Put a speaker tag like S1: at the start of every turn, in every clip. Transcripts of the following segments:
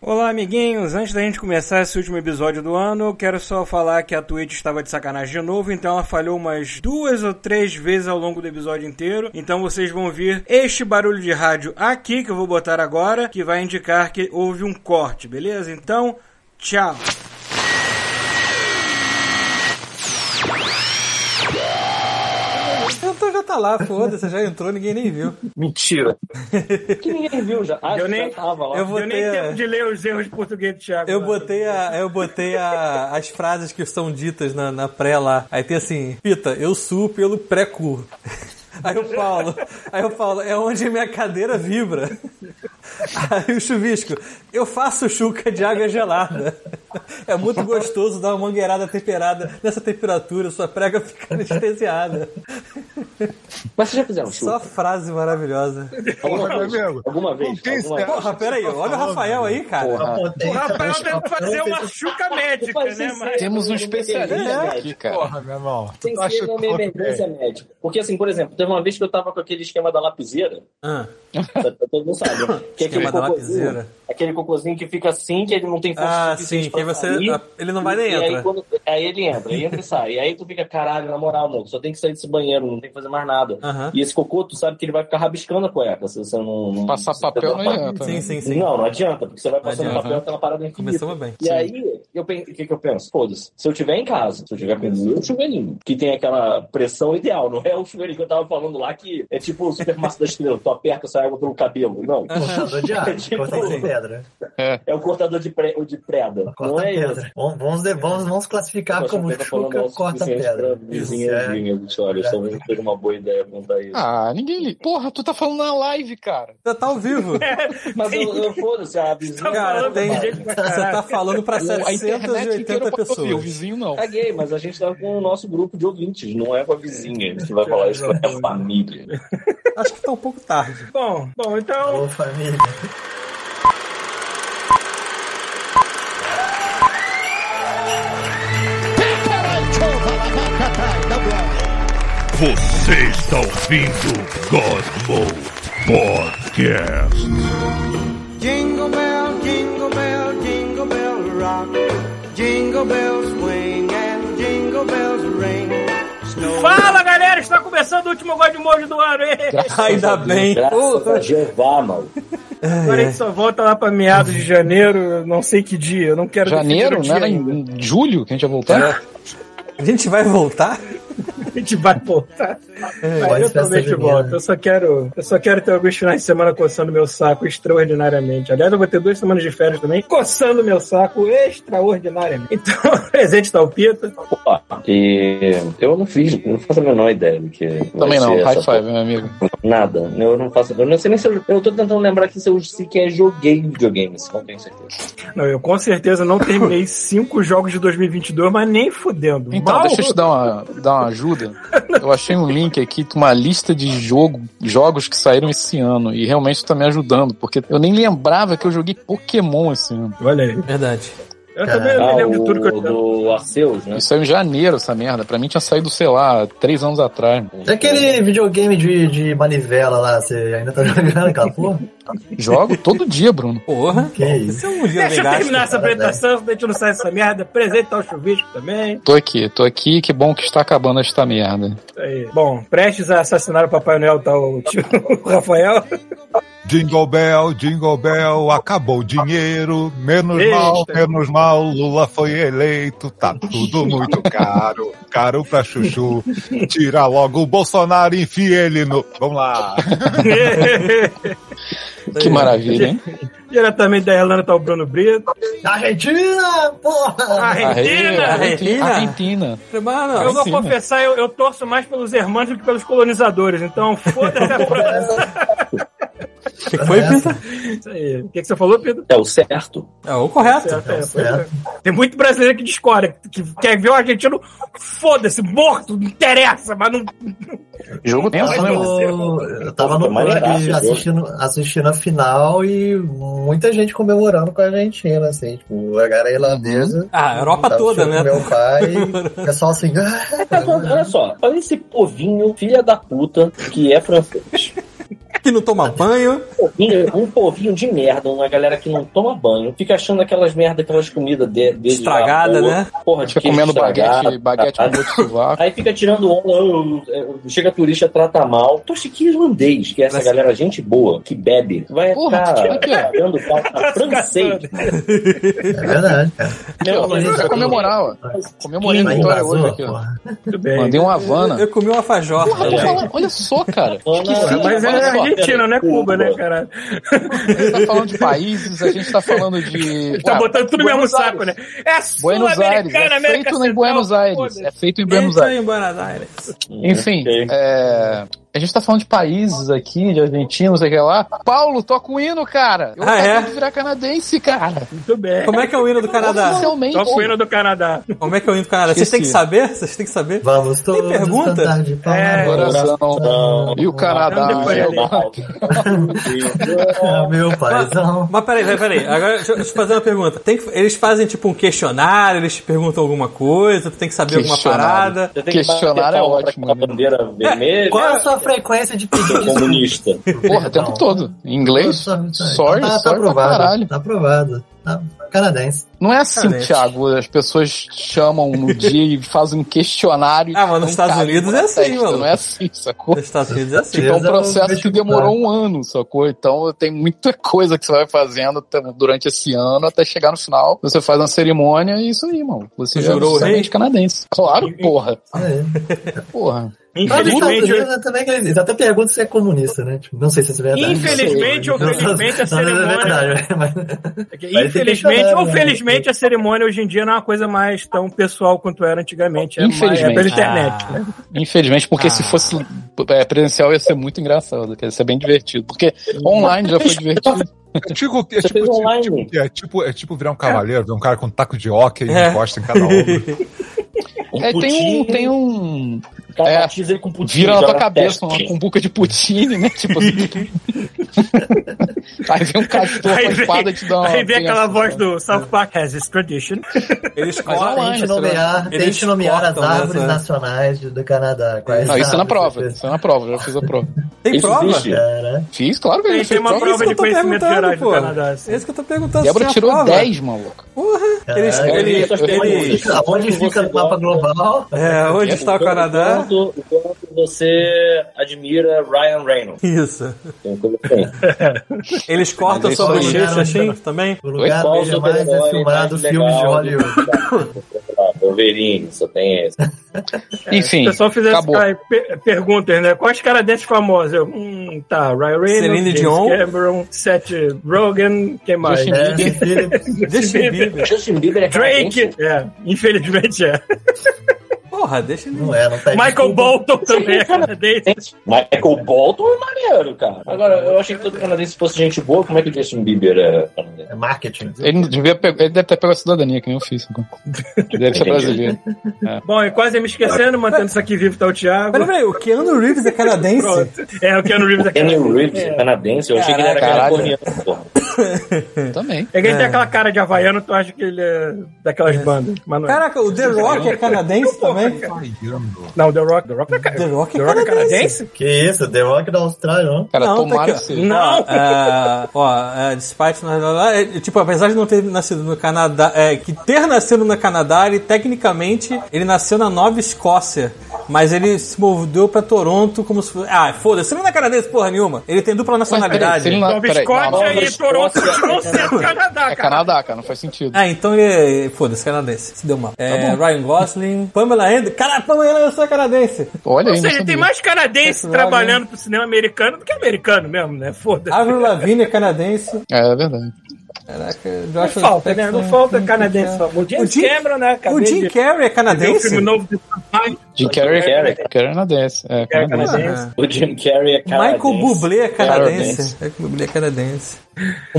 S1: Olá, amiguinhos! Antes da gente começar esse último episódio do ano, eu quero só falar que a Twitch estava de sacanagem de novo, então ela falhou umas duas ou três vezes ao longo do episódio inteiro. Então vocês vão ouvir este barulho de rádio aqui que eu vou botar agora, que vai indicar que houve um corte, beleza? Então, tchau!
S2: Então já tá lá, foda-se, já entrou, ninguém nem viu.
S3: Mentira.
S4: Que ninguém viu já. Ah,
S1: Eu
S4: já
S1: nem-
S4: tava lá.
S2: Eu
S1: Eu nem
S2: botei,
S1: tempo
S2: a,
S1: de ler os erros de português do Thiago. né?
S2: eu
S1: lá.
S2: botei, a, eu botei a, as frases que são ditas na, na pré lá. Aí tem assim, Pita, eu suo pelo pré-cu. Aí o Paulo, aí o Paulo, é onde minha cadeira vibra. Aí o chuvisco, eu faço chuca de água gelada. É muito gostoso dar uma mangueirada temperada nessa temperatura, sua prega fica anestesiada.
S4: Mas vocês já fizeram chuva?
S2: Só frase maravilhosa.
S4: Alguma
S5: Porra,
S4: vez?
S5: amigo.
S4: Alguma vez?
S5: Não tem esse
S4: Alguma vez?
S5: negócio.
S2: Porra, peraí, olha o Rafael aí, cara.
S4: Porra.
S1: O Rafael
S6: Então,
S1: deve fazer uma chuca médica,
S4: Faz
S1: né?
S4: isso
S1: Mas...
S4: aí.
S3: Temos um especialista
S4: É.
S3: aqui, cara.
S5: Porra, meu irmão.
S4: Tem
S5: Tu
S7: tá
S4: que
S5: acha
S4: ser uma
S5: top,
S4: emergência
S5: velho?
S4: médica. Porque, assim, por exemplo, teve uma vez que eu tava com aquele esquema da lapiseira.
S2: Ah.
S4: Tá- tá- Todo mundo sabe. né? Que é aquele
S2: Esquema da
S4: cocôzinho-
S2: lapiseira.
S4: Aquele cocôzinho que fica assim, que ele não tem força
S2: Ah,
S4: suficiente
S2: sim,
S4: pra
S2: que você-
S4: sair.
S2: a- ele não vai nem
S4: E aí
S2: entra.
S4: quando- aí ele entra, ele entra e sai. E aí tu fica, caralho, na moral, mano, só tem que sair desse banheiro, não tem que fazer mais nada.
S2: Aham.
S4: E esse cocô, tu sabe que ele vai ficar rabiscando a cueca. Se você não. não-
S3: Passar
S4: se você
S3: papel
S4: tá-
S3: não adianta.
S2: Sim,
S3: né?
S2: sim, sim.
S4: Não, não adianta, porque você vai passando
S2: adianta.
S4: papel aquela parada infinita.
S2: Começamos bem.
S4: E aí, eu pen- o que, que eu penso? Foda-se, se eu tiver em casa, se eu tiver com o chuveirinho, que tem aquela pressão ideal, não é o chuveirinho que eu tava falando lá, que é tipo o supermassa da estrela, tu aperta essa água pelo cabelo. Não,
S7: Cortador de árvore,
S4: Tipo,
S7: cortador de
S2: sim.
S7: pedra.
S4: é o cortador de, pre... de preda. Não
S7: Corta
S4: é
S7: pedra.
S4: isso.
S7: Vamos, vamos, vamos, vamos classificar
S4: Nossa,
S7: como
S4: eu tô falando
S7: chuca
S4: mal o
S7: corta
S4: suficiente pra
S7: pedra.
S4: Vizinha,
S7: Isso, é.
S4: vizinha, Vitor, olha, talvez não seja uma boa ideia contar isso.
S3: Ah, ninguém liga. Porra, tu tá falando na live, cara.
S2: Você tá ao vivo.
S4: Mas eu, eu foda-se,
S7: tá
S4: a vizinha. é
S2: Cara, tem...
S1: pra
S2: você tá falando pra
S3: A internet inteira
S2: 780
S3: pode ouvir, o
S2: pessoas.
S3: vizinho não.
S4: Caguei, mas a gente tá com o nosso grupo de ouvintes, não é com a vizinha. A gente vai falar isso é a família.
S2: Acho que tá um pouco tarde.
S1: Bom, bom, então.
S7: Ô, família.
S8: Você está ouvindo Godmo Podcast.
S6: Jingle bell, jingle bell, jingle bell rock. Jingle bells swing and jingle bells ring.
S1: Fala galera, está começando o último God Mode do ano. hein?
S2: Ainda
S4: Tá um
S2: bem.
S4: né? Graças
S2: Puta.
S4: a Jeová, mano.
S3: é.
S1: Agora a gente só volta lá pra meados de janeiro, eu não sei que dia, eu não quero
S3: Janeiro,
S1: definir o
S3: não
S1: dia
S3: era
S1: ainda.
S3: em julho que a gente ia
S4: É,
S3: voltar?
S2: A gente vai voltar?
S1: A gente vai voltar. Mas
S7: Pode
S1: eu também
S7: festa
S1: te
S7: junina.
S1: volto. Eu só quero, eu só quero ter alguns finais de semana coçando meu saco extraordinariamente. Aliás, eu vou ter duas semanas de férias também, coçando meu saco extraordinariamente. Então, presente tá o Pita.
S4: Ó, E eu não fiz, não faço a menor ideia do que.
S3: Também
S4: vai
S3: não,
S4: ser
S3: high
S4: essa
S3: five, meu amigo.
S4: porra. Nada. Eu não faço. Eu não sei nem se eu. Eu tô tentando lembrar aqui se eu sequer joguei videogames, não tenho certeza.
S1: Não, eu com certeza não terminei cinco jogos de 2022, mas nem fudendo.
S3: Então,
S1: Mal-
S3: deixa eu te dar uma, dar uma ajuda. Eu achei um link aqui de uma lista de jogo, jogos que saíram esse ano. E realmente tá me ajudando, porque eu nem lembrava que eu joguei Pokémon esse ano.
S1: Olha aí.
S2: Verdade.
S1: Eu também não
S4: Ah,
S1: lembro
S4: o
S1: de tudo que eu
S4: do Arceus, né?
S3: Isso saiu em janeiro, essa merda. Pra mim tinha saído, sei lá, três anos atrás.
S7: É aquele videogame de, de manivela lá, você ainda tá jogando aquela porra?
S3: Jogo todo dia, Bruno.
S2: Porra.
S7: Que isso?
S2: Isso é um dia
S1: Deixa eu
S2: legal.
S1: terminar essa apresentação, senão a gente não sai dessa merda. Presente tá o chuvisco também.
S3: Tô aqui, tô aqui, que bom que está acabando esta merda.
S1: Isso aí. Bom, prestes a assassinar o Papai Noel tá o tio Rafael.
S5: Jingle Bell, Jingle Bell, acabou o dinheiro, menos
S1: Eita.
S5: mal, menos mal, Lula foi eleito, tá tudo muito caro, caro pra chuchu, tira logo o Bolsonaro, e enfia ele no... Vamos lá.
S3: Que maravilha, hein?
S1: Diretamente da Irlanda tá o Bruno Brito.
S7: Argentina, porra!
S1: Argentina!
S3: Argentina! Argentina.
S1: Eu
S2: Mano,
S1: vou
S3: sim,
S1: confessar, eu, eu torço mais pelos hermanos do que pelos colonizadores, então foda-se a França.
S2: que foi, Pita?
S1: É Isso aí. O que, que você falou, Pedro?
S4: É o certo.
S2: É o correto.
S1: Certo, é,
S7: Certo.
S1: pois é. Tem muito brasileiro que discorda, que quer ver o argentino, foda-se, morto, não interessa, mas não.
S3: Jogo
S7: Eu
S3: tenso,
S7: tava
S3: né, mano?
S7: no, eu tava no
S4: Puta, maneiraço,
S7: clube assistindo, assistindo a final e muita gente comemorando com a Argentina, assim, tipo, a galera irlandesa.
S2: Ah, a Europa
S7: Tava
S2: toda,
S7: assistindo
S2: né?
S7: com Meu pai, o pessoal assim,
S4: tá Olha só, olha esse povinho, filha da puta, que é francês.
S2: que não toma banho.
S4: povinho- um povinho de merda, uma galera que não toma banho, fica achando aquelas merda, aquelas comidas de, dele lá,
S2: Estragada,
S4: porra,
S2: né?
S4: Porra, de
S3: Fica
S4: queijo
S3: comendo
S4: estragado,
S3: baguete, baguete com
S4: caralho.
S3: gosto de sovaco.
S4: Aí fica tirando onda, eu- eu- eu- chega turista, trata mal. Toshiqui irlandês, que é essa
S2: Mas-
S4: galera, gente boa, que bebe, vai
S3: Porra,
S4: ficar
S3: tu tira o quê?
S4: pagando pau
S7: Tá
S4: pra francês.
S7: É verdade, cara.
S3: Aqui, ó,
S4: Meu,
S3: Pra é comemorar, ó. Comemorei a
S7: Mas
S3: vitória
S7: invasou,
S3: hoje aqui, ó.
S7: porra.
S1: Tudo bem.
S3: Mandei uma
S2: Eu,
S3: Havana.
S2: eu comi uma fajofa.
S3: Porra, tô falando, olha só, cara. Que
S4: Havana,
S3: esquisito.
S1: Mas é
S3: olha só.
S1: Argentina, não é Cuba, né, cara?
S3: A gente tá falando de países, a gente tá falando de.
S1: Tá
S3: Ué,
S1: botando tudo no mesmo
S3: Buenos
S1: saco, né? É
S3: Buenos Aires.
S1: Sul-Americana,
S3: É
S1: América
S3: feito em
S1: Central,
S3: Buenos Aires.
S1: foda-se.
S3: É feito em Buenos Aires.
S2: em Buenos Aires.
S1: Hum,
S3: Enfim,
S4: Ok.
S3: é, a gente tá falando de países aqui, de argentinos, sei lá. Paulo, toca um hino, cara. Eu
S2: Ah, é?
S3: acabei de virar canadense, cara.
S1: Muito Tá bem.
S2: Como é que é o hino do Canadá?
S3: Oficialmente.
S1: Só o um hino do Canadá.
S2: Como é que é o hino do Canadá? Vocês têm que saber? Vocês têm que saber?
S7: Vamos todos
S2: pergunta?
S7: cantar de pau
S1: É,
S7: na boca.
S3: Coração. E o Canadá.
S1: Não, depois
S3: é
S1: ali.
S3: uma-
S7: Ah, meu paizão.
S2: Mas peraí, peraí, peraí. Agora deixa eu deixa eu fazer uma pergunta. Tem que- eles fazem tipo um questionário, eles te perguntam alguma coisa, tu tem que saber alguma
S3: Questionário.
S2: parada.
S4: Você tem que
S3: Questionário
S4: bater
S3: é
S4: palma pra
S3: ótimo,
S4: aquela
S3: né?
S4: bandeira vermelha.
S7: Qual é a sua frequência de pedido de
S4: comunista.
S3: Porra, o tempo todo. Em inglês?
S7: Então,
S3: Sorry,
S7: tá, tá
S3: sorry pra
S7: aprovado.
S3: caralho.
S7: Tá aprovado. Tá canadense.
S3: Não é assim,
S2: Cara, é.
S3: Thiago. As pessoas chamam no dia e fazem um questionário.
S2: Ah, mas nos
S3: Um
S2: Estados
S3: cara
S2: Unidos
S3: na
S2: é assim,
S3: testa,
S2: mano.
S3: Não é assim, sacou?
S2: Nos Estados Unidos é assim.
S3: Tipo, é um
S7: Beleza,
S3: processo
S7: vamos
S3: que
S7: ver.
S3: demorou um ano, sacou? Então tem muita coisa que você vai fazendo t- durante esse ano até chegar no final. Você faz uma cerimônia e isso aí, mano. Você
S2: Tu
S3: já
S2: jurou o
S3: é
S2: rei?
S3: oficialmente canadense. Claro, porra.
S7: É.
S3: Porra.
S7: Mas nos Estados
S1: Infelizmente,
S7: Unidos é também que eles até pergunta se é comunista, né? Tipo, não sei se isso é verdade.
S1: Infelizmente ou
S7: Não sei.
S1: felizmente, a
S7: Não, não, não, não, é
S1: cerimônia-
S7: verdade, mas-
S1: É infelizmente ou
S7: né?
S1: felizmente, a cerimônia hoje em dia não é uma coisa mais tão pessoal quanto era antigamente. É, mais, é
S3: Infelizmente.
S1: pela internet.
S2: Ah.
S1: né?
S3: Infelizmente, porque
S2: Ah.
S3: se fosse é, presencial ia ser muito engraçado, cara. ia ser bem divertido. Porque online já foi divertido.
S5: É tipo, é
S4: Você
S5: tipo,
S4: fez online.
S5: é tipo, é tipo virar um cavaleiro, ver um cara com um taco de hóquei e
S2: É.
S5: encosta em cada ombro.
S4: Um
S3: É, tem um.
S4: pudim,
S3: Tem um
S4: o cara
S3: é,
S4: batiza ele com pudim,
S3: vira na
S4: joga
S3: tua cabeça,
S4: testa.
S3: uma cumbuca de putine, né? Tipo assim. Aí vem um castor com
S1: Aí
S3: a
S1: vem-
S3: espada e te dá uma.
S1: Aí vem aquela
S3: benção,
S1: voz
S3: né?
S1: do South Park has its tradition.
S2: Eles
S3: Mas
S7: Tente
S3: online,
S2: cortam.
S3: online,
S7: nomear,
S2: eles
S7: tente nomear as
S2: cortam, né,
S7: árvores
S2: sabe?
S7: nacionais do Canadá. Quais
S3: Não, isso é na
S7: árvores
S3: prova.
S7: você-
S3: Isso é na prova, já fiz a prova.
S2: Tem
S4: Isso
S2: prova?
S4: existe?
S7: Cara,
S3: Fiz, claro que a
S1: Tem,
S3: gente
S1: tem
S3: fez
S1: uma
S3: prova.
S1: prova
S2: que
S1: de
S2: eu tô
S1: conhecimentos
S2: perguntando,
S1: gerais do
S2: pô.
S1: Canadá. assim.
S2: É isso que eu tô perguntando.
S3: Debra
S2: se tinha
S3: tirou
S2: prova.
S3: 10, maluco.
S2: Porra! Eles,
S7: Caralho.
S2: ele,
S4: Essas perguntas.
S2: ele,
S7: Aonde fica no mapa global?
S2: é, onde está o
S4: Quanto-
S2: Canadá?
S4: Quanto, quanto você admira Ryan Reynolds?
S2: Isso.
S4: Tem uma coisa assim.
S2: Eles cortam
S3: Mas
S2: sua
S7: eles só
S2: bochecha
S7: olharam-
S2: assim também?
S7: O lugar
S4: Qual
S7: onde mais
S4: super-herói
S7: é filmado
S4: mais
S7: filmes de
S4: né? legal Tá,
S7: Hollywood.
S4: Ah, Wolverine, só tem esse.
S1: É, Se o
S3: Enfim,
S1: pessoal fizesse
S3: acabou.
S1: aí, pe- perguntas, né? Quais canadenses famosos? Eu, hum, tá, Ryan Reynolds,
S2: Celine
S1: James
S2: Dion.
S1: Cameron, Seth Rogen, quem mais?
S3: Justin
S7: É, esse filme-
S2: Deixa eu ver.
S4: Justin Bieber é
S1: Drake,
S4: canadense?
S1: é, infelizmente é.
S2: Porra, deixa eu
S7: Não é, não tá
S1: Michael
S7: desculpa.
S1: Bolton também é canadense.
S4: Michael Bolton é maneiro, cara. Agora, eu achei que todo canadense fosse gente boa. Como é que o Justin Bieber é canadense?
S7: É marketing.
S3: ele, não devia pe- ele deve ter pegado a cidadania, que nem eu fiz. sacou? Deve ser brasileiro.
S1: Bom, e quase me esquecendo, mantendo isso aqui vivo, tá o Thiago.
S2: Peraí, peraí, o Keanu Reeves é canadense?
S1: Pronto. É, o Keanu Reeves é
S4: Kenny
S1: canadense.
S4: Reeves é canadense? Eu achei que ele era
S3: Caraca.
S4: californiano, porra.
S3: Também.
S1: É que ele tem
S2: É.
S1: aquela cara de havaiano, tu acha que ele é daquelas bandas. Mas não, é.
S2: Caraca, o The Rock é canadense também?
S5: Tá
S1: não, The Rock, The Rock é, ca-
S2: The Rock é
S1: The Rock é
S2: canadense.
S1: canadense?
S7: Que isso, The Rock da Austrália, não?
S3: Cara,
S2: Não, tá
S3: tomara
S2: aqui, ó.
S3: que seja.
S1: Não!
S2: Ah, ó, é, despite na- na- na- é, tipo, apesar de não ter nascido no Canadá, é, que ter nascido no Canadá, ele tecnicamente ele nasceu na Nova Escócia, mas ele se moveu pra Toronto como se fosse. Ah, foda-se, ele não é canadense porra nenhuma. Ele tem dupla
S3: Mas peraí,
S2: nacionalidade.
S3: se ele não-
S1: Nova
S3: peraí, não,
S1: Escócia
S3: não,
S1: e
S2: É
S1: Toronto continuam sendo Canadá, cara.
S3: É Canadá, cara, não faz sentido.
S2: Ah, então ele. é- Foda-se, canadense. Se deu mal.
S3: Tá
S2: É, Ryan Gosling, Pamela Anderson. Cara, Pamela Anderson é canadense.
S3: Olha
S1: Ou
S3: aí, não
S1: seja, tem
S3: sabia.
S1: mais canadense
S2: Esse né?
S1: trabalhando pro cinema americano do que americano mesmo, né? Foda-se.
S2: Avril Lavigne é canadense.
S3: É, é verdade.
S2: Caraca,
S1: Não
S2: Joshua
S1: falta, né?
S2: Jackson-
S1: Não falta canadense. só. O James
S2: Jim-
S1: Cameron, né?
S2: O
S1: Acabei
S2: Jim
S1: de-
S2: Carrey é
S1: de ver um
S2: canadense?
S1: filme novo de Sci-Fi.
S4: Jim
S3: Jim Carrey
S4: Carrey.
S3: Jim Carrey é canadense. É, canadense.
S1: canadense.
S2: Ah.
S4: O Jim Carrey é canadense.
S2: Michael Bublé é canadense. Michael Bublé é canadense. O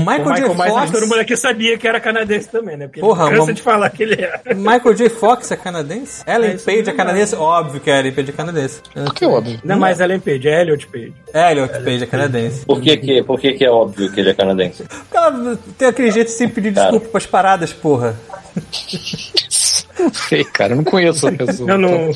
S1: O
S2: Michael,
S1: Michael
S2: J.
S1: Myers,
S2: Fox.
S1: todo mundo aqui sabia que era canadense também, né? Porque
S2: Porra,
S1: ele cansa
S2: uma-
S1: de falar que ele é.
S2: Michael J. Fox é canadense? Ellen
S1: É, isso
S2: Page
S1: não
S2: é
S1: é
S2: canadense? Óbvio que a Ellen Page é canadense.
S3: Por Ah, que óbvio?
S1: Não é mais Ellen Page, é Elliot Page.
S2: Elliot Page é canadense.
S4: Por que que, por que que é óbvio que ele é canadense?
S2: Porque ela tem aquele jeito de sempre pedir
S4: Cara.
S2: desculpa pras paradas, porra.
S3: Não sei, cara, eu não conheço a pessoa.
S9: Eu não.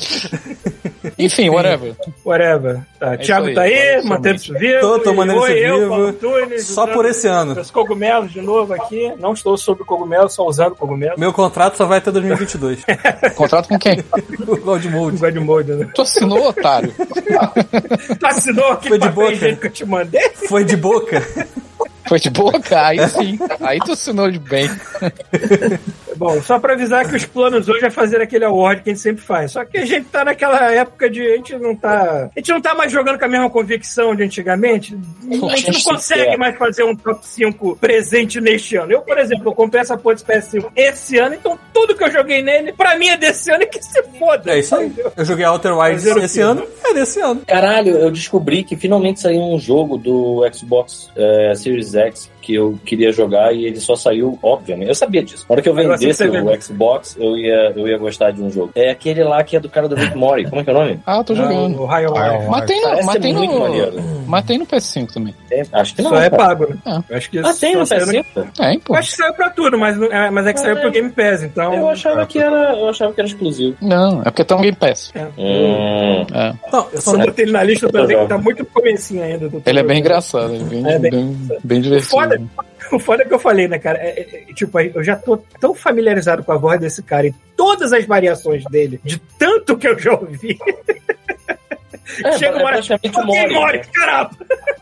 S3: Enfim, whatever.
S9: Whatever.
S1: É
S9: Tá.
S3: isso
S9: Thiago
S3: aí,
S9: tá aí,
S3: somente.
S9: mantendo isso vivo.
S2: Tô, tô mantendo
S9: Oi,
S2: isso
S9: eu,
S2: vivo.
S9: Paulo Antunes,
S2: Só
S9: usando
S2: por esse ano.
S9: Os cogumelos de novo aqui. Não estou sobre cogumelos, só usando cogumelos.
S2: Meu contrato só vai até 2022.
S3: Contrato com quem?
S2: o Gold Mode.
S9: Gosto de molde, né?
S3: Tu assinou, otário.
S9: Tu assinou aquele
S2: Foi de
S9: papel
S2: boca.
S9: higiênico Tá, que eu te mandei?
S2: Foi de boca.
S3: Foi de boca? Aí sim. Aí tu assinou de bem.
S9: Bom, só pra avisar que os planos hoje é fazer aquele award que a gente sempre faz. Só que a gente tá naquela época de. A gente não tá. A gente não tá mais jogando com a mesma convicção de antigamente. A gente não consegue mais fazer um top 5 presente neste ano. Eu, por exemplo, eu comprei essa porra de PS5 esse ano, então tudo que eu joguei nele, pra mim é desse ano e que se foda.
S2: É isso aí. Eu joguei Outer Wilds
S9: Fazer o
S2: esse
S9: quê?
S2: ano. É desse ano.
S4: Caralho, eu descobri que finalmente saiu um jogo do Xbox eh, Series X que eu queria jogar e ele só saiu, obviamente. Eu sabia disso. Na hora que eu
S9: Agora
S4: vendesse
S9: sim você
S4: o Xbox, eu ia, eu ia gostar de um jogo. É aquele lá que é do cara do Rick Mori. Como é que é o nome?
S3: Ah, tô jogando.
S9: O Raio
S5: Ah,
S3: Mas tem no,
S4: Parece
S3: mas
S4: ser
S3: tem um-
S4: muito
S3: no,
S4: maneiro.
S3: mas tem no PS5 também.
S4: É, acho que não.
S9: Só é
S4: cara.
S9: pago, né?
S3: Ah.
S9: Eu acho que
S4: Ah, tem no
S9: só saiu no-
S4: PS5?
S3: É, pô.
S9: Eu acho que saiu pra tudo, mas, não- é, mas é que saiu pro Game Pass, então.
S4: Eu achava que era, eu achava que era exclusivo.
S3: Não, é porque tá um Game Pass.
S9: É.
S4: Hum,
S3: É.
S2: Não, eu só
S9: Só
S2: não...
S9: botei ele na lista também, que tá muito no comecinho ainda. do-
S3: Ele é bem engraçado, ele é bem,
S9: É, bem-
S3: bem, bem divertido.
S9: Foda. O foda é que eu falei, né, cara? É, é, é, tipo, eu já tô tão familiarizado com a voz desse cara e todas as variações dele, de tanto que eu já ouvi.
S4: é,
S9: Chega
S4: é
S9: uma hora.
S4: praticamente o
S9: Quem
S4: Mori.
S9: mora,
S4: né?
S9: caralho!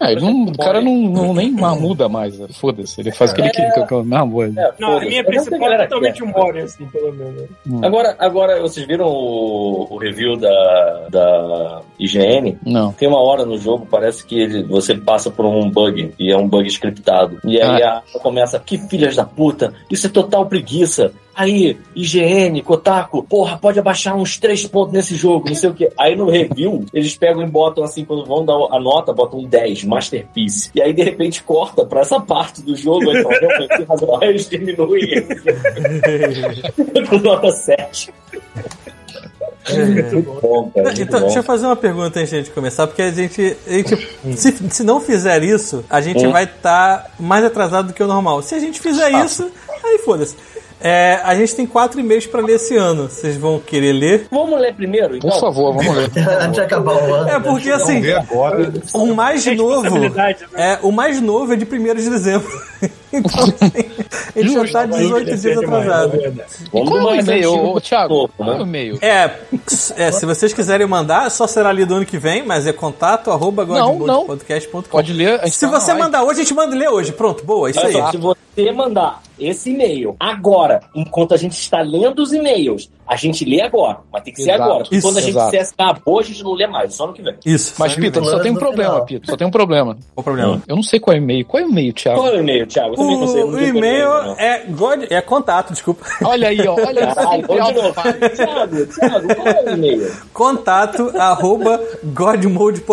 S3: É, ele não- o cara não, não nem ma- muda mais, né? foda-se, ele faz o que ele quer, que é a mesma coisa.
S4: É,
S9: Não, a
S4: foda-se.
S9: minha
S4: Mas essa
S9: principal é
S4: galera
S9: totalmente
S4: quer.
S9: o Mori, assim, pelo menos.
S4: Agora, agora, vocês viram o, o review da, da IGN?
S3: Não.
S4: Tem uma hora no jogo, parece que ele, você passa por um bug, e é um bug scriptado. E aí a a começa, que filhas da puta, isso é total preguiça. Aí, IGN, Kotaku, porra, pode abaixar uns três pontos nesse jogo, não sei o quê. Aí no review, eles pegam e botam assim, quando vão dar a nota, botam um 10, Masterpiece. E aí, de repente, corta pra essa parte do jogo, aí fala, não, mas tem razão. Aí eles diminuem com nota 7.
S2: É.
S4: Muito bom, cara, muito
S2: Então,
S4: bom.
S2: deixa eu fazer uma pergunta antes de a gente começar, porque a gente, a gente se, se não fizer isso, a gente
S4: Hum.
S2: vai estar mais atrasado do que o normal. Se a gente fizer isso, aí foda-se. É, a gente tem quatro e-mails pra ler esse ano. Vocês vão querer ler?
S4: Vamos ler primeiro, então?
S3: Por favor, vamos ver.
S7: Antes de acabar o ano. né?
S2: É porque assim,
S5: Vamos ver agora.
S2: o mais novo,
S9: Responsabilidade, né?
S2: é o mais novo é de 1 de dezembro. Então, assim, a gente já tá 18 dias atrasado.
S4: Vamos
S3: Qual
S4: do
S3: é o
S4: mais
S3: e-mail,
S4: antigo
S3: ô,
S4: pro
S3: Thiago?
S4: topo,
S3: Qual é o
S4: né?
S3: e-mail?
S2: É, é, se vocês quiserem mandar, só será lido ano que vem, mas é contato arroba
S3: Não, não.
S2: godmodepodcast.com.
S3: Pode ler. a gente
S2: Se
S3: tá na
S2: você
S3: live.
S2: mandar hoje, a gente manda ler hoje. Pronto, boa, É isso
S4: Olha
S2: aí.
S4: só, se você mandar esse e-mail agora, enquanto a gente está lendo os e-mails, a gente lê agora, mas tem que ser
S3: Exato,
S4: agora. porque
S2: isso,
S4: Quando a gente
S3: exato.
S4: disser assim, acabou, a gente não lê mais, só no que vem.
S2: Isso.
S3: Mas, Pita, só tem um
S7: No
S3: problema,
S7: final.
S3: Pita, só tem um problema.
S2: qual o problema?
S3: Eu não sei qual é o e-mail. Qual é o e-mail,
S4: Qual
S3: Thiago?
S4: é o e-mail, Thiago? Eu também não sei. eu
S2: O,
S4: não
S2: o
S4: tenho
S2: e-mail
S4: problema, não.
S2: é god, é contato, desculpa.
S3: Olha aí, ó. Olha aí,
S4: Caralho,
S3: você tem
S4: vamos
S3: que
S4: de
S3: criar um
S4: novo. Thiago, Thiago, qual é o e-mail?
S2: Contato arroba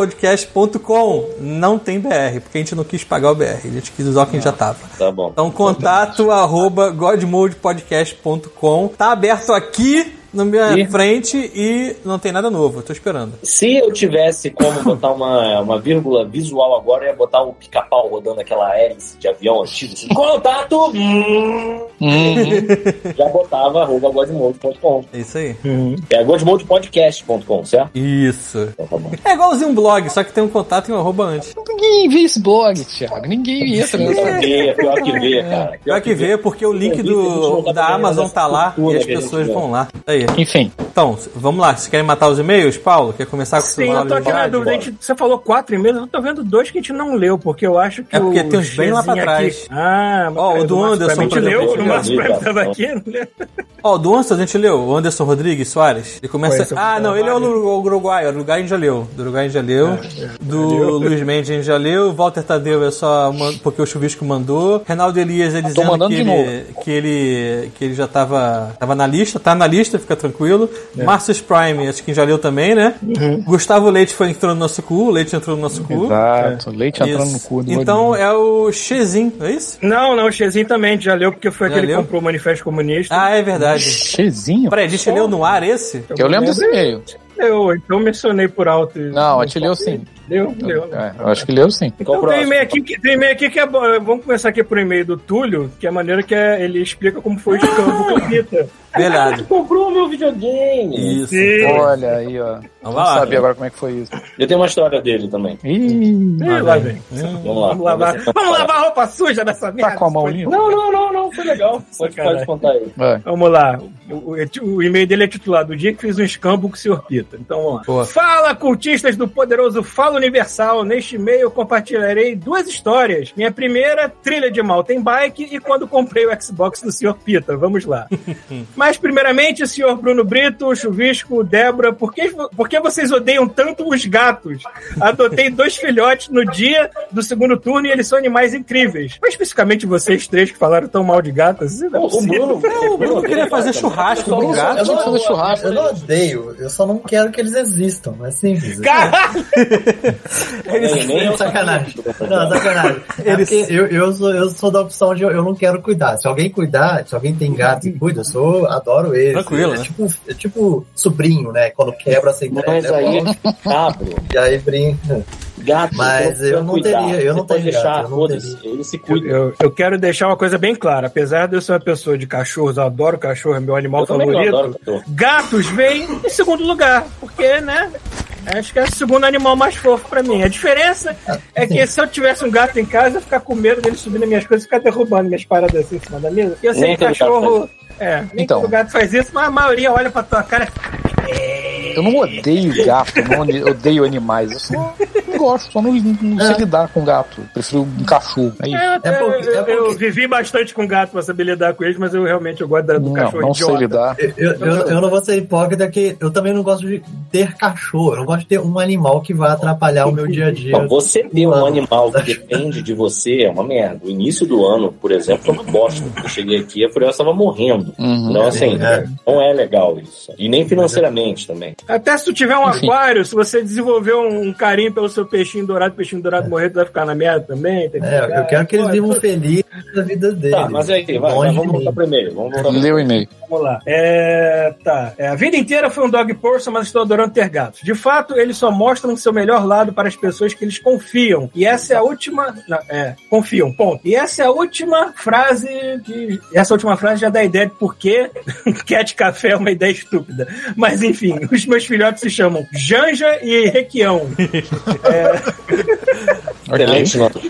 S2: godmodepodcast.com. Não tem BR, porque a gente não quis pagar o BR, a gente quis usar quem já tava.
S4: Tá bom.
S2: Então, contato arroba godmodepodcast.com. Tá aberto aqui na minha
S4: Ih.
S2: frente e não tem nada novo, eu tô esperando.
S4: Se eu tivesse como botar uma, uma vírgula visual agora, eu ia botar o pica-pau rodando aquela hélice de avião antigo. assim, Contato! hum,
S3: Uhum.
S4: Já botava arroba godmode.com.
S2: É isso aí.
S4: É godmodepodcast.com, certo?
S2: Isso.
S4: Então, tá bom.
S2: É igualzinho um blog, só que tem um contato e um arroba antes.
S3: Ninguém vê esse blog, Thiago. Ninguém entra nessa.
S4: Vê, é pior que ver, cara.
S2: Vai que ver, porque o link do, da Amazon tá lá e as pessoas vão lá. Aí.
S3: Enfim,
S2: Então, c- vamos lá. Vocês querem matar os e-mails, Paulo? Quer começar com o
S9: Sim,
S2: seu
S9: eu tô aqui na
S2: barulho?
S9: dúvida. A gente- você falou quatro e-mails, eu tô vendo dois que a gente não leu, porque eu acho que
S2: É porque
S9: o
S2: tem uns bem lá pra
S9: Gzinho
S2: trás.
S9: aqui- Ah, mas
S2: Ó, o
S9: cara,
S2: do
S9: Márcio
S2: Anderson,
S9: Prime a gente
S2: por exemplo,
S9: leu, o
S4: eu
S9: Márcio
S4: vi,
S9: Prime
S4: tá.
S9: tava aqui, não leu.
S2: Ó, do Anderson a gente leu. O Anderson Rodrigues Soares. Ele começa.
S9: Conheço
S2: ah,
S9: o
S2: não, ele é o
S9: trabalho.
S2: Uru- Uruguai. O Uruguai a gente já leu. Do Uruguai a gente já leu. Do Luiz Mendes a gente já leu. Walter Tadeu é só man- porque o Chuvisco mandou. Reinaldo Elias é dizendo
S3: Ah, mandando
S2: que
S3: de
S2: ele, que ele que ele já tava, tava na lista. Tá na lista, fica tranquilo. Marcius Prime, acho que já leu também, né? Gustavo Leite foi entrou no nosso cu. O Leite entrou no nosso cu.
S3: exato. Leite entrando no
S2: Isso.
S3: cu do
S2: Então
S3: Godinho.
S2: é o Xezin, não é isso?
S9: Não, não, o Chezinho também a gente já leu, porque foi
S2: Já
S9: aquele que
S2: leu?
S9: comprou o Manifesto Comunista.
S2: Ah, é verdade.
S3: Chezinho?
S2: Peraí, a gente leu no ar esse?
S9: então
S3: Eu lembro desse e-mail.
S9: Eu, então eu mencionei por alto.
S3: Não, a gente leu sim.
S9: Leu, leu.
S3: É, eu acho que leu sim.
S4: Qual
S9: Então
S4: o
S9: tem um
S4: próximo?
S9: e-mail aqui, que- tem um e-mail aqui que é bom. Vamos começar aqui por e-mail do Túlio, que é a maneira que é- ele explica como foi o escambo com a Rita.
S2: Verdade.
S4: comprou o meu videogame.
S2: Isso.
S9: Sim.
S3: Olha aí, ó.
S2: Vamos
S3: Não
S2: lá.
S3: sabia agora como é que foi isso.
S4: Eu tenho uma história dele também.
S3: Ih,
S9: Ih, lá vem.
S4: Vamos lá.
S9: Vamos lavar, vamos lavar a roupa suja dessa merda.
S3: tá com a mão É. limpa.
S4: Não, não, não, não, foi legal. Pode, pode
S9: Sacanagem.
S4: contar aí.
S3: Vai.
S9: Vamos lá. O, o- o e-mail dele é titulado O dia que fiz um escambo com o senhor Pita. Então vamos lá.
S2: Boa.
S9: Fala, cultistas do poderoso Fala Universal. Neste e-mail compartilharei duas histórias. Minha primeira, trilha de mountain bike e quando comprei o Xbox do senhor Pita. Vamos lá. Mas primeiramente, senhor Bruno Brito, Chuvisco, Débora, por que, por que vocês odeiam tanto os gatos? Adotei dois filhotes no dia do segundo turno e eles são animais incríveis. Mas especificamente vocês três que falaram tão mal de gatos. isso não é
S4: O
S9: possível.
S4: Bruno,
S2: Não, o Bruno queria fazer churrasco
S4: Eu
S2: com
S4: só-
S2: gato.
S7: Eu não,
S3: fazer churrasco.
S7: eu não odeio, eu só não quero que eles existam, é simples.
S9: Caralho!
S4: Nem- nem-
S7: Sacanagem. Não, sacanagem. É
S2: Eles-
S7: porque eu, eu, sou, eu sou da opção de eu, eu não quero cuidar. Se alguém cuidar, se alguém tem gato e cuida, eu sou, adoro ele.
S2: Tranquilo,
S7: é,
S2: né?
S7: tipo, é tipo sobrinho, né? Quando quebra sem
S4: Mas
S7: É
S4: aí, cabro,
S7: E aí brinca.
S4: gato.
S7: Mas
S4: você
S7: eu
S4: precisa
S7: não
S4: cuidar.
S7: teria, eu não
S4: Você pode
S7: teria
S4: deixar,
S7: gato, eu não
S4: foda-se, Ele se
S9: Eu,
S4: cuida.
S9: eu- eu quero deixar uma coisa bem clara. Apesar de eu ser uma pessoa de cachorros, eu adoro cachorro, é meu animal
S4: Eu também eu adoro
S9: favorito.
S4: cachorro.
S9: Gatos vêm em segundo lugar, porque, né? Acho que é o segundo animal mais fofo pra mim. A diferença é que se eu tivesse um gato em casa, eu ia ficar com medo dele subir nas minhas coisas e ficar derrubando minhas paradas assim em cima da mesa. E eu sei
S4: Nem
S9: que
S4: todo gato
S9: cachorro. É, nem
S3: Então.
S9: todo gato faz isso, mas a maioria olha pra tua cara.
S3: Eu não odeio gato, eu não ode- odeio animais. Eu só não gosto, só não, não sei lidar com gato. Eu Prefiro um cachorro. Aí,
S9: É, eu-
S7: É porque- é
S9: eu, eu
S7: porque-
S9: vivi bastante com gato pra saber lidar com eles, mas eu realmente eu gosto da- do
S3: não,
S9: cachorro
S3: não sei
S9: idiota.
S3: lidar.
S7: Eu, eu, eu- eu não vou ser hipócrita que eu também não gosto de ter cachorro. Eu não gosto de ter um animal que vai atrapalhar o meu dia a dia.
S4: Bom, você ter um
S7: Mano.
S4: animal que depende de você é uma merda. O início do ano, por exemplo, foi uma bosta. Eu cheguei aqui e a Furiosa estava morrendo.
S3: Uhum.
S4: Então, assim,
S7: É.
S4: não é legal isso. E nem financeiramente também.
S9: Até se tu tiver um
S3: Enfim.
S9: aquário, se você desenvolver um, um carinho pelo seu peixinho dourado, o peixinho dourado morrer, tu vai ficar na merda também. entendeu?
S7: É, eu quero que eles
S9: Pô,
S7: vivam felizes na vida deles.
S4: Tá, mas aí, vai,
S7: longe
S4: vai,
S7: de
S4: vamos
S7: mim.
S4: voltar primeiro. Vamos voltar
S3: Leu o e-mail.
S9: Vamos lá. É, tá. É, a vida inteira foi um dog person, mas estou adorando ter gatos. De fato, eles só mostram o seu melhor lado para as pessoas que eles confiam. E essa é a última. não, é, confiam, ponto. E essa é a última frase que. Essa última frase já dá a ideia de por que cat café é uma ideia estúpida. Mas enfim, os meus filhotes se chamam Janja e Requião.
S3: Ok.
S4: Excelente, mano.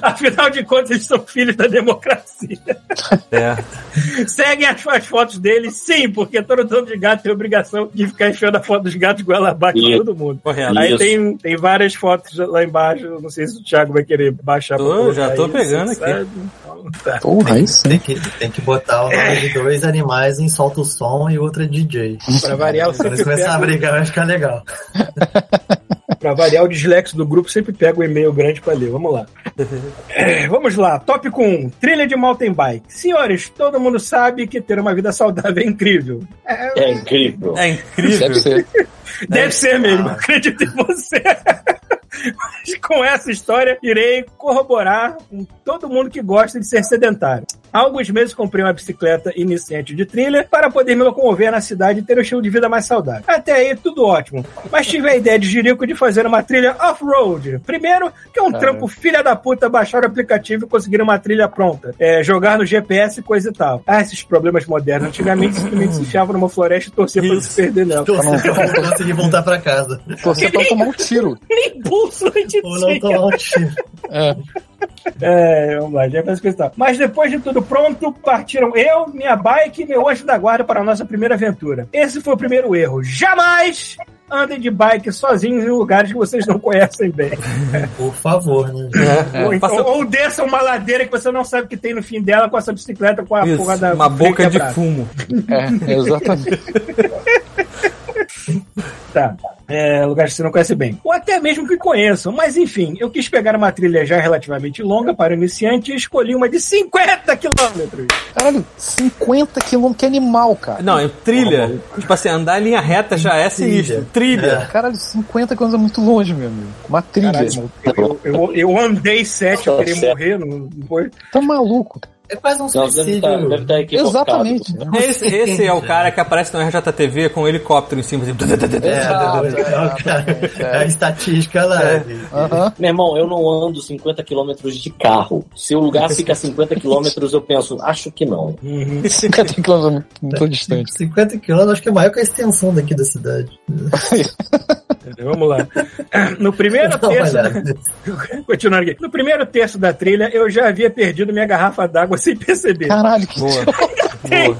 S9: Afinal de contas, eles são filhos da democracia.
S2: É.
S9: Seguem as, as fotos deles, sim, porque todo dono de gato tem obrigação de ficar enfiando a foto dos gatos goela abaixo pra
S4: Isso.
S9: todo mundo.
S2: Correto.
S9: Aí
S4: Isso.
S9: tem, tem várias fotos lá embaixo. eu Não sei se o Thiago vai querer baixar
S2: Tô,
S9: colocar
S2: já tô
S9: aí,
S2: pegando
S9: assim,
S2: aqui.
S9: sabe? Então, tá.
S3: Porra, aí sim.
S7: Tem que, tem que botar o nome de dois animais em solta o som e outra é DJ.
S9: Pra variar, eu
S7: Quando eles
S9: sempre
S7: começarem a
S9: pego,
S7: brigar, vai ficar legal.
S9: pra variar o dislexo do grupo, sempre pego o e-mail grande pra ler. Vamos lá. É, Vamos lá, tópico 1. Trilha de mountain bike. Senhores, todo mundo sabe que ter uma vida saudável é incrível.
S4: É incrível.
S2: É
S3: Deve
S2: incrível.
S3: ser.
S9: Deve ser mesmo, acredito em você. Mas com essa história, irei corroborar com todo mundo que gosta de ser sedentário. Há alguns meses comprei uma bicicleta iniciante de trilha para poder me locomover na cidade e ter um estilo de vida mais saudável. Até aí, tudo ótimo. Mas tive a ideia de Jerico de fazer uma trilha off-road. Primeiro, que é um trampo filha da puta baixar o aplicativo e conseguir uma trilha pronta. É, jogar no GPS e coisa e tal. Ah, esses problemas modernos. Antigamente, simplesmente se enfiava numa floresta e torcia para não se perder nela.
S7: Então, se eu não conseguir voltar pra casa.
S3: Você pra tomar um tiro.
S9: nem bússola de
S7: Ou não
S9: tinha.
S7: tomar um tiro.
S3: É.
S9: É, vamos lá, já faz coisa e tal. Mas depois de tudo pronto, partiram eu, minha bike e meu anjo da guarda para a nossa primeira aventura. Esse foi o primeiro erro. Jamais andem de bike sozinhos em lugares que vocês não conhecem bem.
S7: Por favor, né?
S9: ou,
S2: É,
S9: então,
S2: passa-
S9: ou desçam uma ladeira que você não sabe o que tem no fim dela com essa bicicleta com a
S2: Isso,
S9: porra da
S2: uma
S9: freio
S2: boca de
S9: quebrada.
S2: fumo.
S3: É, exatamente.
S9: Tá. É, lugares que você não conhece bem. Ou até mesmo que conheçam. Mas enfim, eu quis pegar uma trilha já relativamente longa para iniciante e escolhi uma de 50 quilômetros.
S3: Caralho, 50 quilômetros, que animal, cara.
S2: Não, é trilha. Tipo assim, andar em linha reta já é sinistro. Trilha.
S3: Caralho, 50 quilômetros é muito longe, meu amigo. Uma trilha.
S9: Caralho, eu, eu, eu andei sete, eu queria morrer, não não foi?
S3: Tá maluco. cara.
S7: É quase um
S4: Não, deve
S7: suicídio.
S4: estar, deve estar equivocado.
S3: Exatamente.
S2: Esse, esse é o cara que aparece no RJTV com um helicóptero em cima. Assim.
S7: É,
S3: Exato,
S7: é, é, é, a estatística lá.
S3: Aham.
S4: Meu irmão, eu não ando 50 km de carro. Se o lugar fica a 50 km, eu penso, acho que não.
S3: 50 quilômetros, não
S9: Tá.
S3: tô distante.
S7: 50 quilômetros, acho que é maior que a extensão daqui da cidade.
S9: Vamos lá. No primeiro
S7: Dá uma
S9: terço.
S7: olhada.
S9: Continuando aqui. No primeiro terço da trilha, eu já havia perdido minha garrafa d'água sem perceber.
S7: Ah.
S3: Caralho, que
S2: Boa.
S9: Tem-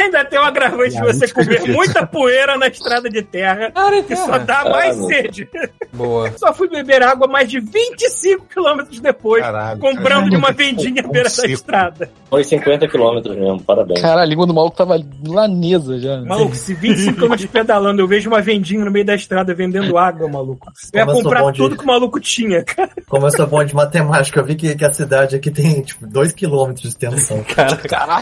S9: Ainda tem um agravante de
S7: Ah,
S9: você comer muita poeira na estrada de terra. que só dá mais
S4: Caralho.
S5: Ah,
S9: sede.
S2: Boa.
S9: Só fui beber água mais de 25 quilômetros depois,
S5: Caralho,
S9: comprando de uma vendinha à beira da
S5: Consigo.
S9: estrada.
S4: Foi 50 km mesmo, parabéns.
S3: Caralho, a língua do maluco tava lanesa já. né?
S9: Maluco, se 25 quilômetros pedalando, eu vejo uma vendinha no meio da estrada vendendo água, maluco. Eu ia
S7: Como eu sou
S9: comprar
S7: bom de-
S9: tudo que o maluco tinha.
S7: Como eu sou bom de matemática, eu vi que, que a cidade aqui tem, tipo, 2 km de extensão.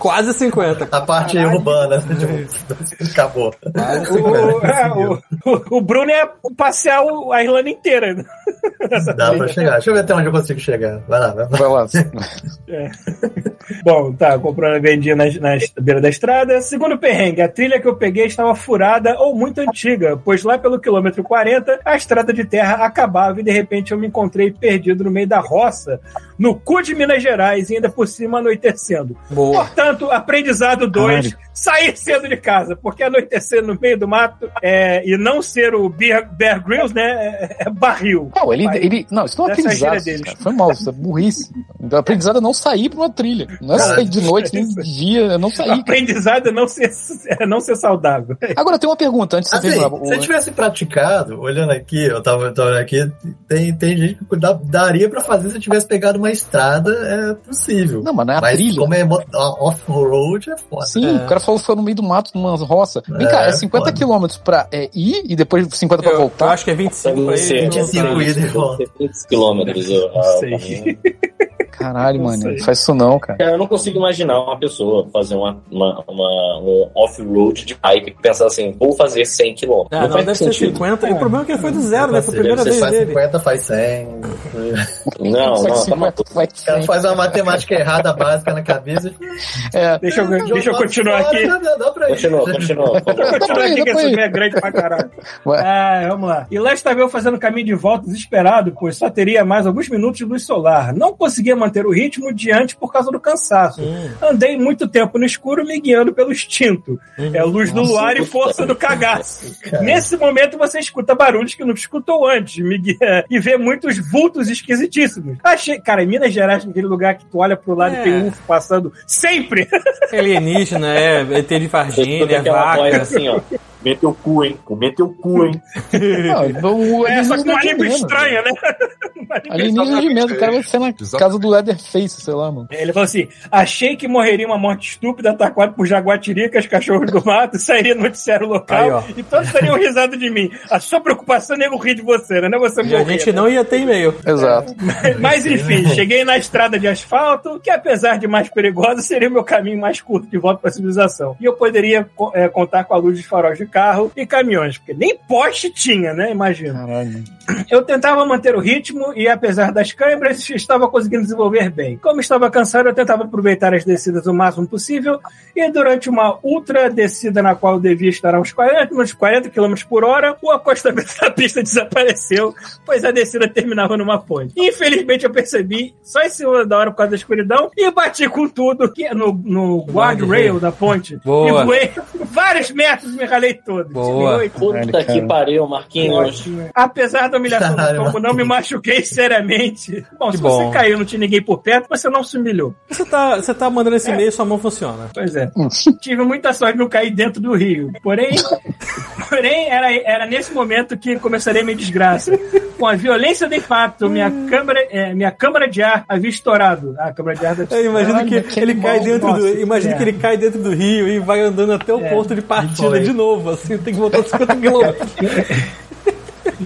S2: Quase 50.
S7: A parte urbana, tipo, acabou.
S9: O, o- é, o- o- o Bruno ia passear o- a Irlanda inteira. né?
S7: Dá pra chegar. Deixa eu ver até onde eu consigo chegar. Vai lá, vai lá.
S3: Vai lá.
S9: Bom, tá, comprando a vendinha na, na est- beira da estrada. Segundo perrengue, a trilha que eu peguei estava furada ou muito antiga, pois lá pelo quilômetro 40, a estrada de terra acabava e de repente eu me encontrei perdido no meio da roça, no cu de Minas Gerais e ainda por cima anoitecendo.
S2: Boa.
S9: Portanto, aprendizado 2, sair cedo de casa, porque anoitecer no meio do mato é, e não ser o Bear, Bear Grylls, né, é, é barril.
S3: Não, ele,
S9: Vai.
S3: ele. Não, isso não é
S9: Essa é a gíria
S3: aprendizado.
S9: deles.
S3: cara. Foi mal, isso é burrice. Então, aprendizado é não sair pra uma trilha. Não é sair de noite, nem de dia, é não sair.
S9: Aprendizado é não ser, é não ser saudável.
S3: Agora tem uma pergunta antes de você
S9: Ah,
S7: Assim,
S3: terminar.
S7: se eu
S3: O-
S7: tivesse praticado, olhando aqui, eu tava, eu tava olhando aqui, tem, tem gente que dá- daria pra fazer se eu tivesse pegado uma estrada, é possível.
S3: Não, mas não é a
S7: Mas
S3: trilha.
S7: como é mo- off-road, é foda.
S9: assim?
S3: Sim, o cara falou que foi no meio do mato, numa roça. Vem
S7: É,
S3: cá, é 50
S7: foda.
S3: quilômetros pra é, ir e depois 50 pra
S2: Eu, eu
S3: voltar?
S2: acho que é 25 pra
S4: Deve ser.
S2: ele.
S7: 25 ida e volta.
S4: 300 quilômetros. eu-
S9: Não
S4: ah,
S9: sei.
S4: caminho.
S3: Caralho,
S9: Não
S3: mano,
S9: sei.
S3: não faz isso não, cara.
S4: Cara, eu não consigo imaginar uma pessoa fazer uma, uma- uma- um off-road de bike e pensar assim, vou fazer 100 km.
S2: Ah, não, deve ser 50. E o problema é que ele foi do zero, né? Foi a primeira
S7: Você
S2: vez
S7: faz
S2: dele.
S7: 50, faz 100.
S4: Não,
S3: Consegue
S4: não, tá
S3: 50,
S4: maluco.
S3: vai que
S7: O cara
S3: sim.
S7: faz uma matemática errada básica na cabeça.
S3: É,
S9: Deixa eu, deixa eu continuar aqui.
S7: Dá, dá, dá pra ir.
S4: Continua, continua. por favor.
S9: Continua
S3: Dá pra
S9: aqui
S3: ir,
S9: que
S3: dá pra
S9: essa
S3: ir.
S9: ideia é grande pra caralho.
S3: Ué.
S9: Ah, vamos lá. E lá estava eu fazendo o caminho de volta desesperado, pois só teria mais alguns minutos de luz solar. Não conseguia manter o ritmo diante por causa do cansaço. Andei muito tempo no escuro me guiando pelo instinto. É a luz do luar e força do cagaço. Nesse momento você escuta barulhos que não escutou antes me guia, e vê muitos vultos esquisitíssimos. Achei, cara, em Minas Gerais, naquele lugar que tu olha pro lado
S2: É.
S9: e tem UFO passando sempre.
S2: Alienígena, é. ET de
S4: Toda
S2: Varginha, é
S4: aquela voz
S2: vaca.
S4: assim, ó. Mete o cu, hein? Mete o cu, hein?
S3: não, o
S9: É, só
S3: alienígena
S9: que uma
S3: de
S9: língua
S3: menos.
S9: estranha, né? Uma língua
S3: Alienígena de menos, o cara vai ser na
S5: Exatamente.
S3: casa do Leatherface, sei lá, mano.
S9: Ele falou assim: achei que morreria uma morte estúpida, atacado por jaguatiricas, cachorros do mato, sairia no noticiário
S2: Aí,
S9: local
S2: ó.
S9: e todos teriam risado de mim. A sua preocupação é nego rir de você, né? Não é você
S2: E a
S9: morrer.
S2: gente não ia ter e-mail.
S3: Exato.
S9: Mas
S2: né?
S9: enfim, cheguei na estrada de asfalto, que apesar de mais perigosa, seria o meu caminho mais curto de volta para a civilização. E eu poderia co- eh, contar com a luz dos faróis de carro e caminhões, porque nem poste tinha, né? Imagina.
S3: É, Caralho.
S9: Eu tentava manter o ritmo e, apesar das câimbras, estava conseguindo desenvolver bem. Como estava cansado, eu tentava aproveitar as descidas o máximo possível e, durante uma ultra descida na qual eu devia estar a uns 40, uns 40 km por hora, o acostamento da pista desapareceu, pois a descida terminava numa ponte. Infelizmente, eu percebi só em cima da hora por causa da escuridão e bati com tudo que é no, no guardrail da ponte
S2: Boa.
S9: e voei vários metros e me ralei todo.
S2: Boa.
S9: Tive oito
S4: Puta que pariu, Marquinhos.
S9: Apesar da humilhação
S7: Caralho,
S9: do tombo, não me machuquei seriamente. Bom,
S2: Que
S9: se
S2: bom.
S9: você caiu e não tinha ninguém por perto, você não se humilhou.
S2: Você tá, você tá mandando esse e-mail e sua mão funciona.
S9: Pois é. Tive muita sorte de não cair dentro do rio. Porém, porém era, era nesse momento que começaria minha desgraça. Com a violência do impacto, minha
S2: Hum.
S9: câmara, eh, minha câmara de ar havia estourado. Ah, A câmara de ar da
S2: Eu imagino
S3: Caralho,
S2: que ele
S3: que
S2: cai
S3: mal,
S2: dentro do.
S9: nossa,
S2: Imagino
S9: é.
S2: que ele cai dentro do rio e vai andando até o
S9: É,
S2: ponto de partida
S7: foi.
S2: de novo. Assim, tem que voltar 50 quilômetros.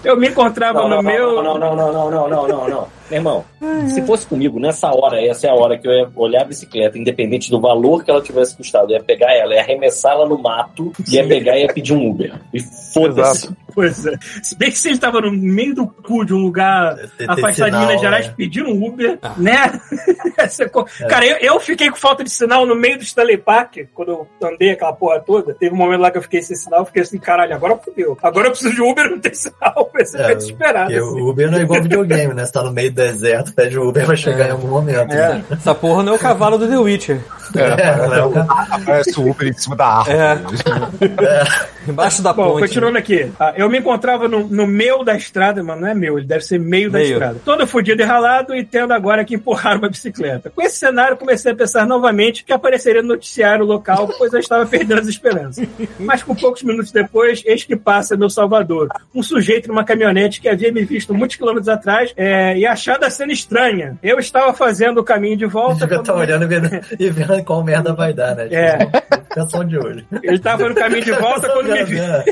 S9: Eu me encontrava
S4: Não,
S9: no
S4: não,
S9: meu.
S4: não, não, não, não, não, não, não, não, não. Meu irmão, se fosse comigo, nessa hora, essa é a hora que eu ia olhar a bicicleta, independente do valor que ela tivesse custado, eu ia pegar ela, ia arremessá-la no mato, ia pegar e ia pedir um Uber. E foda-se.
S3: Exato.
S9: Pois é. Se bem que se ele estava no meio do cu de um lugar
S7: É, Tem- tem
S9: afastado de
S7: sinal,
S9: Minas Gerais,
S7: né?
S9: pedindo um Uber, né? Essa co-
S7: É.
S9: Cara, eu, eu fiquei com falta de sinal no meio do Stanley Park, quando eu andei aquela porra toda. Teve um momento lá que eu fiquei sem sinal, eu fiquei assim, caralho, agora fudeu. Agora eu preciso de Uber, não tem sinal. Você
S7: É,
S9: fica desesperado.
S7: Porque
S9: assim.
S7: o Uber não é igual videogame, né? Você tá no meio do deserto, pede o Uber vai chegar em algum momento. né?
S2: Essa porra não é o cavalo do The Witcher.
S7: É, não é o cara-
S5: Aparece o Uber em cima da árvore.
S2: É. Embaixo da
S9: Bom,
S2: ponte. né?
S9: continuando aqui. Ah, eu me encontrava no, no meio da estrada, mas não é meu, ele deve ser meio, da
S2: Meio.
S9: estrada. Todo fudido e ralado e tendo agora que empurrar uma bicicleta. Com esse cenário, comecei a pensar novamente que apareceria no noticiário local, pois eu estava perdendo as esperanças. Mas com poucos minutos depois, eis que passa meu salvador. Um sujeito numa caminhonete que havia me visto muitos quilômetros atrás é, e achado a cena estranha. Eu estava fazendo o caminho de volta.
S7: Devia
S9: quando-
S7: estar olhando e vendo, e vendo qual merda vai dar, né? Tipo,
S9: É.
S7: Canção de hoje.
S9: Ele estava no caminho de volta quando me viu.
S7: É,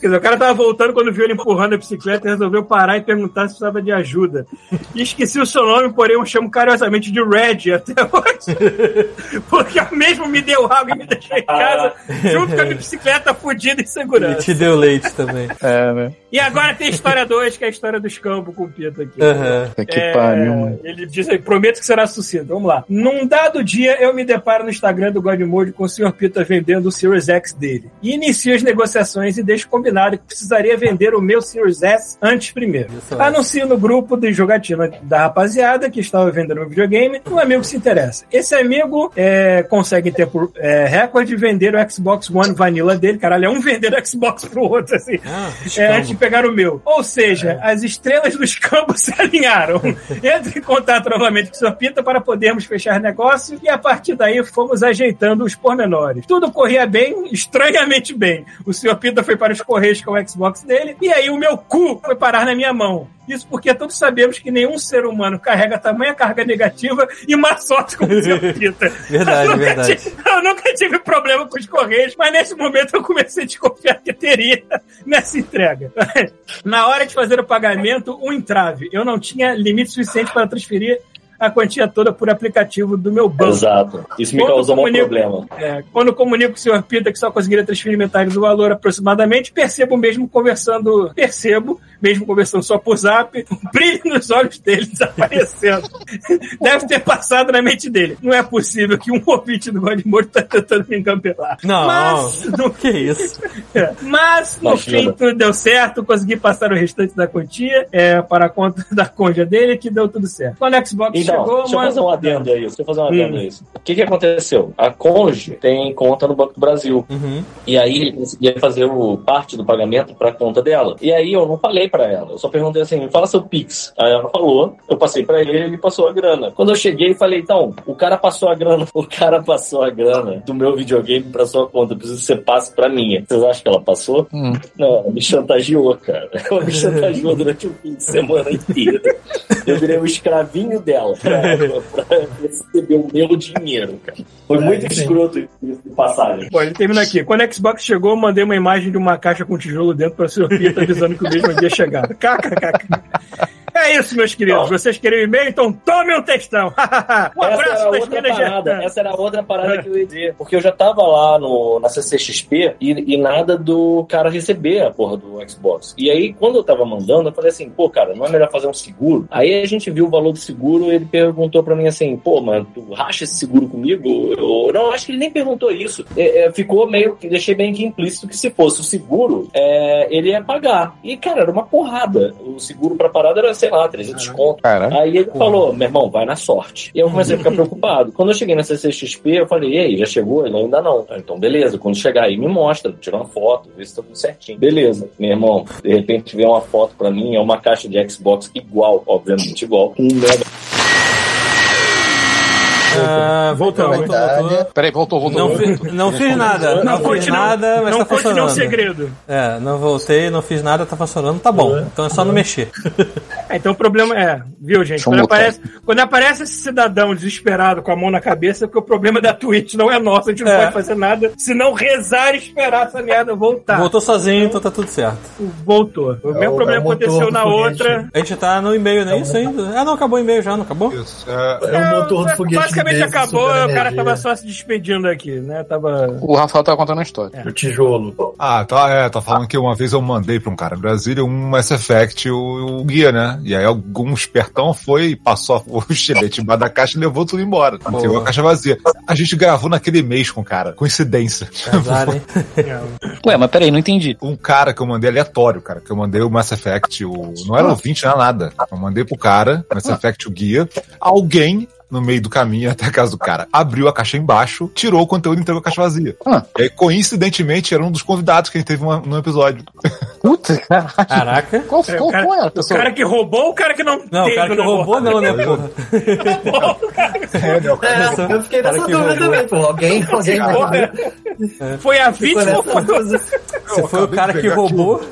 S9: Quer dizer, o cara tava voltando quando viu ele empurrando a bicicleta e resolveu parar e perguntar se precisava de ajuda. E esqueci o seu nome, porém eu chamo carinhosamente de Red até hoje. Porque eu mesmo me deu água e me deixou em casa junto com a minha bicicleta fudida e
S2: Ele
S9: segurança.
S2: te deu leite também.
S3: É, né?
S9: E agora tem a história 2, que é a história dos campos com o Pito aqui.
S2: Aham.
S3: Puta Que pariu, mano.
S9: É, Ele diz aí, prometo que será sucinto. Vamos lá. Num dado dia, eu me deparo no Instagram do Godmode com o Sr. Pita vendendo o Series X dele. E inicio as negociações e deixo combinado que precisaria vender o meu Series S antes primeiro.
S2: Isso,
S9: Anuncio no grupo de jogatina da rapaziada que estava vendendo meu videogame, um amigo que se interessa. Esse amigo é, consegue ter por é, recorde vender o Xbox One Vanilla dele. Caralho, é um vender o Xbox pro outro, assim.
S2: Ah,
S9: É, antes de pegar o meu. Ou seja, as estrelas dos campos se alinharam. Entre em contato novamente com o Sr. Pita para podermos fechar negócio e a partir daí fomos ajeitando os pormenores. Tudo corria bem, estranhamente bem. O Sr. Pita foi para os Correios com o Xbox dele e aí o meu cu foi parar na minha mão. Isso porque todos sabemos que nenhum ser humano carrega tamanha carga negativa e má sorte como o Sr. Pita.
S2: Verdade,
S9: Eu nunca
S2: verdade.
S9: ti- eu nunca tive problema com os Correios, mas nesse momento eu comecei a desconfiar que teria nessa entrega. Na hora de fazer o pagamento, um entrave. Eu não tinha limite suficiente para transferir a quantia toda por aplicativo do meu banco.
S4: Exato. Isso me
S9: Quando
S4: causou um
S9: comunica-
S4: problema.
S9: É, quando comunico com o senhor Pita que só conseguiria transferir metade do valor aproximadamente, percebo mesmo conversando, percebo, mesmo conversando só por zap, o brilho nos olhos dele desaparecendo. Deve ter passado na mente dele. Não é possível que um ouvinte do Godmore tá tentando me engambelar.
S2: Não.
S9: Mas, no
S2: Que isso?
S9: é. Mas no
S4: Imagina.
S9: fim tudo deu certo, consegui passar o restante da quantia é, para a conta da conja dele, que deu tudo certo. Quando o Xbox
S4: Então,
S9: chegou,
S4: deixa eu
S9: mas-
S4: fazer um adendo aí. Deixa eu fazer um
S9: Hum.
S4: adendo a isso. O que, que aconteceu? A Conge tem conta no Banco do Brasil.
S2: Uhum.
S4: E aí ele conseguia fazer o, parte do pagamento para conta dela. E aí eu não falei para ela. Eu só perguntei assim, fala seu Pix. Aí ela falou, eu passei para ele ele passou a grana. Quando eu cheguei, falei, então, o cara passou a grana. O cara passou a grana do meu videogame para sua conta. Eu preciso que você passe para minha. Vocês acham que ela passou?
S3: Hum.
S4: Não, ela me chantageou, cara. Ela me chantageou durante o fim de semana inteiro. Eu virei o escravinho dela pra, pra receber o meu dinheiro, cara. Foi muito
S7: Aí sim.
S4: escroto isso de passagem.
S9: Bom, ele termina aqui. Quando a Xbox chegou, eu mandei uma imagem de uma caixa com tijolo dentro para o senhor Pita, avisando que o mesmo dia chegava. KKKK. É isso, meus queridos. Vocês querem um e-mail? Então tome um textão. um
S4: Essa
S9: abraço
S4: era,
S9: das
S4: outra
S9: Minas
S4: parada,
S9: Gerais.
S4: essa era outra
S9: É.
S4: parada que eu ia dizer. Porque eu já tava lá no, na CCXP e, e nada do cara receber a porra do Xbox. E aí, quando eu tava mandando, eu falei assim, pô, cara, não é melhor fazer um seguro? Aí a gente viu o valor do seguro ele perguntou pra mim assim, pô, mano, tu racha esse seguro comigo? Eu, não, acho que ele nem perguntou isso. É, é, ficou meio que, deixei bem que implícito que se fosse o seguro, é, ele ia pagar. E, cara, era uma porrada. O seguro pra parada era, sei lá, 300 conto.
S5: Cara,
S4: Aí ele falou, meu irmão, vai na sorte. E eu comecei a ficar preocupado. Quando eu cheguei na CCXP, eu falei, e aí, já chegou? Ele ainda não. Ah, Então, beleza, quando chegar aí, me mostra, tira uma foto, vê se tá tudo certinho. Beleza, meu irmão, de repente vem uma foto pra mim, é uma caixa de Xbox igual, obviamente igual, com um mega.
S2: Ah, voltou, voltou, voltou.
S3: Peraí, voltou, voltou.
S2: Não,
S3: voltou.
S2: fi- não fiz nada, não, fiz
S9: conte não-
S2: nada, mas
S9: Não
S2: tá
S9: conte
S2: funcionando.
S9: nenhum segredo.
S2: É, não voltei, não fiz nada, tá funcionando, tá bom.
S9: Uhum.
S2: Então é só não mexer.
S9: É, então o problema é, viu, gente?
S3: Deixa eu
S9: Quando
S3: mutar.
S9: aparece, quando aparece esse cidadão desesperado com a mão na cabeça, é porque o problema da Twitch não é nosso, a gente não
S2: É.
S9: pode fazer nada, se não rezar e esperar essa merda voltar.
S2: Voltou sozinho, então tá tudo certo.
S9: Voltou. O mesmo
S7: o-
S9: problema
S7: é o motor
S9: aconteceu
S7: do
S9: na
S7: foguete.
S9: outra. Tá
S2: A gente tá no e-mail, não é isso ainda? Ah, não, acabou o e-mail já, não acabou?
S5: isso, é,
S7: o um motor do
S9: É,
S7: foguete. né, do
S9: praticamente
S7: desde
S9: acabou,
S7: Super
S9: o cara
S7: Energia.
S9: tava só se despedindo aqui, né? Tava.
S3: O Rafael tava contando a história.
S7: O tijolo.
S5: Ah, tá, é, tá falando que uma vez eu mandei pra um cara em Brasília um Mass Effect, o, o guia, né? E aí algum espertão foi e passou o estilete embaixo da caixa e levou tudo embora. Ficou a caixa vazia. A gente gravou naquele mês com o cara. Coincidência.
S2: Azar, hein?
S9: é,
S3: Ué, mas peraí, não entendi.
S5: um cara que eu mandei aleatório, cara, que eu mandei o Mass Effect, o... não era ouvinte, não era nada. Eu mandei pro cara, Mass Effect, o guia. Alguém, no meio do caminho até a casa do cara, abriu a caixa embaixo, tirou o conteúdo e entregou a caixa vazia.
S3: Ah.
S5: E aí, É, coincidentemente, era um dos convidados que a gente teve uma- no episódio.
S3: Puta, caralho.
S2: Caraca.
S3: Qual,
S9: Peraí,
S3: qual,
S9: o cara,
S3: qual era a
S9: o
S3: pessoa?
S9: cara que roubou, o cara que não,
S2: Não, Ah, o
S9: teve
S2: cara que
S9: o negócio.
S2: roubou não, né, porra?
S5: É, né, o cara-
S7: É, eu fiquei
S2: Cara
S7: nessa
S2: que
S7: dúvida
S2: roubou.
S7: também, pô. Alguém, alguém
S2: é
S9: Pô,
S7: roubou.
S9: pera- Foi a
S7: Ficou
S9: vítima ou
S7: nessa
S9: foi
S7: dúvida.
S2: Você foi o
S5: acabei
S2: cara
S5: de
S2: que
S5: pegar aqui.
S2: roubou.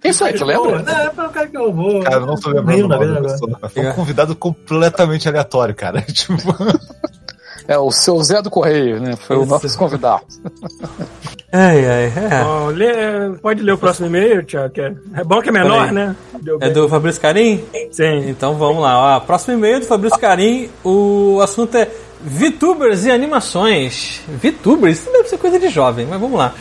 S3: Quem foi? Tu
S7: Pô,
S3: lembra?
S7: Não, é pro cara que roubou.
S5: Cara, eu não tô lembrando
S7: Rio,
S5: o
S7: na
S5: nome da
S7: verdade, agora.
S5: pessoa. Foi um convidado completamente aleatório, cara. Tipo,
S3: É o seu Zé do Correio, né? Foi o nosso convidado.
S2: Ai, é. ai.
S9: Bom, lê- pode ler o próximo e-mail, Tiago. que É, é bom que é menor,
S2: Peraí.
S9: né? Deu
S2: É. É
S9: bem.
S2: do Fabrício Carim?
S9: Sim.
S2: Então vamos lá. Ó, próximo e-mail do Fabrício Carim. O assunto é VTubers e animações. VTubers? Isso deve ser coisa de jovem, mas vamos lá.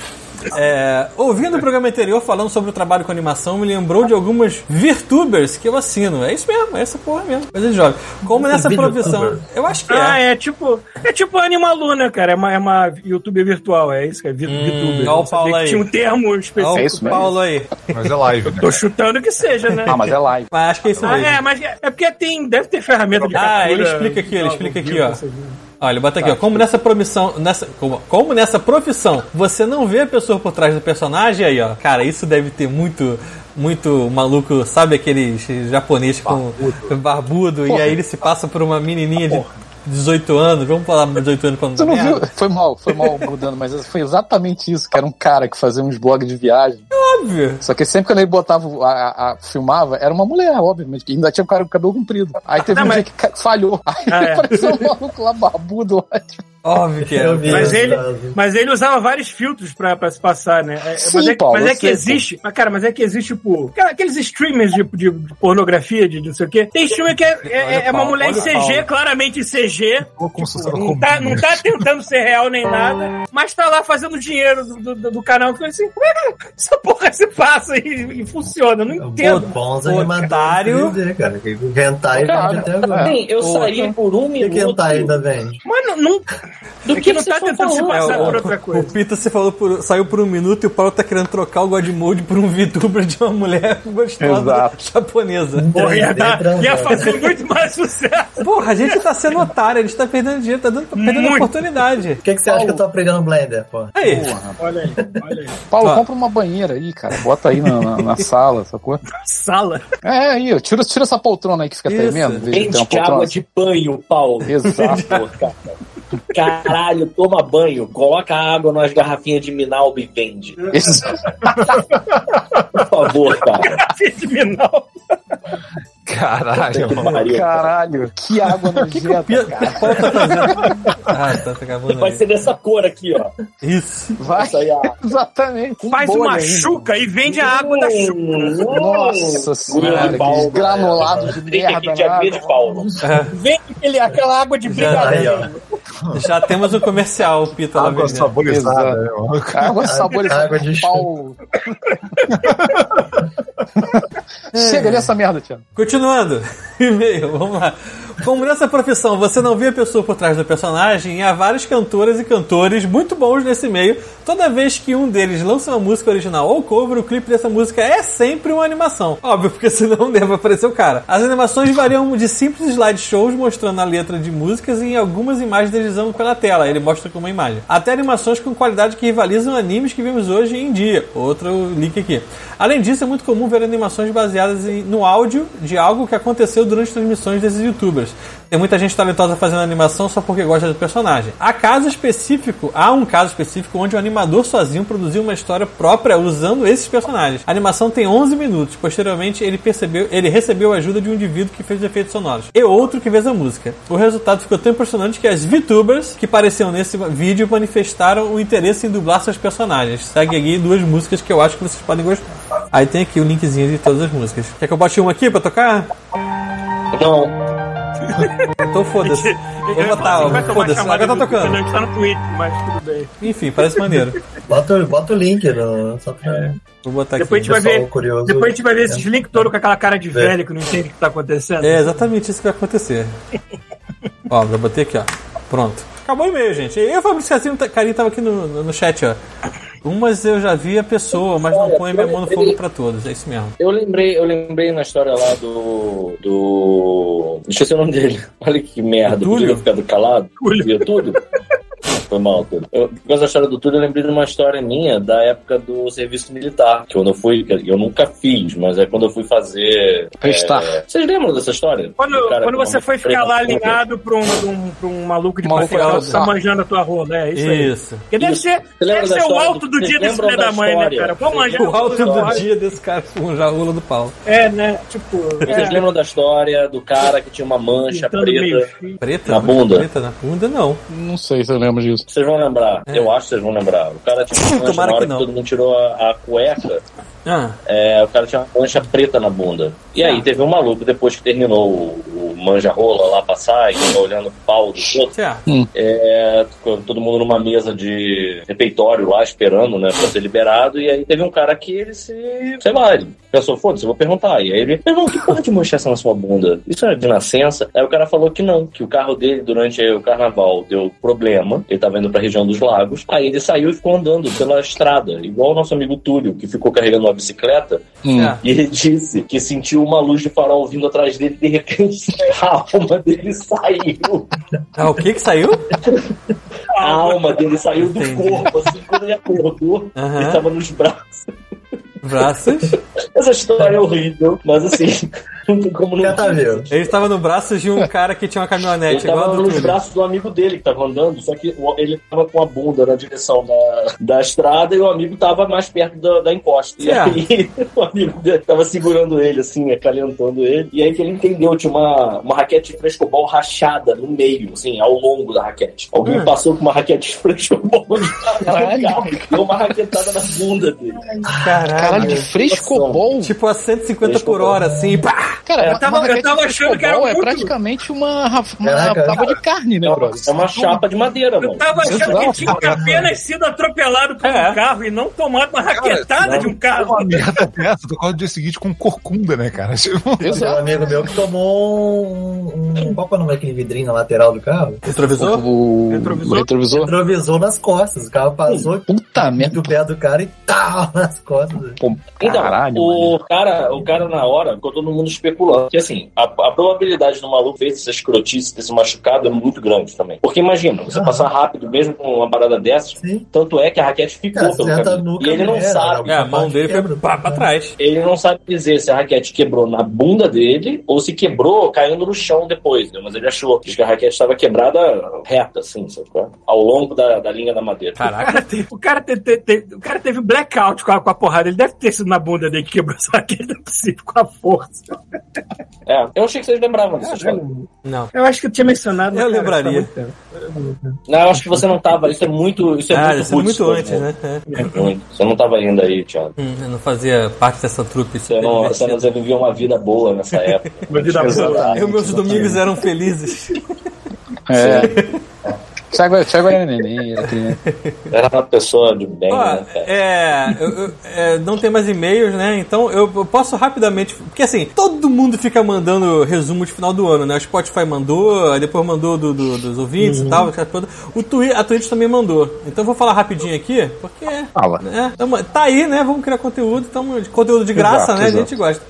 S2: É, ouvindo o programa anterior falando sobre o trabalho com animação, me lembrou de algumas VTubers que eu assino. É isso mesmo, é essa porra mesmo, coisa de jovem. Como
S5: é
S2: nessa profissão. Eu acho que
S9: Ah,
S2: é.
S9: é tipo. É tipo Animaluna, cara. É uma, é uma YouTube virtual, é isso que é vi- VTuber.
S2: olha Hum, o
S9: Não sabia
S2: Paulo
S9: que
S2: aí.
S9: Tinha um termo específico.
S2: Olha
S3: É isso
S2: o Paulo aí.
S5: mas é live, né?
S9: Tô chutando que seja, né?
S3: Ah, mas é live.
S2: Mas acho que é isso
S9: Ah,
S2: mesmo.
S9: é, mas é é porque tem, deve ter ferramenta de
S2: Ah,
S9: captura.
S2: ele explica aqui, ele explica aqui, ó.
S9: Vocês viram?
S2: Olha, ele bota aqui, ó.
S3: Tá.
S2: Como nessa promissão. Nessa, como, como nessa profissão você não vê a pessoa por trás do personagem, aí, ó. Cara, isso deve ter muito. Muito maluco, sabe aqueles japonês com barbudo, e aí ele se passa por uma menininha de 18 anos. Vamos falar 18 anos quando
S3: Você não
S2: É,
S3: viu? Foi mal, foi mal mudando, mas foi exatamente isso, que era um cara que fazia uns blogs de viagem.
S2: Óbvio.
S3: Só que sempre quando ele botava, a, a- filmava, era uma mulher, obviamente, que ainda tinha um cara com cabelo comprido. Aí teve
S9: Não,
S3: um
S9: mas-
S3: dia que ca- falhou. Aí
S9: Ah, é.
S3: apareceu um maluco lá barbudo. lá.
S2: Óbvio que é.
S7: Eu vi
S9: Mas
S7: essa
S9: ele,
S7: frase.
S9: mas ele usava vários filtros pra, pra se passar, né? É, é-
S3: Sim,
S9: mas é,
S3: Paulo,
S9: mas é
S3: eu
S9: que
S3: sei,
S9: existe. Mas, cara, mas é que existe, tipo. cara, Aqueles streamers de, de pornografia, de não sei o quê. Tem streamer que é, é-
S2: Olha o
S9: é uma
S2: Paulo,
S9: mulher
S2: olha
S9: em
S2: o
S9: CG,
S2: Paulo.
S9: claramente em CG.
S5: Ficou como se fosse uma
S9: Não tá, não
S5: combina.
S9: tá tentando ser real nem nada, mas tá lá fazendo dinheiro do, do, do canal. Eu falei assim, como é que essa porra se passa e, e funciona? Eu
S2: É,
S9: não entendo.
S7: Bons
S2: Otário.
S7: animadores, quer dizer, cara. Que o Hentai vende até agora.
S4: Bem, eu saí por um
S7: O que que
S4: minuto
S7: Hentai ainda vende?
S9: Mas não, não,
S4: do
S9: é
S4: que,
S9: que não
S4: vocês
S9: tá
S4: estão
S9: tentando se
S4: falando.
S9: passar
S2: É, o-
S9: por outra
S2: O
S9: coisa.
S2: Pita se falou por- saiu por um minuto e o Paulo tá querendo trocar o Godmode por um VTuber de uma mulher gostosa
S3: Exato.
S2: japonesa.
S9: Porra, ia, dar-
S7: Entrando,
S9: ia
S2: é.
S7: né?
S9: fazer é muito mais sucesso.
S2: Porra, a gente tá sendo otário, a gente tá perdendo dinheiro, tá dando, tá perdendo
S9: Muito.
S2: oportunidade.
S7: O que, que você acha que eu tô aprendendo no Blender, pô?
S2: Aí,
S9: Olha aí, olha aí.
S3: Paulo,
S4: Ah.
S2: Tá.
S3: compra uma banheira aí, cara. Bota aí na, na, na sala, sacou?
S9: Sala.
S3: É, aí, ó, tira, tira essa poltrona aí que fica
S2: Isso.
S3: tremendo. em vez de ter uma
S4: Gente, de água de banho, Paulo.
S3: um Exato.
S4: Pô, cara. Caralho, toma banho, coloca água nas garrafinhas de Minalba e vende.
S3: Exato.
S4: Por favor, cara.
S9: Filho de Minal.
S5: Caralho,
S4: Que
S5: mano.
S4: pariu.
S3: Caralho, que água nojenta, cara.
S2: o Paulo tá fazendo. Ah, tá, tá acabando.
S4: Vai
S2: aí.
S4: ser dessa cor aqui, ó.
S2: Isso.
S3: Vai.
S4: Isso aí, ó.
S3: Exatamente.
S1: Um
S3: Com
S9: Faz
S3: bolha
S9: uma
S3: ainda.
S9: chuca e vende a água da
S4: Hum,
S9: chuca.
S3: Nossa senhora,
S4: Grande
S3: aqueles
S4: Paulo.
S3: granulados de
S4: Tem aqui
S3: merda.
S4: de
S3: lá.
S4: abrir de Paulo.
S9: Vende aquele, aquela água de
S2: Já,
S9: brigadeiro.
S7: Aí, ó.
S2: já temos um comercial, o Pita lá
S5: Água
S2: vendendo.
S5: saborizada, né, mano?
S3: Água saborizada.
S7: Água de
S3: Paulo. Chega nessa merda, Tiago.
S2: Continuando, e-mail, vamos lá. Como nessa profissão você não vê a pessoa por trás do personagem, há vários cantoras e cantores muito bons nesse meio. Toda vez que um deles lança uma música original ou cover, o clipe dessa música é sempre uma animação. Óbvio, porque senão deve aparecer o cara. As animações variam de simples slideshows mostrando a letra de músicas e em algumas imagens deslizando pela tela. Ele mostra com uma imagem. Até animações com qualidade que rivalizam animes que vemos hoje em dia. Outro link aqui. Além disso, é muito comum ver animações baseadas em- no áudio de algo que aconteceu durante transmissões desses youtubers. Tem muita gente talentosa fazendo animação só porque gosta do personagem. Há caso específico, há um caso específico onde o animador sozinho produziu uma história própria usando esses personagens. A animação tem 11 minutos. Posteriormente, ele percebeu, ele recebeu a ajuda de um indivíduo que fez efeitos sonoros e outro que fez a música. O resultado ficou tão impressionante que as VTubers que apareciam nesse vídeo manifestaram o interesse em dublar seus personagens. Segue aqui duas músicas que eu acho que vocês podem gostar. Aí tem aqui o linkzinho de todas as músicas. Quer que eu bote uma aqui pra tocar?
S4: Não.
S2: Então foda-se. Vou
S1: ia falar
S2: botar,
S1: assim, vai tomar
S2: foda-se.
S1: chamada
S2: Agora tá
S1: do- Não,
S2: tocando.
S1: está no Twitch, mas tudo bem.
S2: Enfim, parece maneiro.
S7: Bota, o- bota o link, no, só pra
S2: Vou botar aqui.
S1: Depois a gente vai
S7: pessoal
S1: ver.
S7: curioso.
S1: Depois a gente vai ver esses links todos com aquela cara de
S7: É.
S1: velho que não entende o que tá acontecendo.
S2: É exatamente isso que vai acontecer. ó, já botei aqui, ó. Pronto. Acabou o e-mail, gente. Eu e o Fabrício Cassinho, tá- Carinho tava aqui no, no, no chat, ó. Umas eu já vi a pessoa, mas não
S4: Olha,
S2: põe minha mão no
S4: ele-
S2: fogo pra todos. É isso mesmo.
S4: Eu lembrei, eu lembrei na história lá do. do. Esqueci o nome dele. Olha que merda,
S2: Túlio?
S4: podia ter ficado calado. Viu tudo? Foi mal, tudo. Eu, por causa da história do Túlio, eu lembrei de uma história minha da época do serviço militar. Que quando eu fui, eu nunca fiz, mas é quando eu fui fazer.
S3: Prestar.
S4: é, Vocês lembram dessa história?
S1: Quando,
S4: Do cara tá
S1: quando
S4: com
S1: você
S4: uma
S1: foi ficar
S4: preta
S1: lá
S4: puta?
S1: alinhado pra um, pra um, pra um maluco de
S3: Maluco
S1: papel que tá
S3: alto.
S1: manjando a tua rola, é isso, aí.
S2: Isso.
S1: Porque deve
S4: Isso.
S1: ser,
S4: Você
S1: deve
S4: lembra da
S1: ser o
S4: história
S1: alto
S4: do-
S1: do dia
S4: vocês
S1: desse filho
S4: lembram
S1: da
S4: da
S1: mãe, né,
S4: história?
S1: cara? Vamos manjar
S2: É O alto do
S1: rola.
S2: dia desse cara com já rola do pau.
S1: É, né? Tipo.
S4: Vocês
S1: é,
S4: lembram da história do cara que tinha uma mancha
S1: pintando meio
S4: preta?
S1: fio.
S2: Preta?
S4: Na bunda.
S2: Preta na bunda, não.
S3: Não sei se eu lembro disso.
S4: Vocês vão lembrar,
S2: É.
S4: eu acho que vocês vão lembrar. O cara tinha uma mancha
S2: Tomara
S4: na hora
S2: que
S4: que,
S2: não.
S4: todo mundo tirou a- a cueca.
S2: Ah,
S4: É, o cara tinha uma mancha preta na bunda. E
S2: É.
S4: aí teve um maluco, depois que terminou o, o manja-rola lá passar e ficou olhando o pau do outro,
S2: certo.
S4: é, ficou todo mundo numa mesa de refeitório lá, esperando, né, pra ser liberado. E aí teve um cara que ele se. sei lá, ele pensou, foda-se, eu vou perguntar. E aí ele, meu irmão, que porra de mancha é essa na sua bunda? Isso é de nascença? Aí o cara falou que não, que o carro dele durante o carnaval deu problema, ele tava indo pra região dos lagos. Aí ele saiu e ficou andando pela estrada, igual o nosso amigo Túlio, que ficou carregando uma bicicleta.
S3: Hum.
S2: certo.
S4: E ele disse que sentiu uma luz de farol vindo atrás dele, de repente a alma dele saiu.
S2: Ah, o que que saiu?
S4: A alma dele saiu do
S2: Ah, Entendi.
S4: corpo, assim, quando ele acordou,
S2: Aham.
S4: ele tava nos braços.
S2: Braços.
S4: Essa história é horrível, mas assim, não tem como não.
S7: Já tá vendo.
S2: Ele estava no braço de um cara que tinha uma
S4: Ele
S2: caminhonete igual
S4: tava
S2: a do
S4: nos
S2: Túlio.
S4: braços do amigo dele que tava andando, só que o- ele tava com a bunda na direção da, da estrada e o amigo tava mais perto da, da encosta. E
S2: Certo.
S4: aí o amigo dele tava segurando ele, assim, acalentando ele. E aí que ele entendeu, tinha uma, uma raquete de frescobol rachada no meio, assim, ao longo da raquete. Alguém passou com uma raquete de frescobol de
S3: Caralho.
S4: carro, deu uma raquetada na bunda dele.
S3: Caralho, de
S2: Caralho.
S3: frescobol?
S2: Tipo a 150
S4: Deixa
S2: por
S4: eu
S2: hora, assim, e pá!
S3: Cara,
S1: eu
S3: uma-
S1: tava-
S3: uma raquete
S1: eu tava
S3: de
S1: achando que era
S3: frescobol
S1: muito.
S3: É praticamente uma, ra- uma
S7: Caraca.
S3: tábua de carne, né,
S4: É uma,
S3: brother?
S4: é uma chapa de madeira,
S1: Eu
S4: mano.
S1: tava achando
S3: Não,
S1: que tinha que apenas sido atropelado por
S2: É.
S1: um carro e não tomado uma raquetada
S4: não.
S1: de um carro.
S5: Uma merda dessa, eu acordo no dia seguinte com corcunda, né, cara? Tipo,
S7: Tem um
S3: Exato.
S7: amigo meu que tomou um. um- Qual que é o nome daquele vidrinho na lateral do carro?
S2: Retrovisor?
S3: O, o-
S1: Retrovisor?
S3: o retrovisor.
S7: Atravessou nas costas. O carro passou
S3: Puta merda.
S7: do pé do cara e tal nas costas.
S3: Pô,
S4: Então,
S3: Caralho. mano.
S4: o cara, o cara na hora ficou todo mundo especulando. Porque assim, a, a probabilidade do maluco ver essa escrotice, ter se machucado é muito grande também. Porque imagina,
S7: Ah.
S4: você passar rápido mesmo com uma parada dessas,
S7: Sim.
S4: tanto é que a raquete ficou
S7: Cara,
S4: pelo
S7: você já tá
S4: caminho.
S7: no
S4: E ele não
S7: caminho,
S4: sabe.
S7: né?
S2: É, a mão dele foi pá pra trás.
S4: Ele não sabe dizer se a raquete quebrou na bunda dele ou se quebrou caindo no chão depois, né? Mas ele achou. Diz que a raquete estava quebrada reta, assim, sabe? qual é? Ao longo da, da linha da madeira.
S1: O
S2: Caraca.
S1: cara, te- o, cara te- te- te- o cara
S9: um
S1: teve blackout com a, com a porrada. Ele deve ter sido na bunda dele que quebrou essa raquete, não é possível, com a força.
S4: É, eu achei que vocês lembravam dessa história.
S2: Não.
S1: Eu acho que eu tinha mencionado.
S2: Eu
S1: mas, cara,
S2: lembraria.
S1: isso tá muito tempo.
S4: Não, eu acho que você não tava. Isso é muito. Isso é
S2: Ah,
S4: muito,
S2: isso é muito
S4: roots,
S2: antes, né? É.
S4: Muito. Você não estava ainda aí, Thiago.
S2: Hum, Eu não fazia parte dessa trupe. isso
S4: Você
S2: era
S4: não, você
S2: divertido.
S4: não você vivia uma vida boa nessa época.
S1: Uma
S7: tá
S1: vida boa.
S4: Exatamente,
S2: Eu, meus
S4: exatamente.
S2: domingos eram felizes.
S3: É. Thiago, Thiago era neném, era criança.
S4: Era uma pessoa de bem,
S2: Ó,
S4: né, cara?
S2: é, eu- eu- é, não tem mais e-mails, né? Então eu, eu posso rapidamente. Porque assim, todo mundo fica mandando resumo de final do ano, né? O Spotify mandou, aí depois mandou do- do- dos ouvintes e tal. aquela coisa toda. O Twi a Twitch também mandou. Então eu vou falar rapidinho aqui, porque.
S5: Fala.
S2: né? Tamo- tá aí, né? Vamos criar conteúdo. Então, de conteúdo de graça,
S5: Exato,
S2: né? A
S5: exato.
S2: gente gosta.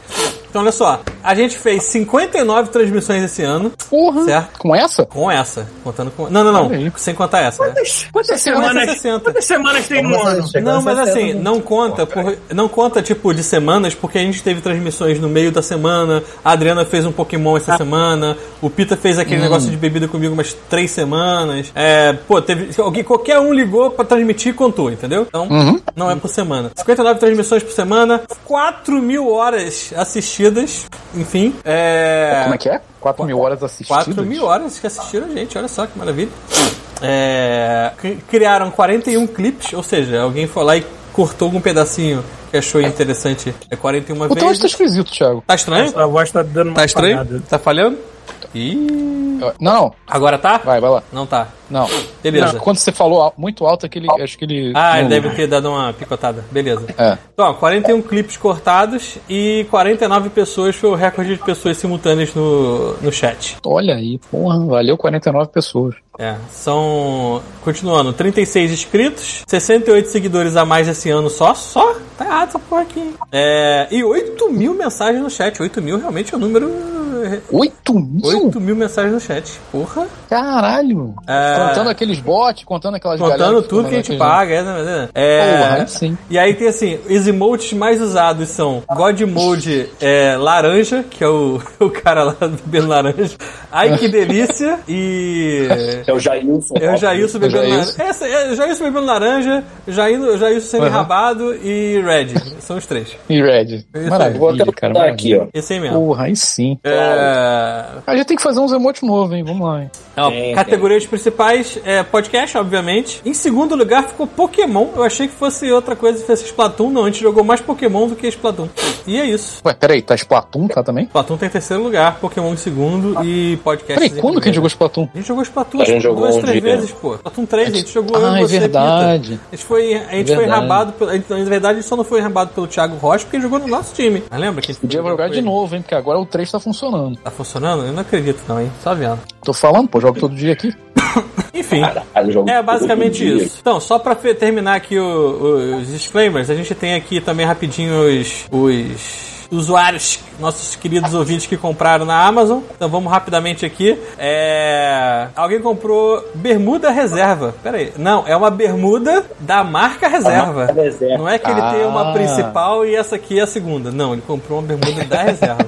S2: Então, olha só. A gente fez 59 transmissões esse ano.
S3: Porra.
S2: Certo.
S3: Com essa?
S2: Com essa. Contando com. Não, não, não.
S3: Olha aí.
S2: Sem contar essa, né?
S1: Quantas semanas,
S2: 60.
S1: quantas semanas tem no
S9: um-
S7: então.
S1: ano?
S2: Não, mas
S5: é
S2: assim, não conta, por, não conta tipo de semanas, porque a gente teve transmissões no meio da semana, a Adriana fez um Pokémon essa semana, o Pita fez
S3: Hum.
S2: aquele negócio de bebida comigo umas três semanas. É, pô, teve. Alguém, qualquer um ligou pra transmitir e contou, entendeu? Então,
S3: Uhum.
S2: não é por semana. 59 transmissões por semana, 4 mil horas assistidas, enfim. É.
S3: Como é que é? 4 mil horas assistidas?
S2: 4 mil horas que assistiram a gente, olha só que maravilha. É, cri- criaram 41 clipes, ou seja, alguém foi lá e cortou algum pedacinho que achou interessante. É 41
S3: O teu áudio tá
S2: vezes.
S3: esquisito, Thiago.
S2: Tá estranho?
S1: A voz tá dando uma
S2: Tá estranho?
S1: apagada.
S2: Tá falhando? Ih.
S3: Eu- Não, não.
S2: Agora tá?
S3: Vai, vai lá.
S2: Não tá.
S3: Não.
S2: Beleza.
S3: Não, quando você falou al- muito alto, aquele, acho que ele.
S2: Ah, ele
S3: não-
S2: deve ter dado uma picotada. Beleza.
S3: É.
S2: Então, ó, 41 clipes cortados e 49 pessoas foi o recorde de pessoas simultâneas no, no chat.
S3: Olha aí, porra, valeu 49 pessoas.
S2: É, são. Continuando, 36 inscritos, 68 seguidores a mais esse ano só. Só? Tá errado essa porra aqui. hein? É, e 8 mil mensagens no chat. 8 mil realmente é um número.
S3: 8 mil?
S2: 8 mil mensagens no chat. Porra.
S3: Caralho!
S2: É.
S3: Contando aqueles bots, contando aquelas
S2: Contando
S3: galera
S2: tudo que a gente
S3: aqueles-
S2: paga. é, né? É,
S3: Porra, aí sim.
S2: E aí tem assim, os emotes mais usados são God Mode é, laranja, que é o, o cara lá bebendo laranja. Ai que delícia! E.
S4: É o Jailson.
S2: É o Jailson
S3: É o
S2: bebendo
S3: Jailson.
S2: laranja. Essa, é, Jailson bebendo laranja, Jailson, Jailson sendo
S3: Aham.
S2: rabado e Red. São os três.
S3: E Red.
S4: Vou até
S3: Maravilha, cara.
S4: botar aqui, ó.
S2: Esse aí mesmo.
S3: Porra, aí sim.
S2: É,
S3: A gente tem que fazer uns emotes novos, hein? Vamos lá, hein?
S2: ó,
S4: Tem, tem.
S2: categorias principais é podcast, obviamente. Em segundo lugar ficou Pokémon. Eu achei que fosse outra coisa, fosse Splatoon. Não, a gente jogou mais Pokémon do que Splatoon. E é isso.
S3: Ué, peraí, tá Splatoon, tá também?
S2: Splatoon tá em terceiro lugar, Pokémon em segundo e podcast.
S3: Peraí, quando que a gente jogou Splatoon?
S2: A gente jogou Splatoon acho
S4: A gente
S2: que
S4: jogou
S2: duas,
S4: um
S2: três
S4: dia.
S2: vezes, pô. Splatoon 3, a gente jogou eu
S3: Ah,
S2: e
S3: é
S2: você,
S3: verdade.
S2: Pita. A gente foi, a gente foi
S3: Verdade.
S2: rabado, pelo, a gente- na verdade a gente só não foi rabado pelo Thiago Rocha porque ele jogou no nosso time. Mas lembra que a gente
S3: Podia
S2: jogou
S3: jogar
S2: com
S3: de
S2: ele?
S3: novo, hein? Porque agora o 3 tá funcionando.
S2: Tá funcionando? Eu não acredito não, hein? Só vendo.
S3: Tô falando, pô, jogo todo dia aqui.
S2: Enfim.
S4: Caralho, jogo
S2: É
S4: todo
S2: basicamente
S4: dia.
S2: isso. Então, só pra fe- terminar aqui o- o- os disclaimers, a gente tem aqui também rapidinho os, os usuários, nossos queridos ouvintes que compraram na Amazon. Então vamos rapidamente aqui. É, Alguém comprou bermuda reserva. Pera aí. Não, é uma bermuda da marca reserva.
S4: marca reserva.
S2: Não é que ele tem uma
S3: Ah.
S2: principal e essa aqui é a segunda. Não, ele comprou uma bermuda da reserva.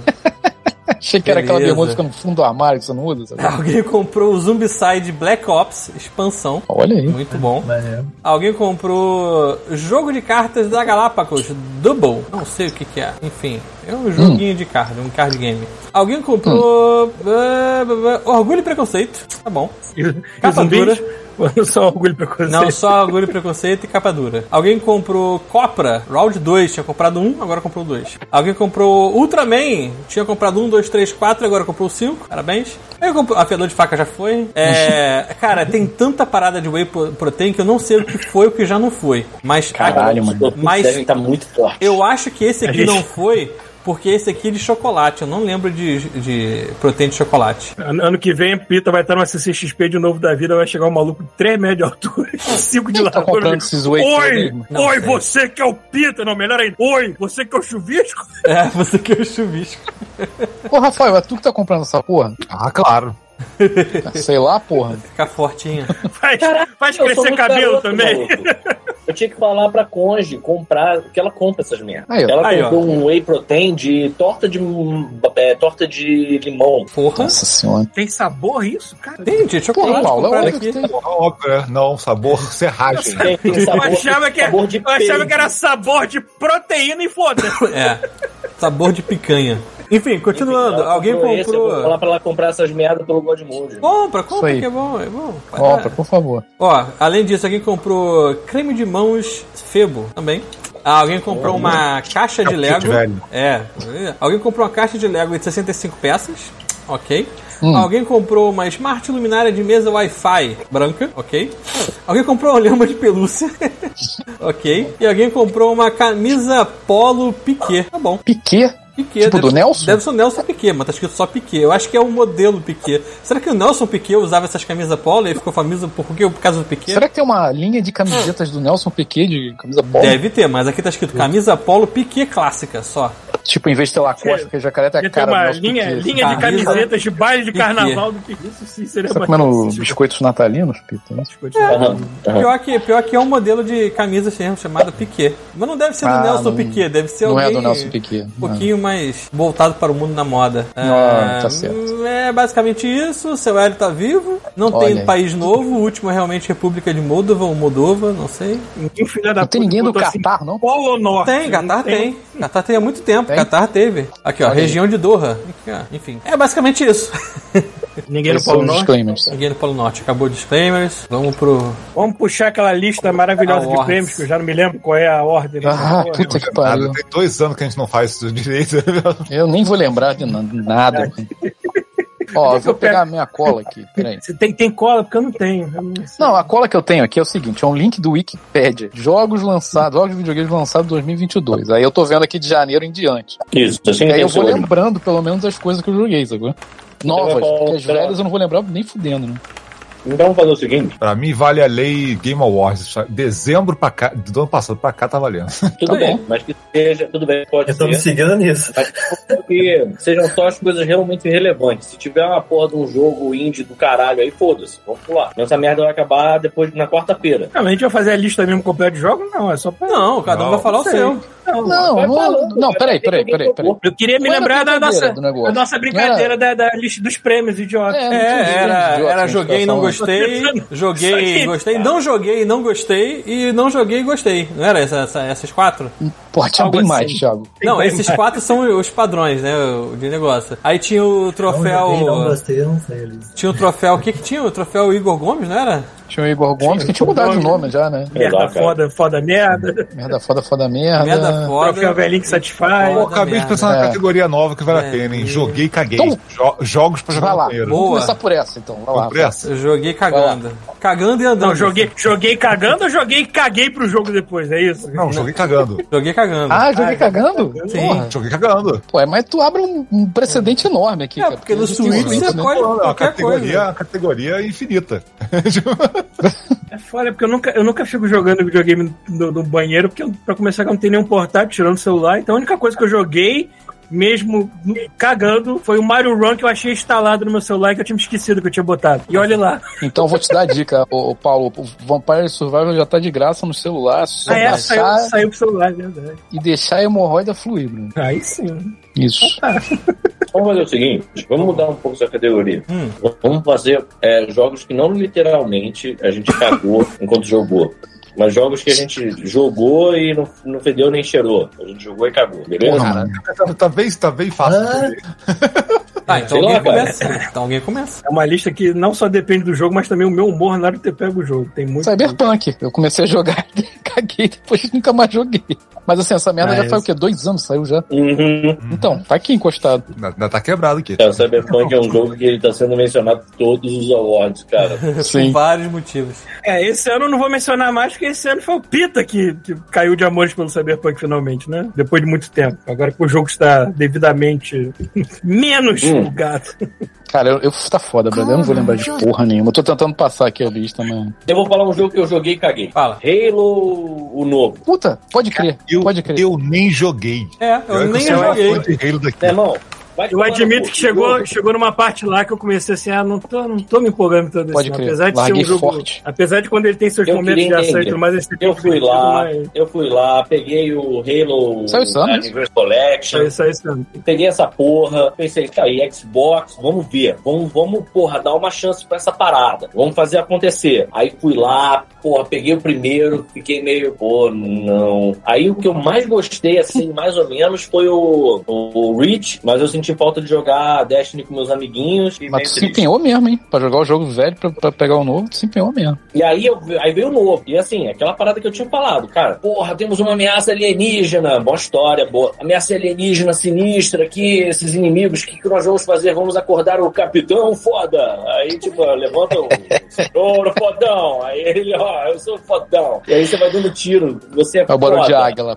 S3: Achei que era aquela
S2: Beleza.
S3: bermuda que fica no fundo do armário que você não usa, sabe?
S2: Alguém comprou o Zumbicide Black Ops expansão.
S3: Olha aí.
S2: Muito bom.
S7: Maneiro.
S2: Alguém comprou jogo de cartas da Galápagos, Double. Não sei o que, que é. Enfim, é um joguinho de carta, um card game. Alguém comprou. ah, ah, ah, Orgulho e Preconceito. Tá bom.
S9: E, os- e os
S2: Capa
S9: zumbis? Não são orgulho pra coisa.
S2: Não, só Orgulho e Preconceito e capa dura. Alguém comprou Copra, Round 2, tinha comprado um, agora comprou dois. Alguém comprou Ultraman, tinha comprado um, dois, três, quatro, agora comprou cinco, parabéns. Aí comprou. Afiador de faca já foi. É, cara, tem tanta parada de whey pro- protein que eu não sei o que foi e o que já não foi. Mas
S3: Caralho, mano.
S2: Mas-
S4: Mas devem estar muito forte.
S2: eu acho que esse aqui
S9: gente-
S2: não foi, porque esse aqui é de chocolate. Eu não lembro de, de proteína de chocolate.
S9: Ano ano que vem, Pita vai estar numa CCXP de novo da vida, vai chegar um maluco de 3 metros de altura, 5 de
S3: Quem tá
S9: largura.
S3: comprando
S9: amigo.
S3: esses whey tudo
S9: Oi!
S3: aí, mano?
S2: Não,
S9: oi,
S2: sério.
S9: você que é o Pita! Não, melhor ainda. Oi, você que é o chuvisco!
S2: É, você que é o chuvisco.
S3: Ô, Rafael, é tu que tá comprando essa porra?
S5: Ah, claro.
S3: Sei lá, porra.
S2: Fica fortinha.
S9: Faz, faz
S4: Eu sou
S9: crescer
S4: muito
S9: cabelo
S4: garoto,
S9: também.
S4: maluco. Eu tinha que falar pra Conge comprar, que ela compra essas merdas.
S3: Aí, ó.
S4: ela
S2: Aí,
S4: comprou um whey protein de torta de hum, é, torta de limão.
S2: Porra.
S3: Nossa senhora.
S9: Tem sabor isso, cara?
S2: Tem, tinha chocolate
S3: Porra, Paulo, é
S2: comprado
S3: óbvio
S2: aqui.
S3: que tem.
S5: Não, óbvio, é. não sabor serragem.
S4: Tem, Assim, tem
S9: Eu
S4: sabor,
S9: achava que,
S4: sabor de
S9: eu achava
S4: peido.
S9: que era sabor de proteína e foda-se.
S2: É. Sabor de picanha. Enfim, continuando.
S4: Ela
S2: alguém
S4: comprou esse, é eu vou
S2: comprou.
S4: falar pra ela comprar essas merdas pelo Godmode.
S2: Compra,
S3: Isso
S2: compra,
S3: aí.
S2: que é bom, é bom. Vai
S3: Compra,
S2: lá.
S3: por favor.
S2: Ó, além disso, alguém comprou creme de mãos Febo também. Ah, alguém comprou uma caixa de
S5: Cappuccino de
S2: Lego.
S5: velho.
S2: É. Alguém comprou uma caixa de Lego de 65 peças. Ok.
S3: Hum.
S2: Alguém comprou uma Smart Luminária de mesa Wi-Fi branca, ok. Alguém comprou uma lhama de pelúcia, ok. E alguém comprou uma camisa polo piquet, tá bom.
S3: Piquet?
S2: Piquet.
S3: Tipo do Nelson?
S2: Deve ser o Nelson Piquet, mas tá escrito só Piquet. Eu acho que é o modelo Piquet. Será que o Nelson Piquet usava essas camisas polo e aí ficou famoso por, quê? por causa do Piquet?
S3: Será é que tem uma linha de camisetas do Nelson Piquet de camisa polo?
S2: Deve ter, mas aqui tá escrito camisa polo Piquet clássica só.
S3: Tipo, em vez de ter Lacoste, porque jacaré tem a
S9: Ia ter
S3: cara do
S9: uma
S3: Nelson
S9: linha,
S3: Piquet.
S9: linha de
S2: Camisa.
S9: camisetas de baile de
S2: Piquet.
S9: carnaval do que isso sim seria
S3: Você tá comendo
S9: mais
S3: biscoitos natalinos, Pita? né?
S4: Aham, aham.
S2: Pior que, pior que é um modelo de camisa mesmo, chamada Piquet. Mas não deve ser do
S3: Ah,
S2: Nelson
S3: não-
S2: Piquet, deve ser
S3: Não
S2: alguém...
S3: é do Nelson Piquet.
S2: Um pouquinho mais voltado para o mundo da moda.
S3: Ah,
S2: É,
S3: tá certo.
S2: É basicamente isso. Seu Hélio tá vivo. Não
S3: Olha
S2: tem
S3: aí.
S2: país novo. O último é realmente República de Moldova ou Moldova, não sei.
S9: Ninguém, filha da
S3: Não tem ninguém do
S9: botou assim,
S3: Catar, não?
S9: Polo ou norte?
S2: Tem, Catar tem. Catar tem há muito tempo.
S3: Tem?
S2: Catar teve. Aqui, ó,
S3: Olha aí.
S2: região de Doha. Aqui, ó. Enfim, é basicamente isso.
S9: Ninguém no
S3: Esses são
S9: Polo
S3: os
S9: Norte.
S3: disclaimers.
S2: Ninguém no Polo Norte. Acabou os disclaimers. Vamos pro.
S9: Vamos puxar aquela lista maravilhosa
S2: A
S9: de
S2: ordem.
S9: prêmios, que eu já não me lembro qual é a ordem.
S3: Ah,
S9: Porra.
S3: puta que pariu.
S5: Nada. Tem dois anos que a gente não faz isso direito.
S3: Eu nem vou lembrar de na- nada. Ó,
S9: Onde é
S3: eu
S9: que
S3: vou
S9: eu pego?
S3: pegar a minha cola aqui, peraí.
S9: Você tem, tem cola? Porque eu não tenho. Eu não sei.
S3: Não, a cola que eu tenho aqui é o seguinte, é um link do Wikipedia. Jogos lançados, jogos de videogames lançados em 2022. Aí eu tô vendo aqui de janeiro em diante.
S4: Isso, assim
S3: E aí
S4: tem
S3: eu vou
S4: seu-
S3: lembrando pelo menos as coisas que eu joguei, sacou?
S2: é
S3: Novas,
S4: Então eu vou-
S3: porque as velhas eu não vou lembrar nem fudendo, né?
S4: Então vamos fazer o seguinte.
S5: Pra mim vale a lei Game Awards. sabe? Dezembro pra cá, do ano passado pra cá tá valendo.
S4: Tudo
S3: Tá
S4: bem,
S3: bom.
S4: mas que seja, tudo bem, pode
S7: Eu tô me
S4: ser.
S7: seguindo nisso.
S4: Que sejam só as coisas realmente relevantes. Se tiver uma porra de um jogo indie do caralho aí, foda-se, vamos pular. Então, Essa merda vai acabar depois na quarta-feira.
S9: Não, mas Então, a gente vai fazer a lista mesmo completa de jogos? Não, é só pra.
S2: Não, cada um
S5: Não,
S2: vai falar o
S9: sei.
S2: seu.
S9: Não.
S3: Não,
S4: Vai
S3: não,
S4: falando,
S3: não,
S4: vai
S3: peraí,
S4: ver
S3: peraí,
S4: quem
S3: peraí, peraí.
S4: jogou.
S9: Eu queria me
S3: Qual era a
S9: lembrar da
S3: brincadeira
S9: nossa,
S3: do negócio?
S9: da nossa brincadeira da, da lista dos prêmios, idiota.
S3: É, não tinha os
S2: É,
S3: grandes
S2: era,
S3: idiotas que a
S2: era
S3: gente tava
S2: joguei, não
S3: falando.
S2: gostei,
S9: Isso
S2: joguei,
S9: aqui,
S2: gostei,
S9: cara.
S2: não joguei, não gostei e não joguei e gostei. Não era essa- essa- essas quatro?
S3: Pô, tinha
S2: Algo
S3: bem mais,
S2: assim.
S3: Thiago.
S2: Não, esses quatro são os padrões, né, o- de negócio. Aí tinha é o
S7: Não joguei, não
S2: troféu,
S7: gostei, eu não sei, Luiz.
S2: tinha o troféu, o que que tinha? O troféu Igor Gomes, não era?
S3: Tinha o Igor Gomes, que tinha mudado de nome já, né?
S4: Sei lá,
S9: Merda
S4: cara.
S9: foda, foda merda.
S3: Merda foda, foda merda.
S2: Merda
S9: Troféu
S2: foda.
S9: velhinho que satisfaz.
S5: Pô,
S2: Foda
S5: acabei de
S2: merda.
S5: pensar na
S3: É.
S5: categoria nova que vale
S2: É,
S5: a pena, hein?
S2: e-
S5: Joguei e caguei.
S3: Então-
S5: Jo- jogos pra jogar
S3: Vai lá,
S5: no banheiro.
S3: vamos
S2: Boa.
S3: começar por essa então. Vai lá.
S5: Por essa?
S2: Eu joguei cagando. Cagando e andando.
S9: Não, joguei, joguei cagando ou joguei e caguei pro jogo depois, é isso?
S5: Não, joguei cagando.
S2: Joguei cagando.
S3: Ah, joguei cagando?
S2: Sim.
S3: Porra.
S5: Joguei cagando.
S3: Pô, é, mas tu abre um, um precedente enorme aqui.
S2: É,
S3: cara,
S2: porque no
S3: existe um
S2: Switch você
S3: né?
S2: pode
S5: Não, não, a
S2: qualquer
S5: categoria,
S2: coisa.
S5: a categoria é infinita.
S9: É foda, porque eu nunca, eu nunca fico jogando videogame no, no banheiro, porque eu, pra começar que eu não tenho nenhum portátil tirando o celular, então a única coisa que eu joguei, mesmo no- cagando, foi o Mario Run que eu achei instalado no meu celular e que eu tinha me esquecido que eu tinha botado. E olha lá.
S3: Então eu vou te dar a dica, ô, ô, Paulo. O Vampire Survival já tá de graça no celular, só
S9: Ah, é, saiu,
S3: baixar
S9: saiu pro celular, é verdade.
S3: e deixar a hemorroida fluir, Bruno.
S9: Aí sim.
S3: Isso.
S2: Ah,
S4: Vamos fazer o seguinte, vamos mudar um pouco essa categoria. Vamos fazer é, jogos que não literalmente a gente cagou enquanto jogou. Mas jogos que a gente jogou e não, não fedeu nem cheirou. A gente jogou e cagou, beleza?
S3: Porra, mano.
S5: Tá, tá bem, tá bem fácil.
S7: Ah.
S2: Ah, então
S4: Sei lá,
S2: alguém
S4: cara.
S2: começa. Então alguém começa.
S9: É uma lista que não só depende do jogo, mas também o meu humor na hora de ter pego o jogo. Tem muito.
S3: Cyberpunk. Eu comecei a jogar, caguei, depois nunca mais joguei. Mas assim, essa merda
S7: Ah,
S3: já
S7: esse-
S3: faz o quê? Dois anos saiu já.
S4: Uhum.
S3: Então, tá aqui encostado.
S5: Ainda ainda tá quebrado aqui.
S4: É, o Cyberpunk é um jogo que ele tá sendo mencionado em todos os awards, cara.
S2: Por
S3: Sim.
S2: vários motivos.
S9: É, esse ano eu não vou mencionar mais, porque esse ano foi o Pita que, que caiu de amores pelo Cyberpunk finalmente, né? Depois de muito tempo. Agora que o jogo está devidamente menos
S4: Hum.
S9: julgado.
S3: Cara, eu, eu tá foda, brother. Eu não vou lembrar de porra nenhuma. Eu tô tentando passar aqui a lista, mano.
S4: Eu vou falar um jogo que eu joguei e caguei.
S2: Fala.
S4: Halo, o novo.
S3: Puta, pode crer,
S5: Eu,
S3: pode crer.
S5: eu nem joguei.
S2: É, eu
S5: Olha que
S2: nem
S5: sou uma
S2: joguei.
S5: fã de Halo daqui.
S4: Meu irmão, vai
S9: Eu
S4: tomar no
S9: admito
S4: cu.
S9: que chegou,
S4: Jogo.
S9: chegou numa parte lá que eu comecei assim, ah, não tô, não tô me empolgando tanto
S3: Pode
S9: assim.
S3: crer.
S9: Apesar de
S3: Larguei
S9: ser um jogo.
S3: forte.
S9: Apesar de quando ele tem seus
S4: Eu
S9: momentos de
S4: queria
S9: ação e
S4: entender.
S9: tudo mais, esse tipo
S4: Eu fui lá,
S9: Mas...
S4: eu fui lá, peguei o Halo
S3: Saiu esse ano, né?
S4: Anniversary Collection.
S9: Só isso, só isso mesmo.
S4: Peguei essa porra, pensei, tá aí, Xbox, vamos ver, vamos, vamos, porra, dar uma chance pra essa parada, vamos fazer acontecer. Aí fui lá, porra, peguei o primeiro, fiquei meio, pô, não. Aí o que eu mais gostei, assim, mais ou menos, foi o, o Reach, mas eu senti falta de jogar Destiny com meus amiguinhos. e meio
S3: Mas tu se
S4: triste.
S3: empenhou mesmo, hein? Pra jogar o jogo velho, pra, pra pegar o novo, tu se empenhou mesmo.
S4: E aí, eu, aí veio o novo. E assim, aquela parada que eu tinha falado, cara. Porra, temos uma ameaça alienígena. Boa história, boa. Ameaça alienígena sinistra aqui, esses inimigos. O que, que nós vamos fazer? Vamos acordar o capitão foda. Aí, tipo, levanta o ouro fodão. Aí ele, ó, eu sou fodão. E aí você vai dando tiro. Você é
S3: É o barulho de
S4: foda.
S3: águia lá.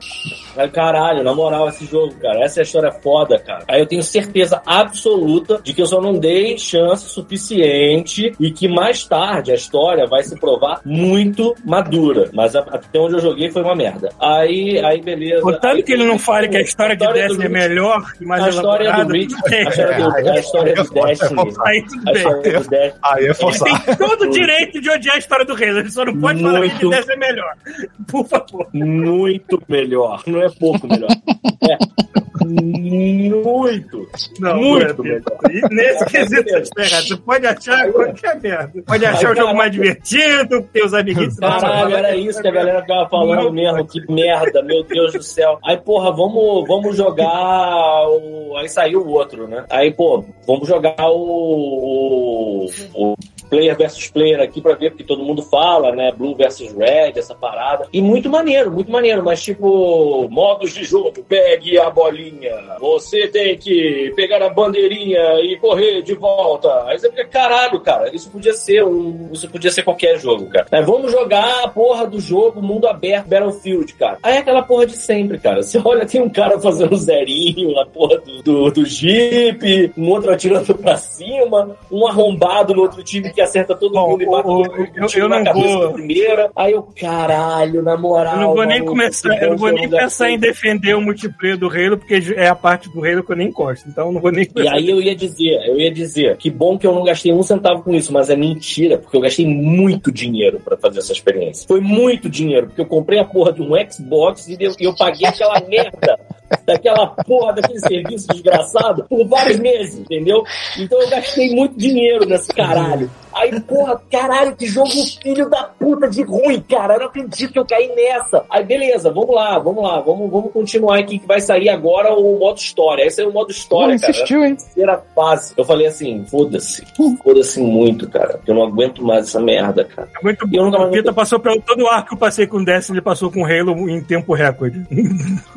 S4: Mas, Caralho, na moral, esse jogo, cara, essa é a história foda, cara. Aí eu tenho certeza absoluta de que eu só não dei chance suficiente e que mais tarde a história vai se provar muito madura. Mas a- até onde eu joguei foi uma merda. Aí, aí beleza. Aí-
S9: Contanto que ele não fale que a história de
S4: A história do
S9: Destiny é
S4: Reach-
S9: melhor e mais
S4: A história do
S9: elaborada,
S4: Rich,
S9: tudo bem.
S4: a história
S5: É,
S4: do, a história do Destiny.
S9: Aí tudo
S4: A história
S9: bem.
S4: do Destiny.
S5: Aí é
S9: Ele
S5: forçado.
S9: tem todo o direito de odiar a história do rei, ele só não pode falar que
S4: Muito.
S9: ele é melhor. Por favor.
S4: é Muito melhor. Não é pouco melhor. É. Muito.
S9: Não,
S4: Muito
S9: não é, Pedro. E Nesse quesito, você está errado. Você pode achar qualquer merda. Pode achar o jogo mais divertido, ter os amiguinhos.
S4: Caralho, era isso que a galera ficava falando
S9: Não,
S4: mesmo, que merda, meu Deus do céu. Aí, porra, vamos, vamos jogar o. Aí saiu o outro, né? Aí, pô, vamos jogar o. o- o Player versus player aqui pra ver, porque todo mundo fala, né? Blue versus red, essa parada. E muito maneiro, muito maneiro, mas tipo, modos de jogo, pegue a bolinha bandeirinha. Você tem que pegar a bandeirinha e correr de volta. Aí você fica, caralho, cara, isso podia ser um. Isso podia ser qualquer jogo, cara. Mas vamos jogar a porra do jogo, mundo aberto, Battlefield, cara. Aí é aquela porra de sempre, cara. Você olha, tem um cara fazendo zerinho na porra do, do, do Jeep, um outro atirando pra cima, um arrombado no outro time que acerta todo
S9: Bom,
S4: mundo e
S9: o-
S4: bate
S9: o-
S4: todo mundo
S9: eu- eu
S4: na
S9: não
S4: cabeça
S9: vou-
S4: da primeira. Aí eu, caralho, na moral.
S9: Eu não vou nem
S4: maluco,
S9: começar,
S4: esse
S9: eu não vou
S4: jogo
S9: nem
S4: dá
S9: pensar em
S4: certo.
S9: defender o multiplayer do Halo, porque é a parte do Halo que eu nem gosto. Então eu não vou nem
S4: E
S9: começar.
S4: aí eu ia dizer, eu ia dizer, que bom que eu não gastei um centavo com isso, mas é mentira, porque eu gastei muito dinheiro pra fazer essa experiência. Foi muito dinheiro, porque eu comprei a porra de um Xbox e eu, e eu paguei aquela merda daquela porra daquele serviço desgraçado por vários meses, entendeu? Então eu gastei muito dinheiro nesse caralho. Aí, porra, caralho, que jogo filho da puta de ruim, cara. Eu não acredito que eu caí nessa. Aí, beleza, vamos lá, vamos lá, vamos, vamos continuar aqui que vai sair agora o modo história. Esse é o modo
S3: Pô,
S4: história, cara
S3: insistiu, hein?
S4: terceira fase. Eu falei assim, foda-se, foda-se muito, cara. Eu não aguento mais essa merda, cara.
S9: É muito
S4: Eu nunca mais
S9: bom.
S4: vou
S9: O Pita passou pelo todo o arco que eu passei com o Destiny, ele passou com o Halo em tempo recorde.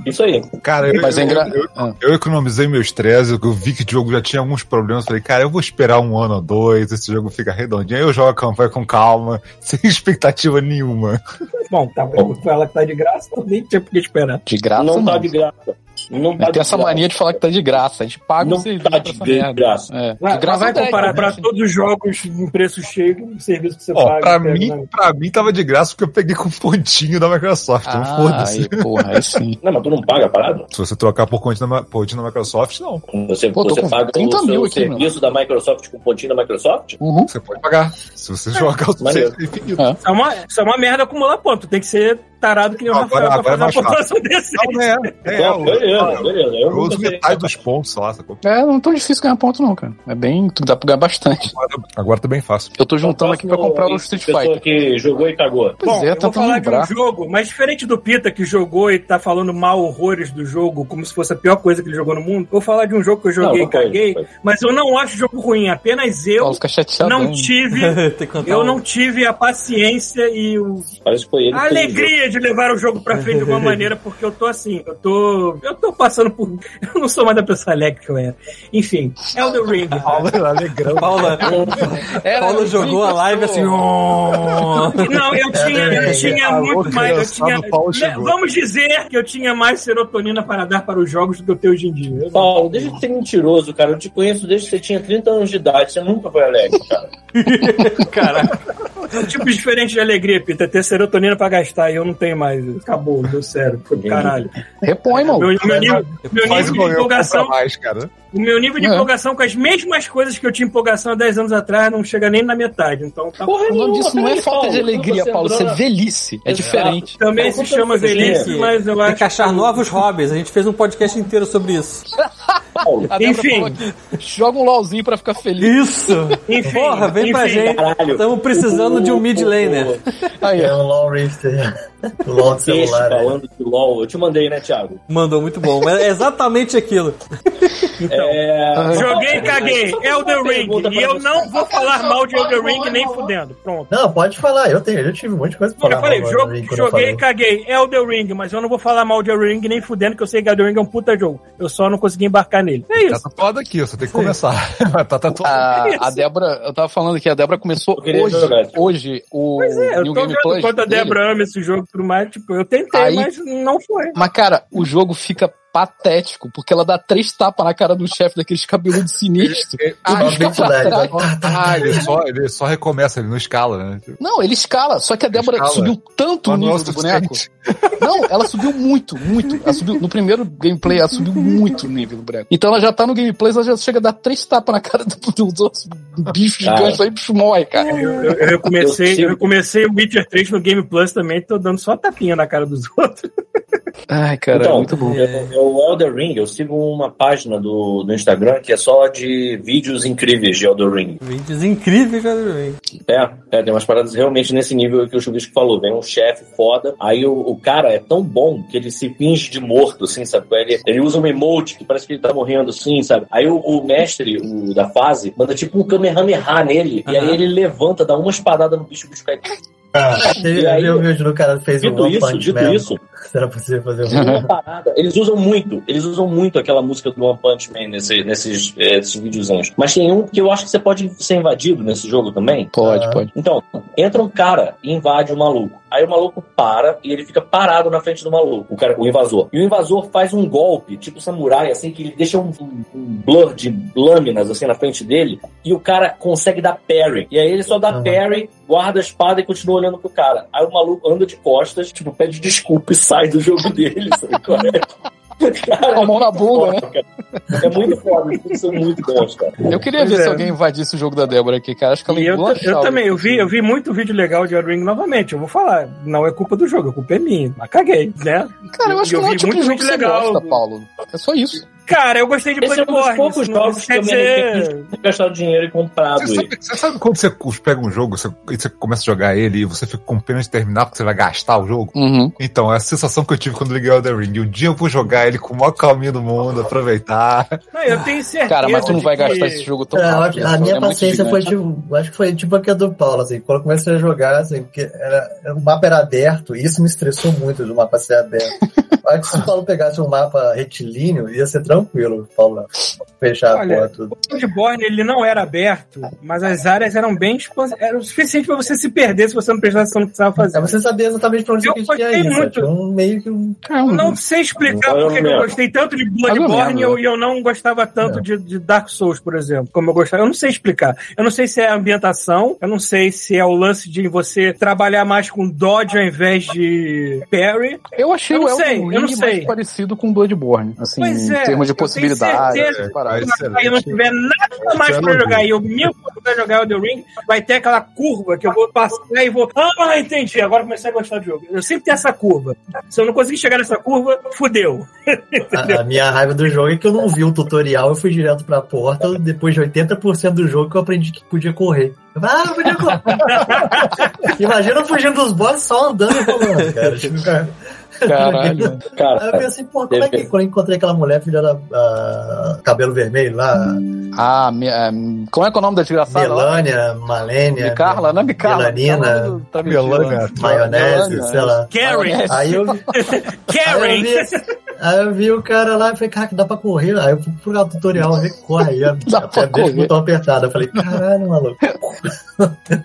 S4: Isso aí.
S5: Cara, eu,
S3: Mas é engra...
S5: eu,
S3: Ah.
S5: eu economizei meus 13, eu vi que o jogo já tinha alguns problemas. Falei, cara, eu vou esperar um ano ou dois, esse jogo fica redondinho. Aí eu jogo a campanha com calma, sem expectativa nenhuma.
S9: Bom, tá bom. Com ela que tá de graça, eu nem tinha por que esperar.
S3: De graça,
S4: Não
S3: Ah, não.
S4: tá de graça. Não tá
S3: Tem
S4: de
S3: essa
S4: graça.
S3: mania de falar que tá de graça. A gente paga o
S4: Não
S3: serviço
S4: tá
S3: pra
S4: de
S3: essa merda.
S4: graça.
S3: É.
S9: Mas,
S3: De graça
S9: mas vai
S3: não tem,
S9: comparar pra
S3: né?
S9: todos os jogos em preço cheio, um serviço que você
S5: Ó,
S9: paga.
S5: pra
S9: pega,
S5: mim,
S9: né?
S5: pra mim tava de graça porque eu peguei com pontinho da Microsoft. então
S3: Ah,
S5: foda-se.
S3: aí, porra, aí sim.
S4: Não, mas tu não paga a parada?
S5: Se você trocar por pontinho da, pontinho da Microsoft, não.
S4: Você,
S3: Pô, tô
S4: você
S3: com
S4: paga
S3: 30
S4: o
S3: mil
S4: seu
S3: aqui,
S4: serviço da Microsoft com o pontinho da Microsoft?
S3: Uhum.
S5: Você pode pagar. Se você jogar o
S4: Maneiro.
S5: suficiente, é infinito.
S3: Ah.
S9: Isso é, uma, isso é uma merda acumular ponto. Tem que ser tarado que nem o
S5: Não,
S9: Rafael
S5: agora-
S9: pra
S5: agora
S9: fazer
S5: é
S9: uma
S5: mais
S9: pontuação decente.
S5: Não, é, é,
S9: Então,
S4: Bom, beleza,
S5: eu,
S4: beleza. Eu
S5: eu
S4: nunca
S5: uso
S4: sei.
S5: metade dos pontos, sei lá, sacou?
S3: É, não tão difícil ganhar ponto, não, cara. É bem. Dá pra ganhar bastante.
S5: Agora, agora tá bem fácil.
S3: Eu tô juntando aqui pra
S4: Próximo,
S3: comprar o
S4: aí,
S3: Street
S4: pessoa
S3: Fighter.
S4: que jogou e cagou.
S3: Pois é,
S9: eu
S5: tá
S9: vou
S3: tentando
S9: falar de um
S3: lembrar.
S9: jogo, mas diferente do Pita que jogou e tá falando mal horrores do jogo, como se fosse a pior coisa que ele jogou no mundo, eu vou falar de um jogo que eu
S4: Não,
S9: joguei e
S4: não foi,
S9: caguei,
S4: não foi.
S9: mas eu não acho jogo ruim, apenas
S3: Paulo
S9: eu
S3: fica
S5: tá
S3: chateado.
S9: não
S3: né?
S9: tive.
S2: Tem que contar
S9: Eu
S2: um-
S9: não tive a paciência e o
S4: Parece que foi ele
S9: A
S4: que fez o
S9: alegria de levar o jogo pra frente de uma maneira, porque eu tô assim, eu tô. Eu tô passando por. Eu não sou mais da pessoa alegre que eu era. Enfim, Elden Ring.
S5: Alegrão.
S2: Paula,
S9: É,
S3: Era
S2: Paula jogou a live assim. "Oh".
S9: Não, eu tinha, eu tinha
S5: Alô,
S9: muito mais. Eu
S5: criançada,
S9: tinha,
S5: o Paulo chegou.
S9: vamos dizer que eu tinha mais serotonina para dar para os jogos do que eu tenho hoje em dia.
S4: jogo. Paulo, deixa de ser mentiroso, cara. Eu te conheço desde que você tinha 30 anos de idade. Você nunca foi alegre, cara.
S2: Caraca.
S9: É um tipo diferente de alegria, Pita. é Ter serotonina pra gastar e eu não tenho mais. Acabou, deu sério. Foi pro caralho.
S3: Repõe,
S9: Meu,
S3: mano.
S9: meu nível, meu
S5: Faz igual eu,
S9: nível de
S5: compra
S9: empolgação
S5: mais, cara.
S9: O meu nível de
S3: É.
S9: empolgação com as mesmas coisas que eu tinha empolgação há 10 anos atrás não chega nem na metade. Então tá
S4: Porra
S3: O nome
S4: nenhuma,
S3: disso não é
S4: peraí,
S3: falta de
S4: Paulo.
S3: alegria,
S4: Você
S3: Paulo. Isso
S4: entrou
S3: é
S4: na-
S3: velhice. É
S4: Exato.
S3: diferente.
S9: Também
S4: Mas
S9: se
S4: quantas
S9: chama
S4: pessoas
S9: velhice,
S2: tem que-
S9: mas eu
S2: Tem
S9: acho.
S2: que achar
S9: que-
S2: novos hobbies. A gente fez um podcast inteiro sobre isso.
S4: Paulo.
S3: A Débora
S9: Enfim.
S3: falou aqui, joga um LOLzinho pra ficar feliz.
S2: Isso!
S9: Enfim,
S2: Porra, vem pra
S9: enfim.
S2: gente.
S4: Caralho.
S2: Estamos precisando de um mid laner.
S3: Aí,
S7: É
S3: ó.
S7: um LOL Richter. LOL de
S4: Peixe
S7: celular. né?
S4: falando de LOL. Eu te mandei, né, Thiago?
S2: Mandou muito bom. Mas é exatamente aquilo.
S9: Então.
S4: É...
S9: Joguei e caguei.
S4: Só fazer uma
S9: Elden
S4: pergunta
S9: Ring.
S4: pra
S9: E eu
S4: você.
S9: não vou falar mal de Elden Ring nem fudendo. Pronto.
S7: Não, pode falar, eu tenho, eu tive um monte de coisa pra falar.
S9: Eu falei,
S7: agora,
S9: jogo-
S7: né, quando eu
S9: joguei
S7: falei.
S9: e caguei. Elden Ring, mas eu não vou falar mal de Elden Ring nem fudendo, que eu sei que Elden Ring é um puta jogo. Eu só não consegui embarcar nele. É
S5: Tá
S9: isso.
S5: tatuado aqui, você tem que começar.
S3: Ah,
S5: tá tatuado.
S3: A, a Débora, eu tava falando aqui, a Débora começou
S4: Eu queria
S3: hoje,
S4: jogar tipo. esse jogo.
S3: hoje o
S9: É, eu
S3: New
S9: tô
S3: Game
S9: vendo
S3: Plus.
S9: quanto a
S3: Tá dele.
S9: Débora ama esse jogo e tudo mais. Tipo, eu tentei,
S3: Aí-
S9: mas não foi.
S3: Mas, cara, o jogo fica patético, porque ela dá três tapas na cara do chefe daqueles cabeludos sinistros.
S5: Ah,
S3: Tudo fica pra
S7: verdade,
S3: trás.
S4: né?
S5: Ah, ele só, ele só recomeça, ele não escala, né?
S3: Não, ele escala, só que a Débora
S5: Escala.
S3: subiu tanto o
S5: Mas não é
S3: nível
S5: o
S3: do boneco.
S5: suficiente.
S3: Não, ela subiu muito, muito. Ela subiu, no primeiro gameplay, ela subiu muito o nível do boneco. Então ela já tá no gameplay, ela já chega a dar três tapas na cara do, do, do bicho
S4: Cara.
S3: gigante, aí o bicho morre, cara.
S9: Eu, eu, eu comecei,
S4: Eu sigo.
S9: eu comecei o Witcher 3 no Game Plus também, tô dando só tapinha na cara dos outros.
S3: Ai, cara, é
S4: Então,
S3: muito bom.
S4: Eu, o Elder Ring, eu sigo uma página do, do Instagram que é só de vídeos incríveis de Elder Ring.
S2: Vídeos incríveis de Elden Ring.
S4: É, é, tem umas paradas realmente nesse nível que o Chubisco falou. Vem um chefe foda, aí o, o cara é tão bom que ele se finge de morto, assim, sabe? Ele, ele usa um emote que parece que ele tá morrendo, assim, sabe? Aí o, o mestre o, da fase manda tipo um Kamehameha nele, e aí
S2: Aham.
S4: ele levanta, dá uma espadada no bicho, o bicho cai
S7: Teve-
S4: E aí,
S7: eu vi um vídeo do cara que fez um
S4: Dito
S7: One
S4: isso,
S7: Punch
S4: dito
S7: Man.
S4: isso,
S7: Será possível fazer um.
S4: parada. Eles usam muito, eles usam muito aquela música do One Punch Man nesse- nesses, eh, esses videozinhos. Mas tem um que eu acho que você pode ser invadido nesse jogo também.
S3: Pode, pode.
S4: Então, entra um cara e invade o maluco. Aí o maluco para e ele fica parado na frente do maluco, o cara, o invasor. E o invasor faz um golpe, tipo samurai, assim, que ele deixa um, um- um blur de lâminas assim na frente dele, e o cara consegue dar parry. E aí ele só dá
S7: Uhum.
S4: parry, guarda a espada e continua olhando pro cara. Aí o maluco anda de costas, tipo, pede desculpa e sai do jogo dele, sabe qual é? Cara,
S9: Ah,
S3: Com a mão na
S4: muito
S3: bunda, né?
S4: foda, cara. É muito foda, os filmes são muito bons, cara.
S3: Eu queria
S9: Pois
S3: ver
S9: é.
S3: se alguém invadisse o jogo da Débora aqui, cara. Acho que ela
S9: E eu, ta-
S3: ia
S9: eu também, eu vi, eu vi muito vídeo legal de Elden Ring novamente, eu vou falar. Não é culpa do jogo, a culpa é minha. Mas caguei, né?
S3: Cara, eu acho que
S9: eu
S3: não é o
S9: vi
S3: tipo de
S9: muito
S3: jogo que
S9: vídeo
S3: você
S9: legal.
S3: gosta, Paulo. É só isso.
S9: Cara, eu gostei de
S4: Esse é um dos
S9: Bloodborne.
S4: poucos
S9: isso não-
S4: jogos que
S9: quer
S4: eu me
S9: dizer,
S4: arrependi. Ter gastado dinheiro e comprado
S5: Você
S4: ele.
S5: sabe, você sabe quando você pega um jogo você- e você começa a jogar ele e você fica com pena de terminar porque você vai gastar o jogo?
S3: Uhum.
S5: Então, é a sensação que eu tive quando liguei o The Ring. Um dia eu vou jogar ele com o maior calminho do mundo, aproveitar.
S9: Não, eu tenho certeza.
S3: Cara, mas tu não
S9: de
S3: vai
S9: que-
S3: gastar esse jogo tão
S7: Cara, eu
S3: rápido.
S7: acho- a
S3: né?
S7: minha
S3: É muito
S7: paciência foi
S3: gigante.
S7: tipo, acho que foi tipo a que a do Paulo, assim, quando eu comecei a jogar, assim, porque era, era- o mapa era aberto, e isso me estressou muito do mapa ser aberto. Acho que se o Paulo pegasse um mapa retilíneo, ia ser tranquilo, o Paulo fechar
S9: Olha,
S7: a porta. tudo.
S9: Bloodborne ele não era aberto, mas as áreas eram bem expans... era o suficiente pra você se perder se você não prestasse atenção no que você estava
S7: É
S9: fazendo.
S7: você saber exatamente pra onde
S9: Eu
S7: você queria
S9: gostei
S7: ir, sabe?
S9: muito.
S7: Tinha um meio que um...
S9: Eu não sei explicar
S4: Eu
S9: porque que eu
S4: lembro.
S9: gostei tanto de
S3: Eu
S9: Bloodborne
S3: lembro.
S9: e eu, e eu não gostava tanto de, de Dark Souls, por exemplo, como eu gostava. Eu não sei explicar. Eu não sei se é a ambientação, eu não sei se é o lance de você trabalhar mais com dodge ao invés de parry.
S3: Eu achei
S9: Eu não
S3: o Elden
S9: sei, eu não
S3: Ring mais
S9: sei.
S3: parecido com Bloodborne, assim,
S9: Pois é,
S3: em termos de
S9: eu tenho
S3: possibilidades.
S9: certeza
S3: essas paradas.
S5: que-
S9: Se eu não tiver nada mais pra jogar e eu me puder jogar Elden Ring, vai ter aquela curva que eu vou passar e vou. Ah, entendi. Agora comecei a gostar do jogo. Eu sempre tenho essa curva. Se eu não conseguir chegar nessa curva, fudeu.
S7: A, a minha raiva do jogo é que eu não vi o tutorial, eu fui direto pra porta, depois de 80% do jogo que eu aprendi que podia correr. Eu falei, ah, eu podia correr. Imagina eu fugindo dos bosses só andando e falando, cara. tipo, cara.
S3: Caralho.
S7: Aí eu
S4: Cara,
S7: pensei, pô, como é que quando eu encontrei aquela mulher, filha da a- cabelo vermelho lá,
S3: Ah, me, ah, como é que é o nome da desgraçada? lá?
S7: Melânia, Malênia,
S3: Me Carla, né? Me Carla.
S7: Melanina,
S3: tá
S5: Melanga.
S3: né?
S7: maionese, sei lá.
S9: Karen!
S3: é
S7: Aí eu, aí eu
S9: Karen!
S7: vi, aí eu vi o cara lá e falei, cara, que dá pra correr. Aí eu fui procurar o tutorial, ver corre. Aí a,
S3: Dá pra
S7: a deixa
S3: correr.
S7: o botão apertado. Eu falei, caralho, maluco.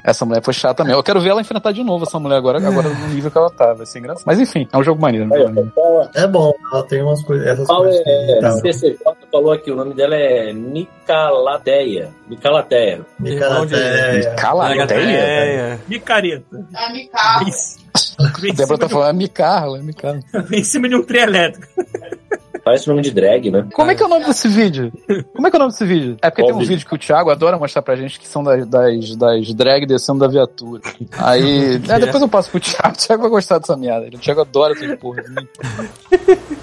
S3: Essa mulher foi chata mesmo. Eu quero ver ela enfrentar de novo essa mulher agora, agora no nível que ela tá. Vai ser engraçado. Mas enfim, é um jogo maneiro. né?
S4: olha, fala-
S7: É bom, ela tem umas coisas, essas
S4: fala,
S7: coisas.
S4: é,
S7: Então,
S4: CCJ falou aqui, o nome dela é Nicalateia. Nicalateia.
S7: me cara, é,
S3: Calateia?
S2: É, é.
S9: De careta.
S10: É Mikau.
S9: Vem em,
S3: Débora
S9: cima
S3: tá
S9: de,
S3: falando, é me Carla, é me Carla.
S9: um- vem em cima de um trem elétrico.
S4: Parece nome de drag, né?
S3: Como é que é o nome desse vídeo? Como é que é o nome desse vídeo? É porque
S4: Qual
S3: tem um
S4: vídeo?
S3: vídeo que o Thiago adora mostrar pra gente que são das, das, das drag descendo da viatura. Aí. é, depois eu passo pro Thiago. O Thiago vai gostar dessa merda. O Thiago adora essas porra.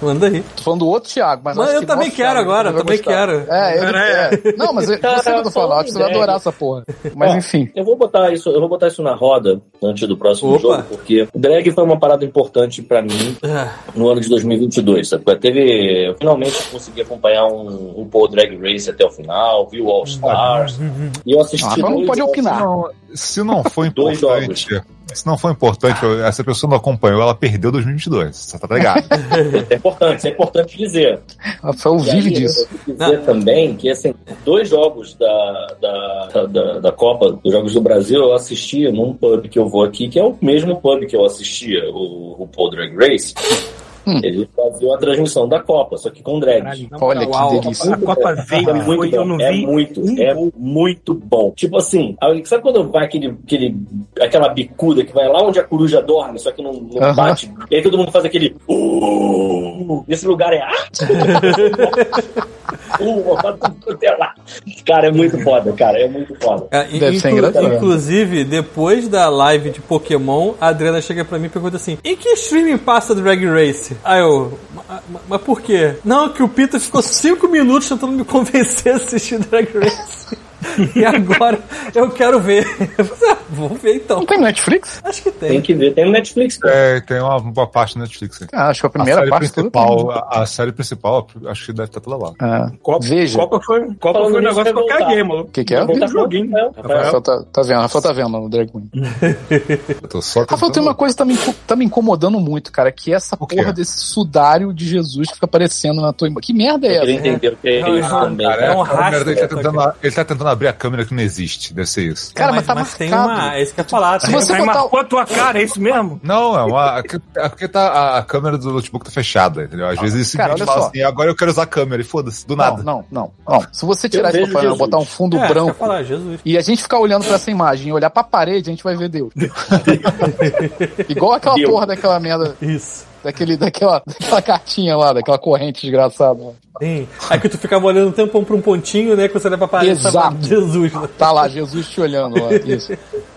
S2: Manda aí.
S3: Tô falando do outro Thiago, mas.
S2: Mas
S3: acho
S2: eu
S3: que
S2: também
S3: nosso
S2: quero
S3: Thiago
S2: agora,
S3: vai
S2: também
S3: gostar.
S2: quero.
S3: É, ele, é. Não, mas eu- você não
S4: Cara,
S3: tá falando, acho que você vai
S4: ideia.
S3: adorar essa porra. Mas
S4: Ó,
S3: enfim.
S4: Eu vou botar isso, eu vou botar isso na roda antes do próximo
S2: Opa.
S4: jogo, porque drag foi uma parada importante pra mim
S2: Ah,
S4: no ano de 2022, sabe? Eu teve, eu finalmente consegui acompanhar um, um Paul Drag Race até o final, vi o All Stars, e eu assisti
S3: Ah, mas não
S4: dois
S3: pode
S4: All
S5: Se
S3: opinar.
S5: não, se não for
S4: Dois
S5: importante. Se não for importante, essa pessoa não acompanhou, ela perdeu 2022. Você tá ligado?
S4: Stars. É importante, isso é importante dizer.
S3: Rafael
S4: E aí,
S3: vive disso.
S4: Eu quero dizer também que assim, dois jogos da, da, da- da, da Copa, dos Jogos do Brasil, eu assisti num pub que eu vou aqui, que é o mesmo pub que eu assistia, o, o Paul Drag Race.
S3: Hum.
S4: Eles faziam a transmissão da Copa, só que com drag.
S3: Olha
S2: Uau.
S3: que delícia.
S9: A Copa veio
S4: é
S9: e foi,
S4: muito
S9: eu
S4: bom,
S9: não
S4: é
S9: vi.
S4: muito,
S9: um
S4: é
S9: gol.
S4: muito bom. Tipo assim, aí, sabe quando vai aquele, aquele, aquela bicuda que vai lá onde a coruja dorme, só que não, não
S3: Aham.
S4: bate? E aí todo mundo faz aquele. "Uh!" Nesse lugar é arte! Uh, tá tudo quanto é lá. Cara, é muito foda, cara, é muito foda.
S2: é, e-
S3: Deve ser
S2: inclu-
S3: engraçado.
S2: Inclusive, depois da live de Pokémon, a Adriana chega pra mim e pergunta assim: em que streaming passa Drag Race? Aí eu, "Ma- ma- mas por quê? Não, que o Peter ficou cinco minutos tentando me convencer a assistir Drag Race. E agora eu quero ver. Eu falei, "Ah, Vamos ver então.
S3: Não tem Netflix?
S2: Acho que tem.
S4: Tem que ver. Tem no Netflix, cara.
S5: É, tem uma boa parte na Netflix. aí.
S3: Ah, acho que a
S5: A
S3: primeira
S4: é
S5: série,
S3: parte toda
S5: principal, a, a série principal, acho que deve estar toda lá.
S3: tem. Ah,
S9: Copa,
S3: Veja.
S9: Copa foi, Copa
S4: Falando
S9: foi um
S4: nisso,
S9: negócio que
S4: vai
S9: eu
S4: voltar.
S9: caguei, maluco.
S3: o que, que é?
S4: Vou
S9: Tem um
S4: voltar com
S9: joguinho.
S4: Rafael, Rafael.
S3: Rafael tá, tá vendo, Rafael tá vendo o Drag Queen.
S5: Eu tô só
S3: Rafael, tem
S5: tentando-
S3: uma coisa que tá me, inco- tá me incomodando muito, cara, que é essa
S5: O quê?
S3: porra desse sudário de Jesus que fica aparecendo na tua. ima- Que merda é
S4: Eu queria
S3: essa?
S4: entender o que é
S2: Não,
S4: isso
S2: não,
S4: também.
S5: Cara,
S2: É
S5: é
S2: um
S5: um
S2: rastro,
S5: ele, tá
S2: é,
S5: tentando, ele tá tentando abrir a câmera que não existe, deve ser isso.
S3: Cara, mas tá
S2: tem
S3: marcado.
S2: uma. É isso que eu ia falar.
S3: Se
S2: tem-
S3: você
S9: Aí
S3: botar-
S9: marcou a tua cara, é isso mesmo?
S5: Não, é uma. é que- é porque tá, a, a câmera do notebook tá fechada, entendeu? Às vezes isso
S3: Cara,
S5: simplesmente
S3: olha
S5: fala
S3: só.
S5: assim, agora eu quero usar a câmera, e foda-se, do nada.
S3: Não, não, não, não. Se você tirar
S4: Eu
S3: esse
S4: vejo
S3: papel e
S4: Jesus.
S3: botar um
S2: é,
S3: fundo
S2: isso que eu ia
S3: branco
S2: falar, Jesus.
S3: e a gente ficar olhando pra essa imagem e olhar pra parede, a gente vai ver Deus. Igual aquela
S4: Deus.
S3: porra daquela merda,
S2: Isso.
S3: daquele, daquela, daquela cartinha lá, daquela corrente desgraçada.
S2: Sim. Aí que tu ficava olhando um tempão pra um pontinho, né? Que você leva pra parede e tava
S3: Exato.
S2: Jesus. né?
S3: Tá lá, Jesus te olhando lá. Isso.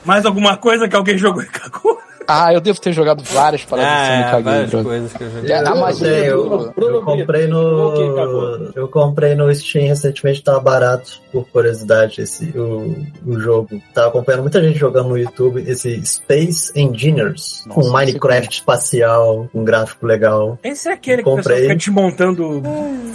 S9: Mais alguma coisa que alguém jogou e cagou?
S3: Ah, eu devo ter jogado várias paradas assim, me
S2: Ah, é,
S3: caguei.
S2: várias
S3: droga.
S2: coisas que eu joguei.
S3: É, a
S7: Eu
S3: magia
S7: tenho-
S3: do...
S4: Bruno
S7: eu comprei
S4: Ok, acabou.
S7: no. Eu comprei no Steam recentemente, tava barato, por curiosidade, esse, o, o jogo. Tava acompanhando muita gente jogando no YouTube esse Space Engineers,
S3: Nossa,
S7: com Minecraft espacial, com gráfico legal.
S9: Esse é aquele que o pessoal
S7: Comprei.
S9: fica desmontando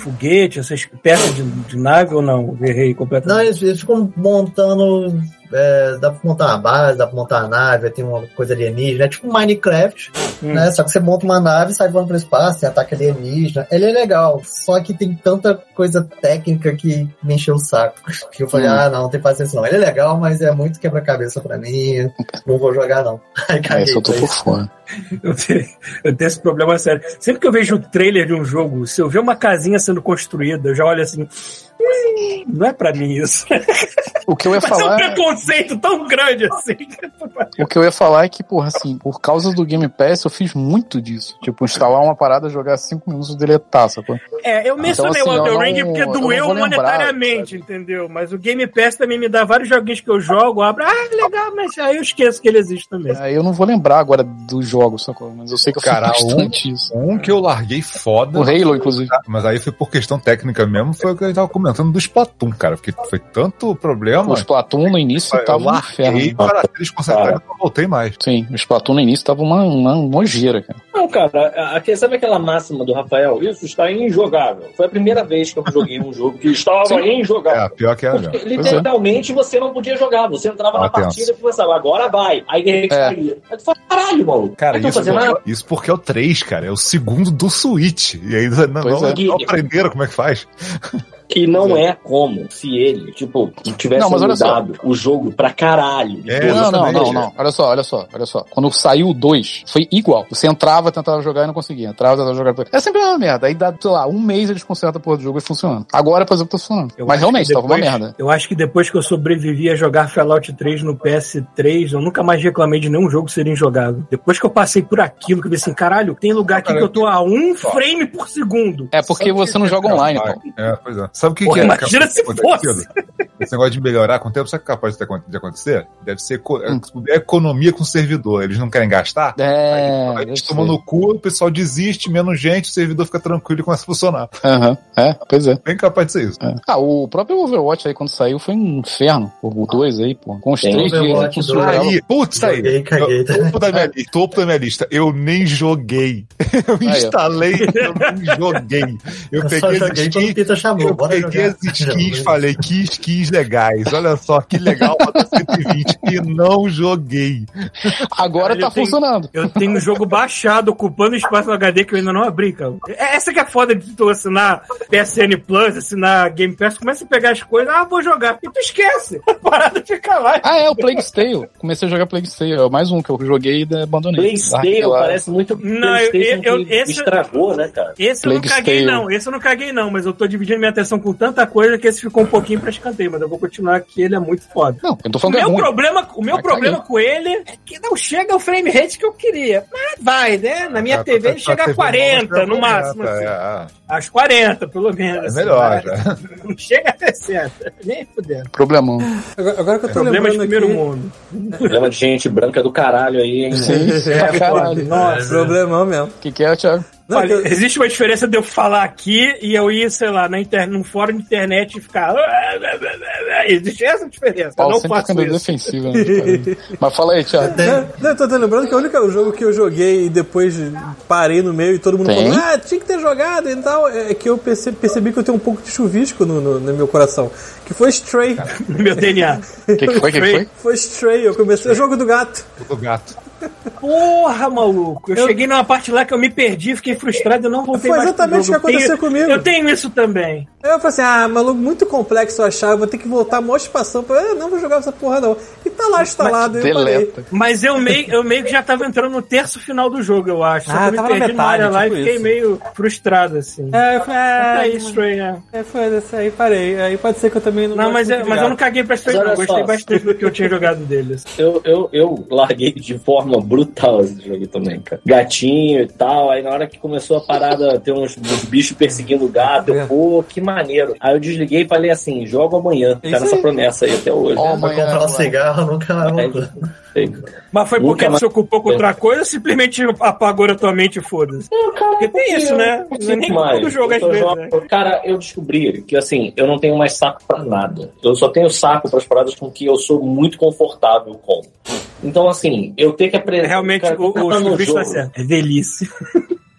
S9: foguete, essas peças de, de nave ou não? Eu Errei
S7: Não,
S9: completamente.
S7: eles, eles ficam montando. é, dá pra montar uma base, dá pra montar uma nave, tem uma coisa alienígena, é tipo Minecraft,
S9: Hum.
S7: né? Só que você monta uma nave, sai voando pro espaço, tem ataque alienígena. Ele é legal, só que tem tanta coisa técnica que me encheu o saco. Que eu falei,
S3: Hum.
S7: ah, não, não tem paciência não. Ele é legal, mas é muito quebra-cabeça pra mim, não vou jogar não. Aí
S3: Ah,
S7: caguei,
S3: isso eu tô
S7: foi
S3: por
S7: isso.
S3: fora.
S9: Eu tenho, eu tenho esse problema sério. Sempre que eu vejo o trailer de um jogo, se eu ver uma casinha sendo construída, eu já olho assim. "Hum, Não é pra mim isso.
S3: O que eu ia
S9: Mas é um
S3: falar...
S9: preconceito tão grande assim.
S3: O que eu ia falar é que, porra, assim, por causa do Game Pass, eu fiz muito disso. Tipo, instalar uma parada, jogar 5 minutos e deletar, sacou?
S9: É, eu mencionei
S3: assim,
S9: o
S3: eu
S9: Elden
S3: não-
S9: Ring porque
S3: eu não
S9: doeu
S3: vou lembrar,
S9: monetariamente, entendeu? Mas o Game Pass também me dá vários joguinhos que eu jogo, abro, ah, legal, mas aí eu esqueço que ele existe também.
S3: Aí eu não vou lembrar agora dos jogos, sacou? Mas eu sei que eu
S5: Cara,
S3: fiz bastante isso.
S5: Um que eu larguei foda, tá?
S3: O Halo, inclusive.
S5: mas aí foi por questão técnica mesmo, foi o que eu tava comentando do Splatoon, cara, porque foi tanto problema.
S3: O Splatoon no início
S5: Tá eu
S3: tava um
S5: larguei
S3: inferno.
S5: para eles consertarem, eu não voltei mais.
S3: Sim, o Splatoon no início tava uma, uma nojeira, cara.
S4: Não, cara, a- a- sabe aquela máxima do Rafael? Isso está injogável. Foi a primeira vez que eu joguei um jogo que estava injogável.
S5: É, pior que era
S4: Porque,
S5: mesmo.
S4: literalmente você não podia jogar, você entrava
S5: Ah,
S4: na
S5: tenso.
S4: partida e pensava, agora vai. Aí de repente
S3: É.
S4: saía. Aí tu fala, caralho, maluco.
S5: Cara,
S4: aí tu
S5: isso,
S4: fazia, "Ah,
S5: isso porque é o 3, cara, é o segundo do Switch. E ainda não,
S3: Pois
S5: não-
S3: é.
S5: não aprenderam como é que faz.
S4: que não é como se ele, tipo, tivesse
S3: Não, mas olha só.
S4: mudado o jogo pra caralho.
S5: É,
S3: não, não,
S5: exatamente.
S3: não, não. Olha só, olha só, olha só. Quando saiu o 2, foi igual. Você entrava, tentava jogar e não conseguia. Entrava, tentava jogar. É sempre uma merda. Aí dá, sei lá, um mês eles consertam a porra do jogo e funcionando. Agora, por exemplo, tá funcionando.
S9: Eu
S3: Mas
S9: acho
S3: realmente,
S9: que
S3: tava uma
S9: depois-
S3: merda.
S9: Eu acho que depois que eu sobrevivi a jogar Fallout 3 no PS3, eu nunca mais reclamei de nenhum jogo ser injogável. Depois que eu passei por aquilo, que eu pensei, caralho, tem lugar aqui que eu tô a um frame por segundo.
S3: É porque você não joga online, então.
S5: É, pois é. Sabe o que,
S9: Porra,
S5: que é?
S9: imagina
S5: capaz de
S9: se
S5: acontecer?
S9: fosse.
S5: Esse negócio de melhorar com o tempo, sabe o que é capaz de ter- de acontecer? Deve ser co- é economia com o servidor. Eles não querem gastar?
S3: É.
S5: Aí eles
S3: deve
S5: tomam
S3: ser.
S5: no cu, o pessoal desiste, menos gente, o servidor fica tranquilo e começa a funcionar.
S3: Aham, é, pois é.
S5: Bem capaz de ser isso.
S3: É. Ah, o próprio Overwatch aí quando saiu foi um inferno. O 2 aí, pô. Com os
S4: Tem
S3: três
S7: Overwatch
S3: que funcionava.
S5: Aí, putz, aí.
S7: Joguei, caguei.
S5: Topo da, minha, li- topo da minha lista. Eu nem joguei. Eu
S3: ó.
S5: instalei, eu nem joguei. Eu
S7: Eu só
S5: peguei
S7: joguei
S5: as
S7: quando o
S5: skins,
S7: Peter chamou,
S5: eu
S7: bora
S5: peguei
S7: jogar.
S5: as skins,
S7: Não,
S5: falei que skins legais. Olha só que legal, bota 120 e não joguei.
S3: Agora
S9: Cara,
S3: tá
S9: eu tenho-
S3: funcionando.
S9: Eu tenho um jogo baixado, ocupando espaço no HD que eu ainda não abri, cara. É- Essa que é foda de tu assinar PSN Plus, assinar Game Pass, começa a pegar as coisas, ah, vou jogar. E tu esquece. A parada fica lá.
S3: Ah, é, o Plague Tale. Comecei a jogar Plague Tale. É mais um que eu joguei e da- abandonei. Ah, Larguei
S4: PlayStation
S3: lá.
S4: parece muito
S9: Não, eu-
S4: PlayStation
S9: eu-
S4: que
S9: esse-
S4: estragou, né, cara?
S9: Esse eu não
S3: Plague
S9: caguei,
S3: Tale.
S9: não. Esse eu não caguei, não. Mas eu tô dividindo minha atenção com tanta coisa que esse ficou um pouquinho pra escanteio. Mas eu vou continuar que ele é muito foda.
S3: Não, eu tô
S9: O
S3: falando que é
S9: meu,
S3: ruim.
S9: problema, o meu
S3: Mas
S9: problema com ele é que não chega ao frame rate que eu queria. Mas vai, né? Na minha
S5: Ah,
S9: TV
S5: tá-
S9: ele
S5: tá-
S9: chega
S5: tá-
S9: a 40, no máximo.
S5: É,
S9: assim.
S5: é,
S9: Às 40, pelo
S5: é,
S9: menos.
S5: é
S9: assim,
S5: melhor.
S9: mas
S5: já.
S9: Não chega a 60. Nem fudendo.
S3: Problemão.
S2: Agora, agora que eu tô
S9: Problema de
S2: lembrando
S9: primeiro
S2: aqui...
S9: mundo.
S4: Problema de
S3: é.
S4: gente branca do caralho aí, hein?
S2: é,
S3: Sim, pra caralho.
S2: Problemão mesmo.
S3: O que, que é, Thiago?
S2: Não,
S9: Olha,
S2: eu-
S9: Existe uma diferença de eu falar aqui e eu ir, sei lá, na inter... num fórum de internet e ficar. Existe essa diferença. Eu
S3: Paulo
S9: não
S3: sempre
S9: faço
S3: ficando
S9: isso.
S3: defensivo. Né, cara? Mas fala aí, Thiago.
S2: Não, não, eu tô, tô lembrando que é o único jogo que eu joguei e depois parei no meio e todo mundo
S3: Tem?
S2: falou, ah, tinha que ter jogado e tal, é que eu perce- percebi que eu tenho um pouco de chuvisco no, no- no meu coração. Que foi Stray.
S9: no meu DNA.
S3: O que, que foi? que, que foi?
S2: Foi Stray, eu comecei o jogo do gato.
S5: do gato.
S9: Porra, maluco. Eu, cheguei numa parte lá que eu me perdi, fiquei frustrado eu não voltei
S2: Foi
S9: mais pro
S2: exatamente o
S9: jogo.
S2: que aconteceu
S9: Eu tenho-
S2: comigo.
S9: Eu tenho isso também.
S2: Aí eu falei assim, ah, maluco, muito complexo eu achar, eu vou ter que voltar a maior expansão. pra- Eu "Ah, não vou jogar essa porra não. E tá lá instalado, eu parei.
S3: Deleta.
S9: Mas eu meio, eu meio que já tava entrando no terço final do jogo, eu acho. Só
S2: Ah,
S9: que eu me
S2: tava na
S9: perdi numa
S2: metade,
S9: área lá e
S2: tipo
S9: fiquei
S2: isso.
S9: meio frustrado, assim.
S2: É, eu falei,
S9: Tá
S2: ah,
S9: aí, Stray, né?
S2: é, foda-se, aí parei. Aí pode ser que eu também não...
S9: Não,
S2: goste
S9: mas, é-
S2: muito de
S9: mas eu
S2: gato.
S9: não caguei pra Stray,
S4: Mas
S9: não.
S4: olha
S9: Gostei
S4: só.
S9: bastante do que eu tinha jogado deles.
S4: Eu, eu, eu larguei de forma brutal esse jogo também, cara. Gatinho e tal. Aí na hora que começou a parada, ter uns, uns bichos perseguindo o gato,
S9: É.
S4: eu, pô, que maneiro. Aí eu desliguei e falei assim: jogo amanhã.
S2: É
S4: Tá
S2: isso
S4: nessa
S2: aí.
S4: promessa aí até hoje.
S3: Ó,
S7: Pra
S3: amanhã,
S7: comprar um
S3: amanhã.
S7: cigarro, nunca mais
S4: Aí,
S7: voltou.
S4: sei.
S9: Mas foi
S4: Nunca
S9: porque
S4: mais-
S9: se ocupou com outra coisa ou simplesmente apagou da tua mente e foda-se? Porque tem isso, né?
S4: Não
S9: Não é nem
S4: consigo mais.
S9: todo jogo
S4: Eu
S9: às
S4: só
S9: vezes,
S4: jogo-
S9: né?
S4: Cara, eu descobri que assim, eu não tenho mais saco pra nada. Eu só tenho saco para as paradas com que eu sou muito confortável com. Então, assim, eu tenho que aprender.
S9: É, Realmente,
S4: cara,
S9: o, o
S4: tá no
S9: Chubicho tá
S4: jogo.
S9: certo. É delícia.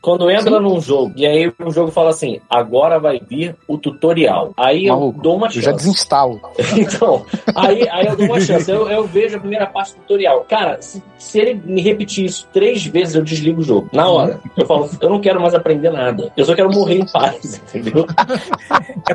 S4: Quando entra num jogo, e aí o jogo fala assim, agora vai vir o tutorial. Aí eu
S3: Maluco,
S4: dou uma
S3: eu já
S4: chance.
S3: desinstalo. É.
S4: Então, aí, aí eu dou uma chance. Eu, eu vejo a primeira parte do tutorial. Cara, se, se ele me repetir isso três vezes, eu desligo o jogo. Na hora. Eu falo, eu não quero mais aprender nada. Eu só quero morrer em paz, entendeu?
S7: Cara,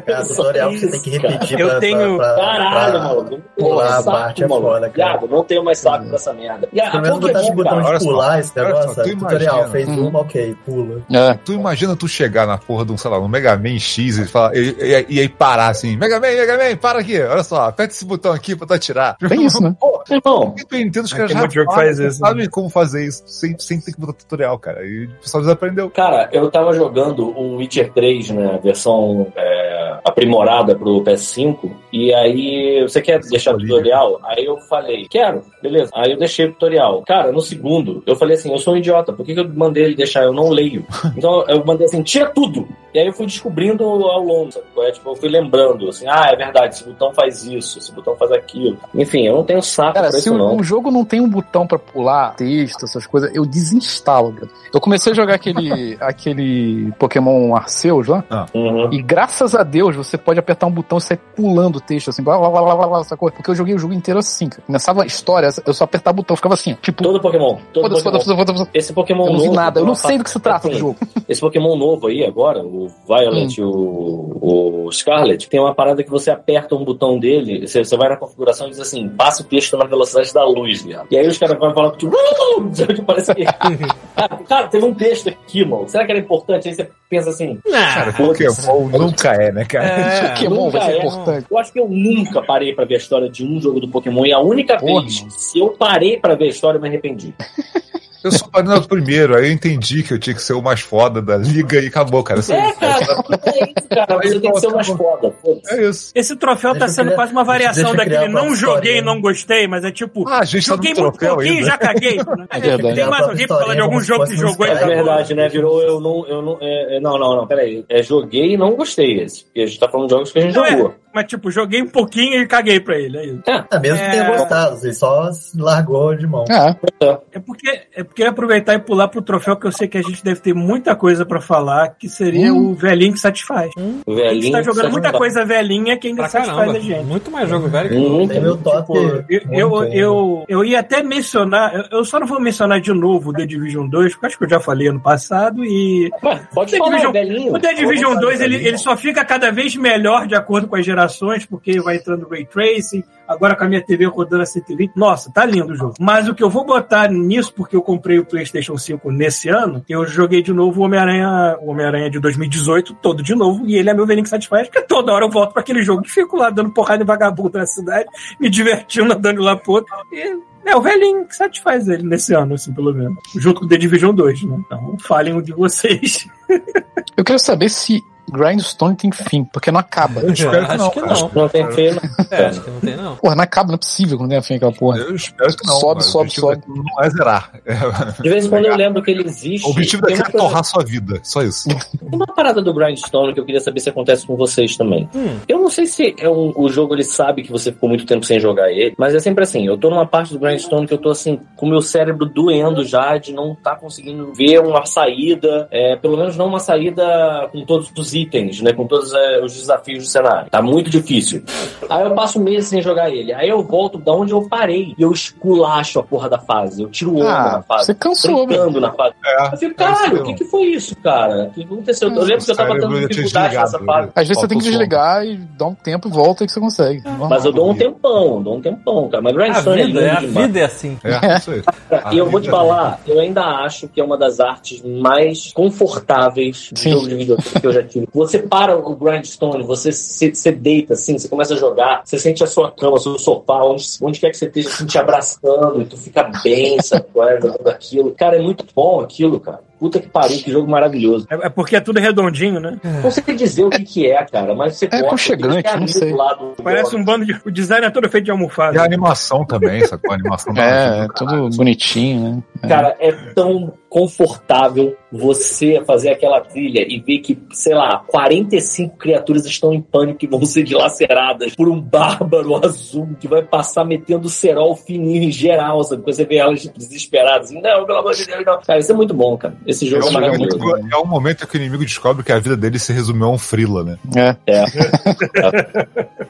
S7: É um tutorial que você tem que repetir
S9: Eu
S7: pra,
S9: tenho-
S7: pra, pra,
S4: Caralho,
S7: pra,
S4: maluco.
S7: pular
S4: Porra,
S7: a
S4: saco,
S7: parte é
S4: maluco.
S7: foda, cara.
S4: Viado, não tenho mais saco pra essa merda. E a,
S7: Pelo menos
S4: pouco é
S7: botar esse
S4: bom, cara.
S7: botão
S5: Olha
S7: de
S5: só,
S7: pular esse
S5: olha
S7: negócio.
S5: só, tu
S7: sabe? Tutorial,
S5: imagina.
S7: fez
S3: Uhum.
S7: uma, ok, pula.
S3: É.
S5: Tu imagina tu chegar na porra de um, sei lá, um Mega Man X e, falar, e, e- e aí parar assim, Mega Man, Mega Man, para aqui, olha só, aperta esse botão aqui pra tu atirar.
S7: É
S3: Tem isso, né?
S4: Pô, irmão,
S5: Eu entendo os caras
S9: Mas É, tem
S5: já
S9: muito jogo que
S5: falam,
S9: faz isso, né?
S5: sabem como fazer isso, sem, sem ter que botar tutorial, cara. E o pessoal desaprendeu.
S4: Cara, eu tava jogando o Witcher 3, né? Versão é, aprimorada pro PS5. E aí, você quer deixar o tutorial? Aí eu falei, quero, beleza. Aí eu deixei o tutorial. Cara, no segundo, eu falei assim, eu sou um idiota, por que, que eu mandei ele deixar? Eu não leio. Então eu mandei assim, tira tudo! E aí eu fui descobrindo ao longo, sabe? qual é? Tipo, eu fui lembrando, assim, ah, é verdade, esse botão faz isso, esse botão faz aquilo. Enfim, eu não tenho saco
S3: Cara,
S4: pra
S3: se
S4: isso,
S3: o-
S4: não.
S3: um jogo não tem um botão pra pular texto, essas coisas, eu desinstalo. cara. Eu comecei a jogar aquele, aquele Pokémon Arceus lá,
S4: Uhum.
S3: e graças a Deus você pode apertar um botão e sair pulando o texto, assim, blá blá blá blá blá, blá, sacou? Porque eu joguei o jogo inteiro assim, cara. Começava a história, eu só apertava o botão, ficava assim, tipo,
S4: Todo Pokémon, todo é
S3: foda-se,
S4: Pokémon.
S3: foda-se, foda-se, foda-se.
S4: Esse Pokémon
S3: Eu não vi
S4: novo, tá
S3: nada, eu não
S4: nossa,
S3: sei do que se trata do
S4: assim,
S3: jogo.
S4: Esse Pokémon novo aí agora, o Violet e o, o Scarlet, tem uma parada que você aperta um botão dele, você, você vai na configuração e diz assim, passa o texto na velocidade da luz, viado. E aí os caras vão falar contigo, "Uau!" parece que... cara, cara, teve um texto aqui, mano, será que era importante? Aí você pensa assim...
S9: Ah,
S5: Cara,
S4: foda-se.
S5: Pokémon nunca é, né, cara?
S3: Pokémon
S4: Nunca
S3: vai ser
S4: é.
S3: importante.
S4: Eu acho que eu nunca parei pra ver a história de um jogo do Pokémon e a única
S3: Porra,
S4: vez
S3: mano.
S4: se eu parei pra ver a história eu me arrependi.
S5: Eu sou parando no primeiro, aí eu entendi que eu tinha que ser o mais foda da liga e acabou, cara. Isso
S4: É,
S5: É
S4: cara, é isso, cara, você tem que ser mais foda, foda-se.
S5: é isso.
S9: Esse troféu
S7: Deixa
S9: tá
S7: eu
S9: sendo
S7: criar-
S9: quase uma variação
S7: deixa eu criar
S9: daquele
S7: uma
S9: não
S7: historinha.
S9: joguei, não gostei, mas é tipo.
S5: Ah, a gente tá no
S9: Joguei muito
S5: troféu
S9: pouquinho e
S5: ainda.
S9: já caguei.
S3: É verdade.
S9: Tem mais alguém pra falar de algum jogo que jogou e
S4: É
S9: já
S4: verdade, né? Virou eu não. Eu não, é, é, não, não, não, peraí. É joguei e não gostei esse. Porque a gente tá falando de jogos que a gente
S9: Não é,
S4: jogou.
S9: mas tipo, joguei um pouquinho e caguei pra ele. É, isso.
S7: É, mesmo
S9: É.
S7: que tenha gostado, você só se largou de mão.
S3: É,
S9: é porque é porque aproveitar e pular pro troféu que eu sei que a gente deve ter muita coisa pra falar, que seria o velhinho que satisfaz. a
S4: Velhinho.
S9: gente tá jogando
S4: sabe
S9: muita
S4: jogar.
S9: coisa velhinha que ainda
S2: Pra
S9: satisfaz
S2: caramba,
S9: a gente.
S2: muito mais jogo velho que
S7: É
S4: Muito.
S7: meu top.
S9: Tipo, eu, eu, eu, eu ia até mencionar, eu, eu só não vou mencionar de novo o The Division 2, porque eu acho que eu já falei ano passado, e
S4: Ué, Pode
S9: The
S4: falar,
S9: Division-
S4: velhinho.
S9: O The Division
S4: Fala,
S9: 2 ele,
S4: velhinho.
S9: ele só fica cada vez melhor de acordo com as gerações, porque vai entrando Ray Tracing, agora com a minha TV rodando a 120. Nossa, tá lindo o jogo. Mas o que eu vou botar nisso, porque eu comprei o PlayStation 5 nesse ano, eu joguei de novo o Homem-Aranha o Homem-Aranha de 2018 todo de novo, e ele é meu velhinho que satisfaz, porque toda hora eu volto pra aquele jogo que fico lá dando porrada em vagabundo na cidade, me divertindo, andando lá pro outro. E... É o velhinho que satisfaz ele nesse ano, assim, pelo menos. Junto com o The Division 2, né? Então, falem o de um vocês.
S3: eu quero saber se Grindstone tem fim, porque não acaba.
S5: Eu espero que
S2: acho
S5: não.
S2: que
S5: cara.
S2: não.
S4: Não tem feio, não.
S2: É, acho que não tem, não.
S3: Porra, não acaba, não é possível que não tenha fim aquela porra.
S5: Eu espero que não.
S3: Sobe,
S5: mas o
S3: sobe,
S5: objetivo
S3: sobe.
S5: daqui Não é zerar.
S4: De vez em quando eu lembro que ele existe.
S5: O objetivo
S4: Tem
S5: daqui é
S4: uma coisa-
S5: torrar sua vida. Só isso.
S4: Tem uma parada do Grindstone que eu queria saber se acontece com vocês também.
S3: Hum.
S4: Eu não sei se é um- o jogo ele sabe que você ficou muito tempo sem jogar ele, mas é sempre assim. Eu tô numa parte do Grindstone que eu tô assim, com o meu cérebro doendo já, de não tá conseguindo ver uma saída, é, pelo menos não uma saída com todos os itens, né? Com todos é, os desafios do cenário. Tá muito difícil. Aí eu passo meses sem jogar ele. Aí eu volto da onde eu parei e eu esculacho a porra da fase. Eu tiro o ombro da
S3: Ah,
S4: fase.
S3: você cansou, velho.
S4: Brincando na fase.
S5: É,
S4: Eu fico, caralho, o que, que foi isso, cara? O que aconteceu? Eu lembro que eu tava tendo dificuldade nessa fase.
S3: Às vezes você tem que desligar e dar um tempo e volta que você consegue.
S4: Mas eu dou um tempão, dou um tempão, cara. Mas
S2: A
S4: Grindstone é lindo
S2: vida, é, a
S4: demais.
S2: vida é assim.
S5: É, isso aí.
S4: Cara,
S5: A
S4: E eu vou te
S5: vida-
S4: falar, eu ainda acho que é uma das artes mais confortáveis de
S3: Sim.
S4: jogo de videogame que eu já tive. Você para o Grindstone, você se, se deita assim, você começa a jogar, você sente a sua cama, seu sofá, onde, onde quer que você esteja, assim, te abraçando, e tu fica bem, sabe? qual é, Jogando aquilo. Cara, é muito bom aquilo, cara. Puta que pariu, que jogo maravilhoso.
S9: É, é porque é tudo redondinho, né?
S4: Não sei dizer o que, que é, cara, mas você gosta,
S3: aconchegante,
S4: tem
S3: não
S4: amigo
S3: sei.
S4: lá do-
S9: Parece um bando de. O design é todo feito de
S5: E a
S9: almofada.
S5: animação também, sacou? A animação
S3: É,
S5: da-
S3: é tudo bonitinho, né?
S4: Cara, é tão confortável você fazer aquela trilha e ver que, sei lá, 45 criaturas estão em pânico e vão ser dilaceradas por um bárbaro azul que vai passar metendo cerol fininho em geral, sabe? Quando você vê elas desesperadas, assim, não, pelo amor de Deus, não. Cara, isso é muito bom, cara. Esse jogo
S5: Esse
S4: é
S5: jogo é,
S4: maravilhoso.
S5: muito, é o momento que o inimigo descobre que a vida dele se resumiu a um frila, né?
S3: É.
S4: É.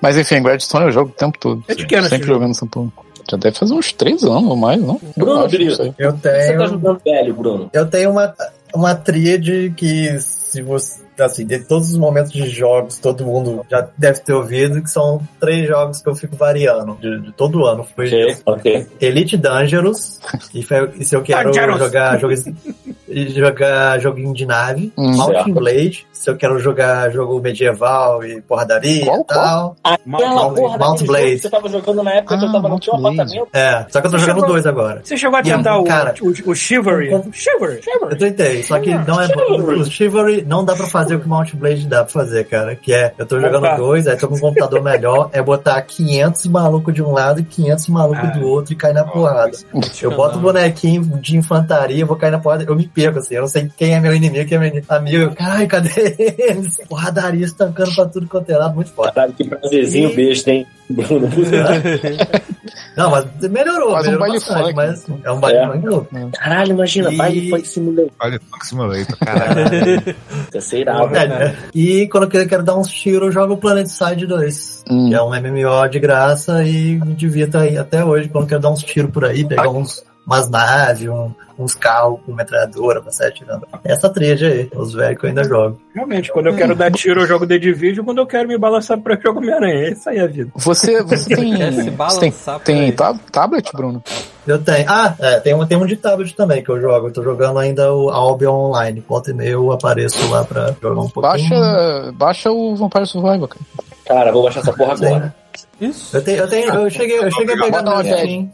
S3: Mas enfim, Gradstone eu jogo o tempo todo.
S9: É de que ano esse
S3: Sempre
S9: jogo?
S3: jogando essa porra. Já deve fazer uns três anos ou mais, não? Eu
S4: Bruno,
S3: acho, não
S4: querido.
S3: sei.
S7: Eu
S4: Você tá
S7: tenho.
S4: jogando velho, Bruno.
S7: Eu tenho uma, uma tríade que, se você. Assim, de todos os momentos de jogos, todo mundo já deve ter ouvido, que são três jogos que eu fico variando. De, de todo ano. Foi
S4: Ok, ok.
S7: Elite Dangerous. E, foi- é e se eu quero
S9: Dangerous.
S7: jogar jogos- e jogar joguinho de nave,
S3: Hum.
S7: Mountain
S4: Certo.
S7: Blade, é se eu quero jogar jogo medieval e porradaria
S3: Qual,
S7: e tal.
S4: Aquela
S7: Mount-
S4: porra
S7: Mount
S4: daquele jogo
S7: Blade.
S4: que você tava jogando na época que
S3: Ah,
S4: eu tava no
S3: Mount
S4: teu
S3: Blade.
S4: apartamento.
S7: É, só que eu tô
S9: Você
S7: jogando
S9: jogou-
S7: dois agora.
S9: Você chegou a
S7: E é um
S9: tentar o,
S7: cara-
S9: o, o Chivalry?
S7: Um-
S9: Chivalry,
S7: Eu
S9: Chivalry.
S7: tentei, só que não é
S4: Chivalry.
S7: o Chivalry não dá pra fazer o que o Mount Blade dá pra fazer, cara. Que é, eu tô jogando
S9: Opa.
S7: dois, aí tô com um computador melhor, é botar 500 maluco de um lado e 500 maluco
S9: Ah.
S7: do outro e cair na porrada. Eu boto o bonequinho de infantaria, vou cair na porrada, eu me perco assim, eu não sei quem é meu inimigo, quem é meu ini- amigo, eu, caralho, cadê eles? Porradaria estancando pra tudo quanto é lado, muito foda.
S4: Caralho, que prazerzinho
S7: E-
S4: besta, hein, Bruno?
S7: Não, mas melhorou,
S3: Faz um
S7: melhorou
S3: baile
S7: bastante,
S3: funk. né?
S7: mas é um baile
S4: É.
S7: funk louco.
S4: Caralho, imagina,
S7: E-
S4: baile funk simulator.
S5: Olha, Funk Simulator, caralho.
S4: Sei irado.
S7: É, né? E quando eu quero dar uns tiros, eu jogo Planet Side 2.
S3: Hum.
S7: Que é um MMO de graça e me divirto aí até hoje quando quero dar uns tiros por aí, pegar uns, umas naves, um- uns carros com metralhadora pra sair atirando. Essa trilha aí, os velhos que eu ainda jogo.
S9: Realmente, quando eu quero dar tiro, eu jogo The Division. Quando eu quero me balançar pra eu jogo Homem-Aranha. É Isso aí é a vida.
S3: Você, você tem.
S2: Quer se
S3: Você tem,
S2: balançar por aí.
S3: tem tab- tablet, Bruno?
S7: Eu tenho. Ah, é, tem um, tem um de tablet também que eu jogo. Eu tô jogando ainda o Albion Online. Volta e meia eu apareço lá pra jogar um pouquinho.
S3: Baixa, baixa o Vampire Survival, cara.
S4: Cara, vou baixar essa porra agora.
S2: Isso.
S7: Eu tenho, eu tenho, eu cheguei, eu cheguei a pegar
S3: Bota uma É.
S7: no
S3: velha.
S7: Steam.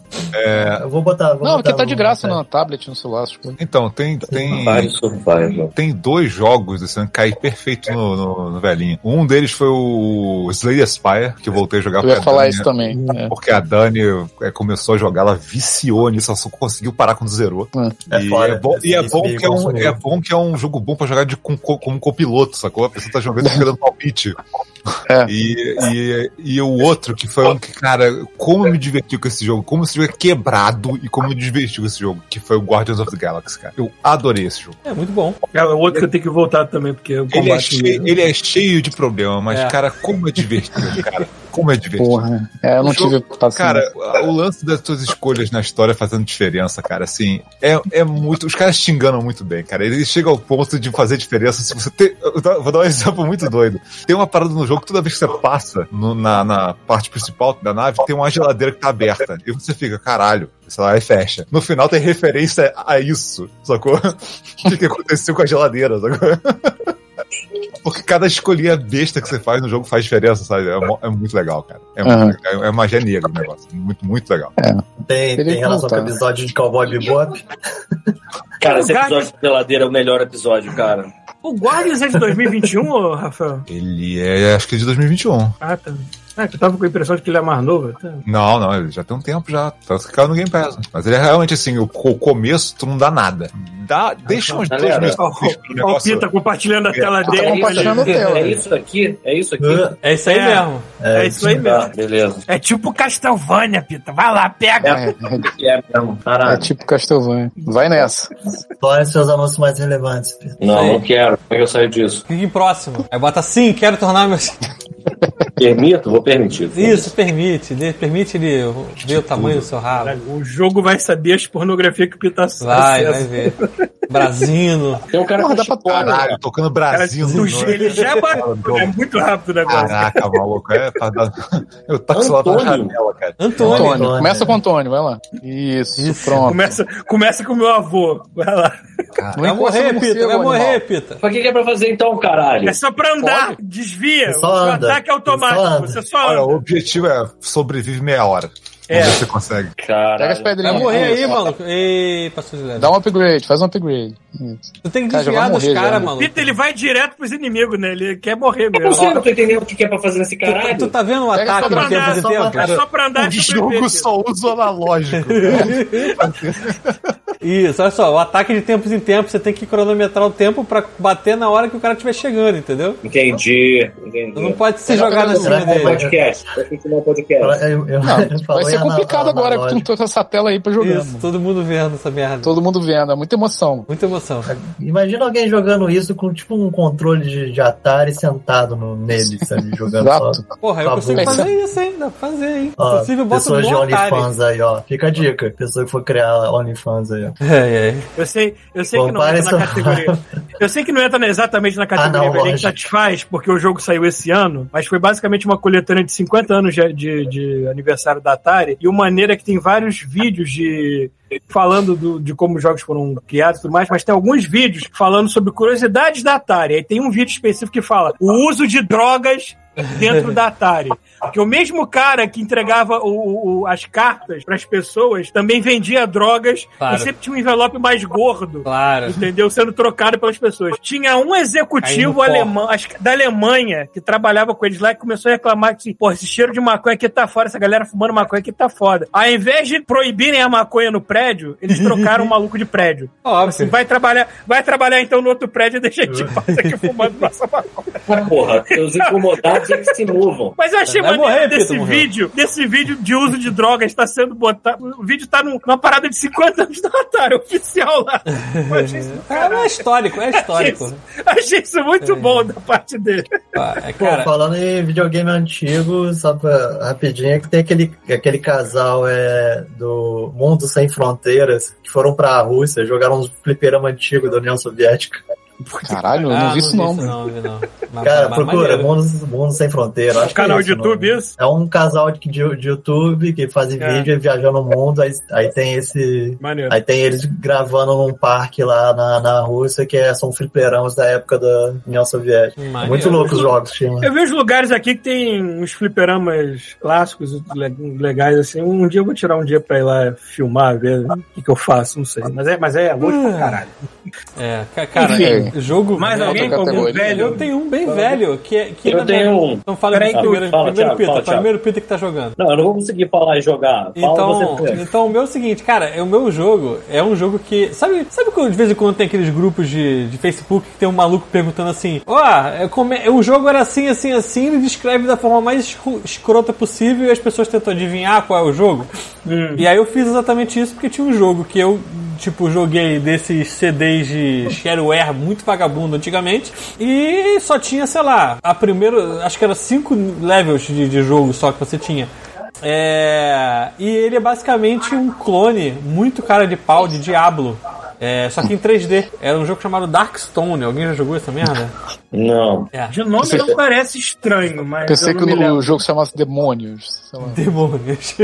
S7: Eu vou botar, vou
S3: Não,
S7: botar
S3: porque tá
S7: no-
S3: de graça na tablet, no celular, acho que.
S5: Então, tem, tem,
S4: Vários survival.
S5: tem dois jogos assim, que caí perfeito no, no- no velhinho. Um deles foi o Slay the Spire, que eu voltei a jogar
S3: Eu
S5: porque
S3: ia
S5: a
S3: falar
S5: Dani-
S3: isso também. é.
S5: Porque a Dani é, começou a jogar, ela viciou nisso, ela só conseguiu parar quando zerou.
S7: É
S5: e,
S7: foda.
S5: é bom, e é
S7: Esse
S5: bom
S7: meio
S5: que é, um,
S7: consumidor.
S5: é bom que é um jogo bom pra jogar de, com, co- como copiloto, sacou? A pessoa tá jogando e tá dando palpite.
S3: É.
S5: E, e, e o outro que foi um que, cara, como eu me diverti com esse jogo, como esse jogo é quebrado e como eu me diverti com esse jogo, que foi o Guardians of the Galaxy, cara. Eu adorei esse jogo.
S2: É muito bom.
S9: É o outro que eu tenho que voltar também, porque o
S5: Ele é,
S9: combate...
S5: cheio, ele é cheio de problema, mas,
S2: É.
S5: cara, como é divertido, cara. Como é divertido.
S3: Porra. É, eu não
S5: O jogo-
S3: tive paciência.
S5: Cara, o lance das suas escolhas na história fazendo diferença, cara, assim, é, é muito. Os caras te enganam muito bem, cara. Eles chegam ao ponto de fazer diferença. Se você tem, eu dou- vou dar um exemplo muito doido. Tem uma parada no jogo que toda vez que você passa no- na, na parte principal da nave, tem uma geladeira que tá aberta. E você fica, caralho, sei lá, e fecha. No final tem referência a isso, sacou? O que, que aconteceu com a geladeira, sacou? Porque cada escolhinha besta que você faz no jogo faz diferença, sabe? É, mo- é muito legal, cara. É,
S3: Aham.
S5: muito, legal. é magia negra o negócio. Muito, muito legal.
S7: Tem,
S3: Teria
S7: tem
S3: que
S7: relação com o
S3: voltar.
S7: episódio de Cowboy Bebop.
S4: Cara, esse
S9: Cara,
S4: episódio de geladeira é o melhor episódio, cara.
S9: O Guardians é de 2021, ô, Rafael?
S5: Ele é, acho que de 2021.
S9: Ah, tá. Ah, que eu tava com a impressão de que ele é mais novo. Tá.
S5: Não, não, ele já tem um tempo já. Tanto que caiu no Game Pass. Mas ele é realmente assim, o, co- começo tu não dá nada. Dá, deixa uns dois
S4: galera,
S5: meses
S9: Ó,
S5: pro
S9: ó, o
S5: negócio- é
S9: Pita compartilhando a tela
S3: Tá
S9: dele.
S2: um
S3: compartilhando
S9: ali.
S3: tela.
S2: né?
S4: É isso aqui? É isso aqui?
S7: Ah,
S2: É isso aí
S9: É.
S2: mesmo.
S9: É isso aí
S4: Tá,
S9: mesmo.
S4: beleza.
S9: É tipo Castlevania, Pita. Vai lá, pega.
S3: É,
S4: É mesmo,
S3: é
S4: caralho.
S3: tipo Castlevania. Vai nessa.
S7: Quais seus anúncios mais relevantes, Pedro?
S4: Não, não quero. Como é que eu saio disso?
S2: Clique em próximo. Aí bota sim, quero tornar meus.
S4: Permito? Vou permitir.
S2: Isso, permite. né? Permite ele ver o tamanho do seu rabo.
S9: O jogo vai saber as pornografias que o
S2: Vai,
S9: Pita
S2: assim. vai
S9: acessa.
S2: ver. Brasino.
S4: Tem um cara
S3: Porra,
S4: que
S3: dá pra
S5: Caralho, tocando
S9: Cara,
S5: Brasil
S9: do
S5: no
S9: jeito- ele já bateu. É muito rápido o negócio.
S5: Caraca, maluco. É pra dar... Eu taxo lá pra
S4: Antônio.
S5: janela, cara.
S2: Antônio.
S3: Antônio.
S7: Antônio.
S3: Começa com o Antônio, vai lá. Isso, pronto.
S9: Começa, começa com o meu avô. Vai lá.
S2: Vai morrer, Pita. Vai morrer, Pita.
S4: Pra que que é pra fazer então, caralho?
S9: É só pra andar. Desvia.
S7: Você só
S9: o
S7: anda.
S9: ataque é
S7: Você
S9: automático.
S7: só anda.
S9: Você só
S5: Olha,
S9: anda.
S5: o objetivo é sobrevive meia hora.
S9: É.
S5: É. Você consegue.
S3: Pega as
S4: Caralho.
S2: Vai
S3: pedrinhas.
S2: morrer aí,
S3: Isso.
S2: maluco. Ei, passou de leve.
S3: Dá um upgrade, faz um upgrade. Isso.
S2: Tu tem que
S3: Cara, já
S2: desviar
S3: vai
S2: dos
S3: morrer já,
S2: caras,
S3: né?
S2: maluco.
S9: Pita, ele vai direto pros inimigos, né? Ele quer morrer
S4: Eu não sei, eu
S9: mesmo.
S4: não tô entendendo o que que é pra fazer nesse
S2: Tu tá-
S4: caralho.
S2: Tu tá vendo o
S3: Pega
S2: ataque
S3: só
S2: de
S3: pra
S2: tempos em
S7: andar, só pra
S9: É
S2: tempos?
S9: só pra andar
S5: O
S9: e
S5: jogo
S9: sobreviver.
S5: só usa o analógico.
S2: Isso, olha só, o ataque de tempos em tempos, você tem que cronometrar o tempo pra bater na hora que o cara estiver chegando, entendeu?
S4: Entendi,
S2: Tu não
S4: entendi. é
S2: pode se jogar na cima
S7: Será que
S2: dele.
S7: pode-
S4: Podcast, vai continuar o podcast.
S7: Eu- eu- eu
S3: Não, vai
S7: falei
S3: ser
S7: ana-
S3: complicado agora
S7: analógico.
S3: com toda essa tela aí pra jogar.
S2: Isso, todo mundo vendo essa merda.
S3: Todo mundo vendo, é muita emoção.
S2: Muita emoção.
S7: Tá- Imagina alguém jogando isso com tipo um controle de, de Atari sentado no, nele, sabe? Jogando
S3: Exato.
S7: só.
S2: Porra, eu
S7: Tá
S2: consigo
S3: bom.
S2: fazer isso, hein? Dá pra fazer, hein?
S7: Ó,
S2: Possível, bota
S7: pessoas de
S2: no Atari.
S7: OnlyFans aí, ó. Fica a dica. Pessoa que for criar OnlyFans aí, ó.
S2: É, é.
S9: Eu sei, eu sei
S7: Bom,
S9: que não entra
S7: parece-
S9: na categoria. Eu sei que não entra exatamente na categoria
S7: Ah, não,
S9: que a gente
S7: lógico.
S9: satisfaz, porque o jogo saiu esse ano, mas foi basicamente uma coletânea de 50 anos de, de- de aniversário da Atari, e o maneira é que tem vários vídeos de. Falando do- de como os jogos foram criados e tudo mais, mas tem alguns vídeos falando sobre curiosidades da Atari. Aí tem um vídeo específico que fala o uso de drogas dentro da Atari. Porque o mesmo cara que entregava o- o- o- as cartas para as pessoas também vendia drogas
S2: Claro.
S9: e sempre tinha um envelope mais gordo
S2: Claro.
S9: entendeu? Sendo trocado pelas pessoas. Tinha um
S2: Caindo
S9: executivo
S2: fora.
S9: alemão, acho que da Alemanha, que trabalhava com eles lá e começou a reclamar que, assim, pô, esse cheiro de maconha aqui tá foda, essa galera fumando maconha aqui tá foda. Ao invés de proibirem a maconha no prédio, eles trocaram o maluco de prédio. Assim,
S2: Óbvio.
S9: vai trabalhar, vai trabalhar então no outro prédio e deixa a gente passar aqui fumando nossa maconha.
S4: Mas, porra, os incomodados é que se movam.
S9: Mas eu achei
S2: Vai
S9: maneiro
S2: morrer,
S9: desse
S2: Pito, morreu.
S9: vídeo, desse vídeo de uso de drogas tá sendo botado. O vídeo tá num- numa parada de 50 anos da Atari, oficial lá. Eu achei isso do
S2: É,
S9: caralho.
S2: é histórico, é histórico.
S9: Achei isso muito bom da parte dele.
S2: Pá, é,
S7: Pô,
S2: Cara,
S7: falando em videogame antigo, só pra, rapidinho, é que tem aquele, aquele casal é, do Mundo Sem Fronteiras que foram pra Rússia, jogaram uns fliperama antigo da União Soviética.
S3: Caralho, eu não
S2: ah,
S3: vi isso não.
S2: não, vi não. Mas-
S7: Cara,
S2: Ah, mas-
S7: procura, é
S2: maneiro.
S7: Mundo, Mundo Sem Fronteiras. acho que
S9: canal
S7: é esse
S9: de
S7: o nome.
S9: YouTube, isso?
S7: É um casal de, de, de YouTube que fazem
S9: É.
S7: vídeo e viajando no mundo, aí, aí tem esse...
S9: Maneiro.
S7: Aí tem eles gravando num parque lá na, na Rússia, que é, são fliperamas da época da União Soviética. É
S2: Maneiro.
S7: Muito loucos os jogos, tinha.
S9: Eu vi uns lugares aqui que tem uns fliperamas clássicos le- legais, assim. Um dia eu vou tirar um dia pra ir lá filmar, ver o que, que eu faço, não sei. Mas é, mas é longe
S2: Ah.
S9: pra caralho.
S2: É, ca- cara,
S3: Enfim.
S2: é, jogo.
S9: Mais
S2: velho.
S9: alguém com
S3: outra
S9: algum
S3: categoria.
S9: velho?
S2: Eu tenho um bem velho, que é. Que é da
S4: Eu tenho
S2: minha-
S4: um.
S2: Então fala
S9: Peraí,
S2: aí, primeiro,
S4: fala,
S2: primeiro
S4: Thiago,
S2: Pita,
S4: fala, Thiago.
S2: primeiro Pita que tá jogando.
S4: Não, eu não vou conseguir falar e jogar. Fala
S2: Então,
S4: você primeiro.
S2: então o meu é o seguinte, cara, é o meu jogo é um jogo que. Sabe, sabe quando de vez em quando tem aqueles grupos de, de Facebook que tem um maluco perguntando assim: Ó, é como é- o jogo era assim, assim, assim, ele descreve da forma mais escro- escrota possível e as pessoas tentam adivinhar qual é o jogo? E aí eu fiz exatamente isso porque tinha um jogo que eu, tipo, joguei desses CDs de shareware muito vagabundo antigamente e só tinha, sei lá, a primeira, acho que era cinco levels de, de jogo só que você tinha. É, e ele é basicamente um clone muito cara de pau de Diablo. É, só que em 3D. Era um jogo chamado Darkstone. Alguém já jogou essa merda?
S4: Não.
S2: É.
S9: De nome não parece estranho,
S2: né?
S9: mas.
S3: Pensei
S9: eu
S3: que
S9: não me
S3: o
S9: lembro.
S3: jogo chamasse Demônios. sei lá.
S2: Demônios.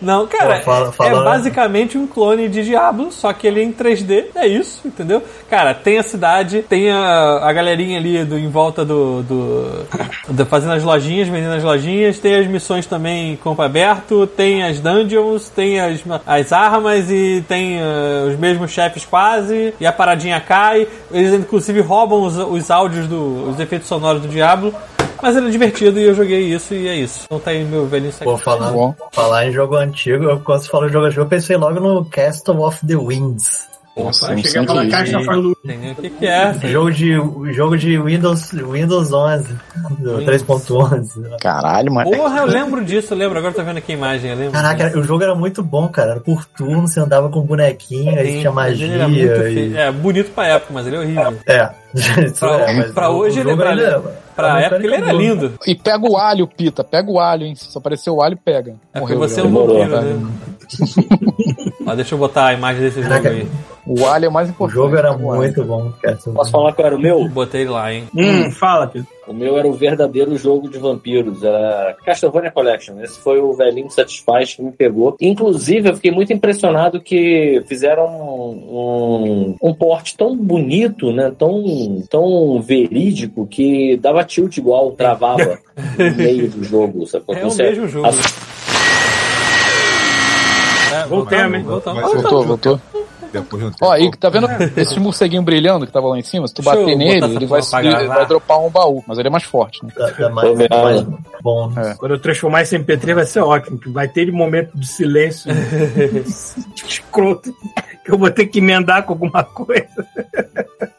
S2: Não, cara,
S7: Pô, fala-
S2: é-
S7: fala-
S2: é basicamente um clone de Diablo, só que ele é em 3D, é isso, entendeu? Cara, tem a cidade, tem a, a galerinha ali do, em volta do, do, do- fazendo as lojinhas, vendendo as lojinhas, tem as missões também em campo aberto, tem as dungeons, tem as, as armas e tem ah, os os mesmos chefes quase, e a paradinha cai. Eles inclusive roubam os, os áudios, do, os efeitos sonoros do Diablo. Mas era divertido e eu joguei isso e é isso. Então tá aí meu velhinho
S7: Pô,
S2: saco.
S7: falar,
S3: Bom.
S7: falar em jogo antigo, eu, quando você falou em jogo antigo, eu pensei logo no Castle of the Winds.
S3: Nossa, não
S9: Chegar
S3: sei
S9: pela
S3: que-
S9: caixa e falar,
S2: O que, que é?
S7: Jogo de, jogo de Windows, Windows 11, do 3.11.
S3: Caralho, mano.
S2: Porra, eu lembro disso, eu lembro. Agora eu tô vendo aqui a imagem, eu lembro.
S7: Caraca, o jogo era muito bom, cara. Era por turno, você andava com bonequinho, aí tinha
S2: Mas
S7: magia.
S2: ele era um muito feio.
S7: e...
S2: É, bonito pra época, mas ele é horrível.
S7: É. Isso
S2: Pra,
S7: é, mas
S2: pra
S7: o-
S2: hoje
S7: o
S2: ele é
S7: jogo
S2: pra,
S7: era-
S2: pra
S7: era
S2: época ele era
S7: mecânica boa.
S2: lindo.
S3: E pega o alho, Pita. Pega o alho, hein? Se só aparecer o alho, pega.
S2: É porque você é
S3: já.
S2: um vampiro,
S3: Tá.
S2: né? Ó, deixa eu botar a imagem desse jogo
S7: Caraca.
S2: aí.
S3: O alho é o mais
S7: O
S3: importante.
S7: jogo era
S3: Pega o alho.
S7: muito bom, cara. é
S4: Posso falar qual era o meu?
S2: Botei lá, hein?
S9: Hum, fala, Pedro.
S4: O meu era o verdadeiro jogo de vampiros, era Castlevania Collection. Esse foi o velhinho Satisfaz que me pegou. Inclusive, eu fiquei muito impressionado que fizeram um, um, um porte tão bonito, né? Tão, tão verídico que dava tilt igual, travava no meio do jogo. Sabe?
S3: Tá
S2: É o mesmo
S3: Ah,
S2: jogo. É,
S9: Voltamos, hein?
S2: Voltamos.
S5: Mas-
S3: Voltou, voltou.
S5: Depois de um tempo.
S3: Ó, aí, tá vendo esse morceguinho brilhando que tava lá em cima? Se tu
S2: É. Deixa eu
S3: bater
S2: botar essa
S3: nele, ele vai,
S2: porra pra
S3: subir, ele
S2: gravar.
S3: vai dropar um baú. Mas ele é mais forte, né?
S7: Da, da
S4: Tô
S7: mais,
S4: vendo.
S7: mais bom.
S3: É.
S9: Quando eu transformar esse MP3 vai ser ótimo. que Vai ter de momento de silêncio escroto que eu vou ter que emendar com alguma coisa.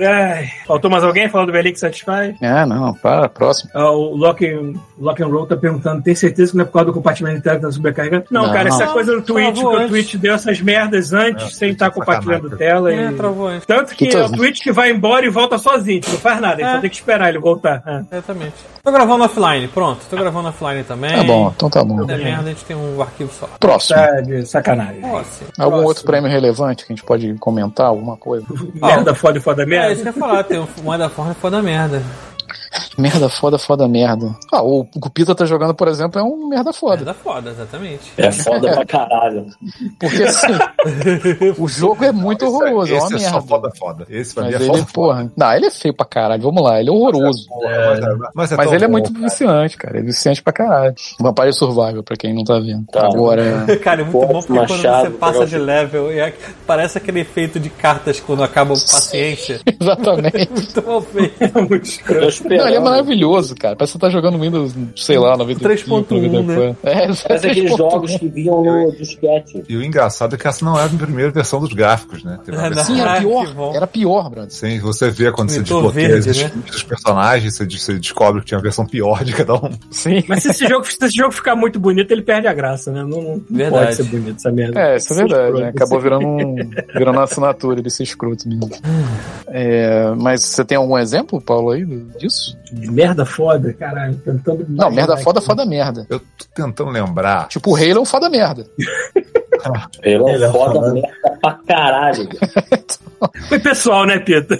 S9: Ai, faltou mais alguém falando do velhinho que satisfaz?
S3: É, não, para, próximo.
S9: Ah, o Lock, Lock and Roll tá perguntando: tem certeza que não é por causa do compartimento interno que tá sobrecarregando? Não,
S3: Não.
S9: cara, essa
S2: Não,
S9: coisa do
S2: por
S9: Twitch, que
S2: favor,
S9: o
S2: antes.
S9: Twitch deu essas merdas antes, sem estar compartilhando
S5: sacanagem.
S9: tela.
S2: É,
S9: e-
S2: travou antes.
S9: Tanto que
S3: Puta.
S9: é o Twitch que vai embora e volta sozinho, tu não faz nada, ele
S2: É.
S9: só tem que esperar ele voltar. Ah.
S2: Exatamente. Tô gravando offline, pronto. Tô gravando offline também.
S3: Tá bom, então tá bom.
S2: É merda, a gente tem um arquivo só.
S3: Próximo.
S9: Tá de sacanagem.
S2: Nossa.
S3: Algum outro prêmio relevante que a gente pode comentar, alguma coisa?
S9: Merda, foda, foda,
S2: É,
S9: merda.
S2: isso que eu ia falar, tem um uma da forma e foda merda.
S3: Merda foda, foda, merda. Ah, o Cupita tá jogando, por exemplo, é um merda foda.
S2: Merda foda, exatamente.
S4: É foda pra caralho.
S3: Porque assim, o jogo é muito
S5: Esse é-
S3: horroroso, é uma
S5: Esse é só
S3: merda.
S5: foda foda. Esse pra mim
S3: Mas
S5: é
S3: ele,
S5: foda foda.
S3: porra. Não, ele é feio pra caralho, vamos lá, ele é horroroso.
S5: Porra, mas é-
S3: Mas
S5: tão
S3: ele é
S5: bom,
S3: muito
S5: cara.
S3: viciante, cara. É viciante pra caralho. Vampire Survival, pra quem não tá vendo.
S4: Tá.
S3: Agora.
S2: Cara, é muito
S4: Pô,
S2: bom porque quando
S4: machado,
S2: você passa de
S4: negócio.
S2: level, e é- parece aquele efeito de cartas quando acaba a paciência.
S3: Exatamente.
S2: Muito bom feito.
S4: Tô
S3: Não,
S5: né?
S3: ele é
S4: esperando.
S3: maravilhoso, cara. Parece que você tá jogando Windows, sei lá, 95,
S2: 3.1,
S3: 94. É,
S4: Parece aqueles
S3: 3.1.
S4: jogos que vinham no disquete.
S5: E o engraçado é que essa não era a primeira versão dos gráficos, né? Teve uma
S2: É,
S5: versão
S3: Sim,
S2: Ah,
S3: era
S2: que
S3: pior.
S2: bom.
S3: Era pior, brother.
S5: Sim, você vê quando você
S2: Monitor
S5: desbloqueia
S2: verde,
S5: os
S2: né?
S5: skins dos personagens, você, você descobre que tinha a versão pior de cada um.
S3: Sim.
S9: Mas se esse, jogo, se esse jogo ficar muito bonito, ele perde a graça, né? Não, não
S2: Verdade.
S9: pode ser bonito essa merda.
S3: É, isso é verdade, né? Acabou
S9: Esse-
S3: virando, um, virando uma assinatura desse escroto mesmo. É, mas você tem algum exemplo, Paulo, aí do- disso?
S9: Merda foda, caralho. Tentando
S3: Não, merda foda, foda merda.
S5: Eu tô tentando lembrar.
S3: Tipo, o Halo é um foda merda.
S4: Ele
S7: Ele
S4: é
S7: é
S4: foda
S7: foda.
S4: merda pra caralho. cara.
S9: Foi pessoal, né, Pita?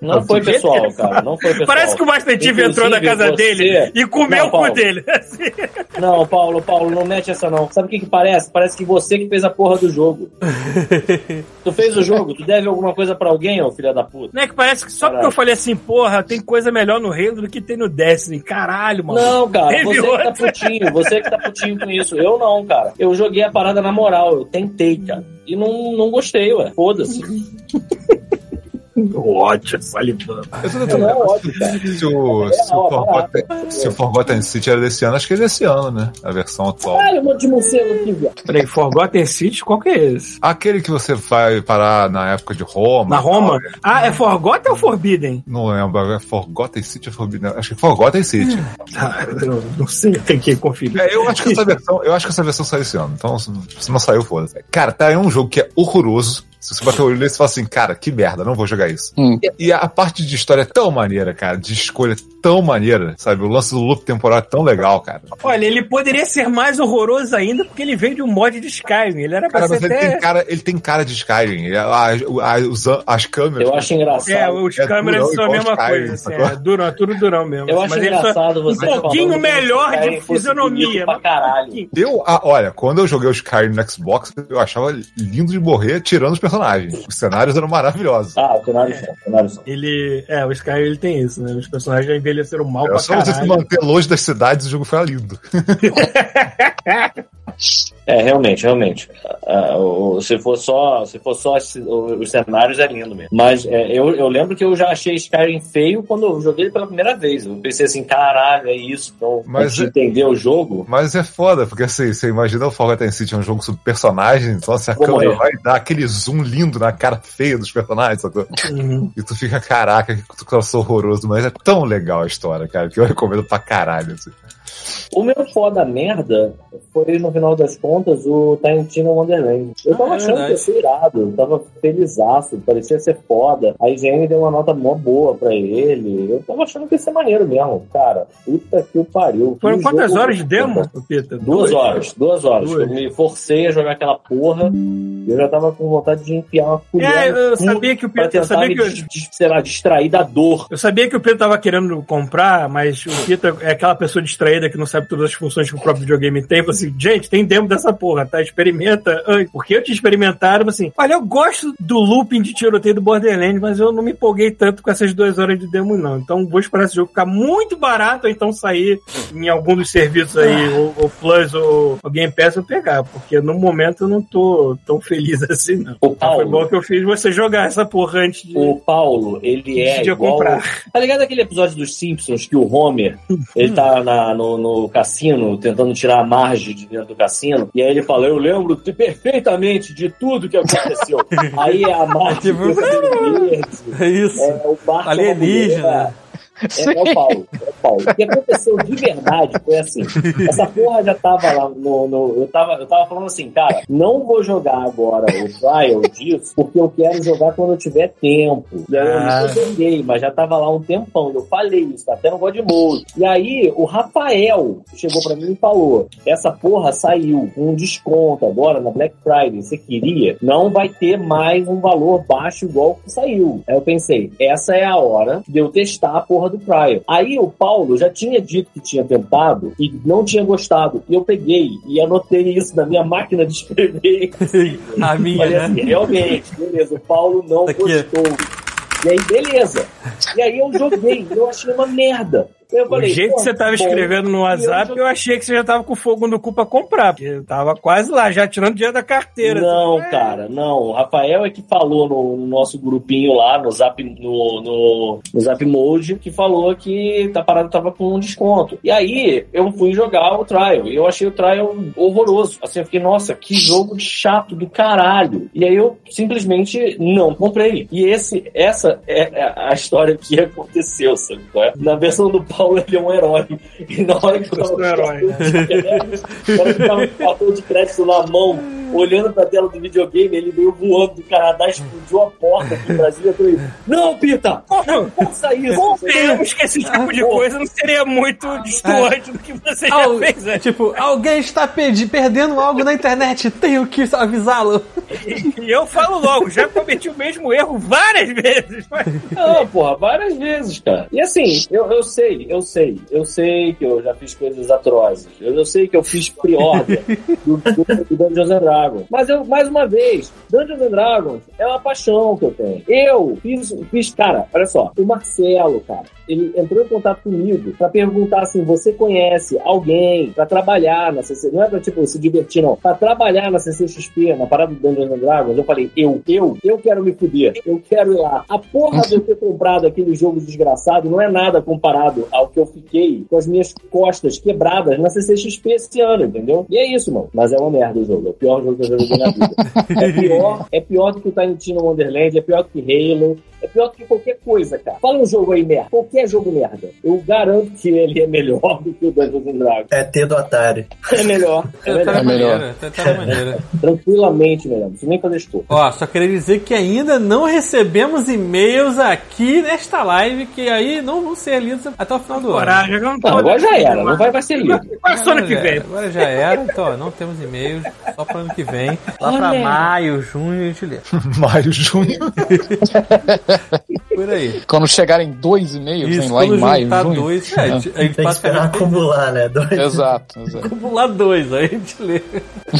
S4: Não foi pessoal, cara. Não foi pessoal.
S9: Parece que o Master Chief
S4: Inclusive,
S9: entrou na casa
S4: você-
S9: dele e comeu
S4: Não,
S9: o cu
S4: Paulo.
S9: dele. Assim.
S4: Não, Paulo, Paulo, não mete essa não. Sabe o que que parece? Parece que você que fez a porra do jogo. tu fez o jogo, tu deve alguma coisa pra alguém, ô filha da puta.
S9: Né, que parece que só porque eu falei assim, porra, tem coisa melhor no Halo do que tem no Destiny. Caralho, mano.
S4: Não, cara,
S9: Teve
S4: você que tá
S9: outra.
S4: putinho, você que tá putinho com isso. Eu não, cara. Eu joguei a parada na moral, eu tentei, cara. E não, não gostei, ué. Foda-se.
S9: Ótimo, salivando.
S5: Eu tô tentando
S4: Não é
S5: lembrar
S4: óbvio, cara.
S5: se o, se o, Forgotten, se o Forgotten City era desse ano. Acho que é desse ano, né? A versão atual.
S4: Caralho, um monte de morcego aqui, velho.
S9: Peraí, Forgotten City, qual que é esse?
S5: Aquele que você vai parar na época de Roma.
S9: Na Roma? Ah, é Forgotten ou Forbidden?
S5: Não lembro, é Forgotten City ou Forbidden? Acho que é Forgotten City.
S9: Ah, eu não sei, tem que conferir.
S5: É, eu acho que essa versão, eu acho que essa versão saiu esse ano. Então, se se não saiu, foda-se. Cara, tá aí um jogo que é horroroso. Se você bater o olho nele, você fala assim, cara, que merda, não vou jogar isso.
S3: Hum.
S2: É,
S5: E a parte de história é tão maneira, cara, de escolha é tão maneira, sabe? O lance do loop temporal é tão legal, cara.
S9: Olha, ele poderia ser mais horroroso ainda porque ele veio de um mod de Skyrim. Ele era pra
S5: Cara, mas
S9: ser
S5: ele
S9: até.
S5: tem cara, ele tem cara de Skyrim. Ele- a- a- os an- as câmeras.
S4: Eu acho engraçado.
S9: É, os
S5: É
S9: câmeras
S5: durão
S9: são a
S5: igual
S9: mesma
S5: Skyrim,
S9: coisa. Assim,
S5: sacou?
S9: é, durão, é tudo durão mesmo.
S4: Eu
S9: assim,
S4: acho
S9: mas ele só-
S4: engraçado você
S9: um pouquinho
S4: falando que
S9: melhor
S4: esse cara
S9: de
S4: fosse
S9: fisionomia, né?
S4: bonito
S9: mas-
S4: Pra caralho.
S5: Eu, ah, olha, quando eu joguei o Skyrim no Xbox, eu achava lindo de morrer, tirando os personagens. Os cenários eram maravilhosos.
S4: Ah, o
S9: É.
S4: cenário só, o cenário só.
S9: Ele. É, o Sky ele tem isso, né? Os personagens já envelheceram mal
S5: Era
S9: pra
S5: só você se
S9: caralho.
S5: manter longe das cidades, o jogo foi lindo.
S4: É, realmente, realmente. Ah, o- se for só, se for só esse- o- os cenários, é lindo mesmo. Mas é, eu, eu lembro que eu já achei Skyrim feio quando eu joguei ele pela primeira vez. Eu pensei assim, caralho, é isso. Então,
S5: Mas
S4: antes de
S5: é-
S4: entender o jogo,
S5: Mas é foda, porque assim, você imagina o Forgotten City é um jogo sobre personagens, então assim, a
S4: Vou
S5: câmera
S4: morrer.
S5: vai dar aquele zoom lindo na cara feia dos personagens, sacou?
S2: Uhum.
S5: E tu fica, caraca, que troço horroroso, mas é tão legal a história, cara, que eu recomendo pra caralho. Assim.
S4: o meu foda merda foi, no final das contas, o Tarantino Wonderland. Eu tava
S2: Ah, é
S4: achando que ia
S2: verdade.
S4: ser irado, eu tava felizaço, parecia ser foda. A IGN deu uma nota mó boa pra ele. Eu tava achando que ia ser maneiro mesmo, cara. Puta que o pariu.
S9: Foram
S4: Que
S9: quantas
S4: Um jogo-
S9: horas de demo, Pita?
S4: Duas horas, duas horas.
S9: Duas.
S4: Eu me forcei a jogar aquela porra e eu já tava com vontade de enfiar uma colher
S9: É,
S4: no
S9: eu
S4: cu
S9: sabia que o
S4: pra
S9: Pita. Eu
S4: tentar
S9: sabia
S4: me,
S9: que eu,
S4: dis- dis- sei lá, distrair da dor.
S9: eu sabia que o Pedro tava querendo comprar, mas o Pita é aquela pessoa distraída que não sabe todas as funções que o próprio videogame tem. Falou assim, gente, tem demo dessa porra, tá? Experimenta. antes. Porque eu te experimentaram, assim, olha, eu gosto do looping de tiroteio do Borderlands, mas eu não me empolguei tanto com essas duas horas de demo, não. Então vou esperar esse jogo ficar muito barato, ou então sair em algum dos serviços aí, ou, ou Plus ou, ou Game Pass, eu pegar. Porque no momento eu não tô tão feliz assim, não.
S4: O
S9: Ah, foi bom
S4: Paulo,
S9: que eu fiz você jogar essa porra antes de.
S4: o Paulo, ele é
S9: Decidiu
S4: igual...
S9: comprar.
S4: Tá ligado aquele episódio dos Simpsons que o Homer, ele tá na- no, no cassino, tentando tirar a margem de dentro do cassino, e aí ele fala, eu lembro de- perfeitamente de tudo que aconteceu. aí a margem
S2: Tipo,
S4: do cabelo verde,
S2: É isso.
S4: é o barco...
S2: Alienígena.
S4: É, é o Paulo, é o Paulo. O que aconteceu de verdade foi assim. Essa porra já tava lá no. no- eu, tava, eu tava falando assim, cara, não vou jogar agora o trial disso, porque eu quero jogar quando eu tiver tempo. E aí Eu
S9: Ah.
S4: não joguei, mas já tava lá um tempão. Eu falei isso, até não gosto de mode. E aí, o Rafael chegou pra mim e falou: essa porra saiu com um desconto agora na Black Friday. Você queria? Não vai ter mais um valor baixo igual o que saiu. Aí eu pensei, essa é a hora de eu testar a porra do Prior. Aí o Paulo já tinha dito que tinha tentado e não tinha gostado. E eu peguei e anotei isso na minha máquina de escrever.
S2: A
S4: Falei
S2: minha, né?
S4: assim, realmente, beleza, o Paulo não
S2: Aqui.
S4: gostou. E aí, beleza. E aí eu joguei, eu achei uma merda. Eu
S9: O
S4: falei,
S9: jeito que
S4: "Pô,
S9: você tava
S4: bom."
S9: escrevendo no WhatsApp, eu achei que você já tava com fogo no cu pra comprar, porque eu tava quase lá, já tirando dinheiro da carteira.
S4: Não,
S9: É.
S4: cara, não. O Rafael é que falou no, no nosso grupinho lá, no Zap, no, no, no Zap Mode, que falou que a parada tava com um desconto. E aí eu fui jogar o Trial. E eu achei o Trial horroroso. Assim, eu fiquei, nossa, que jogo chato do caralho. E aí eu simplesmente não comprei. E esse, essa é a história que aconteceu, sabe? qual é? Na versão do Paulo, ele é um herói. E na hora que eu
S9: Eu sou
S4: tava
S9: um herói, né?
S4: o cara que tava com o cartão de crédito na mão, olhando pra tela do videogame, ele veio voando do Canadá, explodiu a porta aqui em Brasília. Eu falei, não, Pita,
S9: Não,
S4: faça isso.
S9: Convenhamos que esse tipo
S4: Ah,
S9: de coisa não seria muito distante
S4: é.
S9: do que você já
S2: Al-
S9: fez né? antes.
S2: Tipo, alguém está pedi- perdendo algo na internet, tenho que avisá-lo.
S9: E eu falo logo, já cometi o mesmo erro várias vezes. mas-
S4: Não, porra, várias vezes, cara. E assim, eu, eu sei, eu sei, eu sei que eu já fiz coisas atrozes. Eu, eu sei que eu fiz pre-order do, do, do Dungeons and Dragons. Mas eu, mais uma vez, Dungeons and Dragons é uma paixão que eu tenho. Eu fiz, fiz cara, olha só, o Marcelo, cara, ele entrou em contato comigo pra perguntar assim: você conhece alguém pra trabalhar na CC? Não é pra tipo se divertir, não. Pra trabalhar na CCXP, na parada do Dungeons and Dragons, eu falei: eu, eu, eu quero me fuder, eu quero ir lá. A porra de eu ter comprado aquele jogo desgraçado não é nada comparado ao que eu fiquei com as minhas costas quebradas na CCXP esse ano, entendeu? E é isso, mano. Mas é uma merda o jogo, é o pior jogo que eu já joguei na vida. É pior, é pior do que o Tiny Tina Wonderland, é pior que Halo, é pior do que qualquer coisa, cara. Fala um jogo aí, merda. Qualquer jogo merda. Eu garanto que ele é melhor do que o Dungeons and Dragons.
S7: É ter do Atari.
S4: É melhor. É melhor.
S3: É melhor.
S2: Tá, tá na maneira.
S4: Tranquilamente melhor. Não preciso nem fazer estou.
S2: Ó, só queria dizer que ainda não recebemos e-mails aqui nesta live, que aí não vão ser lidos até o final do ano.
S9: Coragem, eu não tô-
S4: Não, agora já era. né? Não vai, vai ser lido.
S9: Quase só ano
S2: Agora
S9: que
S2: já-
S9: vem.
S2: Agora já era, então ó, não temos e-mails, só para ano que vem. Lá pra
S4: Olha.
S2: maio, junho a gente lê.
S5: Maio, junho.
S2: Por aí.
S3: Quando chegarem dois e meio,
S2: Isso,
S3: sei lá, em
S2: quando
S3: maio,
S2: juntar
S3: junho. Ah.
S2: dois, é, a gente a gente
S7: Tem que
S2: passa
S7: esperar acumular, né? Dois.
S3: Exato, exato.
S2: acumular dois, aí a gente lê.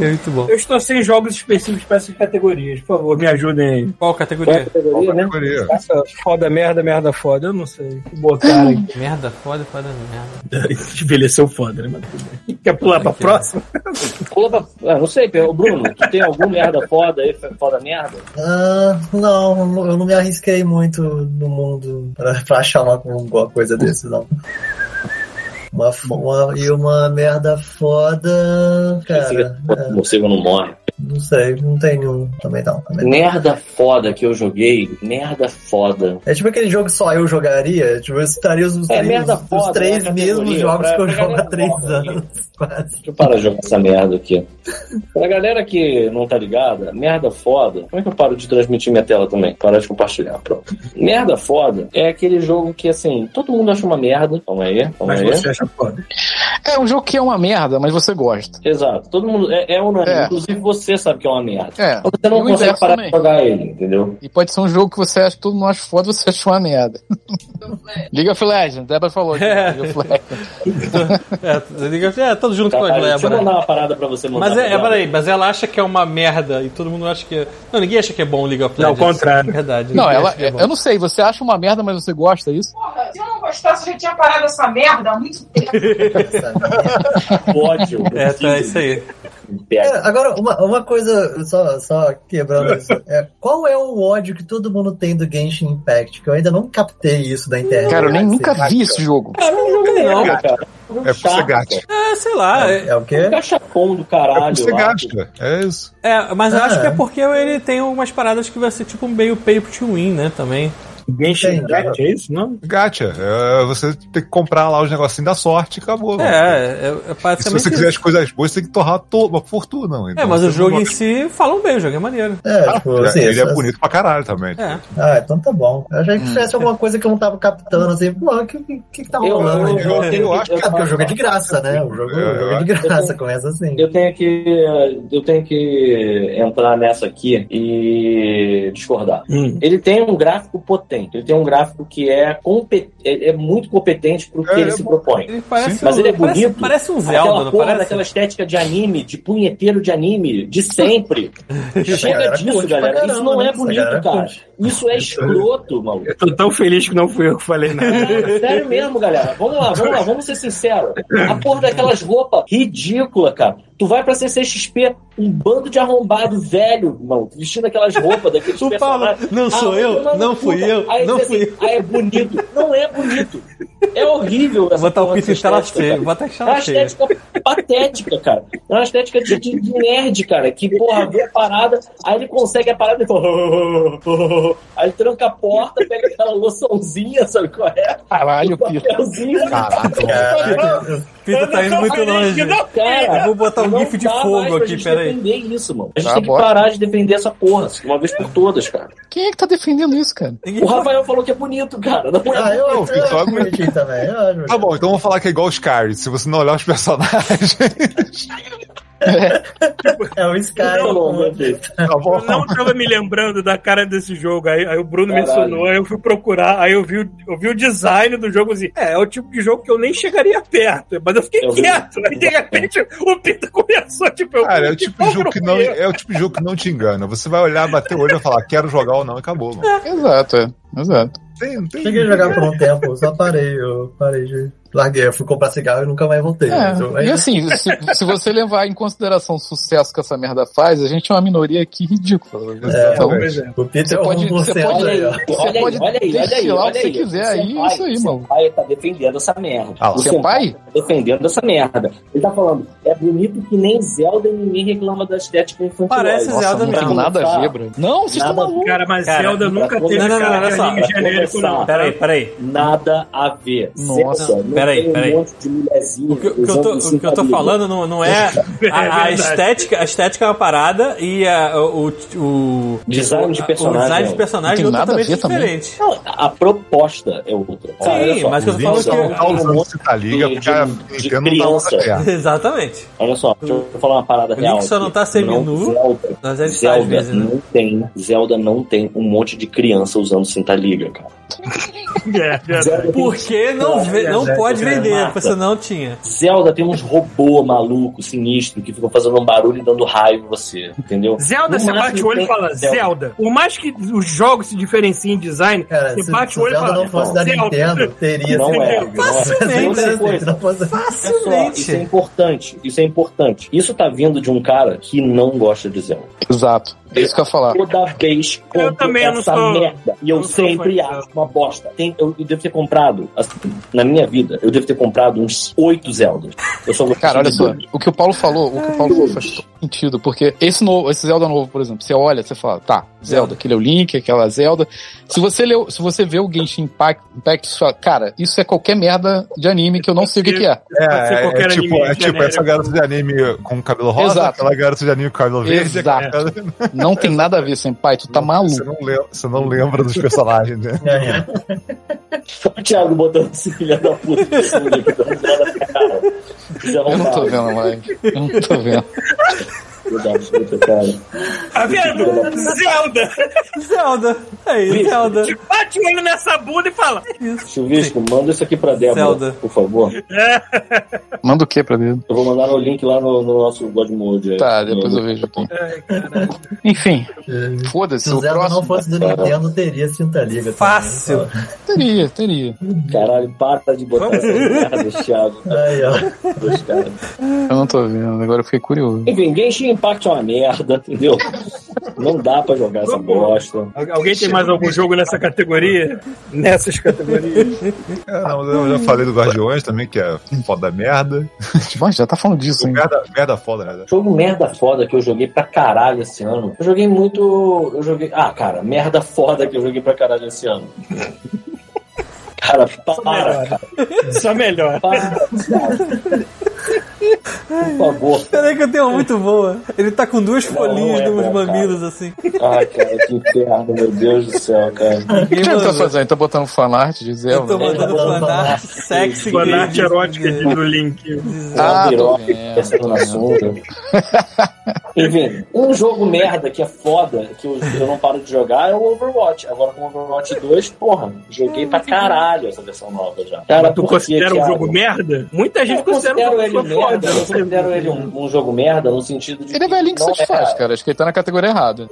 S2: É muito bom.
S9: Eu estou sem jogos específicos para essas categorias. Por favor, me ajudem aí.
S2: Qual categoria?
S4: Categoria,
S2: um
S4: né?
S5: Maneiro.
S9: é Essa foda, merda, merda, foda. Eu não sei. Que botaram aí.
S2: É. Merda, foda, foda, merda.
S9: Envelheceu foda, né? Mas tudo bem. Quer pular pra próxima?
S4: Pula pra- ah, não sei, Pedro. Bruno, tu tem algum merda foda aí, foda merda?
S7: Ah, não, não- eu não me arrisquei muito no mundo pra, pra achar uma, alguma coisa desse, não. Uma, fo- uma- e uma merda foda. Cara,
S4: O morcego não morre.
S7: não sei, não tem nenhum também não. Também. não.
S4: Merda foda que eu joguei, merda foda.
S7: É tipo aquele jogo que só eu jogaria, tipo, eu citaria os, os,
S4: É, merda
S7: os
S4: foda,
S7: três
S4: né,
S7: mesmos
S4: categoria,
S7: jogos
S4: pra-
S7: que eu
S4: pra
S7: jogo há
S4: galera
S7: três
S4: nova aí.
S7: anos, quase.
S4: Deixa eu parar de jogar essa merda aqui. Pra galera que não tá ligada, merda foda. Como é que eu paro de transmitir minha tela também? Parar de compartilhar, pronto. Merda foda é aquele jogo que, assim, todo mundo acha uma merda. Calma aí, calma
S9: Mas
S4: aí.
S9: você acha foda.
S3: É um jogo que é uma merda, mas você gosta.
S4: Exato, todo mundo é, é unânime.
S3: É.
S4: Inclusive você sabe que é uma merda.
S3: É.
S4: Você
S3: E
S4: não
S3: o
S4: consegue
S3: inverso
S4: parar
S3: também.
S4: de jogar ele, entendeu?
S3: E pode ser um jogo que você acha que todo mundo acha foda, você acha uma merda. Liga of Legends, Débora falou. aqui, League of Legends.
S2: É, liga- é, todo junto com a
S4: Caralho, deixa eu
S2: Glebra.
S4: mandar uma parada pra você mandar.
S2: Mas é, é,
S4: Gabriel.
S2: peraí, mas ela acha que é uma merda e todo mundo acha que é. Não, ninguém acha que é bom o League of
S9: Não,
S2: Legends.
S9: ao contrário.
S2: É verdade.
S3: Não,
S2: ninguém
S3: ela.
S2: acha que é bom.
S3: Eu não sei, você acha uma merda, mas você gosta é disso?
S10: Porra, se eu não gostasse, eu já tinha parado essa merda há muito tempo.
S4: Ódio.
S2: É, tá, é isso aí.
S7: É, agora, uma, uma coisa, só, só quebrando isso. É, qual é o ódio que todo mundo tem do Genshin Impact? Que eu ainda não captei isso da internet.
S3: Cara, eu nem
S7: Assim,
S3: nunca
S7: saca?
S3: vi esse jogo.
S4: Não, cara.
S5: É por ser gato.
S2: É, sei lá. É,
S7: É o quê?
S4: Cachapão do
S5: É por
S4: caralho.
S5: ser
S4: lá.
S5: gato, cara. É isso.
S2: é, mas eu
S7: Ah.
S2: acho que é porque ele tem algumas paradas que vai ser tipo meio pay to win, né? Também.
S9: Genshin
S7: Entendi.
S9: Impact, é isso? Não?
S5: Gacha. É, você tem que comprar lá os negocinhos da sorte e acabou.
S2: É, é, é
S5: E se você
S2: basicamente.
S5: quiser
S2: isso.
S5: as coisas boas, você tem que torrar to- uma fortuna.
S2: É,
S5: Então,
S2: mas
S5: você
S2: o jogo
S5: não
S2: em
S5: gosta-
S2: si falam bem, o jogo é maneiro.
S7: É, tipo, assim,
S5: Ele
S7: essas-
S5: é bonito pra caralho também.
S2: É.
S7: Ah, então tá bom. Eu achei que
S3: Hum.
S7: tivesse alguma coisa que eu não tava captando, assim, pô, o que, que, que tá
S4: Eu,
S7: rolando?
S4: eu,
S7: aí?
S4: eu, tenho
S5: Eu acho que
S7: Ah, porque o jogo é de graça, né? O jogo, o jogo é de graça, começa assim.
S4: Eu tenho que eu tenho que entrar nessa aqui e discordar.
S9: Hum.
S4: Ele tem um gráfico potente. Ele tem um gráfico que é compet- é, é muito competente pro que
S5: É,
S4: ele
S5: é
S4: se
S5: bom.
S4: propõe.
S2: Ele parece um
S4: Sim. Mas ele é
S2: parece-
S4: bonito.
S2: Parece um Zelda,
S4: Aquela
S2: não
S4: porra
S2: parece?
S4: daquela estética de anime, de punheteiro de anime, de sempre. Chega
S7: galera
S4: disso,
S7: curte pra
S4: galera. Isso
S7: caramba,
S4: não
S7: né?
S4: é
S7: Essa
S4: bonito,
S7: galera
S4: cara.
S7: curte.
S4: Isso é escroto, maluco.
S9: Eu tô tão feliz que não fui eu que falei nada.
S4: Cara, Sério mesmo, galera. Vamos lá, vamos lá, vamos ser sinceros. A porra daquelas roupas ridícula, cara. Tu vai pra CCXP, um bando de arrombado velho, mano, vestindo aquelas roupas daqueles
S2: O Paulo,
S4: personagens.
S2: não sou eu,
S4: filho da
S2: não
S4: puta.
S2: fui eu,
S4: Aí
S2: não
S4: diz
S2: fui
S4: assim, Ah, é bonito. Não é bonito. É horrível essa
S2: Botar o
S4: porra
S2: Pito em
S4: dessa
S2: tela
S4: estética,
S2: cheia,
S4: cara.
S2: botar em
S4: É uma
S2: tela cheia.
S4: estética patética, cara. É uma estética de, de- de nerd, cara. Que, porra, vê a parada, aí ele consegue a parada e fala. Aí ele tranca a porta, pega aquela loçãozinha, sabe qual é?
S3: Caralho, Pito.
S4: Papelzinho. né?
S7: Caraca,
S2: Pito tá indo muito longe.
S4: Cara,
S2: Eu vou botar um
S4: não
S2: gif de
S4: dá mais
S2: fogo
S4: pra
S2: aqui,
S4: gente
S2: peraí.
S4: defender isso, mano. A gente
S3: Tá,
S4: tem que
S3: bora.
S4: parar de defender essa porra, assim, de uma vez por todas, cara.
S3: Quem é que tá defendendo isso, cara?
S2: Ninguém
S4: O Rafael falou que é bonito, cara. Não
S7: Ah,
S4: é
S7: eu,
S5: Não,
S7: eu,
S5: filho, só
S7: acho bonitinho também. Eu acho
S5: Tá bom, então vamos falar que é igual os Skyrim. Se você não olhar os personagens,
S7: É o Sky.
S4: Não, não, meu Deus.
S5: tá bom?
S9: Eu não tava me lembrando da cara desse jogo. Aí, aí o Bruno
S4: Caralho.
S9: mencionou, aí eu fui procurar, aí eu vi, o- eu vi o design do jogo assim. É, é o tipo de jogo que eu nem chegaria perto. Mas eu fiquei
S4: Eu vi.
S9: quieto. Aí de repente o Pita começou, tipo, eu
S5: Cara, é o
S9: que
S5: tipo de jogo
S9: compro
S5: que não,
S9: eu.
S5: é o tipo de jogo que não te engana. Você vai olhar, bater o olho e vai falar, quero jogar ou não, e acabou, mano.
S3: Exato, é. Exato.
S5: Tem, não tem.
S7: Cheguei a jogar por um tempo, só parei, eu parei de. Larguei, eu fui comprar cigarro e nunca mais voltei. Mas eu-
S3: É, e assim, se, se você levar em consideração o sucesso que essa merda faz, a gente é uma minoria aqui ridícula.
S7: É,
S3: Então,
S9: Pois é.
S7: o Peter
S3: Você
S7: é
S3: pode-
S7: 1%
S3: você pode-
S4: Olha aí,
S7: melhor.
S4: olha aí, olha
S3: pode
S4: aí, olha aí,
S3: destilar o
S4: olha
S3: que você
S4: aí.
S3: quiser
S4: Seu
S3: aí,
S4: pai-
S3: isso aí,
S4: seu
S3: mano.
S4: pai tá defendendo essa merda.
S5: Ah, lá.
S4: O
S3: Seu
S4: seu
S3: é pai?
S4: tá defendendo essa merda. Ele tá falando, é bonito que nem Zelda e ninguém reclama da estética infantil.
S2: Parece
S3: nossa,
S2: Zelda
S3: não tem
S2: mesmo.
S3: nada a
S4: Tá.
S3: ver, Bruno. Não, vocês estão
S4: Nada a
S3: malucos.
S9: Cara, mas
S2: Cara,
S9: Zelda nunca
S4: pra
S9: teve
S4: começar-
S2: Não,
S9: cara
S2: não, não, olha
S9: de
S2: só,
S9: anime
S4: pra
S9: genérico,
S4: começar.
S9: não.
S2: Peraí, peraí.
S4: Nada a ver.
S3: Nossa.
S4: Zelda não
S2: Peraí,
S4: tem
S2: peraí.
S4: Um monte de mulherzinha
S2: O que, o que eu, tô, o
S4: usando
S2: que eu tô
S4: cinturão.
S2: falando não, não é. A, a
S9: verdade.
S2: estética, a estética é uma parada e a- o, o-
S4: Design de
S2: o-
S4: personagem.
S2: O design de personagem
S3: Não
S2: é
S3: tem nada a
S2: totalmente
S3: ver também.
S2: diferente.
S4: Não, a proposta é outra.
S2: Sim, mas que eu tô falando que-
S5: Tá usando se tá liga,
S4: de-
S5: porque a
S4: de- de
S5: Nintendo não tá
S4: criança.
S5: usando.
S2: Exatamente.
S4: Olha só, deixa eu falar uma parada
S2: O
S4: real.
S2: Link só não
S4: aqui.
S2: tá seminu,
S4: Zelda,
S2: Mas é de
S4: Zelda
S2: Zelda, vezes, né?
S4: não tem, Zelda não tem um monte de criança usando cinta-liga, cara.
S9: É,
S2: É
S4: Zelda tem
S2: Porque não, ve- não
S4: Zelda é
S2: pode
S4: tem
S2: vender,
S4: mata.
S2: porque senão tinha.
S4: Zelda tem uns robô maluco, sinistro, que ficam fazendo um barulho e dando raio em você, entendeu?
S9: Zelda,
S4: No
S9: você
S4: máximo
S9: bate o olho e
S4: tem
S9: fala Zelda. Por mais que os jogos se diferenciem em design,
S7: Cara,
S9: você
S7: se,
S9: bate
S7: se
S9: o olho e
S7: Zelda
S9: fala
S7: não fosse da
S9: Zelda.
S7: Nintendo, teria
S4: Não é.
S7: certeza.
S4: Não é.
S7: Não
S4: Outra
S2: né?
S7: tem
S4: coisa.
S7: certeza, não fosse-
S4: Olha só, isso é importante, isso é importante. Isso tá vindo de um cara que não gosta de Zelda.
S3: Exato. É isso que eu ia falar.
S4: Toda vez
S9: Eu
S4: compro
S9: também não
S4: essa
S9: sou-
S4: merda. E eu
S9: não sou
S4: sempre
S9: fã de Zelda.
S4: acho uma bosta. Tem- eu, eu devo ter comprado, assim, na minha vida, eu devo ter comprado uns oito Zeldas. Eu só gosto
S3: Cara, olha
S4: de
S3: só,
S4: dois.
S3: o que o Paulo falou, o que o Paulo falou faz todo sentido, porque esse, novo, esse Zelda novo, por exemplo, você olha, você fala, tá, Zelda, aquele é o Link, aquela Zelda. Se você leu, se você vê o Genshin Impact, Impact você fala, cara, isso é qualquer merda de anime que eu não sei o que, que é.
S9: Pode ser
S5: É, é,
S9: qualquer
S5: tipo,
S9: anime
S5: é tipo
S9: genérico.
S5: essa garota de anime com cabelo rosa,
S3: Exato.
S5: aquela garota de anime com cabelo verde.
S3: Exato.
S5: aquela-
S3: Não tem nada a ver, senpai, tu tá
S5: Você
S3: maluco.
S5: não, lembra, você não lembra dos personagens, né?
S7: É, é.
S4: O Thiago botando esse filho da puta em cima de mim, dando Zelda pra cara. Isso é
S3: Eu não tô
S4: arrombado,
S3: vendo mais. Eu não tô vendo.
S4: filho da puta, cara.
S9: Tá vendo? Zelda!
S2: Zelda! Aí,
S4: Isso.
S2: Zelda!
S9: Te bate o olho nessa bunda e fala.
S4: Chuvisco, manda isso aqui pra Débora,
S2: Zelda.
S4: por favor.
S3: Manda o que pra mim?
S4: Eu vou mandar o link lá no, no nosso Godmode. aí.
S3: Tá, depois eu vejo aqui. Enfim, foda-se,
S7: Se o
S3: o
S7: Zelda não
S3: próximo
S7: fosse do Nintendo, teria cinta liga. também.
S2: Fácil.
S3: teria, teria.
S4: Caralho, para de botar essa merda, Thiago.
S7: Aí, ó.
S4: Deus, cara.
S3: Eu não tô vendo, agora eu fiquei curioso.
S4: Enfim, Genshin Impact é uma merda, entendeu? Não dá pra jogar essa bosta.
S9: Al- Alguém tem mais algum jogo nessa categoria? Nessas categorias.
S5: É, não, eu já falei do Guardiões também, que é foda merda.
S3: Mas já tá falando disso, hein?
S5: Merda, merda foda, né?
S4: Jogo merda foda que eu joguei pra caralho esse ano. Eu joguei muito. Eu joguei. Ah, cara, merda foda que eu joguei pra caralho esse ano. Cara, para, cara,
S9: Só melhor.
S4: para, cara. Por favor.
S2: Peraí que eu tenho uma muito boa. Ele tá com duas folhinhas
S4: não é
S2: de uns
S4: bom,
S2: mamilos, assim.
S4: Ai, cara, que inferno, meu Deus do céu, cara.
S3: O que
S2: Ninguém
S3: ele tá
S2: mandou.
S3: fazendo? né? Tá botando fanart de
S2: Eu tô
S4: Então,
S3: Zelda?
S2: mandando
S7: Ele tá mandando
S2: fanart
S7: fanart.
S2: sexy.
S9: Fanart
S2: gay,
S9: erótica
S2: gay.
S9: aqui do link.
S3: Ah, tô
S4: Labiroca,
S3: vendo,
S4: pensando
S3: tô
S4: na
S3: vendo.
S4: sunga. Enfim, um jogo merda que é foda, que eu, eu não paro de jogar, é o Overwatch. Agora com o Overwatch 2, porra, joguei pra caralho essa versão nova já. Cara,
S9: Tu
S4: por
S9: considera
S4: que,
S9: um
S4: Thiago?
S9: jogo merda? Muita gente
S4: Eu
S9: considera
S4: considero
S9: um
S4: ele
S9: jogo foda.
S4: merda, eu considero ele um, um jogo merda no sentido de.
S3: Ele é velhinho que
S4: não
S3: satisfaz,
S4: é-
S3: cara. Acho que ele tá na categoria errada.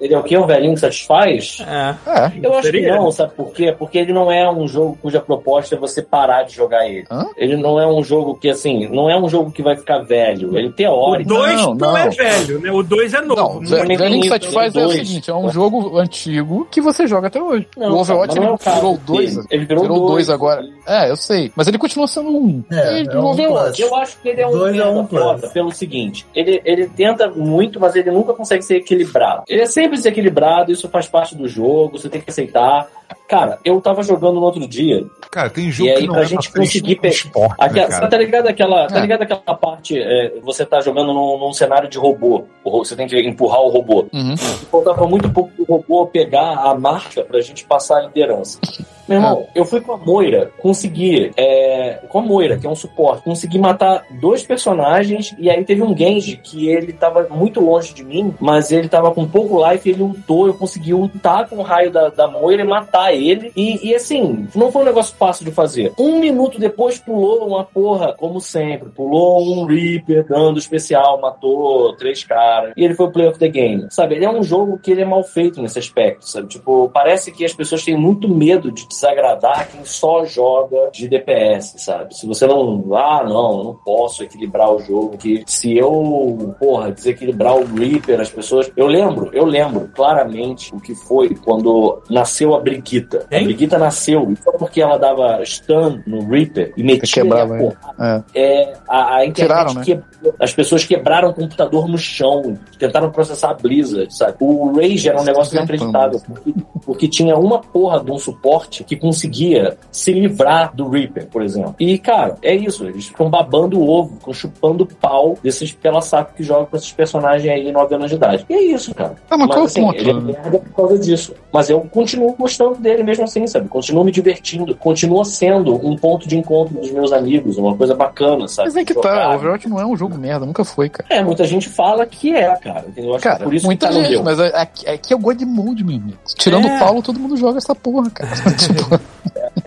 S4: Ele é o que? Um velhinho que satisfaz?
S2: É.
S3: É.
S4: Eu acho que um
S9: Seria?
S4: não, sabe por quê? Porque ele não é um jogo cuja proposta é você parar de jogar ele.
S3: Hã?
S4: Ele não é um jogo que, assim, não é um jogo que vai ficar velho. Ele
S9: O
S4: teórico.
S9: 2
S3: Não,
S9: não,
S3: não.
S9: é velho, né? O 2 é novo.
S3: Não,
S9: Não,
S3: Ze-
S4: é nem
S3: velhinho que
S4: isso,
S3: satisfaz
S4: tem
S3: é o
S4: dois.
S3: seguinte: é um jogo antigo que você joga até hoje.
S4: Não,
S3: o Overwatch
S4: mas não
S3: ele
S4: é o caso
S3: virou
S4: dele.
S3: dois.
S4: Ele virou
S3: Virou dois
S4: dois.
S3: agora. É, eu sei. Mas ele continua sendo um.
S7: É,
S3: Ele-
S7: é
S3: o
S7: um
S3: Overwatch.
S4: Eu acho que ele é um
S7: Dois a
S4: merda
S7: um plus.
S4: foda pelo seguinte, ele, ele tenta muito, mas ele nunca consegue ser equilibrado. Ele é sempre desequilibrado, isso faz parte do jogo, você tem que aceitar. Cara, eu tava jogando no outro dia,
S5: Cara, tem jogo
S4: E aí,
S5: que não
S4: pra
S5: é
S4: gente
S5: pra ser
S4: conseguir pe-
S5: esporte, né,
S4: Aquela,
S5: cara?
S4: tá ligado aquela, tá
S3: É.
S4: ligado aquela parte, é, você tá jogando num, num cenário de robô, O ro- você tem que empurrar o robô.
S3: Uhum.
S4: Faltava muito pouco pro robô pegar a marcha pra gente passar a liderança. Meu irmão, eu fui com a Moira, consegui, é, com a Moira, que é um suporte, consegui matar dois personagens e aí teve um Genji que ele tava muito longe de mim, mas ele tava com pouco life, ele ultou, eu consegui ultar com o raio da, da Moira e matar ele. E, e assim, não foi um negócio fácil de fazer. Um minuto depois pulou uma porra, como sempre, pulou um Reaper, dando especial, matou três caras. E ele foi o play of the game. Sabe, ele é um jogo que ele é mal feito nesse aspecto, sabe? Tipo, parece que as pessoas têm muito medo de desagradar quem só joga de DPS, sabe? Se você não, ah, não, eu não posso equilibrar o jogo, que se eu, porra, desequilibrar o Reaper, as pessoas. Eu lembro, eu lembro claramente o que foi quando nasceu a Brigitta. A
S2: Hein?
S4: Brigitta nasceu e foi porque ela dava stun no Reaper e metia ele a
S3: Quebrava,
S4: porrada.
S3: É.
S4: É, a, a internet
S3: Tiraram, né?
S4: quebrou. As pessoas quebraram o computador no chão, tentaram processar a Blizzard, sabe? O Rage era um negócio
S3: Inventando.
S4: inacreditável, porque, porque tinha uma porra de um suporte gente que conseguia se livrar do Reaper, por exemplo. E, cara, é isso. Eles ficam babando o ovo, ficam chupando o pau desses pela saco que jogam com esses personagens aí em 9 anos de idade. E é isso, cara.
S3: Ah, mas qual é o ponto?
S4: ele é merda por causa disso. Mas eu continuo gostando dele mesmo assim, sabe? Continuo me divertindo. Continua sendo um ponto de encontro dos meus amigos, uma coisa bacana, sabe?
S3: Mas é que tá, o
S4: Jogar.
S3: Overwatch não é um jogo merda, nunca foi, cara.
S4: É, muita gente fala que é, cara. entendeu? Eu acho que
S3: Cara,
S4: por isso
S3: muita
S4: que tá no
S3: gente,
S4: meu.
S3: mas é- aqui, aqui é o God Mode, meu amigo. Tirando
S9: É.
S3: o Paulo, todo mundo joga essa porra, cara. Tipo,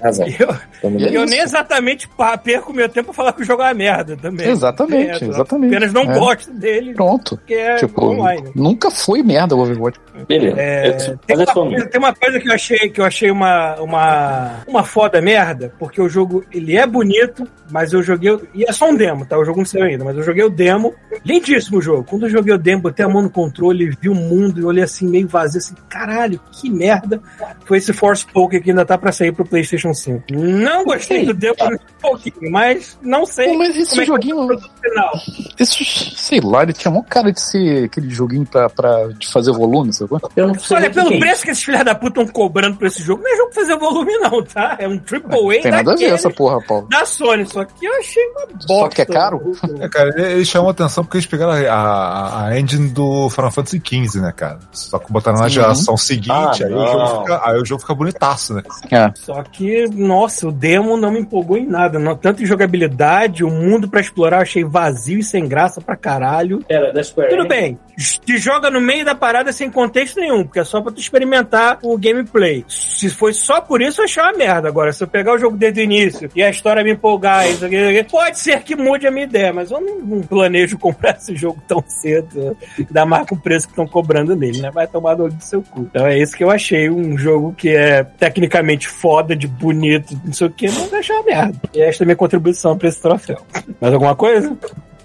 S4: Razão.
S9: Eu,
S4: Tá no
S3: E
S4: meu.
S3: É
S9: eu
S3: isso.
S9: nem exatamente pa- perco meu tempo pra falar que o jogo é uma merda também.
S3: exatamente,
S9: É, eu
S3: exatamente.
S9: Apenas não
S3: É.
S9: gosto dele,
S3: Pronto.
S9: porque é
S3: tipo,
S9: online.
S3: nunca foi merda o Overwatch.
S4: Beleza.
S9: É,
S4: Eu-
S9: tem,
S4: mas é
S9: uma
S4: só
S9: coisa,
S4: meu.
S9: tem uma coisa que eu achei que eu achei uma, uma, uma foda merda, porque o jogo ele é bonito, mas eu joguei. o- E é só um demo, tá? O jogo não saiu ainda, mas eu joguei o demo. Lindíssimo o jogo. Quando eu joguei o demo, botei a mão no controle, vi o mundo e olhei assim, meio vazio, assim, caralho, que merda. Foi esse Force Poker que ainda tá pra sair pro PlayStation 5. Não gostei do demo nem um pouquinho, mas não sei.
S3: Pô, mas esse
S9: como é que
S3: joguinho-
S9: é o produto final.
S3: Esse, sei lá, ele tinha mó cara de ser aquele joguinho pra, pra de fazer volume, sabe?
S4: Eu não sei
S9: Olha,
S4: nem o
S9: pelo
S4: que é isso.
S9: preço que esses filhos da puta estão cobrando por esse jogo, não é jogo pra fazer volume, não, tá? É um triple A
S3: Tem nada a ver
S9: daqueles
S3: essa porra, Paulo.
S9: da Sony, só que eu achei uma bosta.
S3: Só que é caro?
S5: É, cara, ele- ele chamou atenção porque eles pegaram a, a, a engine do Final Fantasy XV, né, cara? Só que botaram na
S3: Sim.
S5: geração seguinte,
S4: Uhum. Ah,
S5: aí, o jogo
S4: não.
S5: fica, aí o jogo fica bonitaço, né?
S3: É.
S9: Só que, nossa, o demo não me empolgou em nada. Não, tanto em jogabilidade, o mundo pra explorar eu achei vazio e sem graça pra caralho.
S4: Era da Square
S9: Tudo
S4: Enix.
S9: bem, te joga no meio da parada sem contexto nenhum, porque é só pra tu experimentar o gameplay. Se foi só por isso, eu achei uma merda. Agora, se eu pegar o jogo desde o início e a história me empolgar, isso, aqui, isso aqui, pode ser que mude a minha ideia, mas eu não, não planejo comprar esse jogo tão cedo, né? ainda mais com o preço que estão cobrando nele, né? Vai tomar dor do seu cu. Então é isso que eu achei, um jogo que é tecnicamente foda, de bonito, não sei o que, mas eu achei uma merda. E esta é a minha contribuição pra esse troféu. Mais alguma coisa?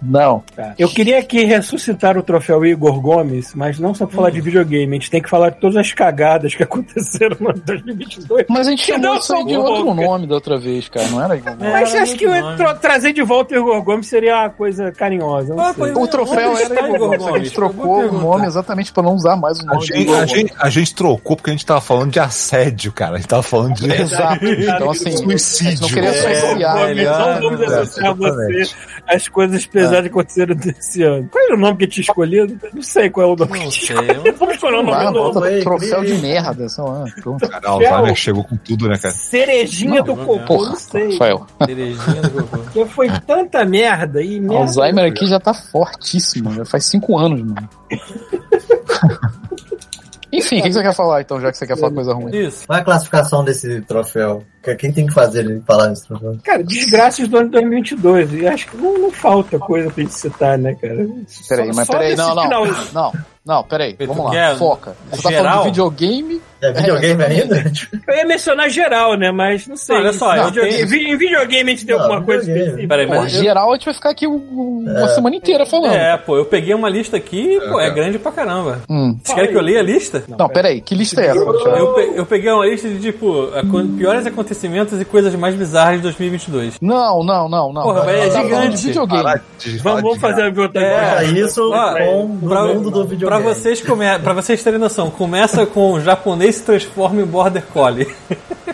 S3: Não.
S9: Tá. Eu queria aqui ressuscitar o troféu Igor Gomes, mas não só pra falar de videogame, a gente tem que falar de todas as cagadas que aconteceram no ano de 2022.
S3: Mas a gente
S9: Que
S3: chamou
S9: não
S3: isso aí
S9: são
S3: de outro
S9: boca.
S3: nome da outra vez, cara, não era?
S9: mas acho que
S2: muito
S9: tra- trazer de volta o Igor Gomes seria uma coisa carinhosa. não tá
S2: Ah,
S9: sei.
S2: pois
S3: O
S2: é,
S3: troféu
S2: onde
S3: era
S2: está Igor
S3: Igor Gomes, só que a
S2: Gomes?
S3: gente
S9: é
S2: Eu
S3: trocou o
S2: vou
S3: nome
S2: perguntar.
S3: exatamente pra não usar mais o
S5: A
S3: nome de
S5: gente,
S3: Igor
S5: a,
S3: Gomes.
S5: gente, a gente trocou porque a gente tava falando de assédio, cara. A gente tava falando de.
S4: É.
S3: Exato. Então, assim,
S5: Suicídio.
S3: a gente não queria
S5: É,
S3: associar.
S9: Igor Gomes, É.
S2: melhor,
S9: não vamos
S2: né?
S9: associar você
S5: Exatamente.
S9: às coisas pesadas que aconteceram desse ano. Qual era o nome que tinha escolhido? Não sei qual é o nome que
S2: Não
S9: tinha
S2: sei,
S9: escolhido. Vamos escolher o nome
S3: Lá,
S9: novo.
S3: bota
S7: Ei,
S3: troféu de
S7: ei.
S3: merda, sei lá. pronto.
S5: Cara, Alzheimer chegou com tudo, né, cara?
S9: Cerejinha do cocô,
S3: Porra,
S9: não sei.
S3: Rafael.
S2: Cerejinha do Gogo.
S9: Porque foi tanta merda e merda.
S3: Alzheimer aqui já tá fortíssimo, já faz cinco anos, mano. Enfim, o que você quer falar então, já que você quer falar coisa ruim?
S2: Isso.
S7: Qual é a classificação desse troféu? Que- Quem tem que fazer ele falar nesse troféu?
S9: Cara, desgraças do ano de 2022. E acho que não, não falta coisa pra gente citar, né, cara?
S3: Peraí,
S9: Só-
S3: mas
S9: só
S3: peraí,
S9: nesse
S3: não, não.
S9: final.
S3: Não, não, peraí,
S2: Pedro,
S3: vamos lá,
S2: quer
S3: foca. Você tá falando
S2: geral?
S3: de videogame?
S7: É videogame
S3: É,
S7: ainda? Tipo,
S9: Eu ia mencionar geral, né? Mas não sei.
S2: Não, olha só,
S9: Em
S2: eu
S9: videogame-
S2: tenho-
S9: vi- Em videogame a gente deu
S7: Não,
S9: alguma coisa
S7: videogame.
S9: específica.
S2: Peraí,
S3: Pô,
S2: mas eu-
S3: geral a gente vai ficar aqui um- um- uma semana inteira falando.
S2: É, pô, eu peguei uma lista aqui, pô, é
S5: cara.
S2: grande pra caramba.
S3: Hum.
S2: Vocês querem que eu leia a lista?
S3: Não, peraí, que lista é essa?
S2: Eu, pe- eu peguei uma lista de, tipo, aco- piores acontecimentos e coisas mais bizarras de 2022.
S7: é
S3: Não, não, não, não.
S2: Porra, mas é
S3: Tá falando
S2: gigante.
S3: de videogame.
S5: Parar de falar
S9: Vamos, vamos
S5: de-
S9: fazer a outra
S2: É.
S9: coisa.
S7: Pra isso
S2: Ó,
S7: com o
S2: pra-
S7: mundo do
S2: Pra
S7: videogame.
S2: vocês, come... pra vocês terem noção, começa com o japonês se transforma em border collie.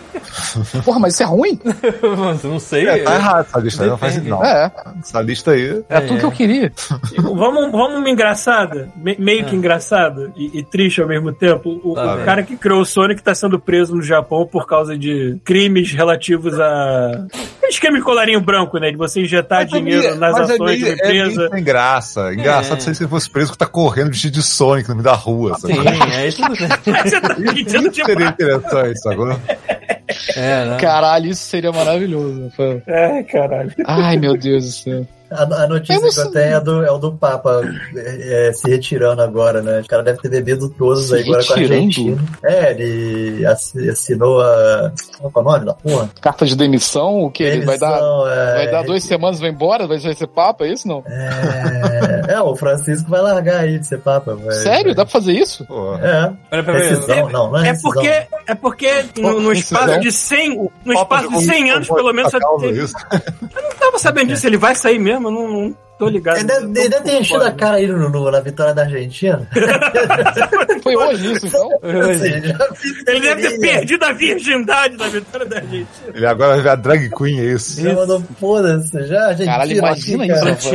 S3: Porra, mas isso é ruim?
S2: Mas eu não sei.
S5: É, tá errado essa lista aí. Não
S4: Uhum.
S5: faz
S2: Depende.
S5: não.
S3: É,
S5: Essa lista aí.
S3: é tudo que eu queria.
S9: Vamos, vamos uma engraçada, me- meio que engraçada e, e triste ao mesmo tempo. O,
S2: Ah. Tá
S9: o
S2: bem.
S9: cara que criou o Sonic tá sendo preso no Japão por causa de crimes relativos a. Esquema de colarinho branco, né? De você injetar dinheiro nas
S5: mas
S9: ações de
S5: meio-
S9: uma empresa.
S5: meio sem graça. Engraçado
S2: É.
S5: se você fosse preso que tá correndo vestido de Sonic no meio da rua. sabe?
S2: Sim, aí tudo bem.
S9: Você tá pedindo
S5: Isso
S9: demais.
S5: seria interessante, agora.
S2: É, né?
S3: Caralho, isso seria maravilhoso. Rafael.
S9: É, caralho.
S3: Ai, meu Deus do céu.
S7: A, a notícia
S3: Eu não
S7: que eu
S3: sei.
S7: tenho é, do, é o do Papa é, é, se retirando agora, né? O cara deve ter bebido todos
S3: Se
S7: aí agora com a
S3: retirando?
S7: Argentina. É, ele assi- assinou a. Qual que é o nome da porra?
S3: Carta de demissão, o que? Ele vai dar,
S7: Demissão, é,
S3: vai dar duas semanas e vai embora? Vai vai ser papa, é isso não?
S7: É, é, o Francisco vai largar aí de ser Papa. vai-
S3: Sério? Dá pra fazer isso?
S5: Pô,
S7: É.
S2: Peraí, peraí.
S7: Rescisão, não, não é
S9: É
S7: rescisão.
S9: porque, é porque no, no espaço de 100, no espaço de 100 anos, pelo menos,
S5: Tá
S9: eu
S5: calmo
S9: te-
S5: isso.
S9: eu não tava sabendo disso. Ele vai sair mesmo? Eu Não, não tô ligado.
S7: Ele é deve, ele deve ter enchido a cara aí no, no- na vitória da Argentina. Assim,
S3: Foi hoje isso, então?
S7: Ou seja,
S9: Ele deve ter perdido a virgindade da vitória da Argentina.
S5: Ele agora vai virar drag queen, é isso?
S7: Já mandou foda-se, já Argentina.
S3: Caralho, imagina
S7: aqui, cara.
S3: isso.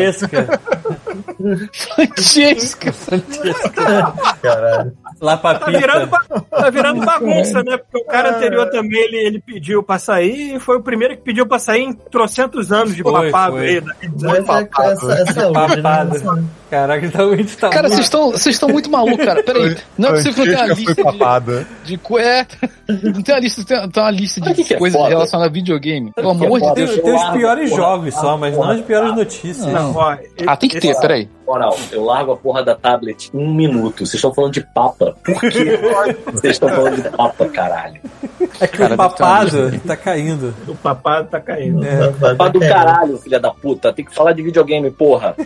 S2: Francesca,
S3: Francesca.
S7: Caralho.
S2: lá
S9: Tá
S2: papinha.
S9: virando, ba- tá virando bagunça, né? Porque o cara anterior também, ele, ele pediu pra sair e foi o primeiro que pediu pra sair em trocentos anos de
S2: Foi,
S9: papado
S2: foi.
S9: aí. né?
S7: Mas é- essa, essa é hoje,
S2: Papado.
S7: né?
S2: Caraca, então a gente tá
S3: Cara,
S2: muito...
S3: vocês estão vocês estão muito malucos, cara. Peraí, não é possível que não tenha uma
S5: Francesca foi
S3: lista de,
S5: papada.
S3: de co- é, Não tem uma lista, tem, tem uma lista
S4: Sabe o que
S3: de
S4: que é
S3: coisas
S4: foda?
S3: relacionadas a videogame. Pelo
S4: que que é
S3: amor de
S4: foda?
S2: Tem,
S3: Deus.
S4: Deixa eu
S2: tem os
S4: lá,
S2: piores
S4: porra.
S2: jogos só, mas não as piores notícias.
S3: Não.
S9: Ó,
S3: Ah, tem que ter, peraí.
S4: Moral, eu largo a porra da tablet em um minuto. Vocês estão falando de papa. Por quê? Vocês estão falando de papa, caralho.
S2: É que
S3: Cara,
S2: o
S3: deve ter uma
S2: papado tá caindo.
S9: O papado tá caindo.
S7: É.
S4: Papa do caralho, filha da puta. Tem que falar de videogame, porra.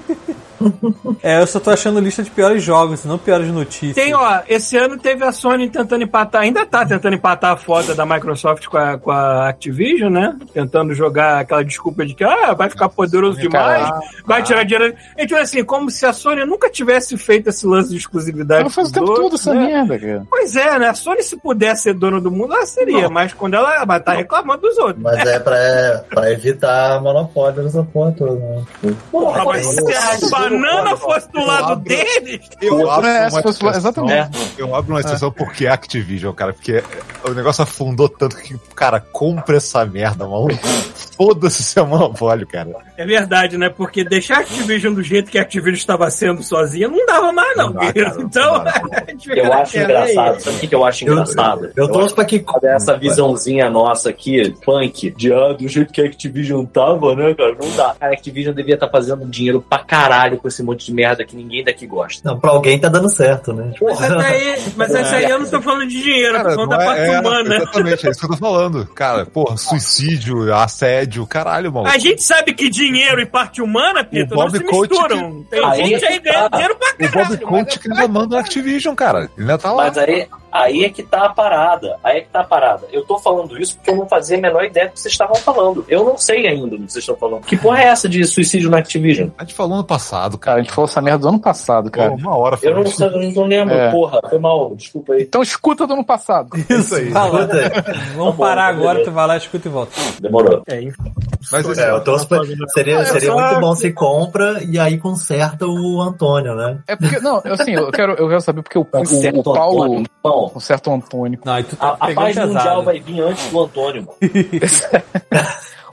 S2: É, eu só tô achando lista de piores jogos, não piores notícias.
S9: Tem, um- ó, esse ano teve a Sony tentando empatar, ainda tá tentando empatar a foda da Microsoft com a, com a Activision, né? Tentando jogar aquela desculpa de que ah, vai ficar poderoso demais,
S3: Caralho.
S9: vai tirar dinheiro. Então, assim, como se a Sony nunca tivesse feito esse lance de exclusividade.
S3: Ela faz o
S9: com os
S3: tempo todo
S9: outros,
S3: essa
S9: né?
S3: merda, cara.
S9: Pois é, né? A Sony, se pudesse ser dona do mundo, ela seria, mas quando ela, ela tá reclamando dos outros.
S7: Mas é pra, é pra evitar monopólio nessa porra toda. Né?
S9: Porra, mas se a banana fosse do lado deles,
S5: Eu abro
S3: É, se
S5: né, uma
S3: fosse-
S5: exceção. É.
S3: exatamente.
S5: Eu abro uma exceção porque é Activision, cara. Porque o negócio afundou tanto que, cara, compra essa merda, maluco. Foda-se seu monopólio, cara.
S9: é verdade, né? Porque deixar a Activision do jeito que a Activision estava sendo sozinha não dava mais, não.
S5: Não dá,
S9: Guerreiro.
S5: Ah, cara, não
S9: então,
S5: dá.
S4: Eu
S9: É,
S4: acho engraçado. Sabe o que que eu acho
S7: Eu-
S4: engraçado?
S7: Eu trouxe pra que.
S4: Olha essa visãozinha nossa aqui, punk, de ah, do jeito que a Activision tava, né, cara? Não dá. Cara, A Activision devia estar fazendo dinheiro pra caralho com esse monte de merda que ninguém daqui gosta.
S7: Não, pra alguém tá dando certo, né?
S9: Mas essa aí, mas essa aí eu não tô falando de dinheiro, eu tô falando da
S5: não
S9: parte
S5: é- é,
S9: humana.
S5: Exatamente, é isso que eu tô falando. Cara, porra, suicídio, assédio, caralho, maluco.
S9: A gente sabe que dinheiro e parte humana, Pita, não
S5: Bob
S9: se
S5: Coach
S9: misturam. Tem
S4: Aí
S9: gente aí
S4: é que tá.
S9: ganhando dinheiro pra
S5: O Bob
S9: caralho.
S5: Conte que ainda manda na Activision, cara. Ele ainda tá lá.
S4: Mas aí, aí é que tá a parada. Aí é que tá a parada. Eu tô falando isso porque eu não fazia a menor ideia do que vocês estavam falando. Eu não sei ainda do que vocês estão falando. Que porra é essa de suicídio na Activision?
S5: A gente falou no passado, cara.
S3: Cara, a gente falou essa merda do ano passado, cara.
S5: Pô, uma hora
S4: Eu não,
S5: falando
S4: sei, eu não lembro,
S3: É.
S4: porra. Foi mal, desculpa aí.
S3: Então escuta do ano passado.
S5: isso aí.
S2: Fala. Vamos
S4: Tá bom,
S2: parar
S4: tá
S2: agora,
S4: beleza.
S2: tu vai lá, escuta e volta.
S4: Demorou.
S5: Mas assim, isso
S7: É, eu trouxe pra... Seria, seria muito bom se compra e aí conserta o Antônio, né?
S3: É porque, não, assim, eu quero, eu quero saber porque o,
S4: Tá
S3: o, o
S4: certo,
S3: Paulo,
S4: Antônio. Bom,
S3: o certo Antônio,
S2: Não, aí tu tá
S4: a, a
S2: pegando
S4: paz
S2: pesado.
S4: mundial vai vir antes do Antônio, mano.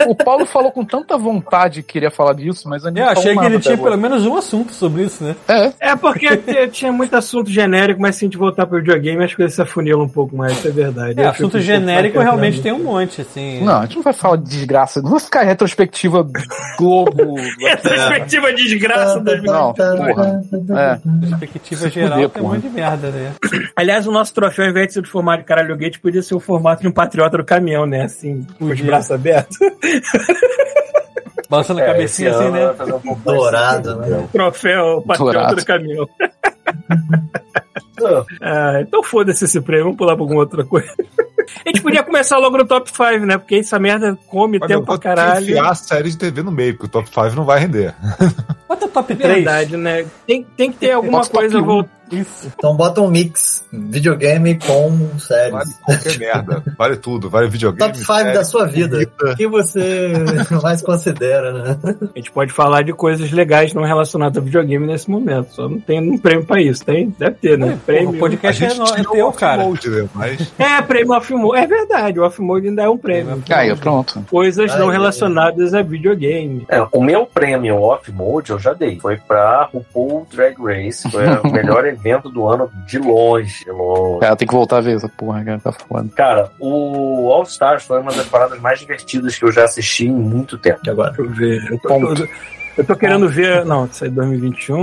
S3: o Paulo falou com tanta vontade que queria falar disso, mas ele
S2: Eu
S3: não falou
S2: achei que
S3: nada
S2: ele
S3: até
S2: tinha
S3: agora.
S2: pelo menos um assunto sobre isso, né?
S3: É,
S9: É porque t- tinha muito assunto genérico, mas se a gente voltar pro videogame, as coisas se afunilam um pouco mais, isso é verdade.
S2: É,
S9: Eu
S2: assunto
S9: fico-
S2: genérico realmente tem um monte, assim.
S3: não, a gente não vai falar de desgraça, não vai ficar retrospectiva Globo.
S9: Retrospectiva desgraça das
S3: Não, porra. É.
S2: Perspectiva
S3: Se
S2: geral
S3: fuder,
S2: tem um
S3: porra.
S2: monte de merda, né?
S9: Aliás, o nosso troféu, ao invés de ser do formato de caralho gate, podia ser o formato de um patriota do caminhão, né? Assim, com os
S2: Podia.
S9: braços abertos.
S2: Balançando
S4: É,
S9: É,
S2: a cabecinha assim, né?
S4: um
S7: Dourado,
S4: assim,
S7: né?
S9: Troféu patriota
S3: Dourado.
S9: do caminhão. Ah, então foda-se esse prêmio, vamos pular pra alguma outra coisa. A gente podia começar logo no top 5, né? Porque essa merda come
S5: Mas eu
S9: tempo
S5: vou
S9: pra
S5: ter que
S9: caralho.
S5: enfiar a série de TV no meio, porque o top 5 não vai render.
S2: Bota top 3.
S9: Verdade, né? Tem, tem que ter alguma
S3: Nosso top
S9: coisa
S3: um.
S9: voltada.
S2: Isso.
S7: Então bota um mix videogame com
S4: É
S5: Vale
S7: séries.
S5: qualquer merda. Vale tudo. Vale videogame.
S7: Top 5 da sua vida. O que você mais considera, né?
S9: A gente pode falar de coisas legais não relacionadas a videogame nesse momento. Só não tem um prêmio pra isso. Tem? Deve ter, né?
S2: Porra, o
S9: prêmio.
S5: A
S2: podcast é,
S5: gente
S2: no, é
S5: tirou
S2: teu,
S5: o
S2: cara.
S5: Mode, né? Mas
S9: É, prêmio off-mode. É verdade, o off-mode ainda é um prêmio.
S3: Caiu, pronto.
S9: Coisas não
S7: Ai,
S9: relacionadas a videogame.
S4: É, o meu prêmio off mode eu já dei. Foi pra RuPaul Drag Race. Foi o melhor evento do ano de longe. De longe.
S3: Cara, É, tem que voltar a ver essa porra, cara, tá foda.
S4: Cara, o All Stars foi uma das paradas mais divertidas que eu já assisti em muito tempo.
S7: Que agora.
S9: Deixa eu ver. Eu tô, eu tô- eu tô querendo ver. Não, isso aí é 2021.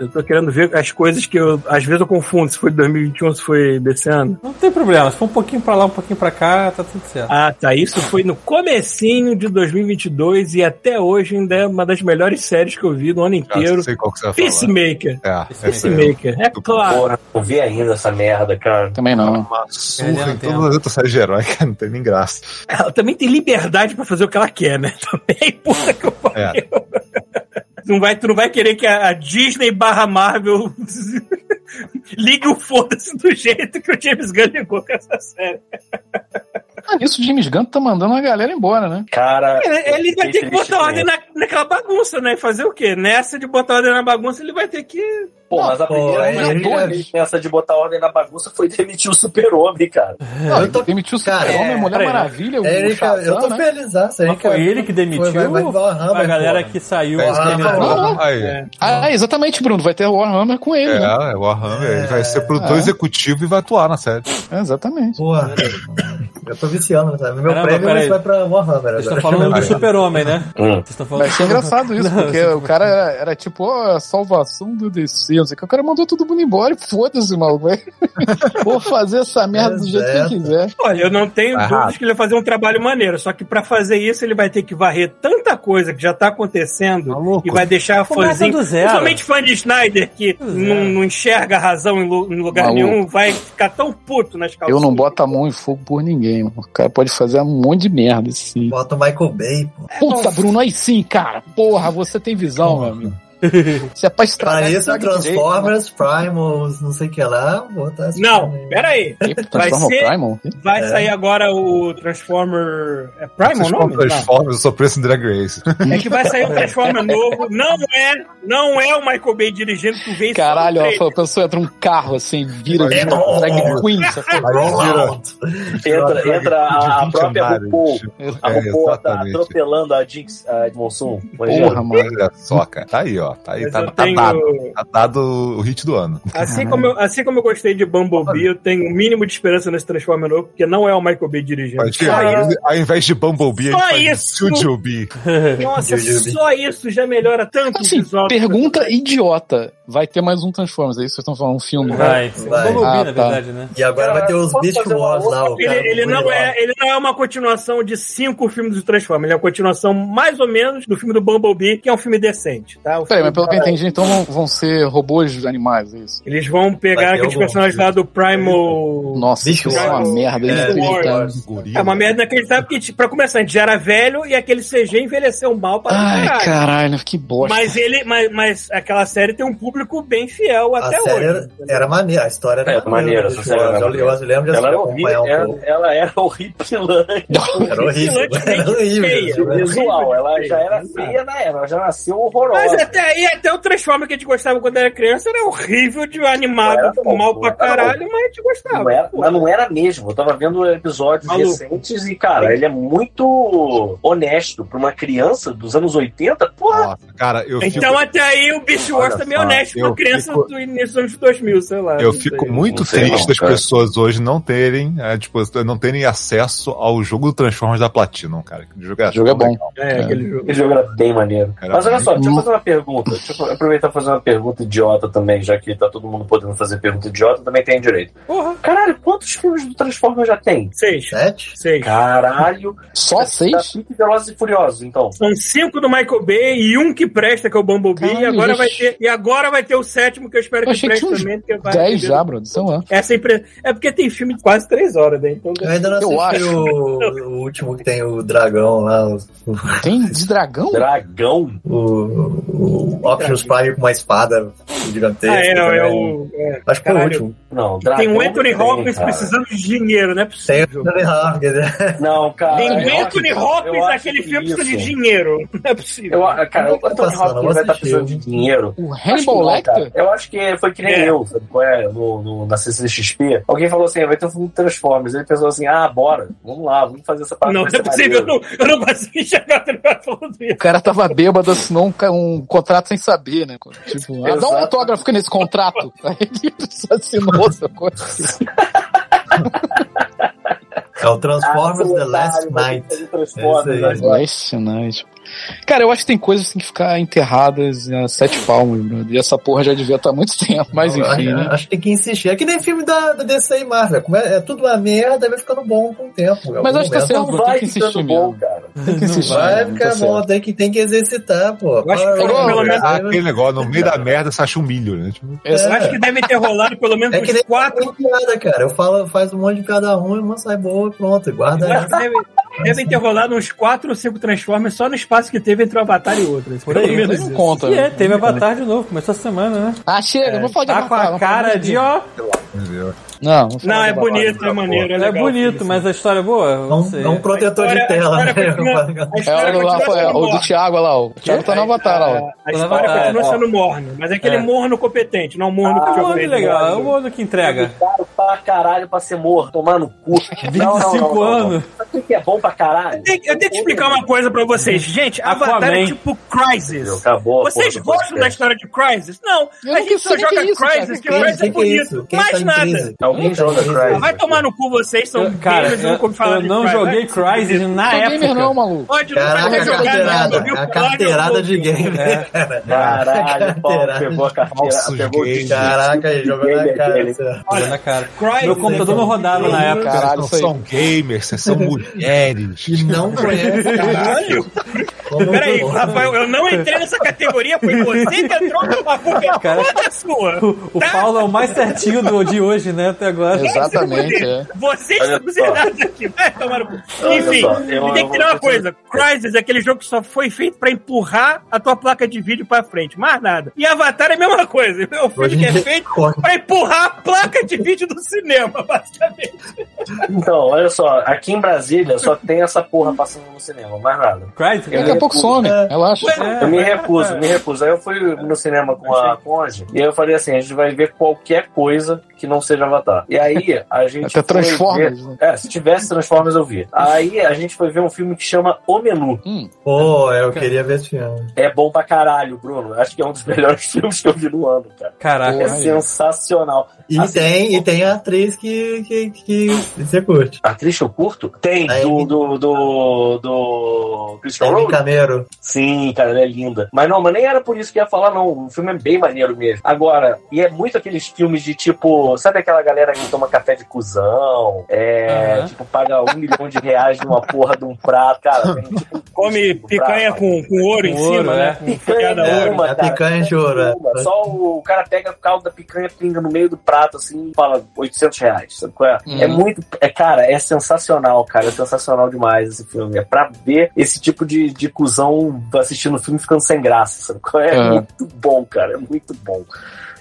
S9: Eu tô querendo ver as coisas que eu. Às vezes eu confundo se foi 2021 ou um, se foi desse ano.
S2: Não tem problema. Se for um pouquinho pra lá, um pouquinho pra cá, tá tudo certo.
S9: Ah, tá. Isso foi no comecinho de 2022 e até hoje ainda é uma das melhores séries que eu vi no ano
S5: cara,
S9: inteiro.
S5: não sei qual que você vai falar.
S9: Peacemaker.
S5: É, essa aí.
S9: Peacemaker. É claro.
S4: Porra, não vi ainda essa merda, cara.
S3: Também não.
S5: Uma
S2: Perdendo
S9: É,
S5: surra em
S2: tempo.
S5: todas as outras séries de herói, cara, não tem nem graça.
S9: Ela também tem liberdade pra fazer o que ela quer, né? Também, puta que eu
S5: É.
S9: Não vai, tu não vai querer que a, a Disney barra Marvel ligue o foda-se do jeito que o James Gunn ligou com essa série.
S3: Ah, nisso o James Gunn tá mandando a galera embora, né?
S4: Cara.
S9: Ele, É, ele
S4: eu
S9: vai
S4: fiquei
S9: ter
S3: é
S9: que
S4: triste
S9: botar
S4: com
S9: ordem
S4: ele.
S9: na, naquela bagunça, né? Fazer o quê? Nessa de botar ordem na bagunça, ele vai ter que.
S4: Pô, mas a
S7: Pô,
S4: primeira,
S7: é,
S4: a primeira
S7: é.
S4: licença de botar ordem na bagunça foi demitir o super-homem, cara.
S3: Não,
S7: eu
S3: ele
S7: tô-
S3: demitiu o
S7: Cara,
S3: Super-Homem, a Mulher
S2: peraí.
S3: Maravilha, o
S7: É, ele, cara, eu tô
S3: Shazam, né?
S7: feliz, ah,
S2: Mas foi ele que demitiu
S7: Foi, vai, vai, vai,
S2: ou a
S7: vai,
S2: galera
S7: porra.
S2: que saiu.
S5: É,
S2: que
S7: vai,
S2: demitiu?
S7: vai, vai.
S5: Aí.
S3: Ah, exatamente, Bruno. Vai ter o Warhammer com ele,
S5: É,
S3: né?
S5: é o Warhammer. Ele vai ser produtor
S3: É.
S5: executivo e vai atuar na série.
S3: É, Exatamente.
S7: Porra. Eu tô viciando, sabe? Meu
S2: Caramba,
S7: prêmio
S2: peraí.
S7: vai pra Warhammer
S2: Vocês estão
S7: agora.
S2: falando do
S5: Aí.
S2: super-homem, né?
S4: Hum.
S2: Vocês estão falando
S3: Mas achei engraçado isso, porque o cara era, era tipo, ó, a salvação do DC, não sei o que. O cara mandou todo mundo embora e foda-se, maluco. Vou fazer essa merda do jeito
S7: Exato.
S3: que quiser.
S9: Olha, eu não tenho
S5: Errado.
S9: dúvidas que ele vai fazer um trabalho maneiro. Só que pra fazer isso, ele vai ter que varrer tanta coisa que já tá acontecendo
S5: Maluco.
S9: e vai deixar
S2: Começa
S9: fãzinho.
S2: do zero.
S9: Principalmente fã de Snyder, que não, não enxerga a razão em lu- em lugar
S3: Maluco.
S9: nenhum, vai ficar tão puto nas calças.
S3: Eu não boto a mão em fogo por ninguém, mano. O cara pode fazer um monte de merda, assim. sim.
S7: Bota o Michael Bay, pô.
S3: Puta, Bruno, aí sim, cara. Porra, você tem visão, meu amigo. Você é pra estragar.
S7: Para isso,
S3: estraga direito,
S7: Transformers, Primals, não sei o que lá. Botar esse cara
S9: Não,
S7: aí.
S9: pera aí.
S3: né? Eita,
S9: Vai
S3: Transforma o
S9: ser-
S3: Primal?
S9: Vai
S7: É.
S9: sair agora o Transformer. É Primal o
S5: Vocês
S9: nome?
S5: compram Transformers, eu sou preso em Drag Race.
S9: Não. É que vai sair um Transformer novo. Não é, não é o Michael Bay dirigindo, tu vê isso no
S3: Caralho,
S9: trailer.
S3: ó, a pessoa entra um carro assim, vira
S7: É,
S3: vira
S7: não.
S3: drag queen. sacou?
S7: Roll
S5: Tira.
S7: out.
S4: Entra, entra a, a
S5: De
S4: própria
S5: visionários.
S4: RuPaul. A
S5: É,
S4: RuPaul tá
S5: exatamente.
S4: atropelando a Jinx a Monsoon.
S3: Porra, mano.
S5: Olha só, cara. Tá aí, ó. Tá aí.
S9: Mas
S5: Tá,
S9: eu
S5: tá
S9: tenho-
S5: dado. Tá dado o hit do ano.
S9: Assim como, eu, assim como eu gostei de Bumblebee, eu tenho o mínimo de esperança nesse Transformer novo, porque não é o Michael Bay dirigindo.
S5: Mas, cara, ao invés de Bumblebee,
S9: Só
S5: a gente
S9: isso.
S5: faz Jujubee.
S9: Nossa,
S7: Jujube.
S9: só isso já melhora tanto
S3: Assim,
S9: visual.
S3: pergunta idiota. Vai ter mais um Transformers, é isso que vocês estão falando? Um filme, né?
S2: Vai.
S7: Vai.
S2: Bumblebee, na
S3: Ah, tá.
S2: verdade, né?
S7: E agora vai ter os
S4: Posso
S7: Beast
S4: fazer uma
S7: Wars
S4: outra?
S7: lá. o
S9: Ele,
S7: cara
S9: ele
S7: do
S9: não
S7: Woody
S9: é, ele não é uma continuação de cinco filmes do Transformers, ele é uma continuação mais ou menos do filme do Bumblebee, que é um filme decente, tá? O
S3: Peraí, mas
S9: filme-
S3: pelo que eu entendi, então vão, vão ser robôs animais, é isso?
S9: Eles vão
S7: Vai
S9: pegar
S7: ter
S9: aqueles
S7: algum- É
S9: personagens lá do Primal.
S3: Nossa,
S7: Bicho,
S3: isso é uma
S9: cara,
S3: merda.
S7: é,
S3: inacreditável.
S5: Gorila.
S9: É uma merda inacreditável, porque, tipo, pra começar, a gente já era velho e aquele CG envelheceu mal para
S3: Ai,
S9: caralho.
S3: caralho, que bosta.
S9: Mas ele, mas, mas aquela série tem um público bem fiel
S7: A
S9: até
S7: série
S9: hoje.
S7: era, era maneira, a história era
S4: É, maneira,
S7: do
S4: essa
S7: Beast
S4: série era
S7: Wars. Eu, eu lembro de
S4: Ela era horrível,
S7: acompanhar um pouco.
S4: ela, ela era horripilante.
S7: Era horrível, era
S9: Feia.
S4: O
S7: horrível. né?
S4: É visual, ela já era feia na era, ela já nasceu
S9: Mas é,
S4: horrorosa.
S9: até aí, até o Transformer que a gente gostava quando era criança era horrível, de animado,
S4: Era bom,
S9: mal pra
S4: era
S9: caralho, mas a gente
S4: Não
S9: gostava.
S4: era,
S9: Pô,
S4: mas não era mesmo. Eu tava vendo episódios
S9: Maluco.
S4: recentes e, cara, ele é muito honesto pra uma criança dos anos 80. Porra,
S5: Nossa, cara, eu fico,
S9: Então até aí o Beast Wars
S5: Olha
S9: também é
S5: só,
S9: honesto
S5: eu
S9: pra criança
S5: fico-
S9: do início dos anos 2000, sei lá.
S5: eu
S9: não
S5: fico
S9: sei.
S5: muito
S4: Não sei
S5: triste
S4: não,
S5: das
S4: cara.
S5: pessoas hoje não terem, é, tipo, não terem acesso ao jogo do Transformers da Platinum, cara. O jogo é,
S3: O jogo é bom.
S9: É, aquele jogo.
S4: Aquele jogo era bem maneiro.
S5: Era
S4: Mas olha
S5: bem-
S4: só, deixa eu fazer uma pergunta. Deixa eu aproveitar e fazer uma pergunta idiota também, já que tá todo mundo podendo fazer pergunta idiota, também tem direito.
S9: Porra.
S4: Caralho, quantos filmes do Transformers já tem?
S9: Seis.
S7: Sete?
S9: Seis.
S4: Caralho,
S7: É
S3: Só
S4: tá
S3: seis?
S4: pique Velozes e Furiosos, então.
S9: São cinco do Michael Bay e um que presta, que é o Bumblebee.
S3: Caralho,
S9: e, agora
S3: gente.
S9: vai ter, e agora vai ter o sétimo, que eu espero
S3: Eu
S9: que
S3: achei que
S9: preste
S3: tinha uns
S9: também. Porque vai
S3: Dez já, Bruno, sei lá.
S9: Essa impre... É porque tem filme de quase três horas, né? Então,
S7: Eu ainda não
S3: Eu
S7: assisti
S3: acho.
S7: o, o último que tem o dragão lá, o,
S3: Tem de dragão?
S4: Dragão?
S7: o, o Optimus Prime com uma espada gigantesca.
S9: ah, é,
S7: também.
S9: é o. é.
S7: Acho que foi o
S9: Caralho.
S7: último.
S4: Não, dragão.
S9: Tem o Anthony
S4: não tem,
S9: Hopkins
S4: cara.
S9: precisando de dinheiro, não é
S7: Tem
S9: possível.
S7: o Anthony Hopkins, né?
S4: Não, cara.
S9: Tem
S4: Ah, eu
S9: o
S4: acho
S9: Anthony
S4: que-
S9: Hopkins
S4: eu acho
S9: naquele
S4: que
S9: filme precisa de
S4: isso-
S9: dinheiro. Não é possível.
S4: Eu, a- cara,
S7: Não
S4: o
S7: tá
S4: Anthony
S7: passando,
S4: Hopkins vai estar
S7: assistiu.
S4: precisando de dinheiro.
S3: O
S4: Acho que não,
S3: Hannibal
S4: cara.
S3: Lecter?
S4: Eu acho que foi que nem
S9: É.
S4: eu, sabe qual é? No, no- na CCXP. Alguém falou assim: vai ter um filme de Transformers. Ele pensou assim: ah, bora, vamos lá, vamos fazer essa parada.
S9: não,
S4: vai
S9: não é
S4: ser
S9: possível. Eu
S4: maneiro.
S9: não, eu não consigo enxergar o Anthony Hopkins falando isso.
S3: O cara tava bêbado, assinou um, ca- um contrato sem saber, né? Tipo, ah, dá um
S4: Exato.
S3: autógrafo nesse contrato. Aí ele só assinou essa coisa.
S7: É o Transformers
S4: Ah,
S7: The Last
S4: caralho, vai ter
S7: Night.
S4: que fazer Transformers,
S7: É isso
S4: né?
S3: Last Night. Cara, eu acho que tem coisas que tem que ficar enterradas a sete palmos, brother. E essa porra já devia estar há muito tempo, mas enfim,
S7: acho,
S3: né?
S7: acho que tem que insistir. É que nem filme da, da DC e Marvel. Como É, é tudo uma merda, vai ficando bom com o tempo. Em
S3: Mas
S7: algum
S3: acho que tá
S7: momento
S3: certo,
S4: Não
S3: Bruno, tem
S4: vai
S3: que insistir
S7: é
S4: ficando
S3: mesmo.
S7: um?
S4: bom, cara.
S3: Tem que insistir.
S7: Vai
S3: né?
S7: ficar
S3: Tá
S7: bom,
S3: certo.
S7: tem que, tem que exercitar, pô.
S9: Eu acho que
S7: Power
S3: pelo
S7: Rangers,
S9: menos-
S5: Ah,
S7: né?
S5: aquele negócio, no meio da merda, você acha um milho, né? Tipo,
S3: Essa-
S9: Eu
S7: É.
S9: acho que deve ter rolado pelo menos
S7: É que
S9: uns
S7: nem
S9: quatro.
S7: piada, cara. Eu falo, faz um monte de piada ruim, uma um, sai boa e pronto. e Guarda
S9: eu acho que
S7: essa.
S9: deve- Devem ter rolado uns 4 ou 5 Transformers só no espaço que teve entre um Avatar e outro.
S2: Por aí,
S9: Pelo menos
S2: mas
S3: não
S9: isso.
S3: conta. né?
S2: E é, teve Avatar de novo, começou a semana, né?
S3: Ah, chega, não fala de
S2: Tá com
S3: Avatar,
S2: a
S3: não
S2: cara
S3: fala
S2: de, ó,
S5: Entendeu?
S3: Não, não fala
S9: Não,
S3: de
S9: é
S3: Avatar.
S9: bonito, é maneiro, é
S2: é
S9: legal.
S2: bonito, mas a história é boa.
S7: Não,
S2: Não sei.
S7: não um protetor de tela,
S9: a
S7: né?
S9: história continua- a
S3: É
S9: história
S3: o do,
S9: continua
S3: Rafael,
S9: sendo
S3: o do
S9: morna.
S3: Thiago, olha lá. ó. O Thiago tá no Avatar, olha lá. ó.
S9: É, A história
S2: Avatar,
S9: continua
S2: ó.
S9: sendo morno, mas é aquele
S2: É.
S9: morno competente, não
S2: É
S9: morno que
S2: um
S9: joga
S2: modo
S9: bem
S2: legal, é
S9: demais.
S2: um modo que entrega.
S4: Tá Caro pra caralho pra ser morto, tomar no cu.
S2: 25 anos.
S4: Sabe o que é bom pra caralho?
S9: Eu tenho, eu tenho que explicar uma coisa pra vocês. Gente,
S2: Aquaman.
S9: Avatar é tipo Crysis.
S4: Acabou. a
S9: Vocês
S4: porra do
S9: gostam da
S4: podcast.
S9: história de Crysis? Não,
S3: Eu
S9: a
S3: não
S9: gente só
S3: sei nem
S9: joga
S3: que é isso, cara.
S9: Crysis, que
S3: Quem-
S9: Crysis é bonito. Mais
S7: tá em
S9: nada. Ah,
S7: crise?
S4: Alguém joga
S7: Quem tá em crise?
S4: Crysis.
S9: Vai tomar no cu, vocês são
S2: Eu- Cara,
S9: gamers, eu
S2: eu,
S9: nunca ouvi falar
S2: eu
S9: de
S2: não
S9: Crysis.
S2: joguei Crysis na
S3: Não é
S2: época.
S3: gamer não, maluco.
S9: Pode
S7: Caraca, a
S9: nunca jogar nada,
S7: carteirada,
S9: viu?
S7: a
S9: Claro,
S7: carteirada
S9: eu
S7: de
S9: sou-
S7: game, né, cara?
S4: Caralho, Paulo
S7: Carteirada.
S4: pegou a carteira,
S5: Falsos
S4: pegou o
S5: gays.
S7: Caraca, ele jogou na
S4: Ele-
S7: cara.
S4: ele-
S7: seu-
S2: Olha, na cara.
S9: Crysis,
S2: Meu computador não rodava na época.
S3: Caralho,
S5: Vocês
S3: isso aí.
S5: não são gamers, vocês são mulheres.
S7: E não conhece, caralho. Como
S9: Peraí,
S7: não?
S9: Rafael, eu não entrei nessa categoria, foi você que entrou numa culpa
S2: Cara,
S9: toda sua. Tá?
S2: O, o Paulo é o mais certinho do, de hoje, né? Até agora.
S9: É.
S3: Exatamente, é.
S9: Vocês
S4: Olha
S9: estão considerados aqui, vai tomar no cu.
S4: Olha
S9: Enfim,
S4: só, eu-
S9: tem
S4: eu
S9: que ter uma
S4: vou-
S9: coisa. Crysis é aquele jogo que só foi feito pra empurrar a tua placa de vídeo pra frente, mais nada. E Avatar é a mesma coisa. É um filme que é feito pra empurrar a placa de vídeo do cinema, basicamente.
S4: Então, olha só, aqui em Brasília só tem essa porra passando no cinema, mais nada.
S2: Crysis?
S3: Daqui
S4: É.
S3: a pouco some, relaxa.
S4: Eu me recuso, me recuso. Aí eu fui no cinema com a Conde e aí eu falei assim: a gente vai ver qualquer coisa que não seja Avatar. E aí a gente.
S3: Até
S4: foi
S3: Transformers,
S4: ver-
S3: né?
S4: É, se tivesse Transformers eu vi. Aí a gente foi ver um filme que chama O Menu.
S7: Pô, eu queria ver esse filme.
S4: É bom pra caralho, Bruno. Acho que é um dos melhores filmes que eu vi no ano, cara.
S2: Caraca.
S4: É
S3: Porra, aí.
S4: sensacional.
S7: E
S4: Assim,
S7: tem, e tem a atriz que, que, que você curte.
S4: A atriz que eu curto? Tem,
S7: Aí-
S4: do, do, do, do Christian
S7: Amy
S4: Rowland.
S7: Camero.
S4: Sim, cara, ela é linda. Mas não, mas nem era por isso que eu ia falar, não. O filme é bem maneiro mesmo. Agora, e é muito aqueles filmes de tipo, sabe aquela galera que toma café de cuzão? É,
S2: Aham.
S4: tipo, paga um milhão de reais numa porra de um prato, cara. Tem, tipo, um
S9: Come
S4: custo do
S9: picanha
S4: prato.
S9: com, com ouro em
S2: Com ouro,
S9: cima,
S2: é.
S9: né? Com
S4: Picanha
S9: picanha
S4: é,
S9: ouro.
S4: uma,
S7: A
S4: cara.
S7: picanha de ouro, é.
S4: Uma. Só o, o cara pega o caldo da picanha, pinga no meio do prato, assim, e fala 800 reais. Sabe qual é?
S3: Hum.
S4: É muito. É, cara, é sensacional, cara. É sensacional demais esse filme. É pra ver esse tipo de, de cuzão assistindo o filme ficando sem graça. Sabe qual é?
S3: É.
S4: muito bom, cara. É muito bom.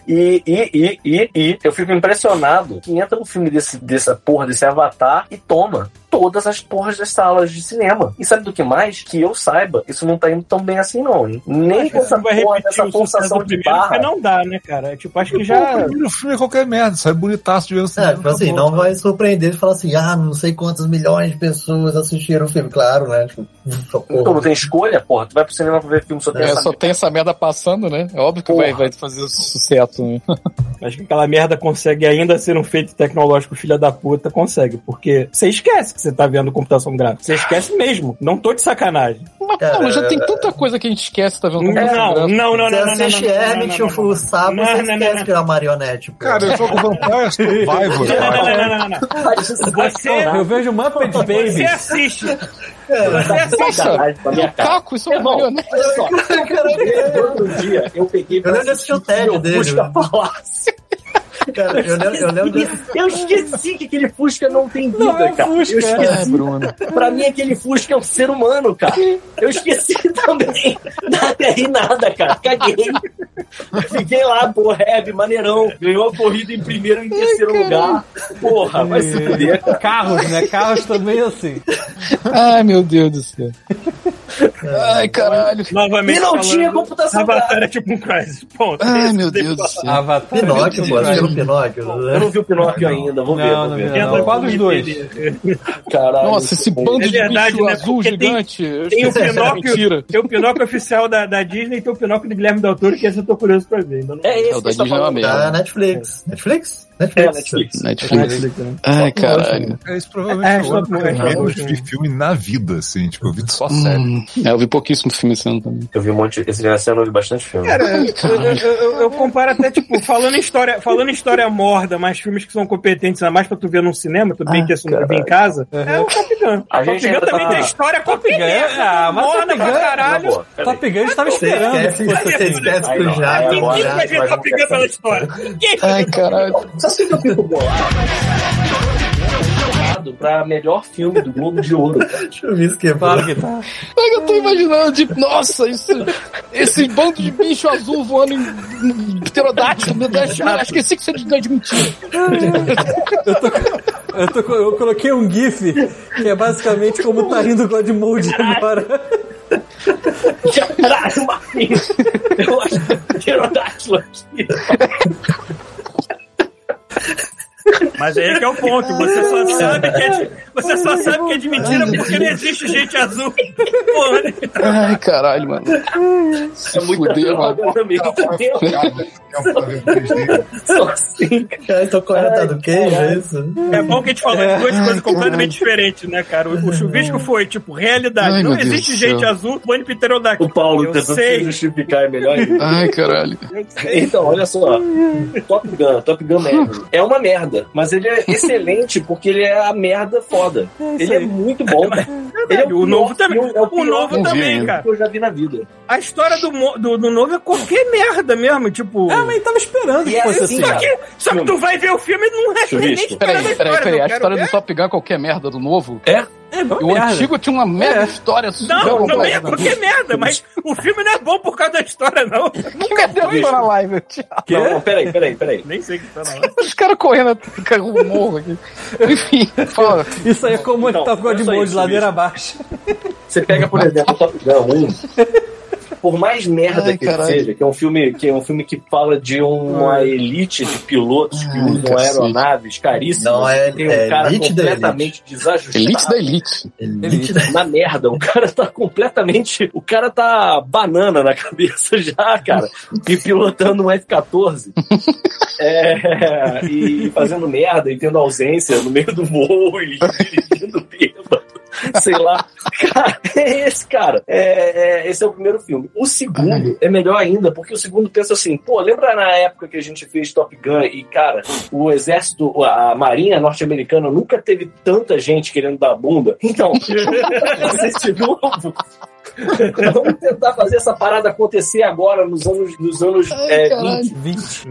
S4: E, e, e, e, e eu fico impressionado que entra um filme desse, dessa porra, desse avatar, e toma todas as porras das salas de cinema. E sabe do que mais? Que eu saiba, isso não tá indo tão bem assim, não, hein? Nem com essa
S9: Você vai
S4: porra
S9: repetir
S4: dessa
S9: o sucesso
S4: pulsação
S9: do
S4: de
S9: primeiro, porque
S4: barra.
S9: não dá, né, cara? É Tipo, acho que
S5: Já... O
S9: já...
S5: primeiro filme é qualquer merda, sai bonitaço de ver o cinema,
S7: É, tipo assim,
S5: acabou.
S7: não vai surpreender e falar assim, ah, não sei quantas milhões de pessoas assistiram o filme. Claro, né? Tipo,
S4: Tu não
S7: socorro.
S4: tem escolha, porra. Tu vai pro cinema pra ver filme, só tem
S3: É,
S4: essa
S3: só tem essa merda passando, né? É óbvio que
S4: Porra.
S3: vai, vai fazer sucesso, né?
S9: Acho que aquela merda consegue ainda ser um feito tecnológico filha da puta, consegue. Porque você esquece que você tá vendo computação gráfica. Você esquece mesmo. Não tô de sacanagem.
S3: Mas,
S7: Cara,
S3: não, mas já
S7: é-
S3: tem tanta coisa que a gente esquece, tá vendo?
S9: Não, não, não, não, não,
S7: Você
S9: não, não, não,
S7: assiste
S9: não,
S7: Hermit,
S9: não, não,
S7: o sapo,
S9: não,
S7: você
S9: não, não,
S7: esquece
S9: não.
S7: que é uma marionete. pô.
S5: Cara, eu jogo Vampire Survivor,
S9: não,
S5: cara.
S9: não, não, não, não, não, não. Você,
S2: Eu vejo Muppet
S9: você
S2: Baby.
S9: assiste.
S7: É.
S9: Você assiste.
S4: sacanagem com a minha cara.
S3: Caco, isso é uma
S4: Irmão,
S3: marionete.
S4: Olha só,
S7: Caraca,
S4: outro dia eu peguei
S7: Eu lembro de assistir o tédio dele. né?
S4: Fusca Palácio.
S7: cara, eu lembro, eu lembro desse-
S4: Eu esqueci que aquele Fusca não tem vida,
S2: Não, é
S4: cara.
S2: Fusca.
S4: Eu esqueci.
S3: É, Bruno.
S4: Pra mim, aquele Fusca é um ser humano, cara. Eu esqueci também. Nada e nada, cara. Caguei. Fiquei lá, pô, Reb, maneirão. Ganhou a corrida em primeiro e em terceiro lugar. Porra, vai se fuder, cara.
S2: Carros, né? Carros também assim.
S3: Ai, meu Deus do céu. Ai, caralho.
S9: Novamente.
S4: E não
S9: falando,
S4: tinha computação
S9: Avatar é tipo um Crysis. Ponto.
S3: Ai, meu Deus do céu.
S2: Avatar.
S7: Pinóquio, pô,
S2: Não,
S7: assistiram Pinóquio.
S4: Eu não vi o Pinóquio ainda, vou ver.
S2: não,
S4: vou
S2: não,
S4: ver.
S2: vi, não. Qual dos dois?
S4: Caralho.
S3: Nossa, esse
S4: bom.
S3: bando
S9: É verdade,
S3: de bicho
S9: né?
S3: azul
S9: Porque tem-
S3: gigante. Eu
S9: Tem o
S3: esqueci dessa
S9: Pinóquio,
S3: Mentira.
S9: tem o Pinóquio oficial da, da Disney e tem o Pinóquio do Guilherme Del Toro, que esse eu tô curioso pra ver. Ainda não...
S4: É
S3: É,
S4: esse
S3: o
S4: que
S3: da
S4: você tá
S3: Disney é uma
S4: falando.
S3: merda.
S7: Da Netflix. Netflix?
S4: É, Netflix.
S7: Netflix.
S3: Netflix. Ai, caralho.
S5: É isso provavelmente
S9: É,
S5: é, o ano que
S9: é,
S5: eu
S9: é,
S5: menos
S9: é.
S5: vi filme na vida, assim. Tipo, eu vi só série.
S3: Hum, é, eu vi pouquíssimo filme esse ano também.
S4: Eu vi um monte. Esse ano eu vi bastante filme.
S9: Eu, eu- eu- eu comparo até, tipo, falando em história, falando em história morda, mas filmes que são competentes a mais pra tu ver num cinema, tudo bem que isso não vem em casa, é o Top Gun.
S4: A
S9: O Top
S4: gente
S9: Gun é,
S4: ainda
S9: também
S4: tá-
S9: tem história competente,
S2: Ah, mas
S9: morna
S2: Top Gun-
S9: pra caralho.
S4: Pô, Tá peraí.
S2: Top Gun eu estava
S7: Você
S2: esperando.
S7: esquece, você esquece
S4: Aí
S7: que o
S4: não, aí
S7: Jato.
S4: agora-
S9: Ninguém
S7: já-
S9: vai ver Top Gun pela história. Ninguém vai
S3: Ai,
S9: ver Top Gun.
S3: caralho.
S4: Sabe o que eu fico bolado? indicado pra melhor filme do Globo de Ouro. cara.
S7: Deixa eu ver isso que
S2: Claro que tá.
S3: Mas eu tô imaginando, tipo, nossa, isso, esse bando de bicho azul voando em, em pterodáctilo, meu Deus, eu esqueci que isso é de grande mentira.
S2: Eu, tô, eu, tô, co- eu coloquei um GIF que é basicamente como tá rindo o Godmode agora.
S4: Já traz, Marquinhos! Eu acho que é pterodáctilo aqui.
S9: Mas aí que é o ponto. Você só sabe que é, de, você só sabe que é de mentira porque não existe gente azul. Porra, né?
S3: Ai, caralho, mano. Se
S4: É muita
S3: fuder, mano.
S4: droga também. Entendeu? Só assim.
S7: cara. Tô correndo do queijo, é isso?
S9: É bom que a gente falou de duas coisas completamente diferentes, né, cara? O, o chuvisco foi, tipo, realidade.
S3: É. Ai,
S9: não
S3: meu Deus
S9: existe
S3: do
S9: gente
S3: céu.
S9: azul voando pterodáctilo.
S4: O Paulo
S9: Eu
S4: tentando se
S9: sei.
S4: justificar é melhor ainda.
S3: Ai, caralho.
S4: Então, olha só. Top Gun, Top Gun Maverick. É uma merda, mas ele é excelente porque ele é a merda foda. ele é muito bom. cara. Ele é
S9: O
S4: pior
S9: novo também.
S4: filme- é o
S9: O
S4: pior
S9: novo
S3: filme
S9: também,
S3: ainda.
S9: cara.
S4: que eu já vi na vida.
S9: A história do, mo- do, do novo é qualquer merda mesmo, tipo.
S2: Ah, mas ele tava esperando
S4: E
S2: que
S4: é
S2: fosse
S4: assim,
S2: assim.
S4: cara.
S9: Só que, só que tu vai ver o filme e não é nem
S4: Chuvisco.
S9: esperando
S3: Peraí, peraí, peraí. A
S9: eu quero
S3: história do Top Gun é qualquer merda do novo.
S2: É, bom,
S3: E o antigo tinha uma mega história assim. super
S9: Não, também é
S3: complexa.
S9: qualquer merda, mas o filme não é bom por causa da história, não.
S3: Nunca deu isso na live.
S2: Quê?
S4: Não, não, peraí, peraí, peraí.
S9: Nem sei o que tá na
S3: Os caras correndo, caiu o um morro aqui. Enfim, fala.
S2: Isso aí é como
S4: Não,
S2: ele tava com o
S4: pensa
S2: Godmode,
S4: isso,
S2: ladeira abaixo.
S4: Você pega, por exemplo, Top Gun 1. Por mais merda
S3: Ai,
S4: que ele
S3: caralho.
S4: seja, que é um filme que é um filme que fala de uma elite de pilotos que
S3: Ai,
S4: usam
S3: cacete.
S4: aeronaves caríssimas.
S7: Não, é-
S4: tem um
S7: é
S4: cara
S7: elite da
S4: completamente desajustado.
S3: Elite da elite.
S7: Elite.
S4: na merda. O cara tá completamente. O cara tá banana na cabeça já, cara. E pilotando um F-14. É, e fazendo merda e tendo ausência no meio do voo e dirigindo bêbado. Sei lá. Cara, é esse, cara. É, é, esse é o primeiro filme. O segundo é melhor ainda, porque o segundo pensa assim, pô, lembra na época que a gente fez Top Gun e, cara, o exército, a marinha norte-americana nunca teve tanta gente querendo dar bunda. Então, esse novo. Vamos tentar fazer essa parada acontecer agora nos anos, nos anos é, 20.
S2: 20.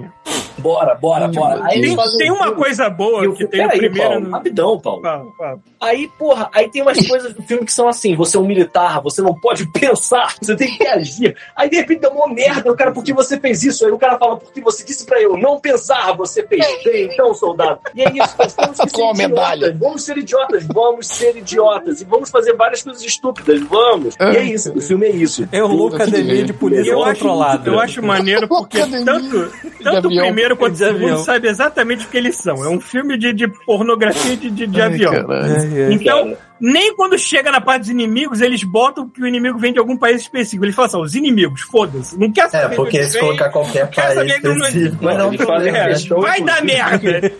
S4: Bora, bora, bora. Aí eles
S9: Tem,
S4: fazem
S9: tem
S4: um
S9: uma
S4: filme-
S9: coisa boa
S4: e o
S9: que
S4: filme-
S9: tem o
S4: Peraí,
S9: primeiro.
S4: Paulo, rapidão, Paulo.
S9: Fala, fala.
S4: Aí, porra, aí tem umas coisas do filme que são assim: você é um militar, você não pode pensar, você tem que agir. Aí de repente dá uma merda, o cara, por que você fez isso? Aí o cara fala, porque você disse pra eu não pensar, você fez bem, então, soldado. E é isso, nós temos que ser
S3: Com a medalha.
S4: idiotas, vamos ser idiotas, vamos ser idiotas, e vamos fazer várias coisas estúpidas, vamos. E é isso, o filme é isso.
S2: É o louco academia de
S9: E
S2: polícia
S9: eu acho,
S2: controlada.
S9: eu acho maneiro porque
S3: Academia
S9: tanto,
S3: de
S9: tanto o
S3: avião.
S9: primeiro quanto
S2: De
S9: o segundo
S2: avião.
S9: sabe exatamente o que eles são. É um filme de, de pornografia de, de, de
S3: Ai,
S9: avião.
S3: caralho.
S2: É, é.
S9: Então, nem quando chega na parte dos inimigos, eles botam que o inimigo vem de algum país específico. Eles falam assim, os inimigos, foda-se. Não quer
S7: É,
S9: saber de
S7: porque
S9: onde
S7: se
S9: vem,
S7: colocar qualquer
S9: quer
S7: país
S9: saber que não-
S7: específico,
S4: Não,
S7: não,
S4: eles fazem
S7: problema.
S4: resto.
S9: é, vai dar merda.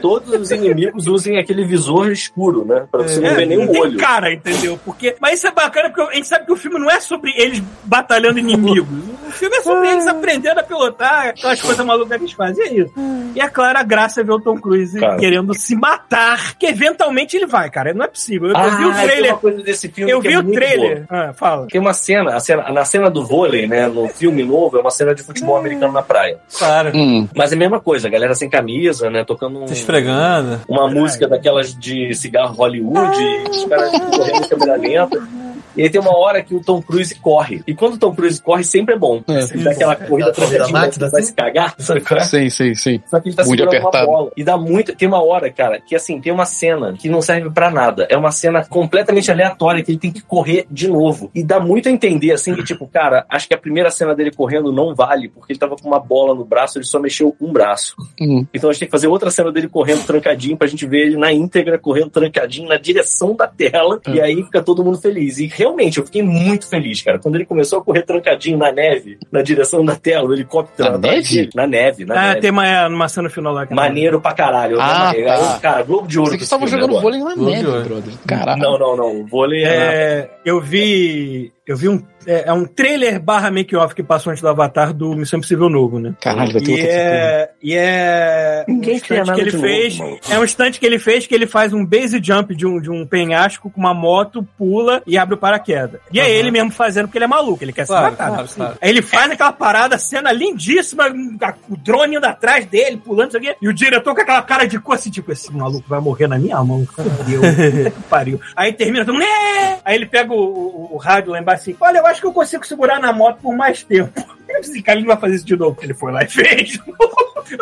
S4: Todos os inimigos usem aquele visor escuro, né? Pra você não
S9: É,
S4: ver nem
S9: não
S4: o
S9: tem
S4: olho.
S9: cara, entendeu? Porque, mas isso é bacana porque a gente sabe que o filme não é sobre eles batalhando inimigos. O filme é sobre eles aprendendo a pilotar, aquelas coisas malucas que eles fazem. É isso. E é claro, a graça é ver o Tom Cruise
S4: Cara.
S9: querendo se matar, que eventualmente ele vai, cara. Não é possível. Eu, eu
S4: Ah,
S9: vi o
S4: tem
S9: trailer.
S4: uma coisa desse filme
S9: Eu
S4: que
S9: vi
S4: é
S9: o
S4: muito
S9: trailer. Ah, fala.
S4: Tem uma cena, a cena, na cena do vôlei, né? No filme novo, é uma cena de futebol americano na praia.
S2: Claro.
S3: Hum,
S4: Mas é a mesma coisa, a galera sem camisa, né? Tocando um-
S2: Tá esfregando.
S4: uma música daquelas de cigarro Hollywood, e os caras correndo em câmera lenta. E aí tem uma hora que o Tom Cruise corre. E quando o Tom Cruise corre, sempre é bom.
S3: É.
S4: Ele dá aquela corrida
S7: Aquela corrida
S4: trocadinha,
S7: máquina,
S4: que vai
S7: assim.
S4: se cagar, sabe qual é?
S3: sim, sim, sim.
S4: Só que ele tá
S3: Muito
S4: segurando
S3: apertado.
S4: uma bola. E dá muito. Tem uma hora, cara, que assim, tem uma cena que não serve pra nada. É uma cena completamente aleatória que ele tem que correr de novo. E dá muito a entender, assim, que tipo, cara, acho que a primeira cena dele correndo não vale, porque ele tava com uma bola no braço, ele só mexeu um braço.
S3: Hum.
S4: Então a gente tem que fazer outra cena dele correndo trancadinho pra gente ver ele na íntegra correndo trancadinho na direção da tela.
S3: Hum.
S4: E aí fica todo mundo feliz. E realmente, eu fiquei muito feliz, cara. Quando ele começou a correr trancadinho na neve, na direção da tela, do helicóptero.
S3: Na
S4: atrás
S3: neve?
S4: dele. Na neve, na
S9: Ah,
S4: neve.
S9: tem uma, uma cena final lá. que é
S4: Maneiro pra caralho. Eu
S3: Ah,
S4: amei.
S3: tá.
S4: Aí, Cara, Globo de Ouro.
S3: Vocês
S4: desse
S3: estavam
S4: filme
S3: jogando
S4: agora.
S3: vôlei na
S2: Globo de
S3: neve,
S2: ouro.
S3: brother. Caralho.
S4: Não, não, não. O vôlei é.
S9: É, eu vi. Eu vi um. É, é um trailer barra make-off que passou antes do Avatar do Missão Impossível Novo, né?
S3: Caralho, vai ter
S9: E
S3: outra sequência.
S9: é, e é um
S4: Ninguém cria
S9: instante que
S4: nada
S9: ele
S4: de
S9: fez.
S4: novo, maluco.
S9: é um instante que ele fez que ele faz um base jump de um, de um penhasco com uma moto, pula e abre o paraquedas. E é ele mesmo fazendo, porque ele é maluco, ele quer se
S2: Claro,
S9: matar.
S2: claro, claro.
S9: Aí ele faz aquela parada, cena lindíssima, a- o drone indo atrás dele, pulando, isso aqui, e o diretor com aquela cara de cu, assim, tipo, esse maluco vai morrer na minha mão, fodeu, puta que pariu. Aí termina, todo mundo, "É!" aí ele pega o, o- o rádio lá embaixo assim, olha, eu acho que eu consigo segurar na moto por mais tempo. Esse cara ele não vai fazer isso de novo, porque ele foi lá e fez.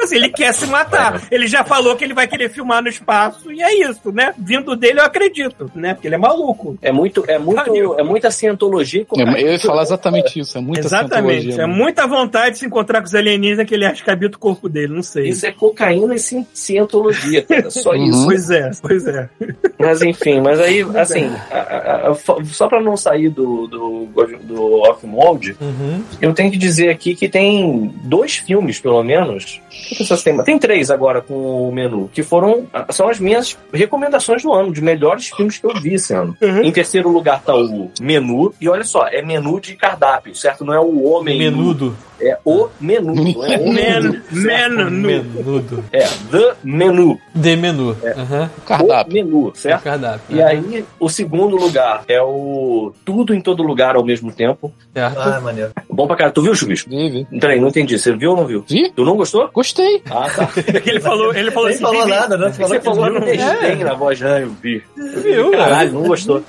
S9: assim, ele quer se matar. Ele já falou que ele vai querer filmar no espaço, e é isso, né? Vindo dele, eu acredito, né? Porque ele é maluco.
S4: É muito, é muito, é muita cientologia. com-
S3: É, eu ia falar exatamente isso, é muita
S9: Exatamente.
S3: cientologia,
S9: É
S3: né?
S9: muita vontade de se encontrar com os alienígenas que ele acha que habita o corpo dele, não sei.
S4: Isso é cocaína e ci- cientologia, cara. Só
S3: Uhum.
S4: isso.
S9: Pois é, pois é.
S4: Mas enfim, mas aí, assim, a- a- a- fo- só pra não sair do, do, do off-mode,
S2: Uhum.
S4: eu tenho que dizer aqui que tem dois filmes, pelo menos. Deixa eu pensar se Tem, mais. tem três agora com o menu, que foram. ah, São as minhas recomendações do ano, de melhores filmes que eu vi esse ano.
S9: Uhum.
S4: Em terceiro lugar tá o menu. E olha só, é menu de cardápio, certo? Não é o homem. nu,
S2: Menudo.
S4: É o menu. Não é o menu.
S9: Men, men, nu.
S2: Menudo.
S4: É the menu.
S2: De menu. Aham. é
S4: O
S3: Cardápio.
S4: menu, certo?
S2: O cardápio.
S4: É. E
S2: Aham.
S4: aí, o segundo lugar é o Tudo em Todo Lugar ao mesmo tempo.
S2: Certo.
S7: Ah, maneiro.
S4: Bom pra caralho. Tu viu, Chubisco?
S3: Vive.
S4: Peraí, não entendi. Você viu ou não viu?
S3: Vi?
S4: Tu não gostou?
S3: Gostei.
S4: Ah, tá.
S9: É Ele falou, ele falou
S7: Nem
S9: assim,
S7: falou
S9: "Vivi,
S7: nada, né? Falou
S4: Você
S7: que
S4: falou
S7: viu.
S4: no desdém na voz, ah, eu vi.
S2: Viu,
S4: Caralho, não gostou.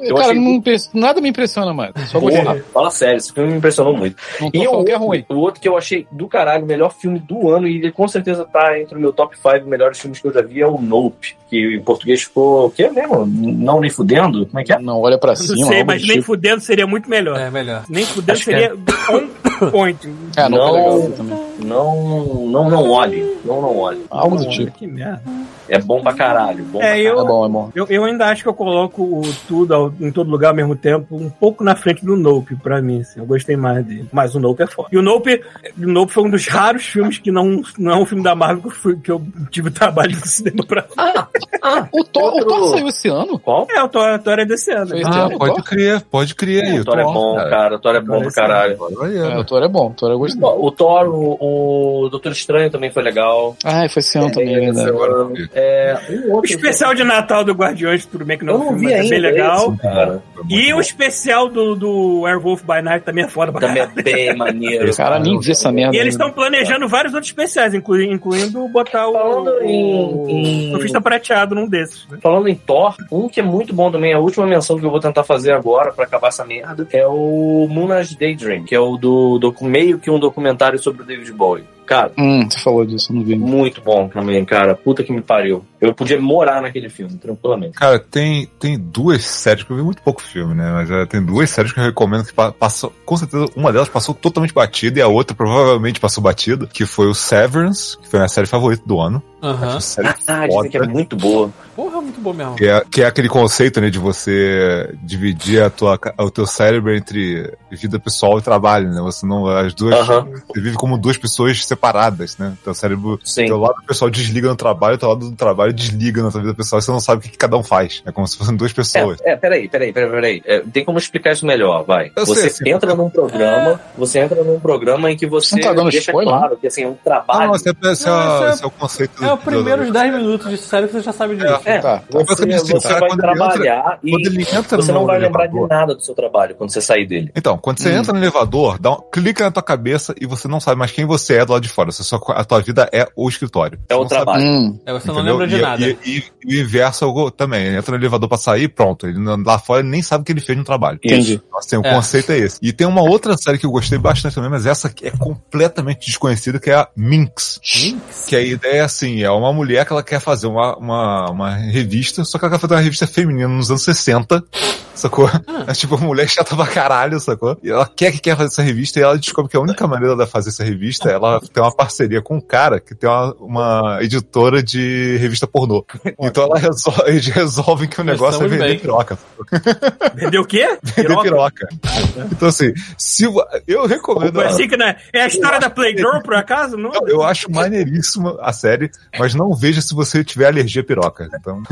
S4: Eu
S3: Cara,
S4: achei-
S3: não impress- nada me impressiona mais. Só gostei.
S4: Porra, fala sério, esse filme me impressionou muito.
S3: Não tô
S4: E o
S3: falando
S4: outro,
S3: que é ruim.
S4: o outro que eu achei do caralho, o melhor filme do ano, e ele com certeza tá entre o meu top 5 melhores filmes que eu já vi, é o Nope, que em português ficou, o que mesmo? Não nem fudendo? Como é que é?
S3: Não, olha pra cima.
S9: Não sei,
S3: algo
S9: mas
S3: do
S9: nem
S3: tipo.
S9: fudendo seria muito melhor.
S2: É melhor.
S9: Nem fudendo
S4: Acho que
S9: seria on point.
S3: É, não,
S4: Não.
S3: foi legal assim também.
S4: Não, não, não olhe. Não, não olhe.
S3: Algo do tipo.
S9: Que merda.
S4: É bom pra caralho. Bom pra
S9: É,
S3: É
S9: eu,
S3: bom, é bom.
S9: eu, eu ainda acho que eu coloco o tudo ao- em todo lugar ao mesmo tempo, um pouco na frente do Nope, pra mim. assim. eu gostei mais dele. Mas o Nope é foda. E o Nope, o Nope foi um dos raros filmes que não, não é um filme da Marvel que eu, fui- que eu tive trabalho no cinema pra.
S3: O Thor, o
S4: outro-
S3: Thor saiu esse ano?
S4: Qual?
S9: É, o Thor, o Thor é desse ano.
S3: Foi
S9: né?
S3: esse
S5: Ah,
S3: ano, o
S5: pode
S3: Thor?
S5: crer, pode crer. aí,
S4: o Thor é bom, cara. O Thor é bom pra caralho.
S3: É,
S5: né?
S3: o Thor é bom, o Thor eu gostei.
S4: O Thor, o, o Doutor Estranho também foi legal.
S3: Ah, foi esse ano também, é verdade.
S4: É, um
S9: O
S4: outro.
S9: especial de Natal do Guardiões, tudo bem que não,
S4: Eu
S9: é um
S4: não
S9: filme,
S4: vi
S9: mas é
S4: ainda.
S9: bem legal.
S5: Então,
S4: esse,
S5: Ah.
S4: cara.
S9: E o especial do, do Werewolf by Night também é foda pra
S4: Também
S9: caralho.
S4: é bem maneiro.
S3: Cara, nem vi essa merda.
S9: E eles
S3: ainda.
S9: estão planejando vários outros especiais, inclu- incluindo botar o,
S4: Falando em- em-
S9: o Sofista Prateado num desses. né?
S4: Falando em Thor, um que é muito bom também, a última menção que eu vou tentar fazer agora pra acabar essa merda, é o Moon Knight Daydream, que é o do, docu- meio que um documentário sobre o David Bowie. Cara,
S3: Hum, você falou disso, eu não vi.
S4: muito bom também, cara. Puta que me pariu. Eu podia morar naquele filme, tranquilamente.
S5: Cara, tem, tem duas séries que eu vi muito pouco filme, né? Mas eh, tem duas séries que eu recomendo que pa- passou. Com certeza, uma delas passou totalmente batida e a outra provavelmente passou batida, que foi o Severance, que foi a minha série favorita do ano.
S2: Aham.
S5: Essa série
S4: Ah, dizem que é muito boa.
S2: Porra, muito bom mesmo.
S5: Que é, que é aquele conceito, né, de você dividir a tua, ca- o teu cérebro entre vida pessoal e trabalho, né? Você não, as duas,
S4: Aham,
S5: você vive como duas pessoas separadas, né? Teu cérebro,
S4: sim.
S5: teu lado pessoal desliga no trabalho, teu lado do trabalho desliga na tua vida pessoal, e você não sabe o que, que cada um faz. É como se fossem duas pessoas.
S4: É, é, peraí, peraí, peraí, peraí. É, tem como explicar isso melhor, vai.
S5: Eu
S4: você
S5: sei, sim.
S4: entra num programa, você entra num programa em que você
S3: Não tá dando
S4: deixa
S3: spoiler,
S4: claro que assim, é um
S5: Ah,
S4: trabalho.
S5: não, esse é, esse é,
S2: Não, esse é-
S5: esse é o conceito
S2: É
S5: do-
S2: os
S5: do-
S2: primeiros 10 minutos de série que você já sabe disso.
S4: É,
S3: Tá.
S5: Você
S4: você,
S5: me disse,
S4: você
S5: cara,
S4: vai
S5: quando ele entra-
S4: trabalhar
S5: Quando ele
S4: e
S5: entra
S4: você
S5: no
S4: não vai lembrar de
S5: elevador-
S4: nada do seu trabalho quando você sair dele.
S5: Então, quando você
S3: Hum.
S5: entra no elevador, dá um, clica na tua cabeça e você não sabe mais quem você é do lado de fora. Você só, a tua vida é o escritório.
S4: É
S5: Você
S4: o
S5: não sabe
S4: trabalho.
S3: Hum,
S2: É, você não
S5: Entendeu?
S2: lembra de
S5: E-
S2: nada.
S5: E, e- e o inverso é o go- também. Ele entra no elevador pra sair, pronto. Ele não- lá fora ele nem sabe o que ele fez no trabalho.
S3: entendi.
S5: Nossa, tem, o
S2: É.
S5: conceito é esse. E tem uma outra série que eu gostei bastante também, mas essa é completamente desconhecida, que é a Minx. Que a ideia é assim, é uma mulher que ela quer fazer uma, uma, uma revista, só que ela quer fazer uma revista feminina nos anos 60, sacou?
S2: Ah.
S5: É tipo, uma mulher chata pra caralho, sacou? E ela quer que quer fazer essa revista e ela descobre que a única maneira dela fazer essa revista é ela ter uma parceria com um cara que tem uma, uma editora de revista pornô. Então ela resol- eles resolvem que o
S2: Nós
S5: negócio é
S2: estamos
S5: vender
S2: bem. é
S5: piroca.
S9: Vendeu o quê?
S5: Vender
S9: Piroca?
S5: piroca. Então assim, se, vo- eu recomendo...
S9: Foi assim que não é. É a história da Playgirl, por acaso? Não.
S5: Eu, eu acho maneiríssima a série, mas não veja se você tiver alergia à piroca. Então,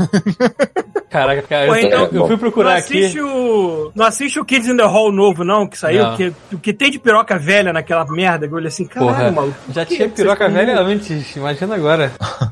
S2: Caraca, cara,
S9: Pô,
S2: eu-
S9: então,
S2: eu fui procurar
S9: não
S2: aqui.
S9: assiste O, não assiste o Kids in the Hall novo, não, que saiu.
S2: Não.
S9: Que, o que tem de piroca velha naquela merda, que eu olhei assim, caralho,
S2: Porra,
S9: maluco. por
S2: já
S9: que
S2: tinha
S9: que você
S2: piroca
S9: comeu?
S2: velha antes, imagina agora.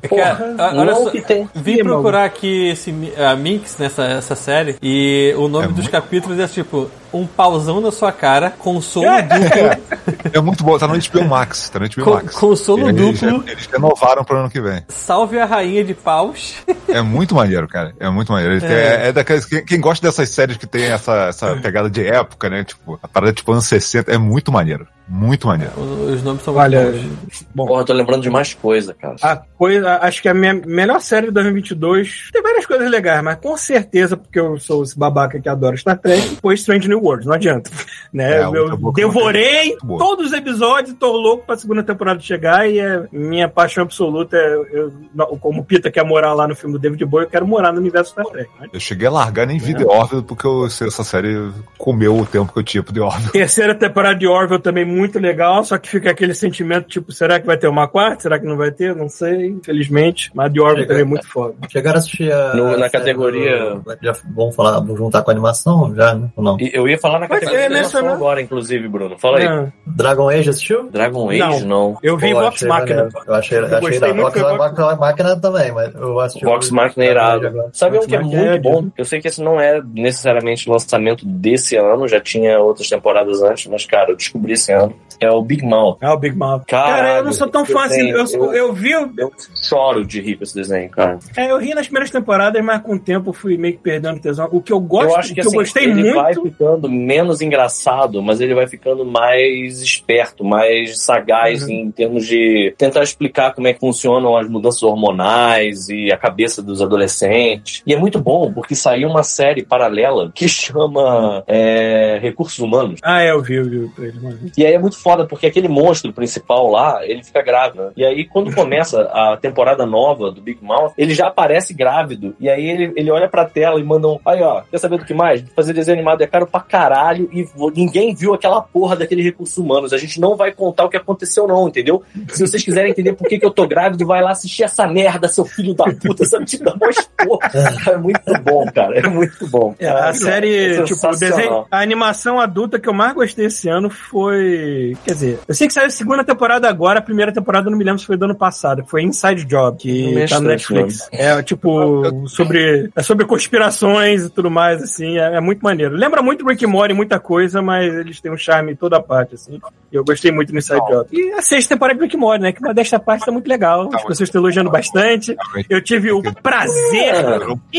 S2: Cara, a- Ah, olha
S4: não
S2: só,
S4: Um que tem.
S2: vim
S9: Ih,
S2: procurar aqui esse mi- a Minx nessa essa série e o nome dos capítulos é tipo Um pauzão na sua cara, consolo duplo,
S5: É muito bom, tá no HBO Max. Tá no HBO
S2: Co-
S5: Max.
S2: consolo
S5: eles,
S2: duplo.
S5: Eles renovaram pro ano que vem.
S2: salve a rainha de paus.
S5: É muito maneiro, cara. É muito maneiro. Ele tem- É, é daquelas. Quem, quem gosta dessas séries que tem essa, essa pegada de época, né? Tipo, a parada tipo anos 60, é muito maneiro. Muito maneiro.
S2: O- Os nomes são
S9: Olha,
S2: muito bons.
S4: Porra, eu tô lembrando de mais coisa, cara.
S9: A coisa, acho que a minha melhor série de 2022 tem várias coisas legais, mas com certeza, porque eu sou esse babaca que adora Star Trek, foi Strange New World, não adianta. Né?
S5: É,
S9: eu
S5: outra boa que
S9: devorei
S5: Muito boa.
S9: todos os episódios, tô louco pra segunda temporada chegar e é minha paixão absoluta. É, eu, não, como o Pita quer morar lá no filme do David Bowie, eu quero morar no universo Star Trek. né?
S5: Eu cheguei a largar nem
S9: É.
S5: vi The Orville porque eu, essa série comeu o tempo que eu tinha pro The Orville.
S9: Terceira temporada de Orville também muito legal, só que fica aquele sentimento tipo, será que vai ter uma quarta? Será que não vai ter? Não sei, infelizmente. Mas de Orville também é muito foda.
S7: Chegaram a assistir a.
S4: No- na
S7: a série
S4: categoria-
S7: do- já vamos falar, vamos juntar com a animação já, né? Ou não?
S4: E Eu ia falar na
S9: Mas
S4: categoria
S9: é,
S4: de animação
S9: mencionou.
S4: agora, inclusive, Bruno. Fala aí.
S9: Não.
S7: Dragon Age assistiu?
S4: Dragon Age, não.
S9: Ah, Eu vi
S7: Pô,
S9: Vox
S7: achei
S9: Machina.
S7: maneiro. Eu achei, eu
S9: gostei
S7: achei da
S9: muito
S7: Vox,
S9: do Vox-
S7: Vox Machina também, mas eu assisti.
S4: Vox
S7: o-
S4: Machina é irado.
S7: agora.
S4: Sabe
S9: Vox
S4: um que é
S9: Machina é
S4: muito
S9: irado.
S4: bom? Eu sei que esse não é necessariamente lançamento desse ano, já tinha outras temporadas antes, mas, cara, eu descobri esse ano. É o Big Mouth.
S9: É o Big Mouth.
S4: Caralho,
S9: cara, eu não sou tão
S4: eu
S9: fã assim.
S4: tenho-
S9: Eu, eu,
S4: eu-
S9: vi.
S4: Eu choro de rir com esse desenho, cara.
S9: é, eu ri nas primeiras temporadas, mas com o tempo eu fui meio que perdendo tesão. O que eu gosto,
S4: eu acho
S9: o
S4: que,
S9: que
S4: assim,
S9: eu gostei
S4: ele vai
S9: muito.
S4: ficando menos engraçado, mas ele vai ficando mais esperto, mais sagaz
S9: Uhum.
S4: em termos de tentar explicar como é que funcionam as mudanças hormonais e a cabeça dos adolescentes. E é muito bom, porque saiu uma série paralela que chama é, Recursos Humanos.
S9: Ah, é, eu vi, eu vi o trailer, mano.
S4: E aí é muito foda, porque aquele monstro principal lá, ele fica grávido. né? E aí, quando começa a temporada nova do Big Mouth, ele já aparece grávido. E aí ele, ele olha pra tela e manda um. Aí, ó, quer saber do que mais? Fazer desenho animado é caro pra caralho. E vo- ninguém viu aquela porra daquele recurso humanos. A gente não vai contar o que aconteceu, não, entendeu? Se vocês quiserem entender por que, que eu tô grávido, vai lá assistir essa merda, seu filho da puta, sabe? Te dá mais porra. É muito bom, cara. É muito bom.
S9: É, a
S4: Caralho, é
S9: série, tipo, o
S4: sensacional.
S9: desenho, a animação adulta que eu mais gostei esse ano foi. Quer dizer, eu sei que saiu a segunda temporada agora, a primeira temporada eu não me lembro se foi do ano passado. Foi Inside Job,
S4: Não
S9: que
S4: me
S9: tá no
S4: estranho,
S9: Netflix. É, tipo, sobre, é sobre conspirações e tudo mais, assim. É, é muito maneiro. Lembra muito Rick and Morty, muita coisa, mas eles têm um charme em toda a parte, assim. E eu gostei muito do Inside Job. E a sexta temporada de Rick and Morty, né? Que uma desta parte tá muito legal. As pessoas estão elogiando bastante.
S5: Tá
S9: Eu tive o prazer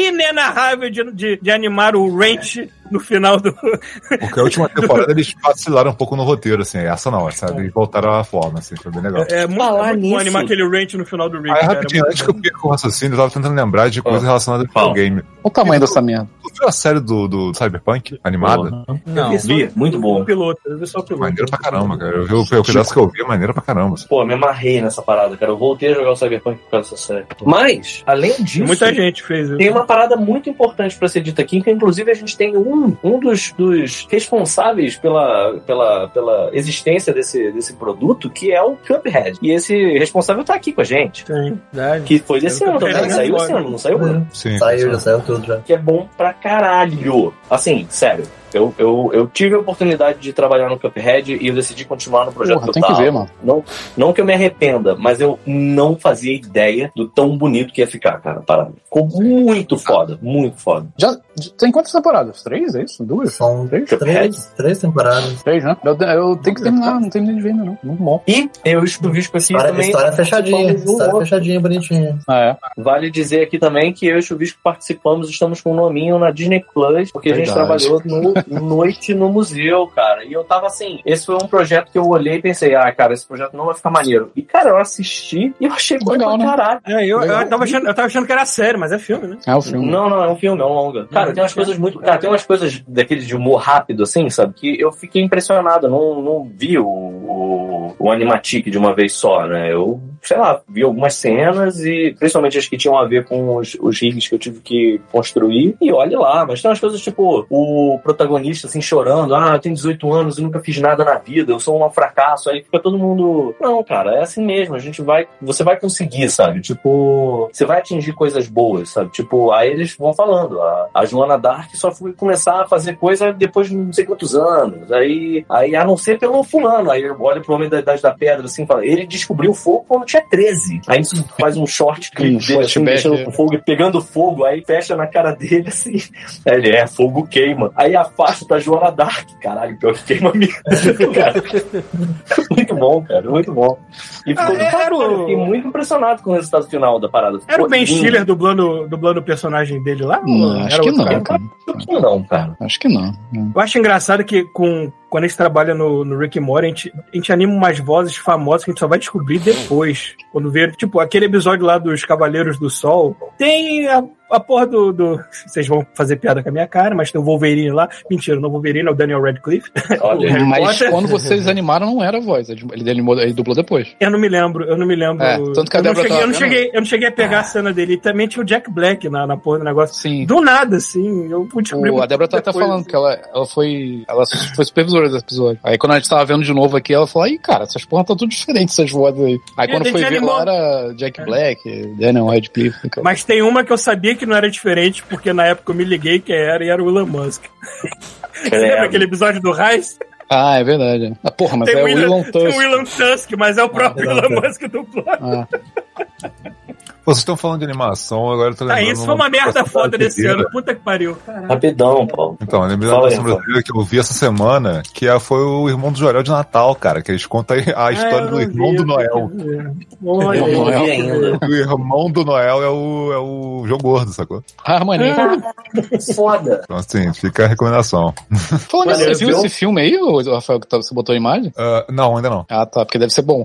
S9: inenarrável de, de, de animar o Ranch no final do.
S5: Porque a última temporada eles vacilaram um pouco no roteiro, assim. Essa não, sabe? Eles voltaram à forma, assim. Foi bem legal.
S9: É muito,
S4: Falar
S9: é muito bom
S4: Tá nisso.
S9: animar aquele Ranch no final do Rick.
S5: Aí,
S9: cara.
S5: rapidinho,
S9: Muito
S5: antes que eu perca o raciocínio, eu tava tentando lembrar de coisa
S4: Ah.
S5: relacionada
S4: Fala.
S5: ao game.
S3: Olha o tamanho dessa merda.
S5: Tu viu a série do, do Cyberpunk animada?
S9: bom.
S2: Não.
S9: Eu vi só-
S4: Vi, muito bom.
S9: O piloto, eu vi só o piloto.
S5: Maneiro pra caramba, cara. Eu vi o-
S9: Tipo,
S5: o pedaço que eu vi, é maneiro pra caramba. assim.
S4: Pô, me amarrei nessa parada, cara. Eu voltei a jogar o Cyberpunk por causa dessa série. Mas, além disso,
S9: Muita gente fez. isso.
S4: tem uma parada muito importante pra ser dita aqui, que inclusive a gente tem um, um dos, dos responsáveis pela, pela, pela existência desse, desse produto, que é o Cuphead. E esse responsável tá aqui com a gente.
S9: Tem, verdade.
S4: Que foi desse ano também.
S7: Cuphead,
S4: Saiu
S9: né?
S4: esse ano, não saiu,
S3: Uhum.
S4: Bruno?
S5: Sim.
S7: Saiu, já saiu tudo já.
S4: que é bom pra caralho. Assim, sério. Eu, eu, eu tive a oportunidade de trabalhar no Cuphead e eu decidi continuar no projeto
S3: Porra,
S4: do
S3: tem que ver, mano.
S4: Não, não que eu me arrependa, mas eu não fazia ideia do tão bonito que ia ficar, cara. Parada. Ficou muito foda, muito foda.
S3: Já, já- tem quantas temporadas? Três, é isso? Duas?
S7: São
S3: Três?
S7: três, três temporadas.
S3: Três, né? Eu, eu tenho que terminar, não terminei de ver ainda, não. Muito bom.
S4: E eu escrevi com esse
S7: História,
S4: também.
S3: é
S7: história fechadinha,
S4: participamos de um
S7: história
S4: outro.
S7: fechadinha, bonitinha.
S3: Ah,
S4: Vale dizer aqui também que eu e o Chuvisco participamos, estamos com um nominho na Disney Plus, porque a
S3: Verdade.
S4: gente trabalhou no Noite no Museu, cara. E eu tava assim, esse foi um projeto que eu olhei e pensei, ah, cara, esse projeto não vai ficar maneiro. E, cara, eu assisti e eu achei bom
S3: Legal,
S4: pra
S3: né?
S4: caralho.
S9: É, eu,
S3: Legal.
S4: um
S9: eu, tava achando, eu tava achando que era sério, mas é filme, né?
S3: é. É o filme.
S4: Não, não, é um filme, é um longa. Cara, tem umas coisas muito. Cara, tem umas coisas daquele de humor rápido, assim, sabe? Que eu fiquei impressionado. Eu Não, não vi o, o, o Animatic de uma vez só, né? Eu sei lá, vi algumas cenas e principalmente as que tinham a ver com os, os rigs que eu tive que construir. E olhe lá, mas tem umas coisas tipo o protagonista assim chorando: ah, eu tenho 18 anos e nunca fiz nada na vida, eu sou um fracasso. Aí fica todo mundo, não, cara, é assim mesmo, a gente vai, você vai conseguir, sabe? Tipo, você vai atingir coisas boas, sabe? Tipo, aí eles vão falando: a, a Joana Dark só foi começar a fazer coisa depois de não sei quantos anos. Aí, aí a não ser pelo fulano. Aí olha pro homem da idade da pedra assim e fala: ele descobriu o fogo quando tinha 13. Aí isso faz um short clip
S3: Um
S4: dele assim,
S3: flashback,
S4: deixando
S3: né?
S4: o fogo, e pegando fogo, aí fecha na cara dele assim. Aí ele é, fogo queima. Aí afasta da Joana Dark. Caralho, pior que queima mesmo. cara. Muito bom, cara, muito bom. E ficou
S9: Ah,
S4: do
S9: era
S4: caralho,
S9: o-
S4: eu fiquei muito impressionado com o resultado final da parada.
S9: Era o
S4: Ficou
S9: Ben
S4: lindo.
S9: Stiller dublando, dublando o personagem dele lá?
S3: Não,
S9: Era
S3: Hum, acho que
S9: outro
S3: não,
S9: cara?
S3: cara.
S4: Não, Não, cara.
S3: Acho que não.
S9: Eu acho engraçado que com, quando a gente trabalha no, no Rick and Morty, a gente, a gente anima umas vozes famosas que a gente só vai descobrir depois. Quando vê, tipo, aquele episódio lá dos Cavaleiros do Sol, tem a, a porra do, do- Vocês vão fazer piada com a minha cara, mas tem o Wolverine lá. Mentira, não é o Wolverine, é o Daniel Radcliffe.
S4: Olha aí.
S3: Mas
S9: Potter.
S3: quando vocês animaram, não era a voz. Ele, ele, ele dublou depois.
S9: Eu não me lembro, eu não me lembro.
S3: É, tanto que a
S9: eu, não
S3: Débora
S9: cheguei, eu, não
S3: tava vendo.
S9: cheguei, eu não cheguei a pegar a cena dele. E também tinha o Jack Black na, na porra do negócio.
S3: Sim.
S9: Do nada, assim, eu fui descobrir.
S3: O, a
S9: muito
S3: Débora tá até
S9: depois,
S3: falando
S9: assim.
S3: que ela, ela foi. Ela foi supervisora desse episódio. Aí quando a gente tava vendo de novo aqui, ela falou, aí, cara, essas porras estão tudo diferentes, essas vozes aí. Aí
S9: É,
S3: quando
S9: a
S3: foi
S9: gente
S3: ver
S9: animou.
S3: lá era Jack Black, Daniel Radcliffe. aquela-
S9: Mas tem uma que eu sabia que não era diferente, porque na época eu me liguei que era e era o Elon Musk. Você
S5: É.
S9: lembra
S4: Credo.
S9: aquele episódio do Reis?
S3: Ah, é verdade. é. Ah, porra, mas
S9: Tem
S3: é
S9: o
S3: o
S9: Elon-
S3: Elon
S9: Tem o
S3: Tusk.
S9: Elon Musk, mas é o próprio
S7: Elon
S9: Elon
S7: Musk.
S9: Musk do plano.
S3: Ah,
S5: Vocês estão falando de animação, agora eu tô
S9: Tá,
S5: lembrando.
S9: isso foi uma merda foda desse
S5: brasileira.
S9: ano. Puta que pariu. Caralho.
S4: Rapidão, Paulo.
S5: Então, lembrei da
S4: Fala aí,
S5: animação brasileira que eu vi essa semana, que é- foi o Irmão do Jorel de Natal, cara, que eles contam a história
S9: Ah,
S5: do
S9: eu
S5: Irmão
S9: vi,
S5: do
S9: eu
S5: Noel.
S9: tenho que ver. É, Olha
S4: Eu não
S3: é
S9: aí.
S4: vi ainda.
S5: O Irmão do Noel é o, é o João Gordo, sacou?
S3: ah maneiro.
S4: Foda.
S5: Então, assim, fica a recomendação.
S3: Falando nisso, você
S4: Valeu,
S3: viu
S4: viu?
S3: esse filme aí, ô, Rafael, que tá- você botou a imagem?
S5: Ah, não, ainda não.
S3: Ah, tá, porque deve ser bom.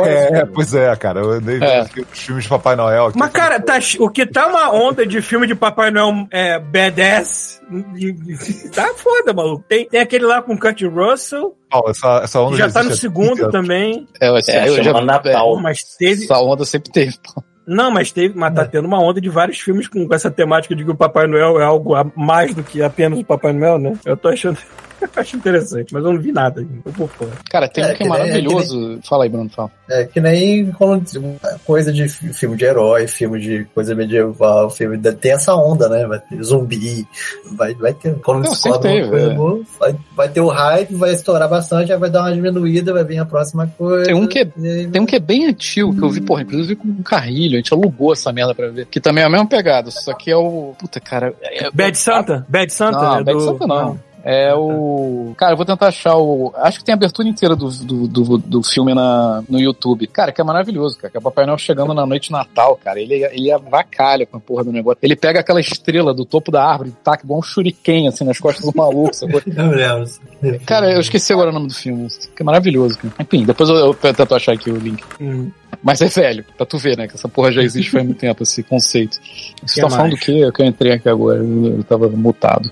S5: É, pois é, cara. Eu andei
S3: É.
S5: vendo os filmes de Papai Noel. aqui.
S9: Mas, cara, tá, o que tá uma onda de filme de Papai Noel é, badass, e- e- tá foda, maluco. Tem, tem aquele lá com o Kurt Russell,
S5: Ó, essa, essa onda
S9: que já
S5: já
S9: tá no
S5: existe há
S9: segundo
S5: 15 anos.
S9: também.
S3: É, eu sei,
S4: É,
S3: eu
S4: chama
S3: já-
S4: Natal.
S9: Pô, Mas teve,
S3: Essa onda sempre teve. pô.
S9: Não, mas teve, mas tá tendo uma onda de vários filmes com essa temática de que o Papai Noel é algo a mais do que apenas o Papai Noel, né? Eu tô achando. Acho interessante, mas eu não vi nada ainda. Tô por fora.
S3: Cara, tem
S7: É,
S3: um que é
S7: que nem-
S3: maravilhoso. Fala aí, Bruno, fala.
S7: É que nem quando- coisa de fi- filme de herói, filme de coisa medieval, filme de, tem essa onda, né? Vai ter zumbi, vai, vai ter. Quando
S3: Não,
S7: descobre
S3: sempre
S7: uma
S3: teve,
S7: coisa
S3: é.
S7: boa, vai, vai ter o hype, vai estourar bastante, aí vai dar uma diminuída, vai vir a próxima coisa.
S3: Tem um que é
S7: e aí
S3: Tem um que é bem antigo, que eu vi, porra, inclusive com um carrilho, a gente alugou essa merda pra ver. Que também é a mesma pegada, só que é o. Puta, cara. É...
S9: Bad Santa? Bad Santa?
S3: Não,
S9: né?
S3: Bad
S9: Do-
S3: Santa não. É o. Cara, eu vou tentar achar o. Acho que tem a abertura inteira do, do, do, do filme na, no YouTube. Cara, que é maravilhoso, cara. Que é o Papai Noel chegando na noite de Natal, cara. Ele, ele avacalha com a porra do negócio. Ele pega aquela estrela do topo da árvore, e taca igual um shuriken, assim, nas costas do maluco, sacou?
S7: Eu lembro.
S3: Cara, eu esqueci agora o nome do filme. Que é maravilhoso, cara. Enfim, depois eu, eu tento achar aqui o link.
S9: Hum.
S3: Mas é velho, pra tu ver, né? Que essa porra já existe faz muito tempo, esse conceito. Você
S9: Que
S3: tá
S9: é mais?
S3: falando do que? Que eu entrei aqui agora, eu, eu tava mutado.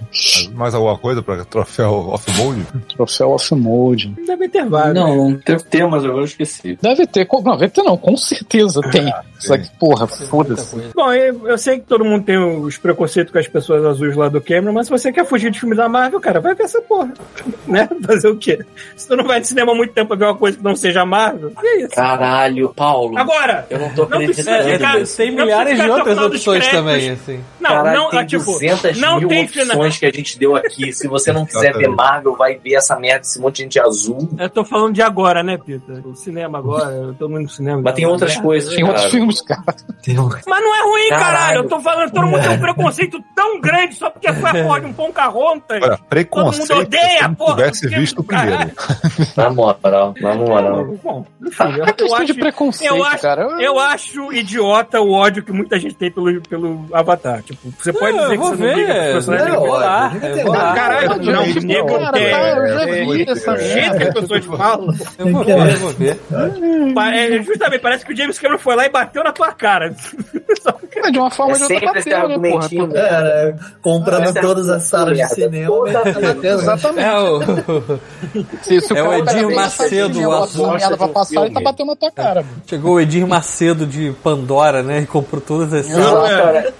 S5: Mais alguma coisa pra troféu off-mode?
S3: Troféu off-mode.
S9: Deve ter vários.
S4: Não, deve ter, mas agora eu esqueci.
S3: Deve ter, com- não, deve ter não, com certeza tem.
S9: Ah,
S3: Só que, porra, foda-se.
S9: Bom, eu, eu sei que todo mundo tem os preconceitos com as pessoas azuis lá do Cameron, mas se você quer fugir de filme da Marvel, cara, vai ver essa porra. Né? Fazer o quê? Se tu não vai de cinema há muito tempo pra ver uma coisa que não seja Marvel, que é isso?
S4: Caralho, Paulo.
S9: Agora!
S4: Eu não tô
S9: Não precisa, é,
S4: acreditando
S9: cara,
S4: nisso.
S2: Tem
S9: Não
S2: milhares
S9: precisa
S2: de
S9: ficar
S2: outras
S9: tocando os
S2: opções
S9: créditos.
S2: também, assim.
S9: Não,
S4: Caralho,
S9: não,
S4: tem
S9: ah, tipo,
S4: 200
S9: não
S4: mil
S9: tem né?
S4: opções
S9: final.
S4: que a gente deu aqui. Se você não quiser ver
S5: Exatamente.
S4: Marvel, vai ver essa merda, esse monte de gente azul.
S9: Eu tô falando de agora, né, Pita? O cinema agora, todo mundo no cinema.
S4: Mas É. tem outras coisas,
S3: Tem outros
S4: cara.
S3: filmes, cara.
S9: Mas não é ruim, caralho.
S4: Caralho.
S9: Eu tô falando, todo mundo tem um preconceito tão grande só porque foi a porra de um pão carronta.
S5: Olha, preconceito.
S9: Todo mundo odeia,
S5: se eu não
S9: porra,
S5: tivesse
S9: porque-
S5: visto o primeiro.
S4: Na moral, na moral.
S9: Bom, enfim, eu,
S3: É
S9: eu
S3: questão de
S9: acho,
S3: preconceito,
S9: eu acho-
S3: cara.
S9: eu acho idiota o ódio que muita gente tem pelo, pelo Avatar. Tipo, você pode
S2: Não,
S9: dizer
S2: eu
S9: que você
S2: vou
S9: não liga pros
S2: ver.
S9: personagens.
S2: Não,
S9: Não,
S7: olha,
S2: lá,
S7: nunca
S2: eu
S7: teve
S2: vou
S7: nada.
S2: lá.
S9: Ah, Caralho,
S3: um
S9: não,
S5: Cara,
S9: nego
S5: eu
S9: tem.
S5: já
S3: tá, vi
S5: muito,
S3: essa
S5: é.
S9: Do jeito que as pessoas falam.
S2: Eu vou ver, eu vou ver.
S9: pa- é, justamente, parece que o James Cameron foi lá e bateu na tua cara. Só que
S3: É, de uma forma
S11: É
S3: ou de outra
S11: sempre esse
S3: bateu, né, porra?
S11: argumentinho,
S3: Tudo-
S7: Cara, É, comprando
S11: Essa é
S7: todas as salas de
S11: merda. tá
S7: cinema. né?
S11: Todas as salas de
S3: Exatamente.
S2: É o...
S3: Se, se
S2: É o
S3: cara
S2: Edir
S3: fez,
S2: Macedo,
S3: fez,
S2: o
S3: ela
S2: azul.
S3: ela vai passar e tá
S11: filme.
S3: batendo na tua cara, mano.
S2: Chegou o Edir Macedo de Pandora, né? E comprou todas as
S11: Não,
S2: salas.
S11: cara.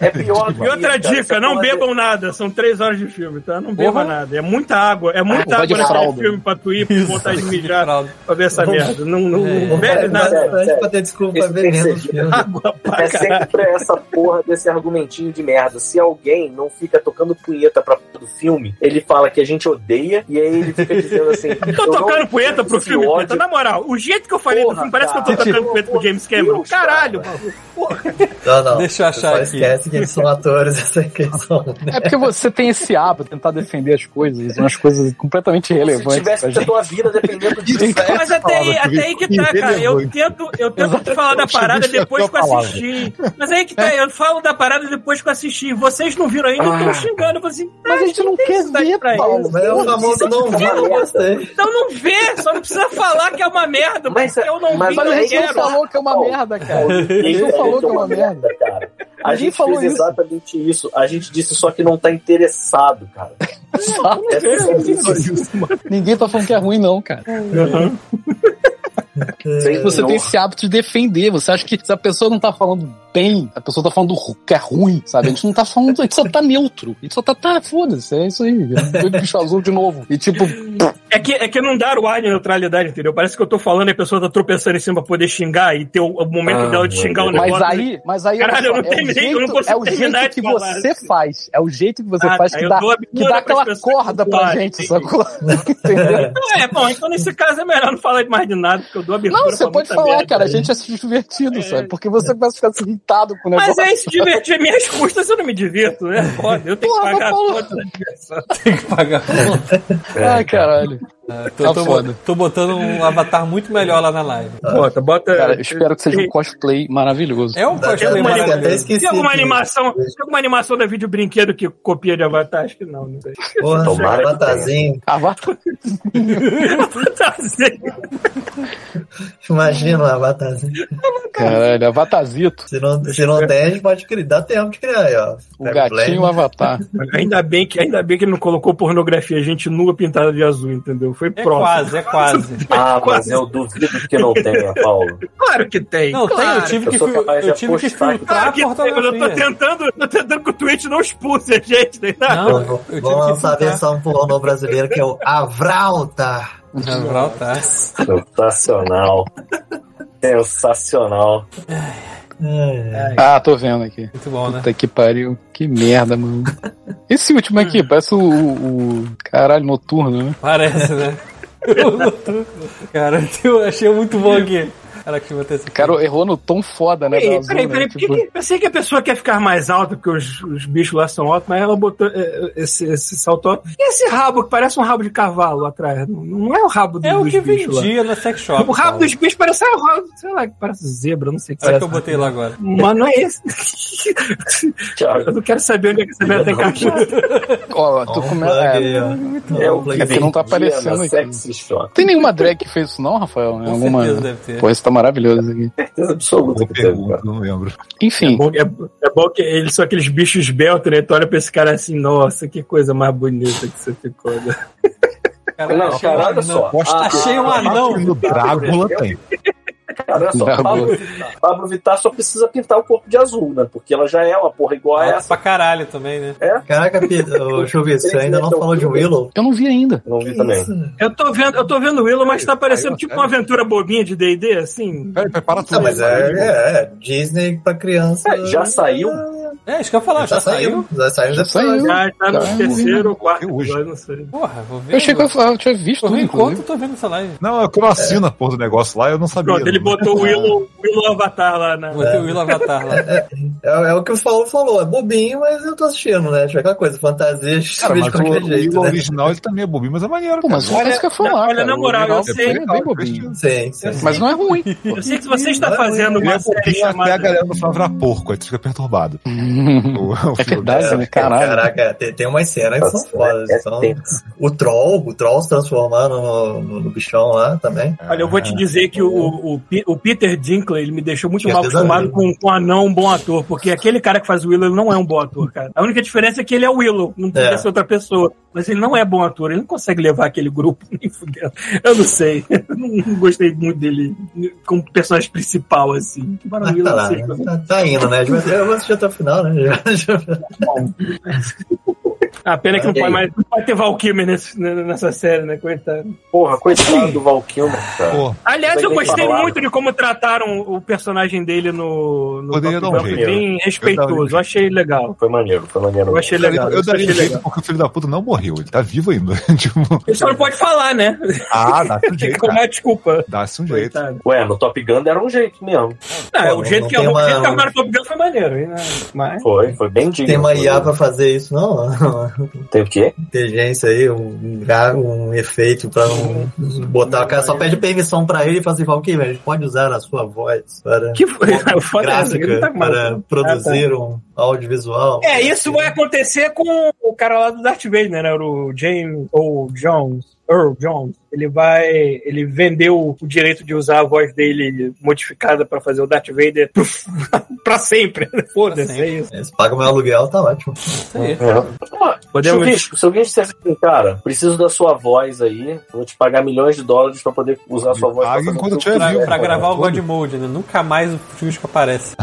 S11: É pior do
S9: E
S11: isso,
S9: outra
S11: cara.
S9: dica,
S11: Você
S9: não
S11: pode-
S9: bebam nada. São três horas de filme, tá? Não beba
S2: Porra.
S9: nada. É muita água. É muita
S3: Ah, vai de
S9: água naquele
S3: fralda.
S9: filme pra tu ir, pra vontade de mijar,
S2: Fralda.
S9: pra ver essa
S7: Vamos- É.
S9: merda. Não, não, não
S7: Vamos
S9: bebe
S7: parar
S9: nada.
S7: bastante um pra ter desculpa pra
S11: Isso
S7: ver
S11: tem que
S7: menos
S11: ser
S7: filme.
S9: Água pra
S11: É
S9: caralho.
S11: sempre essa porra desse argumentinho de merda. Se alguém não fica tocando punheta pra porra do filme, ele fala que a gente odeia e aí ele fica dizendo assim.
S9: Tô
S11: eu não
S9: tocando
S11: entendo
S9: punheta pro
S11: esse
S9: filme,
S11: ódio.
S9: punheta. Na moral, o jeito que eu falei do
S11: Porra,
S9: filme parece que eu tô
S11: cara.
S9: tocando punheta pro James Cameron.
S11: Deus,
S9: Caralho,
S11: cara.
S9: mano.
S7: Não, não.
S2: Deixa eu achar
S7: Só
S2: aqui.
S7: esquece que eles são atores, essa é a questão.
S3: É porque você tem esse hábito de tentar defender as coisas, umas coisas completamente
S11: Se
S3: irrelevantes pra
S11: tivesse a
S3: gente.
S11: tua vida dependendo disso,
S3: Gente,
S11: né?
S9: Mas até aí, até aí que tá, cara. Eu
S5: Irrelevante.
S9: tento, eu tento falar da
S5: Exatamente,
S9: parada
S5: isso é a
S9: depois
S5: tua
S9: que eu assisti. Mas aí que tá, eu falo da parada depois que eu assisti. Vocês não viram ainda, estão xingando. Eu falo assim,
S3: Ah. Mas a gente não quer ver, Paulo.
S7: Mas é o famoso não vi, não gostei.
S9: Então não vê, só não precisa falar que é uma merda,
S11: Mas-
S9: porque eu não
S11: mas
S9: vi,
S3: Mas a
S9: não
S3: gente não
S9: quero.
S3: falou que é uma
S11: Paulo,
S3: merda, cara.
S11: Ninguém
S3: Ele não
S11: falou
S3: falou
S11: que é uma merda, cara. A
S3: Ninguém
S11: gente
S3: falou
S11: fez
S3: isso.
S11: exatamente isso. A gente disse só que não tá interessado, cara.
S3: Sabe?
S11: É isso.
S3: Ninguém tá falando que é ruim, não, cara.
S9: Uhum.
S3: Você tem esse hábito de defender. Você acha que se a pessoa não tá falando bem, a pessoa tá falando ru- que é ruim, sabe? A gente não tá falando, a gente só tá neutro. A gente só tá, tá, foda-se, é isso aí. Eu de bicho azul de novo. E tipo,
S9: É que, é que não dar o ar de neutralidade, entendeu? Parece que eu tô falando e a pessoa tá tropeçando em cima pra poder xingar e ter o, o momento
S11: Ah,
S9: dela de xingar o negócio.
S3: mas aí, mas aí
S9: Caralho,
S3: olha
S9: eu não
S3: só, é o
S9: terminei, eu não
S3: jeito,
S9: consigo
S3: é o
S9: terminar
S3: jeito
S9: de
S3: que
S9: falar,
S3: você
S9: assim.
S3: faz. É o jeito que você
S9: Ah,
S3: faz
S9: tá,
S3: que
S9: eu
S3: dá,
S9: dou a
S3: que dá
S9: pras
S3: aquela
S9: pessoas
S3: corda pra
S9: culparem,
S3: gente,
S9: entendi.
S3: sacou? Entendeu?
S9: É, bom, então nesse caso é melhor não falar de mais de nada, porque eu dou abertura
S3: Não, você
S9: pra
S3: pode
S9: muita
S3: falar,
S9: merda.
S3: cara. A gente é divertido, sabe? Porque você começa a ficar assim, irritado com o negócio.
S9: Mas é se divertir, minhas custas eu não me divirto, né? Foda, eu tenho
S3: Porra,
S9: que pagar
S3: mas, Paulo-
S9: todas as diversão.
S2: Tem que pagar.
S3: Ai, caralho.
S2: Ah, tô,
S3: Tá
S2: tô-
S3: foda.
S2: tô botando um avatar muito melhor lá na live.
S9: Bota, bota.
S3: Cara, eu espero que seja um cosplay maravilhoso.
S2: É um cosplay
S9: uma animação.
S2: maravilhoso.
S9: Tem alguma animação,
S3: um
S9: tem alguma animação da vídeo brinquedo que copia de Avatar? Acho que não, não tem.
S7: Porra,
S11: Tomara que
S7: Batazinho.
S3: Avatar.
S9: Tá
S7: Imagina o Batazinho.
S3: Caralho, Avatarzito.
S7: Se não, se não tem, a gente pode criar. Dá tempo de criar aí, ó.
S3: O
S7: Pega
S3: gatinho o Avatar.
S9: Ainda bem, que, ainda bem que ele não colocou pornografia, gente nua pintada de azul, entendeu? Foi
S2: É
S9: próximo.
S2: quase, é quase.
S11: Ah, mas eu duvido que não tenha, Paulo.
S9: Claro que tem.
S2: Não, tem, eu tive
S11: eu
S2: que,
S11: sou
S2: fil-
S11: capaz de
S2: eu tive que
S11: apostar que-
S2: filtrar
S9: Claro
S2: a
S9: que tem, mas eu tô
S2: pornografia.
S9: tentando, tô tentando que o Twitch não expulse a gente, né?
S2: Não, eu, eu
S7: Vamos
S2: tive
S7: vamos
S2: que
S7: lançar a
S2: filtrar.
S7: versão pornô brasileiro que é o Avralta.
S2: Ah, Vral, tá.
S11: Sensacional. Sensacional. É.
S7: Hum.
S3: Ah, tô vendo aqui.
S2: Muito bom, né?
S3: Puta que pariu. Que merda, mano. Esse último aqui, parece o, o- o- Caralho, noturno, né?
S2: Parece, né? Eu não tô- Cara, eu achei muito bom aqui. Caraca, deixa eu botar esse
S3: O cara errou no tom foda, né? da
S9: Peraí,
S3: azul,
S9: peraí,
S3: né?
S9: peraí. por que
S3: Tipo,
S9: que- eu sei que a pessoa quer ficar mais alta, porque os, os bichos lá são altos, mas ela botou é, é, esse, esse salto alto. E esse rabo, que parece um rabo de cavalo atrás? Não, não é o rabo do,
S2: É o
S9: dos
S2: que
S9: bichos lá.
S2: vendia na sex shop.
S9: O rabo
S2: Paulo.
S9: dos bichos parece, ah, o rabo, sei lá, que parece zebra, não sei o que.
S2: Será que eu
S9: Parece.
S2: botei lá agora?
S9: Mas não é esse. eu
S11: Thiago,
S9: não quero saber onde é que essa merda tem cachorro.
S3: Tipo, Ó, tu come... é,
S11: é o
S3: é porque não tá aparecendo
S11: Diana,
S3: aqui.
S11: sexy shop.
S3: Tem nenhuma drag que fez isso não, Rafael?
S2: Com
S3: Alguma...
S2: certeza deve ter.
S3: Pô, isso tá maravilhoso aqui.
S4: É.
S11: Certeza absoluta
S5: Boa
S11: que teve, cara.
S5: pergunta, não lembro.
S3: Enfim,
S9: Bom, é, é bom que eles são aqueles bichos beltos, né? Tu olha pra esse cara assim, nossa, que coisa mais bonita que você ficou, né?
S2: Cara,
S11: Não,
S2: achei um
S11: cara, olha
S2: anão.
S11: só. Ah,
S5: Aposto que-
S2: Achei um
S4: Ah,
S2: anão.
S5: No Drácula tem.
S11: Cara, olha só,
S3: Bravo.
S11: Pablo Vittar, Pablo Vittar só precisa pintar o corpo de azul, né? Porque ela já é uma porra igual a
S2: Alto
S11: essa.
S2: pra caralho também, né?
S7: Caraca, Pedro, ô, Chuvis, você ainda não falou de Willow?
S3: eu não vi ainda.
S11: Não vi Então, também.
S9: Eu tô vendo, eu tô vendo o Willow, mas tá parecendo tipo uma aventura bobinha de D&D, assim.
S5: Peraí, prepara tudo.
S7: Ah, mas é, é, é, Disney pra criança. tá
S11: É, já saiu?
S2: É, isso que eu ia falar, já, saiu?
S7: Já saiu, É já
S3: Já saiu.
S7: saiu.
S9: Já tá no
S3: Tá,
S9: terceiro ou quarto,
S5: Eu hoje.
S9: agora não sei.
S2: Porra, vou ver.
S3: Eu achei que eu,
S2: agora.
S3: eu tinha visto, um
S2: Por enquanto,
S3: inclusive.
S2: eu tô vendo essa live.
S5: Não, é que eu assino a porra do negócio lá, eu não sabia. né?
S9: Pronto, ele botou o Willow, o Willow Avatar lá na.
S2: Botei o Will Avatar lá.
S7: É, é o que o Paulo falou, é bobinho, mas eu tô assistindo, né? Tipo, aquela coisa, fantasia,
S5: Cara,
S7: vê
S5: mas
S7: de
S5: o,
S7: qualquer
S5: o
S7: jeito,
S5: Willow
S7: né?
S5: original ele também é bobinho, mas é maneiro.
S3: Pô, mas
S5: cara.
S3: olha, isso que eu ia falar,
S9: olha, na
S3: cara. O
S9: moral,
S3: original
S9: eu sei.
S3: dele é bem bobinho.
S7: Sim, sim.
S3: Mas não é ruim.
S9: Eu sei que se você está
S7: Não,
S9: fazendo
S5: Ele é
S9: uma série
S5: bobinho até a
S9: chamada.
S5: galera não falar virar porco, aí tu fica perturbado. O- o
S3: É
S5: filme.
S3: verdade, né? Caralho.
S7: Caraca, é, tem, tem umas cenas que são fodas.
S11: É
S7: são-
S11: tenso.
S7: O
S9: Ah,
S7: Troll, o Troll se transformando no, no- no bichão lá também.
S9: Olha, eu vou te dizer que o, o
S1: Pe- o Peter Dinklage, ele me deixou muito
S9: Que
S1: mal
S9: é
S1: acostumado
S9: pesadelo.
S1: com, com um anão um bom ator, porque aquele cara que faz o Willow ele não é um bom ator, cara. A única diferença é que ele é o Willow, não podia
S9: É.
S1: ser outra pessoa. Mas ele não é bom ator, ele não consegue levar aquele grupo nem fudendo. Eu não sei. Eu não gostei muito dele como personagem principal, assim. Embora o
S7: Mas
S1: Willow
S7: tá lá,
S1: seja-
S7: né? tá, tá indo, né? Já- Eu vou assistir até o final, né? Já- já-
S1: Ah, pena que não
S7: E aí?
S1: pode, mais, não pode ter Valkyrie nesse- nessa série, né? Coitado.
S4: Porra, coitado do Valkyrie, cara.
S1: Aliás, eu
S4: Tem que
S1: gostei
S4: falar.
S1: muito de como trataram o personagem dele no, no
S5: Poderia
S1: Top
S5: dar um
S1: Gun. Foi
S5: jeito.
S1: bem
S5: Eu daria um
S1: respeitoso. Eu achei legal.
S4: Foi maneiro, foi maneiro.
S1: Eu achei é legal.
S5: Eu daria
S1: achei
S5: um jeito
S1: legal.
S5: porque o filho da puta não morreu, ele tá vivo ainda. tipo,
S1: Ele só não pode falar, né?
S5: ah, dá-se
S1: Tem
S5: um
S1: que
S5: jeito.
S1: arrumar desculpa.
S5: Dá-se um jeito.
S4: Ué, no Top Gun deram um jeito mesmo.
S1: Não, é,
S4: Pô,
S1: o jeito
S4: não
S1: que
S4: tem
S1: arrumou- o
S4: uma-
S1: jeito que arrumaram o Top Gun foi maneiro. hein, né? Mas...
S4: Foi, foi bem digno.
S7: Tem uma
S4: foi
S7: IA
S4: maneiro.
S7: pra fazer isso, não?
S4: Tem o quê?
S7: Inteligência aí, um, gra- um efeito pra não botar. O cara só pede permissão pra ele e fala assim: fala, ok, velho, pode usar a sua voz para.
S1: Que foi? Foda essa,
S7: gráfica,
S1: ele tá com uma-
S7: para produzir
S1: Ah, tá.
S7: um audiovisual.
S1: É, isso vai acontecer com o cara lá do Darth Vader, né? Era o James ou Jones. Earl Jones, ele vai. Ele vendeu o direito de usar a voz dele modificada pra fazer o Darth Vader pra sempre. Foda-se, é isso.
S7: Se paga o meu aluguel, tá ótimo.
S4: É.
S1: Podemos-
S4: Se, alguém, se alguém dissesse assim, cara, preciso da sua voz aí, vou te pagar milhões de dólares pra poder usar a sua voz. pra fazer um filme.
S2: pra, pra gravar o God Mode, né? Nunca mais o Chusco aparece.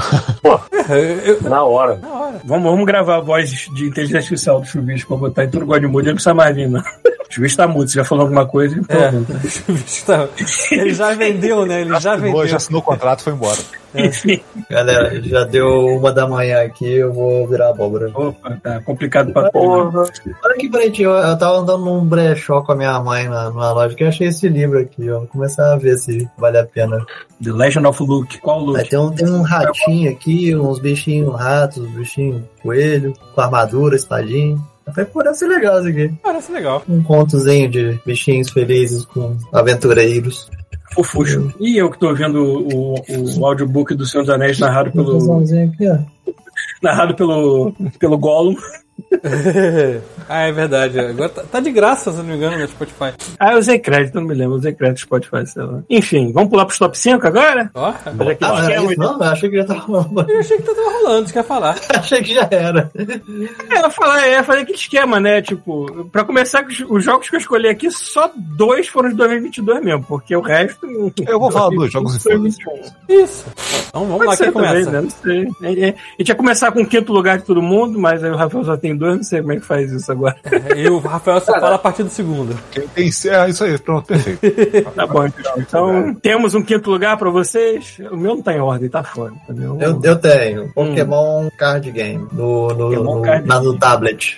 S4: Na hora.
S1: Vamos, vamos gravar a voz de inteligência artificial do Chuvisco pra botar em tudo God Mode, ele não precisa mais vir, não. O Chuvisco tá mudo, você já falou alguma coisa, então.
S2: É, o Chubisco tá- Ele já vendeu, né? Ele já vendeu.
S5: Já assinou o contrato e foi embora.
S1: Enfim.
S7: Galera, já deu uma da manhã aqui, eu vou virar abóbora.
S1: Opa, tá complicado pra porra.
S4: Porra.
S7: Olha que bonitinho, eu, eu tava andando num brechó com a minha mãe na, numa loja que eu achei esse livro aqui, ó. Vou começar a ver se vale a pena.
S1: The Legend of Luke. Qual Luke?
S7: Aí tem, um, tem um ratinho aqui, uns bichinhos ratos, uns bichinhos um coelho, com armadura, espadinho. Até parece legal isso aqui.
S2: Parece legal.
S7: Um contozinho de bichinhos felizes com aventureiros.
S1: Fofuxo. E eu que tô ouvindo o, o, o audiobook do Senhor dos Anéis narrado
S7: Um
S1: pelo.
S7: contozinho aqui, ó.
S1: narrado pelo. pelo Gollum.
S2: ah, é verdade. Agora tá, tá de graça, se eu não me engano, no Spotify.
S1: Ah, eu usei crédito, não me lembro. Eu usei crédito do Spotify, sei lá. Enfim, vamos pular pros top 5 agora?
S2: Ó,
S1: Olha aqui, é um-
S7: Ah, não,
S1: esquema
S7: era isso,
S1: de-
S7: não? Eu achei que já tava rolando.
S2: eu achei que tava rolando, isso que eu ia falar.
S7: achei que já era.
S1: É, eu falei, eu falei que esquema, né? Tipo, pra começar, os- os jogos que eu escolhi aqui, só dois foram de 2022 mesmo, porque o resto.
S5: Eu vou falar dois jogos e foda-se.
S2: Isso. Então vamos
S1: Pode
S2: lá,
S1: ser
S2: quem
S1: também,
S2: começa?
S1: né? Não sei. É, é, a gente ia começar com o quinto lugar de todo mundo, mas aí o Rafael só tem dois, não sei como é que faz isso agora.
S2: E o Rafael só fala a partir do segundo.
S5: Quem tem é isso aí, pronto, perfeito.
S1: Tá bom, então. Então, temos um quinto lugar pra vocês. O meu não tá em ordem, tá fora. entendeu?
S7: Eu, eu tenho Pokémon Card Game no, no,
S1: Pokémon
S7: no-
S1: Card
S7: na- no tablet.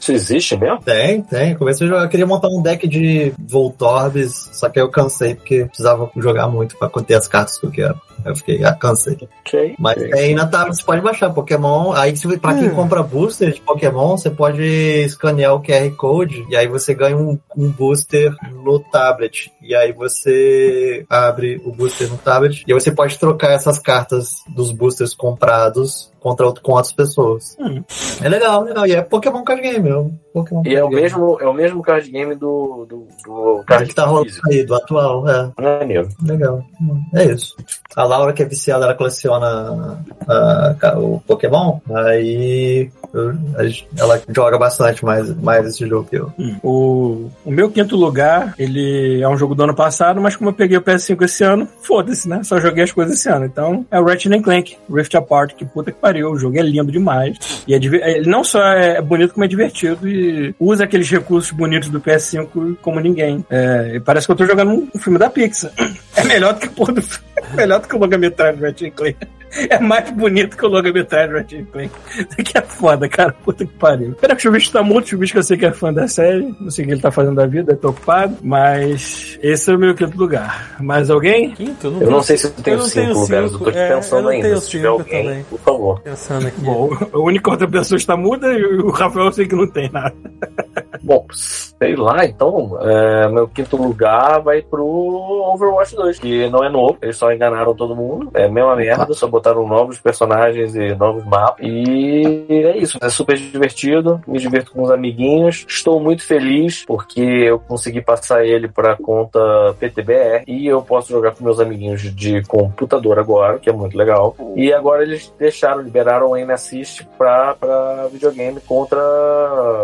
S4: Isso existe mesmo?
S7: Tem, tem. Comecei a jogar. Eu queria montar um deck de Voltorbs, só que eu cansei porque precisava jogar muito pra conter as cartas que eu quero. Aí Eu fiquei, ah, cansei.
S4: Ok.
S7: Mas
S4: ok.
S7: tem na tablet, você pode baixar Pokémon. Aí, se- pra quem compra booster de Pokémon, você pode escanear o QR Code e aí você ganha um, um booster no tablet. E aí você abre o booster no tablet e aí você pode trocar essas cartas dos boosters comprados contra outro- com outras pessoas.
S1: Hum.
S7: É legal, legal. E é Pokémon Card Game, é um Pokémon
S4: E é o
S7: Card Game.
S4: mesmo, é o mesmo card game do, do, do
S7: Cara,
S4: card
S7: que tá rolando
S4: físico. né,
S7: aí, do atual, é.
S4: Maneiro.
S7: Legal. Hum, É isso. A Laura, que é viciada, ela coleciona ah, ca- o Pokémon. Aí eu- a gente- ela joga bastante mais, mais esse jogo que eu.
S1: O, o meu quinto lugar, ele é um jogo do ano passado, mas como eu peguei o PS5 esse ano, foda-se, né? Só joguei as coisas esse ano. Então, é o Ratchet and Clank, Rift Apart, que puta que pariu. O jogo é lindo demais. E é diver- ele não só é bonito, como é divertido e usa aqueles recursos bonitos do PS5 como ninguém. É, e parece que eu tô jogando um filme da Pixar. É melhor do que, porra do, é melhor do que o longa-metragem do Ratchet and Clank. É mais bonito que o longa-metragem do Ratchet and Clank. Isso aqui é foda, cara. Puta que pariu. Pena que o Chubisco tá muito, o Chubisco eu sei que é fã da série. Não sei o que ele tá fazendo da vida, tô ocupado. Mas esse é o meu quinto lugar. Mais alguém?
S2: Quinto?
S4: Eu não sei se eu tenho
S2: não
S4: cinco lugares, eu tô
S2: É,
S4: pensando
S2: eu não
S4: ainda.
S2: Tenho
S4: se
S2: cinco
S4: tiver alguém,
S2: também.
S4: por favor.
S2: Pensando aqui.
S1: Bom, a única outra pessoa está muda e o Rafael eu sei que não tem nada.
S4: Bom, sei lá, então, é, meu quinto lugar vai pro Overwatch 2, que não é novo, eles só enganaram todo mundo, é a mesma merda, só botaram novos personagens e novos mapas, e é isso, é super divertido, me diverto com os amiguinhos, estou muito feliz porque eu consegui passar ele pra conta PTBR, e eu posso jogar com meus amiguinhos de computador agora, que é muito legal, e agora eles deixaram, liberaram o aim assist pra, pra videogame contra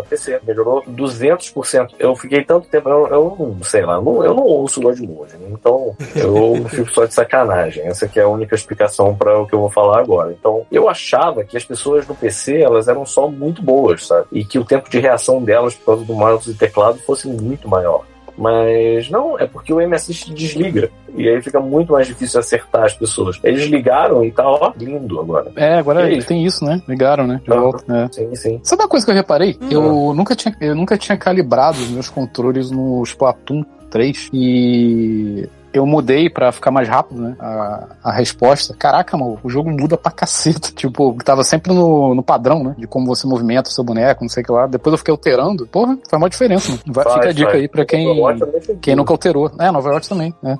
S4: PC, melhorou 200%. Eu fiquei tanto tempo, eu, eu não sei lá, não- eu não ouço God Mode, né? então eu fico só de sacanagem. Essa aqui é a única explicação para o que eu vou falar agora. Então, eu achava que as pessoas no PC, elas eram só muito boas, sabe? E que o tempo de reação delas por causa do mouse e teclado fosse muito maior. Mas não, é porque o MSX desliga. E aí fica muito mais difícil acertar as pessoas. Eles ligaram e tá, ó, lindo agora.
S3: É, agora
S4: E aí?
S3: tem isso, né? Ligaram, né? De
S4: Ah,
S3: volta. É.
S4: Sim, sim.
S3: Sabe uma coisa que eu reparei?
S4: Hum.
S3: Eu, nunca tinha, eu nunca tinha calibrado os meus controles no Splatoon 3 e eu mudei pra ficar mais rápido, né? A, a resposta. Caraca, mano, o jogo muda pra caceta. Tipo, tava sempre no, no padrão, né? De como você movimenta o seu boneco, não sei o que lá. Depois eu fiquei alterando. Porra, faz uma diferença, mano. Vai,
S4: Faz,
S3: fica a dica
S4: faz.
S3: aí pra quem,
S4: Overwatch também tem
S3: quem nunca alterou. É, Nova York também, né?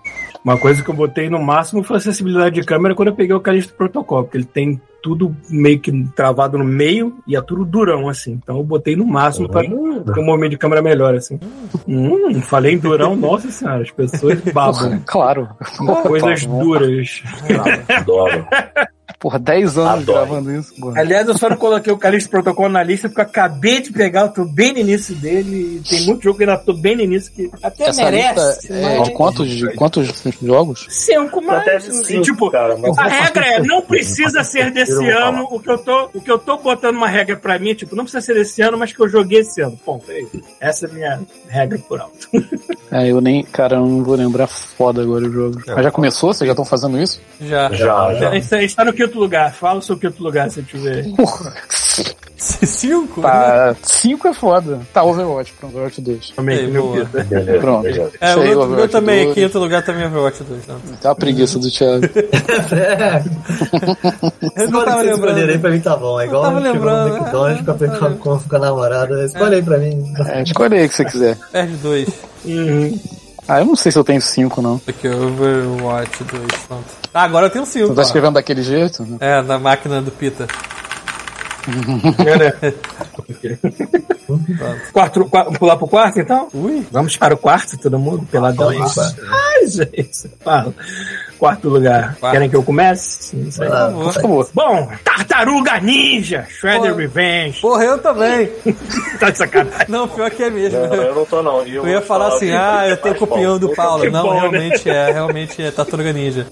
S9: Uma coisa que eu botei no máximo foi a acessibilidade de câmera quando eu peguei o Calixto Protocol, porque ele tem tudo meio que travado no meio e é tudo durão, assim. Então eu botei no máximo pra ter um movimento de câmera melhor, assim. Hum, falei em durão, nossa senhora, as pessoas
S1: Ah,
S9: babam.
S3: Claro.
S9: Coisas
S3: Porra,
S9: duras.
S4: Adoro.
S3: Porra, 10 anos
S4: Adoro.
S3: gravando isso, porra.
S9: Aliás, eu só não coloquei o Calixto Protocol na lista porque eu acabei de pegar, eu tô bem no início dele. E tem muito jogo que eu ainda tô bem no início que até
S3: Essa
S9: merece.
S3: lista é
S9: mas-
S3: de quantos, de quantos jogos?
S9: Cinco, mas.
S4: Até cinco,
S9: e, tipo,
S4: cara, mas-
S9: a regra é: não precisa ser
S4: Eu
S9: desse
S4: vou falar.
S9: ano. O que, eu tô, o que eu tô botando uma regra pra mim, tipo, não precisa ser desse ano, mas que eu joguei esse ano. Ponto. é isso. Essa é a minha regra por alto.
S3: É, eu nem. Cara, eu não vou lembrar foda agora o jogo.
S2: É.
S3: Mas já começou? Vocês já estão fazendo isso?
S2: Já.
S4: Já, já.
S9: A gente tá no quinto lugar. Fala o seu quinto lugar se eu tiver.
S3: Porra.
S2: Cinco?
S3: Tá. 5 é foda. Tá, Overwatch, pronto, Overwatch 2.
S9: Também,
S2: Ei,
S9: meu
S2: boa.
S9: Deus.
S4: Beleza,
S3: Pronto.
S4: beleza.
S2: É,
S3: Isso aí,
S2: o meu
S3: Overwatch
S2: também,
S3: dois.
S2: aqui em outro lugar também é Overwatch 2. Não.
S3: Tá a preguiça do Thiago.
S2: É, Eu não tava
S7: Escolhe que vocês escolherem aí
S2: lembrando.
S7: pra mim tá bom. É
S2: Eu
S7: igual
S2: tava
S7: eu chegou
S2: lembrando,
S7: no McDonald's
S2: é,
S7: pra
S2: é,
S7: ver
S2: é.
S7: como, como fica a namorada. Escolhe aí pra mim.
S3: É, escolhe aí o que você quiser.
S2: R2.
S9: Uhum.
S3: Ah, eu não sei se eu tenho 5, não.
S2: Aqui, é Overwatch 2. Pronto. Ah, agora eu tenho
S3: Você
S2: 5.
S3: tá escrevendo daquele jeito? né?
S2: É, na máquina do Pita.
S3: tá
S9: Quarto, qua- pular pro quarto, então?
S2: Ui.
S9: Vamos para o quarto, todo mundo? Peladão.
S2: É.
S9: Ai, gente. Fala. Quarto lugar.
S2: Quarto.
S9: Querem que eu comece? Não sei.
S7: Ah,
S2: Por favor.
S3: Acabou.
S9: Bom, Tartaruga Ninja, Shredder
S2: Pô.
S9: Revenge.
S2: Porra, eu também.
S9: Tá de sacanagem.
S2: Não, pior que é mesmo.
S4: Não, eu não tô, não. E
S2: Eu ia
S4: vou te
S2: falar assim,
S4: que-
S2: ah, eu tô
S4: Mas,
S2: copiando
S4: bom,
S2: o Paulo.
S9: que
S2: Não,
S9: bom, né?
S2: realmente é, realmente é Tartaruga Ninja.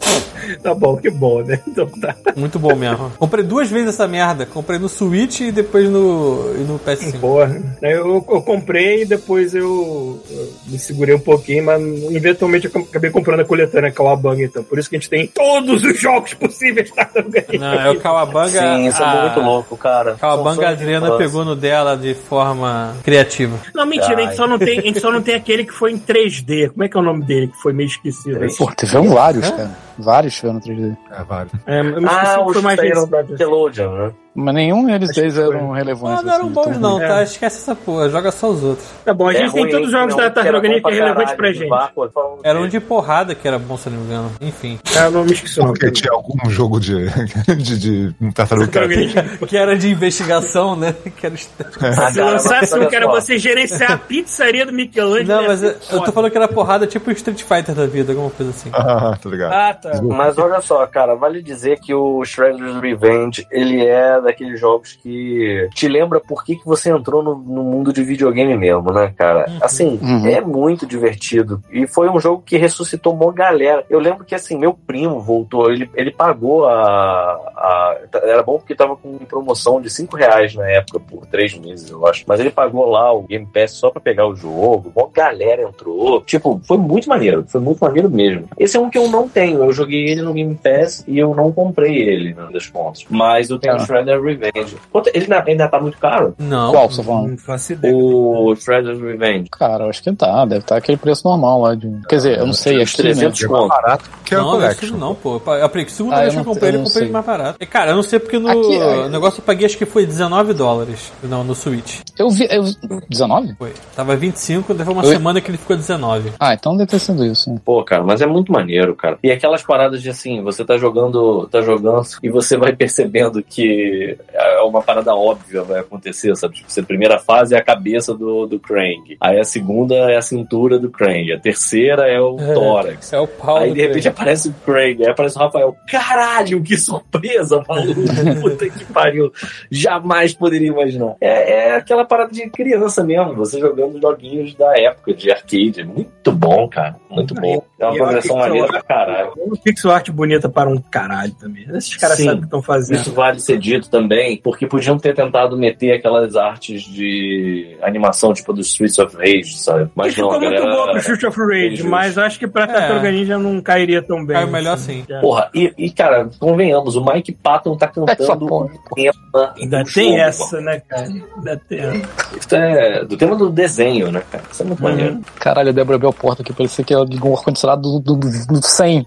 S9: Tá bom, que bom, né? Então tá.
S2: Muito bom mesmo. Comprei duas vezes essa merda. Comprei no Switch e depois no, e no PS5.
S9: Boa. Eu, eu comprei e depois eu, eu me segurei um pouquinho, mas eventualmente eu acabei comprando a coletânea Kawabanga, então. Por isso que a gente tem todos os jogos possíveis tá? Tartaruga Ninja.
S2: Não, é o Kawabanga.
S4: Sim, isso é
S2: a-
S4: muito louco, cara. São
S2: Kawabanga
S4: sonhos de
S2: Adriana
S4: infância.
S2: pegou no dela de forma criativa.
S9: Não, mentira, a gente,
S4: Ai.
S9: só não tem, a gente só não tem aquele que foi em 3D. Como é que é o nome dele que foi meio
S2: É
S9: esquecido?
S4: Três.
S3: Pô, teve um vários, cara. Vários foram 3D.
S5: É, vale.
S9: É, eu me esqueci
S4: Ah,
S9: que foi
S4: os
S9: mais
S4: que saíram da
S9: recente.
S4: Nickelodeon, né?
S3: Mas nenhum deles dois eram relevantes.
S2: Ah, não eram
S3: assim,
S2: bons
S3: então-
S2: não,
S9: É.
S2: tá? Esquece essa porra, joga só os outros.
S9: Tá bom, a
S4: É
S9: gente tem
S4: ruim,
S9: todos os
S4: hein?
S9: jogos
S4: Não,
S9: da Tartaruga
S4: era
S9: Ninja
S4: bom
S9: que é relevante pra
S4: caralho, então,
S9: gente.
S4: Baco, falando
S2: Era um
S4: dele.
S2: de porrada que era bom, se eu não me engano. Enfim.
S9: Ah, não me esqueci o nome.
S5: Porque tinha algum jogo de. de, de um tartaruga.
S9: Tartaruga Ninja.
S2: Que era de investigação, né? Que era...
S4: Ah,
S9: Se
S4: cara, mas
S9: lançasse
S4: olha
S9: um que era
S4: só.
S9: você gerenciar a pizzaria do Michelangelo.
S2: Não,
S9: ia
S2: mas
S9: ser
S2: eu, eu tô
S9: foda.
S2: falando que era porrada tipo Street Fighter da vida, alguma coisa assim.
S5: Ah, tá ligado.
S9: Ah, tá.
S4: Mas olha só, cara, vale dizer que o Shredder's Revenge, ele é daqueles jogos que te lembra por que, que você entrou no, no mundo de videogame mesmo, né, cara? Assim,
S3: Uhum.
S4: é muito divertido. E foi um jogo que ressuscitou uma galera. Eu lembro que, assim, meu primo voltou, ele, ele pagou a, a- Era bom porque tava com promoção de 5 reais na época, por 3 meses, eu acho. Mas ele pagou lá o Game Pass só pra pegar o jogo. Uma galera entrou. Tipo, foi muito maneiro. Foi muito maneiro mesmo. Esse é um que eu não tenho. Eu joguei ele no Game Pass e eu não comprei ele, no das contas. Mas eu tenho
S11: Ah.
S4: o Shredder Revenge. Quanto- Ele ainda, ainda tá muito caro?
S2: Não.
S3: Qual você tá falando? Não
S9: faço
S4: O Shredder's Revenge.
S3: Cara, eu acho que tá. Deve estar aquele preço normal lá. De... um. Quer dizer, eu não sei. Aqui, né?
S5: Um é
S2: não, eu acho não, pô. A Prexigo toda
S3: Ah,
S2: vez que
S3: eu
S2: eu
S3: não-
S2: comprei,
S3: eu
S2: eu
S3: não
S2: comprei
S3: sei.
S2: mais barato. E, cara, eu não sei porque no
S3: Aqui, é.
S2: o negócio eu paguei, acho que foi 19 dólares no, no Switch.
S3: Eu vi. Eu... 19?
S2: Foi. Tava 25, daí foi uma
S3: Oi?
S2: semana que ele ficou 19.
S3: Ah, então deve ter sido isso. né?
S4: Pô, cara, mas é muito maneiro, cara. E aquelas paradas de assim, você tá jogando, tá jogando e você vai percebendo que é uma parada óbvia vai acontecer, sabe? Tipo, você- a primeira fase é a cabeça do, do Krang. Aí a segunda é a cintura do Krang. A terceira é o tórax.
S2: É o pau.
S4: Aí
S2: do
S4: de repente
S2: Krang.
S4: aparece o Krang, aí aparece o Rafael. Caralho, que surpresa, maluco! Puta que pariu! Jamais poderia imaginar. É, é aquela parada de criança mesmo, você jogando joguinhos da época de arcade. Muito bom, cara. Muito bom. É uma
S9: E eu
S4: progressão
S9: acho que
S4: maneira
S9: eu
S4: pra
S9: acho-
S4: caralho.
S9: Um pixel art bonita para um caralho também. Esses caras
S4: Sim.
S9: sabem o que estão fazendo.
S4: Isso vale ser dito também, porque podiam ter tentado meter aquelas artes de animação, tipo dos Streets of Rage, sabe? Mas
S9: Que
S4: não,
S9: ficou
S4: a galera... é,
S9: muito boa pro Shoot of Rage, mas acho que pra Tartaruga Ninja não cairia tão bem.
S2: Caiu melhor assim.
S4: Porra, e, e, cara, convenhamos, o Mike Patton tá
S9: Essa
S4: cantando
S9: porra.
S4: o tema.
S9: Ainda
S4: do
S9: tem
S4: jogo,
S9: essa, né, cara? Ainda tem essa.
S4: Isso é do tema do desenho, né, cara? Isso é muito maneiro.
S3: Caralho, a Débora abriu a porta aqui. Parecia que ela ligou o ar-condicionado do, do, do Tá 100.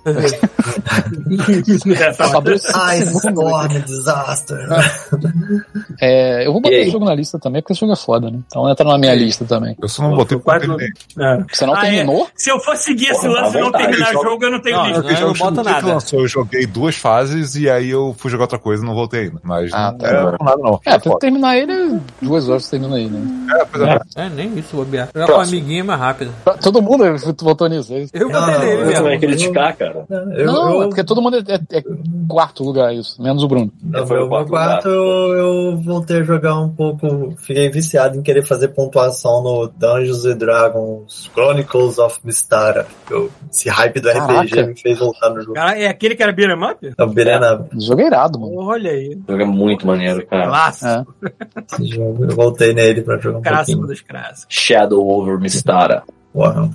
S3: Abriu cinco
S7: Ah,
S3: segundos
S7: esse
S3: aqui.
S7: enorme desastre.
S3: É, eu vou botar
S7: E aí?
S3: esse jogo na lista também, porque esse jogo é foda, né? Então entra na minha lista também.
S5: Eu só não botei
S9: porque eu
S3: Você não
S9: Ah, é.
S3: terminou?
S9: Se eu for seguir esse
S3: Porra,
S9: lance e
S3: à
S9: não
S3: vontade,
S9: terminar o
S3: joga-
S9: jogo, eu não tenho
S2: Não,
S9: lista.
S2: né? eu não boto
S5: Quando o título
S2: nada.
S5: lançou, eu joguei duas fases e aí eu fui jogar outra coisa e não voltei ainda. Mas não era com nada, não.
S3: É, tem que terminar ele duas horas você termina ele, né?
S2: É, nem isso, bobear. Jogar com um
S3: Próximo.
S2: amiguinho é mais rápido.
S3: Todo mundo votou nisso. é isso?
S2: Eu botei
S3: não,
S2: nele
S3: eu
S2: mesmo.
S4: é
S3: também
S4: criticar, cara.
S7: Eu-
S3: não,
S7: eu-
S3: é porque todo mundo é, é- é quarto lugar, isso. Menos o Bruno.
S7: No É, meu quarto, eu, eu voltei a jogar um pouco. Fiquei viciado em querer fazer pontuação no Dungeons and Dragons Chronicles of Mistara. Eu- esse hype do
S9: Caraca.
S7: RPG me fez voltar no jogo.
S9: Cara, é aquele que era beat'em up?
S7: É o Birena.
S3: Jogo irado, mano. É.
S9: Olha aí.
S4: O jogo é muito maneiro, cara.
S9: Clássico.
S7: Esse jogo, eu voltei nele pra
S3: Ah,
S7: jogar um
S3: tá
S9: Clássico
S7: pouquinho. é um
S9: dos clássicos.
S4: Shadow over Mistara.
S7: Uau.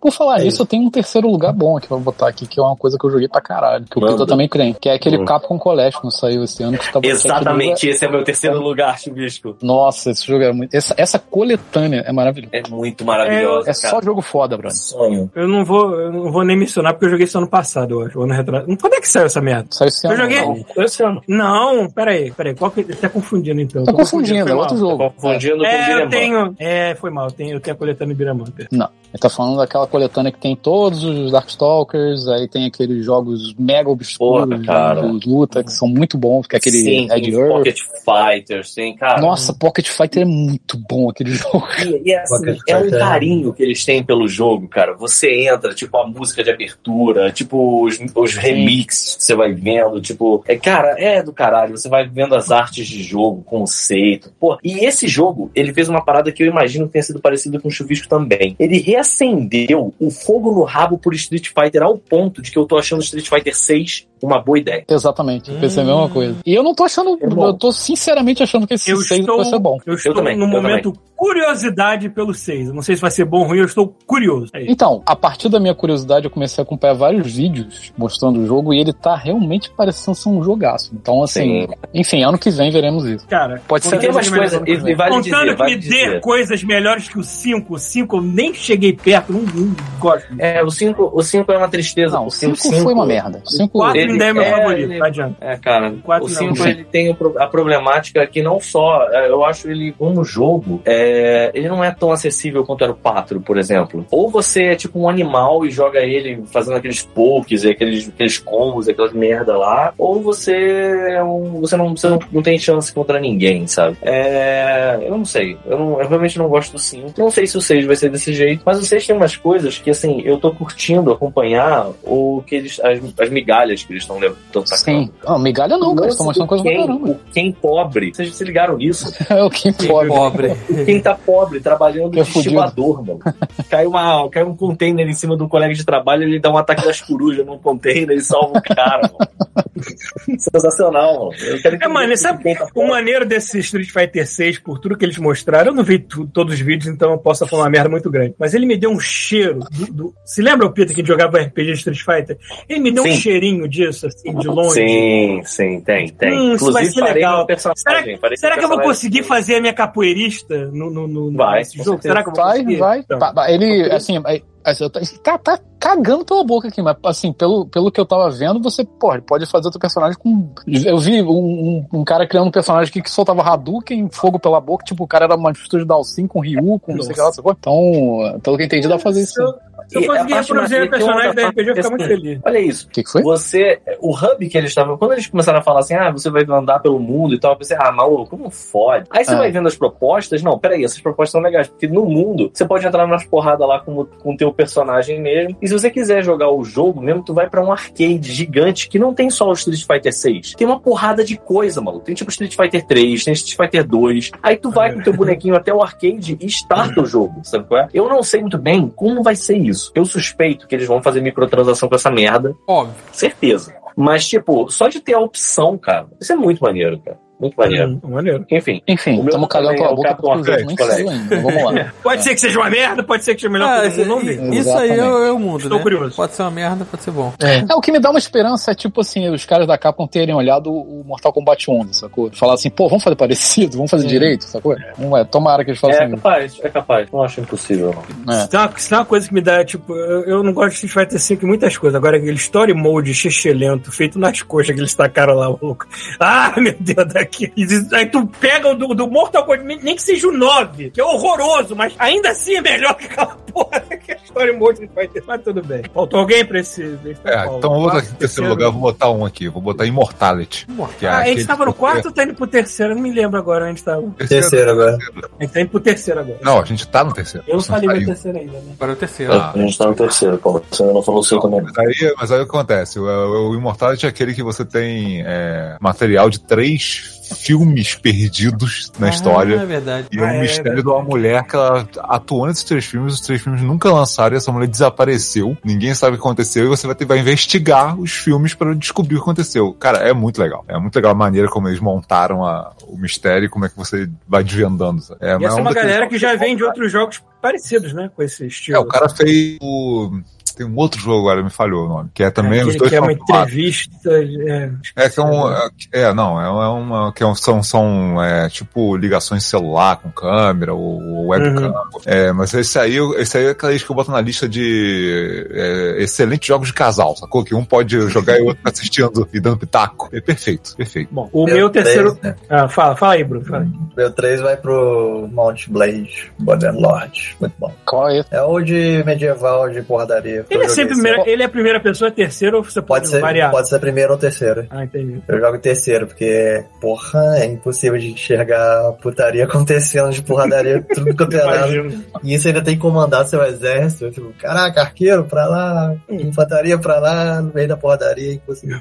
S3: Por
S4: É
S3: falar nisso, eu tenho um terceiro lugar bom aqui pra botar aqui, que é uma coisa que eu joguei pra caralho, que o
S4: Manda.
S3: Pita também crê, que é aquele
S4: Hum.
S3: Capcom Collection que saiu esse ano. Que tá tava
S4: Exatamente, esse é meu terceiro lugar, Chubisco.
S3: Nossa, esse jogo é muito. Essa, essa coletânea é maravilhosa.
S4: É muito maravilhoso.
S3: É só jogo foda, Bruno.
S4: Sonho.
S9: Eu não vou, eu não vou nem mencionar porque eu joguei isso ano passado, eu acho. ou Ano retrasado. Quando é que saiu essa merda?
S3: Saiu esse
S9: eu
S3: ano,
S9: Joguei...
S3: Então, não.
S4: Esse ano.
S9: Não, peraí, peraí. Qual que... Tá confundindo então.
S3: Tá
S9: Tô
S3: confundindo,
S9: foi
S3: é
S9: mal.
S3: outro jogo. Tá
S4: confundindo
S9: é,
S3: com
S9: eu
S3: Beat'em
S9: tenho. É, foi mal. Eu tenho, eu tenho a coletânea Biramanta.
S3: Não. Ele tá falando daquela coletânea que tem todos os Darkstalkers, aí tem aqueles jogos mega obscuros,
S4: Porra, cara.
S3: de luta, que são muito bons, que é aquele
S4: Sim,
S3: Ed
S4: tem Pocket Fighters, tem, cara.
S3: Nossa, Pocket Fighter é muito bom aquele jogo.
S4: E, e assim, é um carinho que eles têm pelo jogo, cara. Você entra, tipo, a música de abertura, tipo, os, os remixes que você vai vendo, tipo. É, cara, é do caralho. Você vai vendo as artes de jogo, conceito. Pô, e esse jogo, ele fez uma parada que eu imagino que tenha sido parecida com o Chuvisco também. Ele reacendeu o fogo no rabo por Street Fighter ao ponto de que eu tô achando Street Fighter 6 uma boa ideia.
S3: Exatamente, eu pensei a mesma coisa. E eu não tô achando, eu tô sinceramente achando que esse 6 vai ser bom.
S9: Eu estou
S4: também,
S9: no
S4: eu
S9: momento curiosidade pelo 6. Eu não sei se vai ser bom ou ruim, eu estou curioso. É isso.
S3: Então, a partir da minha curiosidade, eu comecei a acompanhar vários vídeos mostrando o jogo e ele tá realmente parecendo ser um jogaço. Então, assim,
S4: Sim.
S3: enfim, ano que vem veremos isso.
S9: Cara,
S3: Pode ser
S9: contando
S3: tem umas
S9: que me-
S3: coisas- e- e vale
S9: contando
S3: dizer,
S9: que
S3: vale
S9: me dê
S3: dizer.
S9: coisas melhores que o 5. O 5 eu nem cheguei perto, não, não gosto.
S4: É, o 5 o cinco é uma tristeza. Não, o
S3: cinco foi uma merda. O cinco-
S9: 4
S4: Ele
S9: ainda é meu
S4: é-
S9: favorito,
S4: ele-
S9: não adianta.
S4: É, cara,
S9: Quatro
S4: o
S9: não. né?
S4: 5 ele tem o pro- a problemática que não só, é, eu acho ele como jogo, é, ele não é tão acessível quanto era o 4, por exemplo. Ou você é tipo um animal e joga ele fazendo aqueles pokes e aqueles, aqueles combos, aquelas merda lá, ou você é um, você não, você não, não tem chance contra ninguém, sabe? É, eu não sei, eu, não- eu realmente não gosto do 5. Não sei se o 6 vai ser desse jeito, mas o 6 tem umas coisas que assim, eu tô curtindo acompanhar o que eles as, as migalhas que eles estão levando,
S3: Sim.
S9: é.
S3: Ah, migalha não, cara, eles estão mostrando coisa pra
S4: quem,
S3: caramba.
S4: o quem pobre, vocês se ligaram nisso?
S3: É o que pobre.
S4: Quem tá pobre, trabalhando
S3: Que é
S4: de estibador, mano. Cai, uma, cai um container em cima de um colega de trabalho, ele dá um ataque das corujas num container e salva o cara, mano. Sensacional, mano. Eu quero tá
S9: É, mano, sabe
S1: um
S9: o maneiro desse Street Fighter 6, por tudo que eles mostraram, eu não vi tu- todos os vídeos, então eu posso falar uma merda muito grande. Mas ele
S1: me deu um cheiro. Do, do- Se lembra o Peter que jogava RPG de Street Fighter? Ele me deu um
S4: Sim.
S1: cheirinho disso, assim, de longe.
S4: Sim, sim, tem, tem.
S1: Hum, isso vai ser
S4: farei
S1: legal.
S4: um personagem,
S1: Será,
S4: farei um
S1: será que eu vou
S4: personagem.
S1: conseguir fazer a minha capoeirista no, no, no,
S4: Vai,
S1: nesse
S4: com
S1: jogo?
S4: certeza.
S1: Será que eu vou
S3: Vai,
S1: conseguir?
S3: vai.
S1: Então.
S3: Tá, tá, Ele, assim, aí, assim, eu tá, esse cara tá cagando pela boca aqui, mas, assim, pelo, pelo que eu tava vendo, você pode, pode fazer outro personagem com. Eu vi um, um- um cara criando um personagem aqui que soltava Hadouken, fogo pela boca, tipo, o cara era uma mistura de Dalsin com Ryu, com não sei o que lá, sacou? Então, pelo que eu entendi, dá pra fazer isso. sim.
S1: Se eu
S4: E a
S1: conseguir
S4: parte
S1: reproduzir o
S4: mais-
S1: personagem da
S4: tem outra
S1: RPG, eu vou ficar muito
S4: parte-
S1: feliz.
S4: Olha isso.
S3: O que, que foi?
S4: Você, o hub que eles estavam, quando eles começaram a falar assim, ah, você vai andar pelo mundo e tal, eu pensei, ah, maluco, não fode. Aí você
S3: Ah.
S4: vai vendo as propostas, não, peraí, essas propostas são legais, porque no mundo você pode entrar nas porradas lá com o com o teu personagem mesmo. E se você quiser jogar o jogo mesmo, tu vai pra um arcade gigante que não tem só o Street Fighter 6. Tem uma porrada de coisa, maluco. Tem tipo Street Fighter 3, tem Street Fighter 2. Aí tu vai com teu bonequinho até o arcade e starta o jogo, sabe qual é? Eu não sei muito bem como vai ser isso. Eu suspeito que eles vão fazer microtransação com essa merda.
S2: Óbvio.
S4: Certeza. Mas, tipo, só de ter a opção, cara, isso é muito maneiro, cara. Muito maneiro.
S9: um
S1: Hum, maneiro.
S4: Enfim.
S3: Enfim,
S4: O meu
S3: estamos cagando
S4: também
S3: pela
S4: é o
S3: boca
S4: Capitão
S3: porque o jogo nem
S4: América,
S3: saiu ainda. Vamos lá.
S1: Pode ser que seja uma merda, pode ser que seja melhor
S2: Ah,
S1: que todo
S2: isso,
S1: é mundo, vamos ver.
S2: i- isso aí é, o- é o mundo,
S1: Estou
S2: né?
S1: curioso.
S2: Pode ser uma merda, pode ser bom.
S3: É, o que me dá uma esperança é tipo assim, os caras da Capcom terem olhado o Mortal Kombat 11, sacou? Falar assim, pô, vamos fazer parecido, vamos fazer direito, sacou? Não é, tomara que eles façam
S4: É
S3: isso.
S4: capaz, é capaz. Não acho impossível, não.
S3: É.
S1: Se tem, uma, se tem uma coisa que me dá, tipo, eu, eu não gosto de Street Fighter 5 em muitas coisas. Agora, aquele story mode xixelento, feito nas coxas que eles tacaram lá, louco. Ah, meu Deus, daqui. E diz- Aí tu pega o do, do Mortal Kombat, nem que seja o 9, que é horroroso, mas ainda assim é melhor que aquela porra que é story mode Street Fighter. Mas tudo bem. Faltou alguém pra esse.
S5: É, então eu vou botar aqui em terceiro lugar, eu vou botar um aqui, vou botar Immortality. que é
S1: Ah, a gente
S5: aquele-
S1: tava no quarto ou tá indo pro terceiro? Eu não me lembro agora onde tava.
S7: Terceiro agora.
S1: A gente tá indo pro terceiro agora.
S5: Não, a gente tá no terceiro.
S1: Eu não falei meu
S5: Saiu.
S1: terceiro ainda, né?
S2: Agora é o terceiro.
S5: Ah,
S4: A gente tá no terceiro, Paulo. Você ainda não falou o seu também.
S5: Mas aí, mas aí o que acontece? O, o Immortality é aquele que você tem é, material de três filmes perdidos na
S2: Ah, é
S5: história.
S2: verdade.
S5: E é um
S1: Ah, é,
S5: mistério
S1: é.
S5: de uma mulher que ela atuou nesses três filmes, os três filmes nunca lançaram e essa mulher desapareceu. Ninguém sabe o que aconteceu e você vai, ter, vai investigar os filmes para descobrir o que aconteceu. Cara, é muito legal. É muito legal a maneira como eles montaram a- o mistério e como é que você vai desvendando. sabe? É,
S1: E
S5: mas
S1: essa é
S5: um
S1: uma
S5: daqueles-
S1: galera que já vem de outros jogos parecidos, né? Com esse estilo.
S5: É, o cara fez o. Tem um outro jogo agora, me falhou o nome, que é também os
S1: Aquele
S5: dois
S1: que é uma
S5: são filmados.
S1: entrevista. é.
S5: É que é um. É, é, não, é uma. Que é um- são são é, tipo ligações celular com câmera ou, ou webcam. É, mas esse aí, eu- esse aí é aqueles que eu boto na lista de é, excelentes jogos de casal, sacou? Que um pode jogar e o outro tá assistindo e dando pitaco. É perfeito, perfeito. Bom,
S1: O meu terceiro.
S7: Três, né?
S1: Ah, fala, fala aí, Bruno. Fala aí.
S7: Meu 3 vai pro Mount Blade Modern Lord. Muito bom.
S3: Qual é?
S7: É o de medieval, de porradaria. que eu
S1: Ele é
S7: joguei
S1: sempre
S7: esse
S1: primeira,
S7: ano.
S1: ele é a primeira pessoa, terceiro, ou você pode,
S7: Pode ser,
S1: variar?
S7: pode ser primeiro ou terceiro.
S1: Ah, entendi.
S7: Eu jogo terceiro, porque, porra, é impossível de enxergar a putaria acontecendo de porradaria, tudo quanto é lado.
S1: Imagino.
S7: E isso ainda tem que comandar seu exército. eu Tipo, caraca, arqueiro pra lá, infantaria pra lá, no meio da porradaria, impossível.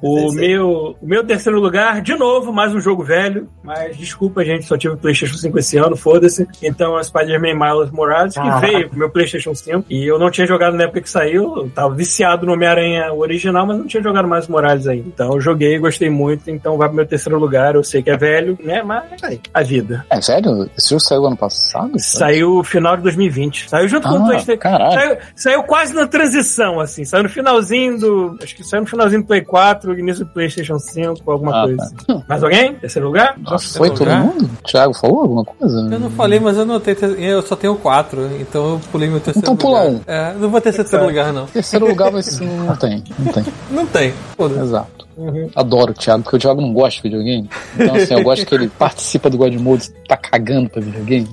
S1: O
S7: Esse-
S1: meu, o meu terceiro lugar, de novo, mais um jogo velho. Mas desculpa, gente, só tive o PlayStation 5 esse ano, foda-se. Então é o Spider-Man Miles Morales, que veio pro meu PlayStation 5. E eu não tinha jogado na época que saiu. Eu tava viciado no Homem-Aranha original, mas não tinha jogado Miles Morales ainda. Então eu joguei, gostei muito. Então vai pro meu terceiro lugar. Eu sei que é velho, né? Mas tá aí, a vida.
S3: É sério? Esse jogo saiu ano passado?
S1: Saiu final de 2020. Saiu junto com o
S3: Ah,
S1: PlayStation.
S3: caralho.
S1: Saiu, saiu quase na transição, assim. Saiu no finalzinho do. Acho que saiu no finalzinho do Play 4, início do PlayStation 5, alguma
S3: Ah,
S1: coisa
S3: tá.
S1: assim. Mais alguém? Terceiro lugar?
S2: Nossa,
S3: Foi
S2: eu
S3: todo
S2: já-
S3: mundo? Thiago falou alguma coisa?
S2: Eu não falei, mas eu anotei. ter- Eu só tenho quatro, então eu pulei meu terceiro
S3: Então pula
S2: lugar.
S3: um.
S2: É, não vou ter terceiro lugar, não.
S3: Terceiro lugar vai ser. Não tem, não tem.
S2: Não tem. Foda-se.
S3: Exato. Adoro o Thiago, porque o Thiago não gosta de videogame. Então, assim, eu gosto que ele participa do God Mode, tá cagando pra videogame.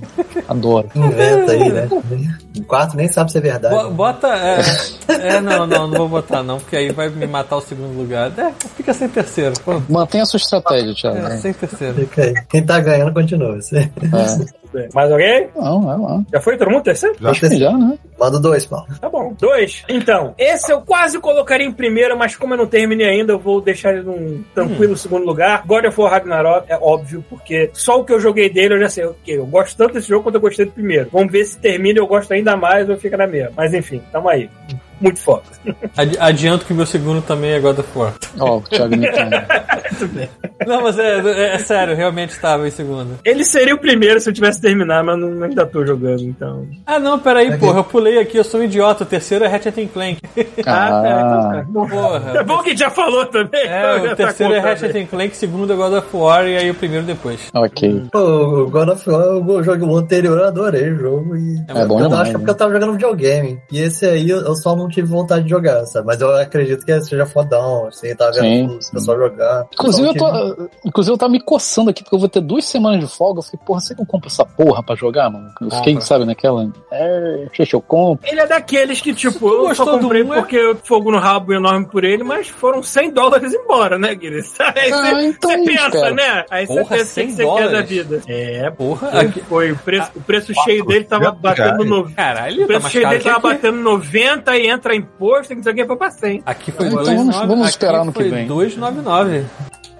S3: Adoro.
S7: Inventa aí, né? O quarto nem sabe se é verdade.
S2: Bo- Bota. É, é, não, não, não vou botar, não, porque aí vai me matar o segundo lugar. É, fica sem terceiro. pô.
S3: Mantenha a sua estratégia, Thiago.
S2: É,
S3: né?
S2: sem terceiro.
S7: Fica aí. Quem tá ganhando continua. Você...
S3: É.
S1: Mais alguém?
S3: Não, é lá.
S1: Já foi todo mundo? Terceiro?
S3: Acho que já, né?
S7: Manda dois, Paulo.
S1: Tá bom. Dois. Então, esse eu quase colocaria em primeiro, mas como eu não terminei ainda, eu vou deixar ele num
S7: Hum.
S1: tranquilo segundo lugar. God of War Ragnarok é óbvio, porque só o que eu joguei dele eu já sei, ok, eu gosto tanto desse jogo quanto eu gostei do primeiro. Vamos ver se termina e eu gosto ainda mais ou fica na mesma. Mas enfim, tamo aí.
S9: muito foda.
S2: Adi- Adianto que o meu segundo também é God of War.
S3: Ó, o Thiago me
S2: Não, mas é, é- é sério, realmente estava em segundo.
S9: Ele seria o primeiro se eu tivesse terminado, mas não, ainda tô jogando, então.
S2: Ah, não, peraí, porra, eu pulei aqui, eu sou um idiota. O terceiro é Ratchet and Clank.
S9: Ah,
S2: Porra.
S9: É bom que já falou também.
S2: É,
S9: então já
S2: o
S9: tá
S2: terceiro é
S9: contado
S2: Ratchet
S9: aí.
S2: and Clank, segundo é God of War e aí o primeiro depois.
S3: Ok.
S7: Pô, o God of War, o jogo anterior, eu adorei o jogo. E
S3: É bom
S7: eu
S3: demais,
S7: acho que é
S3: né?
S7: porque eu tava jogando videogame. E esse aí eu eu só não tive vontade de jogar, sabe? Mas eu acredito que seja fodão, assim, eu tava
S3: Sim,
S7: vendo o pessoal jogar. Só
S3: Inclusive eu,
S7: que-
S3: tô, inclusive, eu tava me coçando aqui, porque eu vou ter duas semanas de folga. Eu fiquei, porra, você não compra essa porra pra jogar, mano? Eu fiquei,
S9: Compra.
S3: sabe, naquela. É, deixa eu compro.
S9: Ele é daqueles que, tipo, eu só
S2: gostou do
S9: comprei
S2: um, é?
S9: porque eu fogo no rabo enorme por ele, mas foram 100 dólares embora, né, Guilherme? Aí
S3: Ah,
S9: você
S3: então,
S9: pensa,
S3: cara.
S9: né? Aí você
S2: Porra,
S9: pensa o que
S2: 100
S9: que você quer da
S2: dólares?
S9: vida. É,
S2: Porra,
S9: Foi,
S2: aqui-
S9: foi, o preço, o preço cheio dele tava
S5: reais.
S9: batendo no...
S2: Caralho,
S9: O
S2: tá
S9: preço
S2: mais
S9: cheio
S2: caro
S9: dele
S2: que
S9: tava
S2: aqui.
S9: batendo 90 e entra imposto, e não sei o que, foi pra 100.
S2: Aqui foi
S3: Então
S2: dois,
S3: vamos-
S2: nove-
S3: vamos
S2: aqui
S3: esperar no que
S2: foi
S3: vem.
S2: 2,99.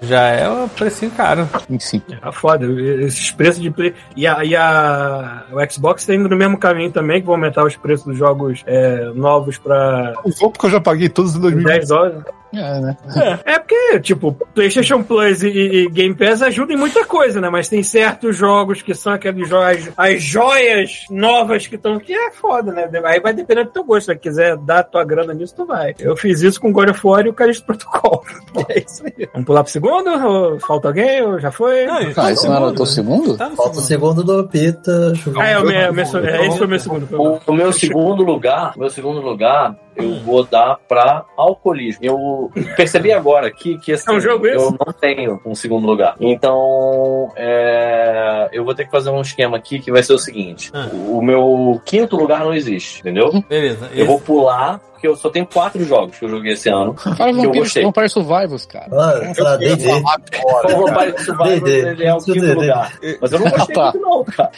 S2: Já é um precinho caro.
S3: Enfim.
S1: Ah,
S9: Tá foda, esses preços de play. E a, e a o Xbox tá indo no mesmo caminho também, que vão aumentar os preços dos jogos é, novos pra
S5: Eu vou porque eu já paguei todos em
S3: Hum.
S5: 2020.
S9: 10 dólares.
S3: É, né?
S9: É porque, tipo, PlayStation Plus e, e Game Pass ajudam em muita coisa, né? Mas tem certos jogos que são aqueles jogos, as joias novas que estão, que é foda, né? Aí vai depender do teu gosto. né? Se tu quiser dar tua grana nisso, tu vai. Eu fiz isso com God of War e o Calixto Protocol. É isso aí. Vamos pular pro segundo? Ou falta alguém? Ou já foi?
S2: Não, ele tá
S3: Ah,
S2: no
S3: esse não era o teu
S2: segundo.
S3: segundo?
S2: Tá no
S7: Falta o
S2: segundo.
S7: segundo do Pita. deixa Então, eu ver.
S9: Ah, é, o meu, meu, é, esse foi o meu segundo. Foi o meu.
S4: O, o meu segundo lugar, meu segundo lugar, eu vou dar pra alcoolismo. Eu percebi agora que, que assim,
S9: É um jogo
S4: eu
S9: esse?
S4: não tenho um segundo lugar. Então, é, eu vou ter que fazer um esquema aqui que vai ser o seguinte:
S2: Ah.
S4: o meu quinto lugar não existe, entendeu?
S2: Beleza,
S4: Eu vou
S2: esse-
S4: pular, porque eu só tenho quatro jogos que eu joguei esse ano.
S3: Para vampiros,
S4: gostei.
S3: Vampire Survivals, cara.
S7: Mano, sei lá, Ah, D&D.
S4: O Vampire Survivors,
S7: D&D.
S4: ele é o quinto
S7: D&D.
S4: lugar. Mas eu não gostei
S3: Tá.
S4: muito, não, cara.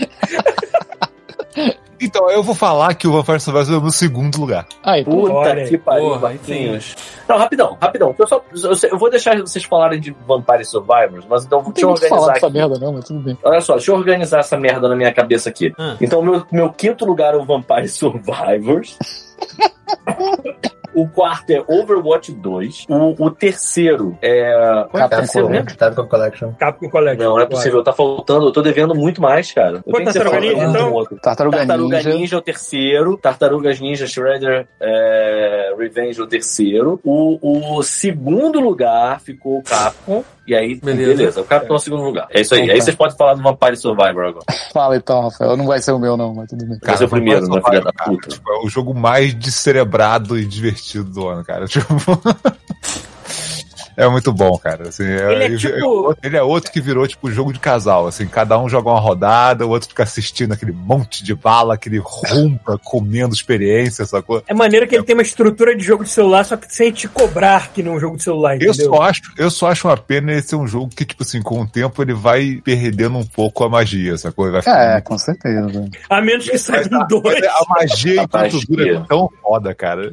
S5: Então, eu vou falar que o Vampire Survivors é o meu segundo lugar.
S3: Aí, pô,
S4: Puta
S9: Olha aí.
S4: que pariu,
S2: Porra, aí
S4: Marquinhos. Não, rapidão, rapidão. Eu, só, eu, sei- eu vou deixar vocês falarem de Vampire Survivors, mas então
S3: não
S4: deixa
S3: tem
S4: eu
S3: muito o que
S4: organizar
S3: falar dessa
S4: aqui.
S3: merda, não, mas tudo bem.
S4: Olha só, deixa eu organizar essa merda na minha cabeça aqui.
S2: Ah.
S4: Então, meu, meu quinto lugar é o Vampire Survivors. o quarto é Overwatch 2. O, o terceiro é. Qual é o
S3: Capcom
S4: terceiro mesmo?
S7: Collection. tipo, Capcom Collection.
S9: Capcom Collection.
S4: Não, não é possível, tá faltando, eu tô devendo muito mais, cara. Eu
S9: Pô,
S4: tenho que ser
S9: Tartaruga
S4: falando
S9: Ninja,
S4: de um
S9: então?
S4: outro.
S3: Tartaruga,
S4: Tartaruga
S3: Ninja.
S4: Ninja. é o terceiro. Tartarugas Ninja Shredder é, Revenge é o terceiro. O, o segundo lugar ficou o Capcom. E aí,
S2: Beleza.
S4: beleza. O Capcom é o segundo lugar. É isso aí. Aí vocês podem falar do Vampire Survivor agora.
S3: Fala então, Rafael. Não vai ser o meu, não, mas tudo bem.
S4: Você é o primeiro, né, filha da
S5: cara,
S4: puta?
S5: tipo, é o jogo mais descerebrado e divertido do ano, cara. Tipo. É muito bom, cara. assim, é-
S9: Ele é tipo-
S5: ele é outro que virou tipo jogo de casal, assim, cada um joga uma rodada, o outro fica assistindo aquele monte de bala, aquele rumba comendo experiência, sacou?
S9: É maneiro que ele tem uma estrutura de jogo de celular, só que sem te cobrar que não é um jogo de celular,
S5: Eu
S9: entendeu?
S5: só, acho, eu só acho uma pena ele ser um jogo que, tipo assim, com o tempo ele vai perdendo um pouco a magia, sacou? Ele Vai
S3: É,
S5: ficando-
S3: com certeza.
S9: A menos que saia um
S5: Mas é
S9: dois.
S5: a magia
S4: A
S5: enquanto dura é
S4: magia.
S5: tão foda, cara.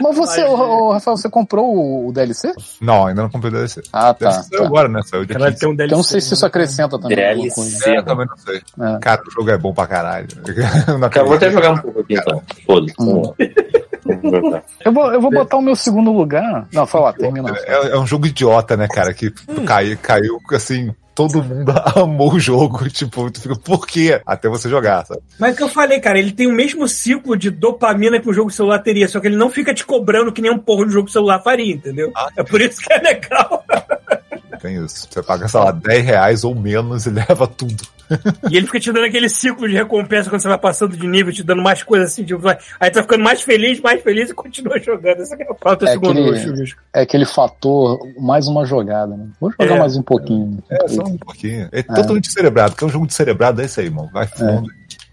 S3: Mas você,
S9: Ai,
S3: ô, ô, Rafael, você comprou o- o DLC?
S5: Não, ainda não comprei o DLC.
S3: Ah, tá.
S5: DLC saiu
S3: tá.
S5: agora, né? Saiu de
S9: Ela
S5: aqui.
S9: tem um DLC.
S3: Então não sei se isso
S4: Tá
S3: acrescenta também alguma coisa.
S4: DLC.
S5: É, também não sei.
S3: É.
S5: Cara, o jogo é bom pra caralho. Eu não
S4: Cara, eu vou até
S5: acredito.
S4: jogar um pouco aqui então. Foda-se.
S3: Hum.
S4: Vamos lá.
S3: Eu vou, eu vou botar o meu segundo lugar. Não, fala, termina.
S5: É, é um jogo idiota, né, cara? Que caiu, caiu assim. Todo mundo amou o jogo, tipo, tu fica, por quê? Até você jogar, sabe?
S9: Mas é o que eu falei, cara, ele tem o mesmo ciclo de dopamina que o jogo de celular teria, só que ele não fica te cobrando que nem um porro de jogo de celular faria, entendeu?
S5: Ah.
S9: É por isso que é legal.
S5: Tem isso. Você paga, sei lá, 10 reais ou menos e leva tudo.
S9: E ele fica te dando aquele ciclo de recompensa quando você vai passando de nível, te dando mais coisas assim, tipo, vai- aí tu vai ficando mais feliz, mais feliz e continua jogando. Essa que é a falta
S3: É
S9: segundo
S3: aquele-
S9: luxo, bicho.
S3: É aquele fator, mais uma jogada, né? Vou jogar
S9: É.
S3: mais um pouquinho.
S5: É, só um pouquinho. É, totalmente cerebrado, que é um jogo de cerebrado, é isso aí, irmão. Vai fundo.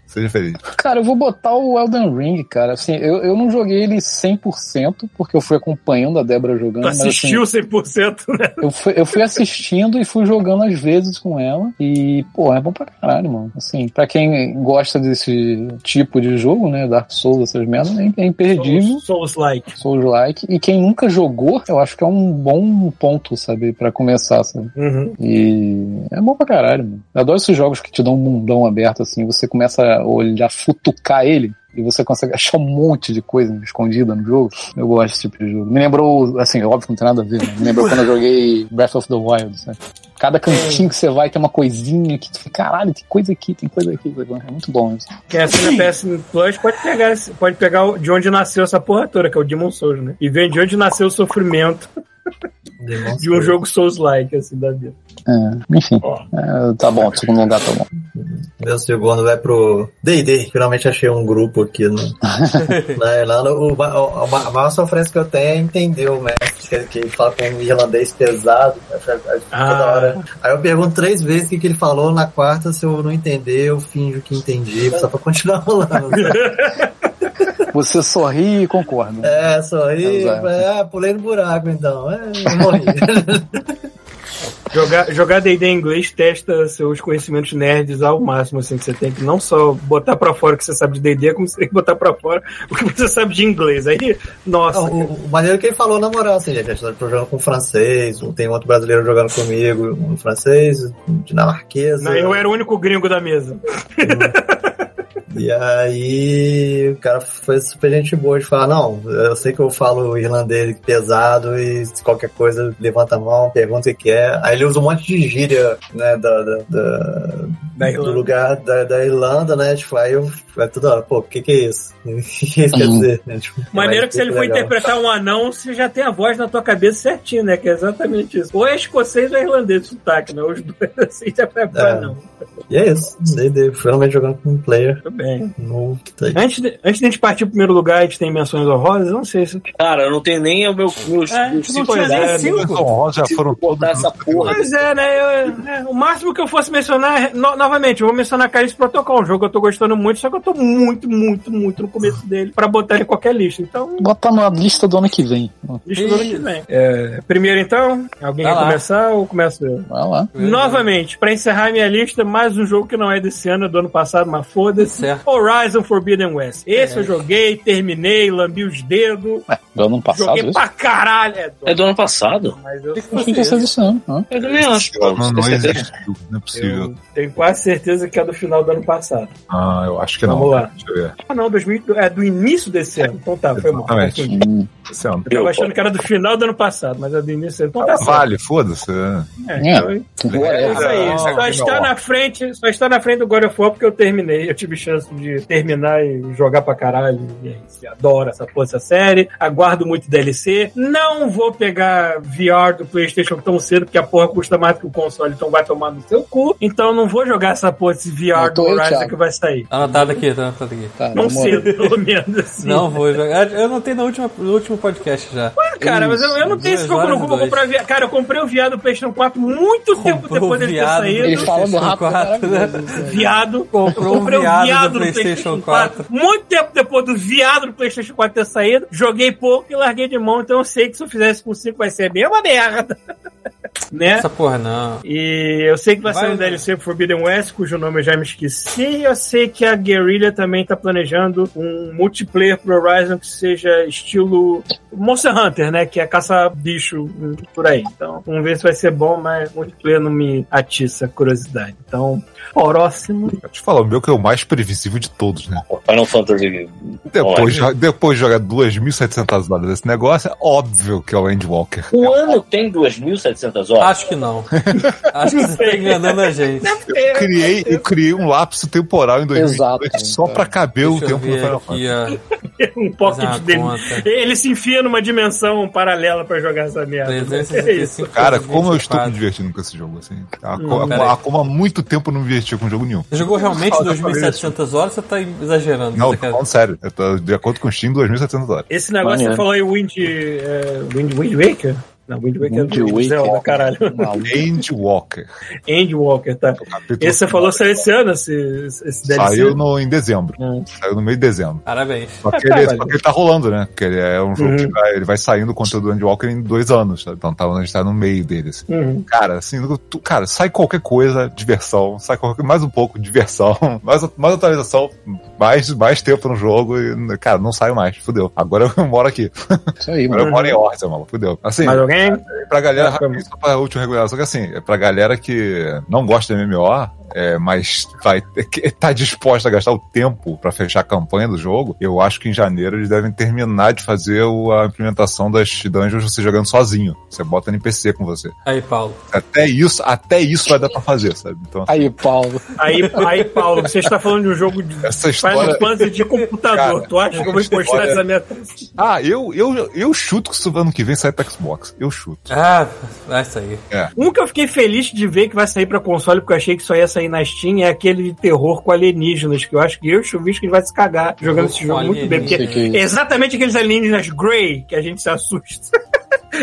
S5: Seja feliz.
S3: Cara, eu vou botar o Elden Ring, cara. Assim, eu, eu não joguei ele 100%, porque eu fui acompanhando a Débora jogando.
S9: Tu
S3: mas, assim,
S9: assistiu 100%, né?
S3: Eu fui, eu fui assistindo e fui jogando às vezes com ela. E, pô, é bom pra caralho, mano. Assim, pra quem gosta desse tipo de jogo, né? Dark Souls, essas merdas, é é imperdível.
S9: Souls-like.
S3: Souls-like. E quem nunca jogou, eu acho que é um bom ponto, sabe? Pra começar, sabe?
S9: Uhum.
S3: E é bom pra caralho, mano. Eu adoro esses jogos que te dão um mundão aberto, assim. Você começa a olhar, futucar ele. e você consegue achar um monte de coisa escondida no jogo. Eu gosto desse tipo de jogo. Me lembrou, assim, óbvio que não tem nada a ver, né? me lembrou quando eu joguei Breath of the Wild, sabe? Cada cantinho que você vai tem uma coisinha que tu fica, caralho, tem coisa aqui, tem coisa aqui. sabe? É muito bom isso.
S9: Quem assina PS Plus pode pegar, esse- pode pegar o- de onde nasceu essa porra toda, que é o Demon Souls, né? E ver de onde nasceu o sofrimento de um jogo Souls-like, assim, da vida.
S3: É, enfim, É, tá bom, segundo lugar tá bom.
S7: Meu segundo vai pro D&D. Finalmente achei um grupo aqui no, na Irlanda. O, ma- o- a ma- a maior sofrência que eu tenho é entender o mestre, que, que fala com um irlandês pesado. né? Eu fico- eu fico toda
S9: Ah.
S7: hora. Aí eu pergunto três vezes o que, que ele falou. Na quarta, se eu não entender, eu finjo que entendi, só pra continuar rolando.
S3: Você sorri e concorda.
S7: É, sorri.
S3: Exato.
S7: Ah, pulei no buraco, então. É, eu morri.
S9: Jogar, jogar D&D em inglês testa seus conhecimentos nerds ao máximo, assim, que você tem que não só botar pra fora o que você sabe de D&D, como você tem que botar pra fora o que você sabe de inglês. Aí, nossa.
S7: Não, o, o maneiro que ele falou, na moral, assim, gente, eu tô jogando com francês, um, tem outro brasileiro jogando comigo, um francês, um dinamarquês.
S9: Não, eu era o único gringo da mesa.
S7: E aí o cara foi super gente boa de falar, não, eu sei que eu falo irlandês pesado e se qualquer coisa levanta a mão, pergunta o que é. Aí ele usa um monte de gíria, né, da, da, da- do lugar da, da Irlanda, né? Tipo, aí eu vai toda hora, pô, o que, que é isso? O que, que isso quer dizer? né, tipo,
S9: Maneiro
S7: mas
S9: que se ele for
S7: legal.
S9: interpretar um anão, você já tem a voz na tua cabeça certinho, né? Que é exatamente isso. Ou é escocês ou é irlandês o sotaque, né? Os dois assim já pra
S7: É.
S9: não.
S7: E é isso, D&D, finalmente jogando com um player.
S9: Tudo bem.
S7: novo que tá aí.
S9: Antes de, antes de a gente partir pro primeiro lugar, a gente tem menções honrosas, eu não sei se.
S11: Cara, eu não tenho nem o meu. Meus,
S9: É,
S11: meus
S9: não tinha nem
S11: lugares.
S9: cinco.
S5: já foram
S11: cortar essa porra.
S9: Pois é, né? eu- é, o máximo que eu fosse mencionar, é, no- novamente, eu vou mencionar Carice Protocol, um jogo que eu tô gostando muito, só que eu tô muito, muito, muito no começo dele pra botar em qualquer lista. Então,
S3: Bota na lista do ano que vem.
S9: lista do ano que vem. É, primeiro então, alguém
S3: Vai
S9: quer
S3: lá.
S9: começar ou começo eu?
S3: Vai lá.
S9: Novamente, pra encerrar minha lista, mais um jogo que não é desse ano, é do ano passado, mas foda-se.
S2: Certo.
S9: Horizon Forbidden West. Esse eu joguei, terminei, lambi os dedos,
S3: Do ano passado
S9: joguei
S3: isso?
S9: pra caralho. É,
S11: É do ano passado?
S9: mas eu
S3: Acho que tinha sido isso, não. Hã?
S11: Eu também acho.
S5: Não, não
S11: Você tem
S5: existe, não é possível.
S9: tenho quase certeza que é do final do ano passado.
S5: Ah, eu acho que não.
S9: Vamos lá.
S5: Deixa eu ver.
S9: Ah, não, 2000, é do início desse ano. Então tá, foi mal.
S5: Exatamente.
S9: Enfim,
S2: É,
S5: Esse ano.
S9: Eu tava achando que é era do final do ano passado, mas é do início. Então tá certo.
S5: Vale, foda-se. né? Ah,
S9: É,
S3: É.
S9: então, é isso aí.
S5: Não,
S9: Só está na frente, só está na frente do God of War porque eu terminei. Eu tive chance de terminar e jogar pra caralho. E é isso. Adoro essa porra, essa série. Aguardo muito DLC. Não vou pegar VR do PlayStation tão cedo porque a porra custa mais do que o console, então vai tomar no seu cu. Então não vou jogar essa porra desse VR
S3: Eu tô
S9: do
S3: aí,
S9: Horizon
S3: Thiago.
S9: que vai sair.
S2: Anotado aqui, tá anotado aqui.
S3: Tá,
S9: Não
S3: vamos lá.
S9: cedo, pelo menos. Assim.
S2: Não vou jogar. Eu anotei no último, no último podcast já.
S9: Cara, mas eu, eu
S2: um,
S9: não tenho esse jogo no
S2: Duas
S9: Google
S2: horas e
S9: pra ver. Cara, eu comprei o viado do PlayStation 4 muito tempo
S2: Comprou
S9: depois
S2: o
S9: dele ter
S2: viado do
S3: Eles
S9: saído.
S2: PlayStation
S3: falam rápido,
S2: 4, né?
S3: maravilhoso.
S9: Viado.
S2: Comprou
S9: Eu comprei
S2: um
S9: o
S2: viado
S9: viado
S2: do
S9: do PlayStation
S2: PlayStation
S9: 4. Muito tempo depois do viado do PlayStation 4 ter saído, joguei pouco e larguei de mão. Então eu sei que se eu fizesse com 5 vai ser a mesma merda. né?
S2: Essa porra não.
S9: E eu sei que vai,
S2: Vai,
S9: sair um
S2: né?
S9: DLC pro Forbidden West, cujo nome eu já me esqueci. E eu sei que a Guerrilla também tá planejando um multiplayer pro Horizon que seja estilo Monster Hunter, né? Que é caça-bicho hum, por aí. Então, vamos ver se vai ser bom, mas multiplayer não me atiça a curiosidade. Então, próximo.
S5: Eu te falo, o meu que é o mais previsível de todos, né?
S11: Final Fantasy.
S5: Depois, de- depois de jogar 2.700 horas desse negócio, é óbvio que é o Endwalker.
S11: O
S4: Um
S11: ano tem 2.700 horas?
S2: Acho que não. Acho que você tá enganando a gente.
S9: É,
S5: Eu criei, eu criei um lapso temporal em 2018
S3: Exato,
S5: só
S3: cara.
S5: pra caber o
S2: Deixa eu
S5: tempo do
S2: ver
S5: Final Fantasy.
S2: aqui, ó.
S9: um pocket
S2: uma
S9: dele.
S2: conta.
S9: Ele se enfia numa dimensão paralela pra jogar essa merda. É isso.
S2: 365.
S5: Cara, como eu estou me
S2: 24.
S5: divertindo com esse jogo, assim. Ah, co-
S2: Hum,
S5: ah,
S2: peraí.
S5: ah, como há muito tempo eu não me divertia com jogo nenhum.
S2: Você jogou realmente
S5: Fala,
S2: 2.700 horas ou você tá exagerando?
S5: Não,
S2: Você
S5: tô
S2: quer-
S5: falando sério. Eu tô de acordo com o Steam, 2.700 horas.
S9: Esse negócio que
S3: Maneiro.
S9: você falou aí, Wind, é, Wind, Wind Waker? Não, Wind Waker é do
S3: Wind
S9: Zelda,
S3: Waker.
S9: caralho.
S3: Maluco.
S5: Endwalker.
S9: Endwalker, tá?
S5: o capítulo
S9: Esse você falou saiu esse ano, esse, esse DLC.
S5: Saiu no, em dezembro.
S9: Hum.
S5: Saiu no meio de dezembro.
S2: Parabéns.
S5: Só que, ele,
S9: Ah, caralho.
S5: só que ele tá rolando, né? Porque ele é um jogo que
S9: Uhum.
S5: vai, ele vai saindo o conteúdo do Endwalker em dois anos. sabe? Então tá, a gente tá no meio dele, assim.
S9: Uhum.
S5: Cara, assim, tu- cara, sai qualquer coisa, diversão, sai qualquer, mais um pouco, diversão, mais, mais atualização, mais, mais tempo no jogo e, cara, não saio mais, fudeu. Agora eu moro aqui.
S3: Isso aí,
S5: Agora eu
S3: mano.
S9: Uhum.
S5: moro em Orsa, maluco, fudeu. Assim,
S9: Mas alguém alguém?
S5: Pra galera, rapidinho, só pra última regular. Só que assim, pra galera que não gosta de MMO, é, mas vai, ter que- tá disposta a gastar o tempo pra fechar a campanha do jogo, eu acho que em janeiro eles devem terminar de fazer o- a implementação das dungeons você jogando sozinho. Você bota NPC com você.
S2: Aí, Paulo.
S5: Até isso, até isso vai dar pra fazer, sabe? Então,
S3: Aí, Paulo.
S9: Aí, aí, Paulo, você está falando de um jogo de
S5: essa
S9: Final
S5: história.
S9: Fantasy de computador.
S5: Cara,
S9: tu acha que eu vou
S5: essa
S9: encostar
S5: história-
S9: essa minha.
S5: Ah, eu, eu, eu chuto que isso ano que vem sai pra Xbox. Eu chuto.
S2: Ah, vai sair.
S5: É.
S9: Um que eu fiquei feliz de ver que vai sair pra console, porque eu achei que só ia sair na Steam, é aquele de terror com alienígenas, que eu acho que eu e o Chuvisco vai se cagar jogando esse jogo muito bem. Porque
S3: Sei que é isso.
S9: é exatamente aqueles alienígenas Grey que a gente se assusta.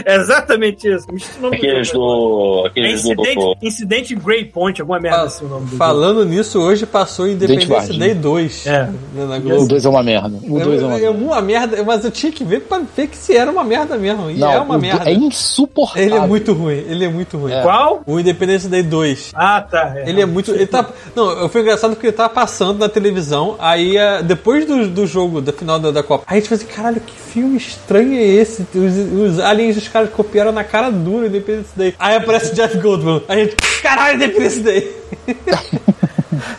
S9: É exatamente isso. Me esqueci o nome do
S4: Aqueles
S9: jogo.
S4: do.
S9: É
S4: Aqueles do.
S9: incidente, incidente Grey Point, alguma merda
S2: Fala-
S9: assim o nome do jogo.
S2: Falando nisso, hoje passou Independence
S3: Varginha.
S2: Day 2
S9: É.
S2: na, na
S3: O
S2: Globo.
S3: 2 é uma merda. O 2 é uma
S2: É, é
S3: merda.
S2: uma merda, mas eu tinha que ver pra ver que se era uma merda mesmo. E
S3: Não,
S2: é
S3: o
S2: uma
S3: do-
S2: merda.
S3: É insuportável.
S2: Ele é muito ruim, ele é muito ruim.
S3: É.
S9: Qual?
S2: O Independence Day 2.
S9: Ah, tá. é.
S2: Ele é muito. Ele tá, não, foi engraçado porque ele tava passando na televisão, aí ah, depois do, do jogo, da final da, da Copa, aí a gente fala assim: caralho, que filme estranho é esse? Os, os aliens dos caras copiaram na cara dura o Independence Day. Aí aparece o Jeff Goldman, aí a gente, caralho, Independence Day!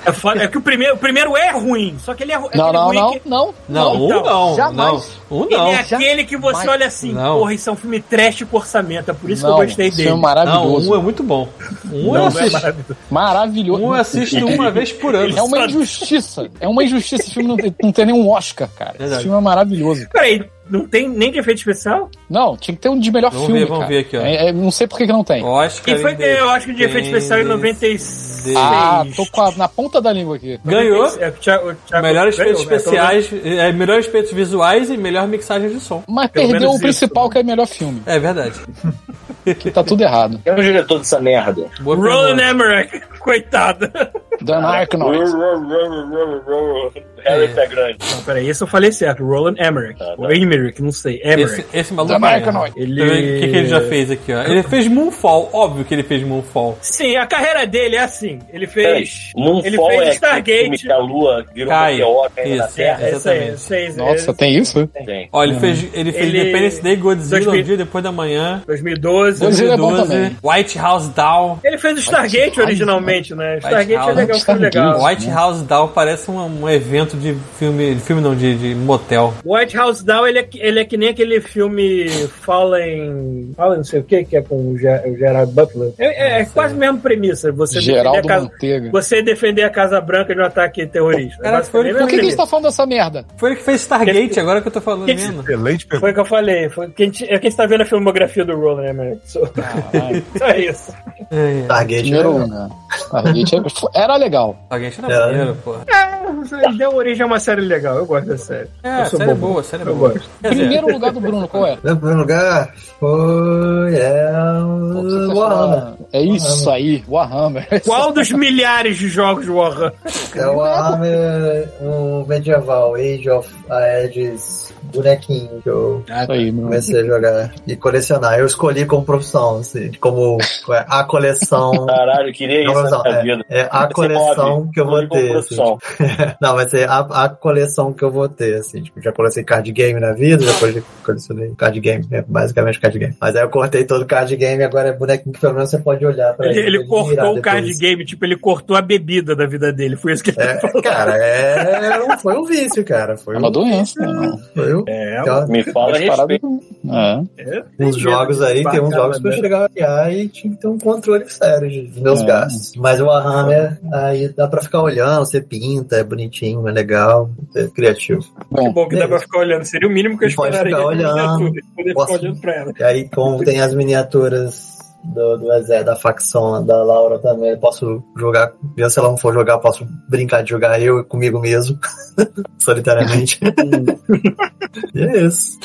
S9: É, foda- é que o primeiro, o primeiro é ruim, só que ele é, ru- é
S3: Não,
S9: aquele
S3: não,
S9: ruim
S3: não,
S9: que-
S3: não.
S2: Não, um
S9: então,
S2: não,
S3: jamais.
S2: não. Um
S9: Ele
S2: não.
S9: é aquele que você
S3: jamais.
S9: olha assim,
S2: Não.
S9: porra, isso é um filme trash com orçamento, é por isso
S3: não,
S9: que eu gostei
S3: Isso é
S9: dele.
S2: Não,
S3: maravilhoso.
S2: um é muito bom. Um eu
S9: Não, não é
S2: assisto,
S9: maravilhoso. um
S3: Maravilhoso.
S2: um eu assisto uma vez por ano.
S3: É uma injustiça. É uma injustiça. Esse filme não tem, não tem nenhum Oscar, cara.
S2: Verdade.
S3: Esse filme é maravilhoso.
S9: Peraí, não tem nem de efeito especial?
S3: Não, tinha que ter um de melhor
S2: Vamos
S3: filme,
S2: ver, vamos
S3: cara.
S2: ver aqui, ó.
S3: É- é- não sei por que, que não tem.
S2: Oscar.
S9: Quem foi que eu acho que de efeito especial em
S2: Independence
S9: 96?
S3: Ah, tô com a- na ponta da língua aqui.
S2: Ganhou.
S9: É, o Thiago- o Thiago
S2: Melhores
S9: ganhou,
S2: efeitos
S9: né?
S2: especiais, é, melhores efeitos visuais e melhor mixagem de som.
S3: Mas
S9: Pelo
S3: perdeu
S9: menos
S3: o
S9: isso,
S3: principal, que é melhor filme.
S2: É verdade.
S3: Que tá tudo errado.
S4: Quem é o diretor dessa merda?
S2: Boa
S9: Então, Roland
S2: pergunta.
S9: Emmerich, coitado.
S3: Dan Arknoid.
S4: É. Harry tá Pegrande.
S9: Não, peraí, esse eu falei certo, Roland Emmerich.
S4: Ah, tá.
S9: Ou Emmerich, não sei,
S2: Esse,
S9: Emmerich.
S2: esse maluco.
S3: Dan
S2: é.
S3: Arknoid.
S9: Ele...
S2: Deixa eu ver O que, que ele já fez aqui, ó? Ele fez Moonfall, óbvio que ele fez Moonfall.
S9: Sim, a carreira dele é assim, ele fez... Ele
S4: Moonfall
S9: fez
S4: é
S9: Stargate.
S4: aquele filme que a lua virou
S2: Cai.
S4: meteoro caiu na
S2: Isso.
S4: Terra.
S9: É, isso aí, é,
S2: Exatamente.
S9: isso aí, isso aí.
S3: Nossa, tem isso?
S4: Tem.
S2: Ó, ele fez, ele fez
S9: Hum. Ele-
S2: Independence Day, Godzilla,
S9: Dois mil-
S2: um dia depois da manhã,
S9: 2012.
S3: Dois- Godzilla é bom
S2: 2012, White House Down.
S9: Ele fez o Stargate
S3: House,
S9: originalmente, né? Stargate é
S2: House,
S9: legal, foi
S3: Stargate.
S9: legal.
S2: White House Down parece um, um evento de filme, de filme não, de, de motel.
S9: White House Down, ele é, que- ele é que nem aquele filme Fallen. Fallen, não sei o que, que é com o, Ger o Gerard Butler. É, é- é quase a mesma premissa. Você
S3: Geraldo
S9: defender a casa,
S3: Manteiga.
S9: você defender a Casa Branca de um ataque terrorista.
S2: Cara, foi-
S9: Basicamente, é
S3: Por que, que a gente
S9: mesma
S3: tá falando dessa merda?
S2: Foi ele que fez Stargate, agora que eu tô falando
S9: Que-
S2: mesmo.
S5: Excelente
S9: premissa.
S5: pergunta.
S9: Foi o que eu falei. Foi, que a gente, é que a gente tá vendo a filmografia do Roland Emmerich. Só, só isso.
S2: É, é.
S7: Target.
S3: Primeiro,
S7: né?
S3: né? Stargate é- era legal.
S2: Stargate
S7: É.
S2: era maneiro, porra.
S9: Deu origem a uma série legal. Eu gosto da série.
S2: É,
S9: Eu sou
S2: série
S9: bobo.
S2: boa, série
S9: Eu
S2: boa.
S9: gosto.
S2: Quer dizer,
S3: Primeiro lugar do Bruno, qual é?
S7: Meu primeiro lugar foi. É.
S3: Pô, você tá
S7: o Warhammer.
S3: falando- É isso aí, Warhammer.
S9: Qual dos milhares de jogos de Warhammer?
S7: É o Warhammer, um medieval, Age of Aedes, bonequinho que eu
S3: Isso aí, meu.
S7: comecei a jogar e colecionar. Eu escolhi como profissão, assim, como a coleção.
S4: Caralho, eu queria isso na
S7: Não,
S4: minha
S7: é,
S4: vida.
S7: é a
S4: Esse
S7: coleção
S4: hobby,
S7: que eu vou
S4: como
S7: ter. assim.
S4: profissão.
S7: Não, vai ser a, a coleção que eu vou ter, assim. Tipo, já colecionei card game na vida, já cole- colecionei card game, né? Basicamente card game. Mas aí eu cortei todo o card game, agora é bonequinho que pelo menos você pode olhar pra
S9: Ele,
S7: ele.
S9: ele
S7: pode mirar
S9: cortou o
S7: depois.
S9: card game, tipo, ele cortou a bebida da vida dele. Foi isso que ele
S7: É, cara, é, um- foi um vício, cara. Foi
S3: É uma
S7: um,
S3: doença, né? não.
S7: foi um,
S9: É,
S7: então,
S4: Me fala a
S3: Mas parada-
S4: respeito.
S3: É.
S7: uns jogos aí, tem uns jogos que eu chegava a olhar e tinha que ter um controle sério de- dos meus
S3: É.
S7: gastos. Mas o Warhammer, aí dá pra ficar olhando, você pinta, é bonitinho, é legal, é criativo.
S9: Que bom que dá
S7: Beleza.
S9: pra ficar né? olhando. Seria o mínimo que eu
S7: Não pode
S9: esperaria.
S7: ficar
S9: de uma
S7: olhando.
S9: miniatura, Poder ficar
S7: Posso-
S9: olhando pra ela.
S7: E aí, como tem as miniaturas do, do Ezé, da facção, da Laura também, eu posso jogar, mesmo se ela não for jogar, eu posso brincar de jogar eu comigo mesmo, solitariamente. e é isso.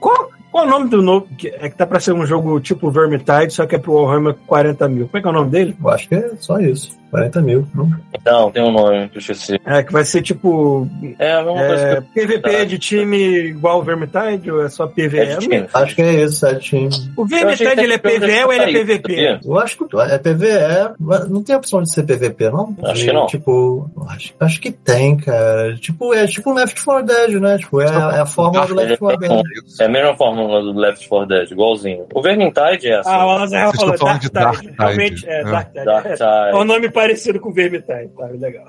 S9: Qual, qual é o nome do novo? que- é que tá pra ser um jogo tipo Vermintide, só que é pro Warhammer 40 mil. Como é que é o nome dele?
S7: Eu acho que é só isso. 40 mil. Não?
S4: Não, tem um nome, eu esqueci.
S9: É, que vai ser tipo.
S4: É, uma
S9: É,
S4: coisa que eu-
S9: PVP de time igual o Vermintide ou é só PVE?
S4: Tá. É de time.
S7: Acho que é isso, é time.
S9: O
S4: Eu achei que
S9: Vermintide ele é
S4: tá de
S9: PVE ou ele é
S4: saída,
S9: PVP?
S4: sabia?
S7: Eu acho que é PVE, mas não tem a opção de ser PVP, não?
S4: Acho
S7: De,
S4: que não.
S7: Tipo, acho, acho que tem, cara. Tipo, é tipo Left 4 Dead, né? Tipo, é, a- é a forma do Left 4 Dead.
S4: É a mesma fórmula do Left 4 Dead, igualzinho. O Vermintide é assim.
S9: Ah, o Alazar
S5: Vocês
S9: falou
S5: estão falando de
S9: Dark Tide.
S5: Dark Tide.
S9: Realmente, é,
S5: É.
S9: Dark Tide.
S4: Dark
S9: É.
S4: Tide.
S9: É um nome parecido com o Vermintide, tá? Legal.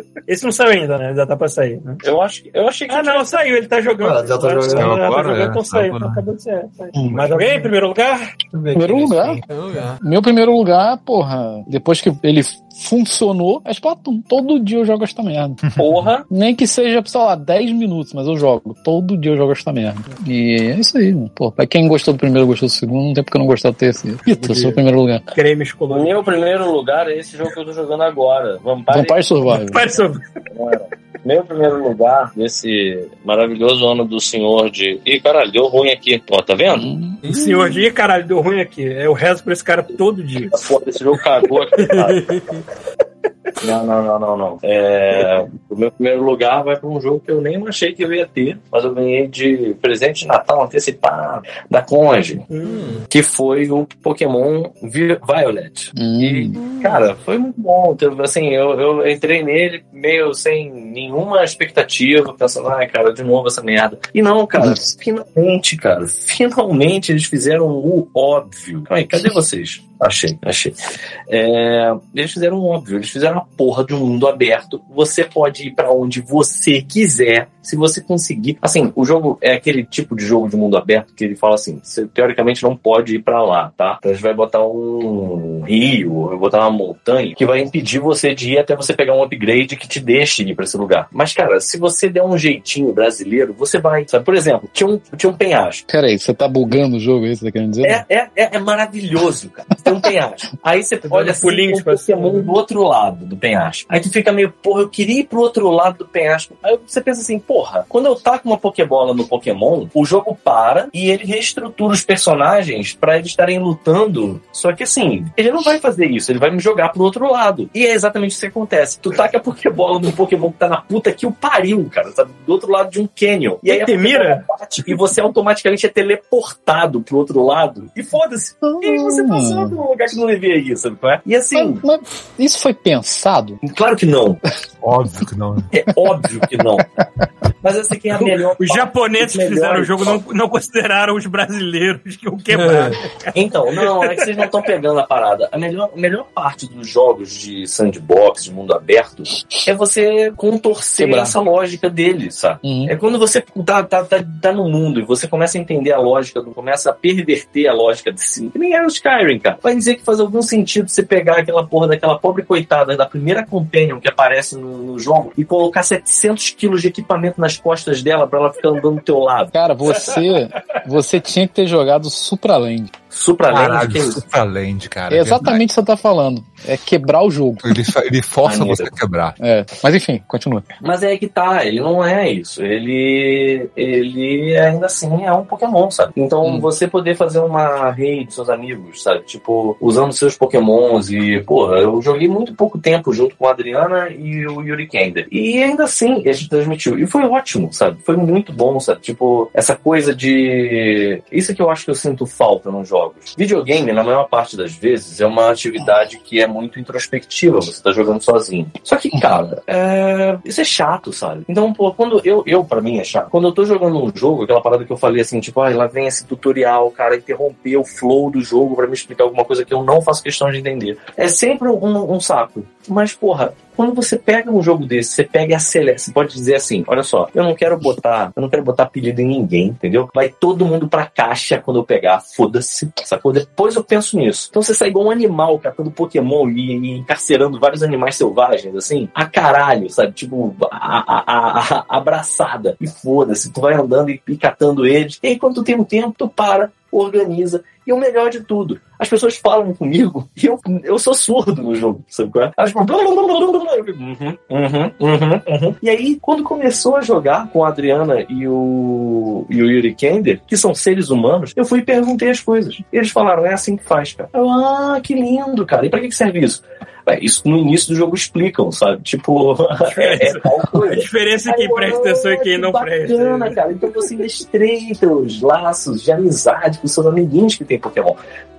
S9: Esse não saiu ainda, né? Ainda tá pra sair. né?
S4: Eu, acho, que- eu achei que
S9: Ah, não, saiu, ele tá jogando.
S7: Ah, já tá
S9: Agora,
S7: jogando.
S9: já tá
S5: Agora,
S9: jogando,
S5: é,
S9: então saiu.
S5: agora.
S9: Então acabou de sair. saiu.
S3: Hum.
S9: Mas alguém em primeiro lugar?
S7: Deixa eu ver
S3: Primeiro
S7: aqui,
S3: lugar.
S7: assim.
S2: Então, é.
S3: Meu primeiro lugar, porra, depois que ele funcionou, é Splatoon. Todo dia eu jogo esta merda.
S4: porra.
S3: Nem que seja, sei lá, 10 minutos, mas eu jogo. Todo dia eu jogo esta merda. E é isso aí, mano. Pô, pra quem gostou do primeiro, gostou do segundo, não tem porque eu não gostar do terceiro. Pita, seu primeiro lugar.
S9: Cremes
S4: O
S9: coloridos.
S4: meu primeiro lugar é esse jogo que eu tô jogando agora. Vampire
S3: Vampire Survival.
S9: Parece
S4: Meu primeiro lugar nesse maravilhoso ano do senhor de. Ih, caralho, deu ruim aqui. Ó, tá vendo?
S9: o senhor de Ih, caralho, deu ruim aqui. Eu rezo pra esse cara todo dia.
S4: A porra desse jogo cagou aqui, cara. Não, não, não, não, não. É, o meu primeiro lugar vai pra um jogo que eu nem achei que eu ia ter, mas eu ganhei de presente de Natal antecipado da Conge,
S9: Hum.
S4: que foi o Pokémon Vi- Violet. E,
S3: Hum.
S4: cara, foi muito bom. Teve, Assim, eu, eu entrei nele meio sem nenhuma expectativa, pensando, ai, cara, de novo essa merda. E não, cara, finalmente, cara, finalmente eles fizeram o óbvio. Ai, cadê vocês? Achei, achei. É, eles fizeram o óbvio, eles fizeram a porra de um mundo aberto. Você pode ir pra onde você quiser, se você conseguir. Assim, o jogo é aquele tipo de jogo de mundo aberto que ele fala assim: você teoricamente não pode ir pra lá, tá? Então a gente vai botar um rio, ou vai botar uma montanha que vai impedir você de ir até você pegar um upgrade que te deixe ir pra esse lugar. Mas, cara, se você der um jeitinho brasileiro, você vai. Sabe? Por exemplo, tinha um, tinha um penhasco.
S3: Pera aí, você tá bugando o jogo, é isso que você tá querendo dizer?
S4: É, é, é, é maravilhoso, cara. Tem um penhasco. Aí você
S9: dando
S4: olha assim,
S9: pulinho,
S4: tem um
S9: tipo assim,
S4: Pokémon
S9: né?
S4: do outro lado do penhasco. Aí tu fica meio, porra, eu queria ir pro outro lado do penhasco. Aí você pensa assim, porra, quando eu taco uma Pokébola no Pokémon, o jogo para e ele reestrutura os personagens pra eles estarem lutando. Só que assim, ele não vai fazer isso, ele vai me jogar pro outro lado. E é exatamente isso que acontece. Tu taca a Pokébola no Pokémon que tá na puta que o pariu, cara, sabe? Do outro lado de um canyon. E aí a
S9: Tem mira?
S4: bate e você automaticamente é teleportado pro outro lado. E foda-se. E aí você passou por um lugar que não devia ir, sabe? qual é? E assim,
S3: Hum. Mas, mas isso foi pensado?
S4: claro que não.
S5: Óbvio que não. né?
S4: É óbvio que não. Mas essa aqui é a melhor.
S9: Os japoneses que
S4: Melhor
S9: fizeram o jogo não,
S4: parte.
S9: não consideraram os brasileiros que o quebraram.
S4: Então, não, é que vocês não estão pegando a parada. A melhor, a melhor parte dos jogos de sandbox, de mundo aberto, é você contorcer
S3: Quebrar.
S4: essa lógica dele, sabe?
S3: Uhum.
S4: É quando você tá, tá, tá, tá no mundo e você começa a entender a lógica, do- começa a perverter a lógica desse. Que nem era o Skyrim, cara. Vai dizer que faz algum sentido você pegar aquela porra daquela pobre coitada da primeira companion que aparece no, no jogo e colocar 700 quilos de equipamento nas costas dela pra ela ficar andando do teu lado.
S3: Cara, você, você tinha que ter jogado Supraland.
S4: Supraland,
S5: Caralho,
S4: que é isso?
S5: Supraland, cara.
S3: É exatamente o que você tá falando. É quebrar o jogo.
S5: verdade. Ele, fa- ele força
S4: Maneiro.
S5: você a quebrar.
S3: É. Mas enfim, continua.
S4: Mas é aí que tá, ele não é isso. Ele, ele ainda assim é um Pokémon, sabe? Então
S3: Hum.
S4: você poder fazer uma rede dos seus amigos, sabe? Tipo, usando seus Pokémons e, porra, eu joguei muito pouco tempo junto com a Adriana e o Yuri Kender. E ainda assim, a gente transmitiu. E foi ótimo, sabe? Foi muito bom, sabe? Tipo, essa coisa de. Isso é que eu acho que eu sinto falta nos jogos. Videogame, na maior parte das vezes, é uma atividade que é muito introspectiva. Você tá jogando sozinho. Só que, cara, é, isso é chato, sabe? Então, pô, quando eu, eu para mim é chato. Quando eu tô jogando um jogo, aquela parada que eu falei assim, tipo, ah, lá vem esse tutorial, cara, interromper o flow do jogo pra me explicar alguma coisa que eu não faço questão de entender. É sempre um, um saco. Mas, porra, quando você pega um jogo desse, você pega e acelera. Você pode dizer assim: olha só, eu não quero botar, eu não quero botar apelido em ninguém, entendeu? Vai todo mundo pra caixa quando eu pegar, foda-se, sacou? Depois eu penso nisso. Então você sai igual um animal catando Pokémon e, e encarcerando vários animais selvagens, assim, a caralho, sabe? Tipo, a, a- a- a- abraçada. E foda-se, tu vai andando e, e catando eles. E aí quando tu tem um tempo, tu para, organiza. E o melhor de tudo, as pessoas falam comigo e eu, eu sou surdo no jogo, sabe qual é? Elas falam. blá, blá, blá, blá, blá, blá. Eu fico, uhum, uhum, uhum, uhum. E aí, quando começou a jogar com a Adriana e o, e o Yuri Kender, que são seres humanos, eu fui e perguntei as coisas. Eles falaram, é assim que faz, cara. Eu, ah, que lindo, cara. E pra que que serve isso? Vai Isso no início do jogo explicam, sabe? Tipo, é, é tal
S9: A
S4: coisa.
S9: diferença é quem presta atenção e quem não presta. né?
S4: Bacana, cara. Então você estreita os laços de amizade com seus amiguinhos que tem Pokémon.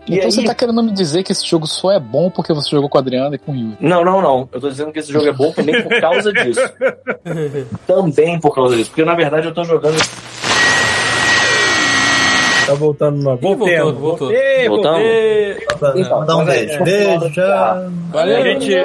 S4: E
S3: então
S4: aí-
S3: você tá querendo me dizer que esse jogo só é bom porque você jogou com a Adriana e com o Yuri.
S4: Não, não, não. Eu tô dizendo que esse jogo é bom também por causa disso. também por causa disso. Porque na verdade eu tô jogando.
S9: Tá voltando no
S2: Voltou, voltou.
S9: Ei,
S4: Voltamos?
S9: voltei.
S7: Então, Dá um
S4: peraí,
S7: beijo.
S4: deixa eu falar
S7: Beijo, tchau.
S9: A gente,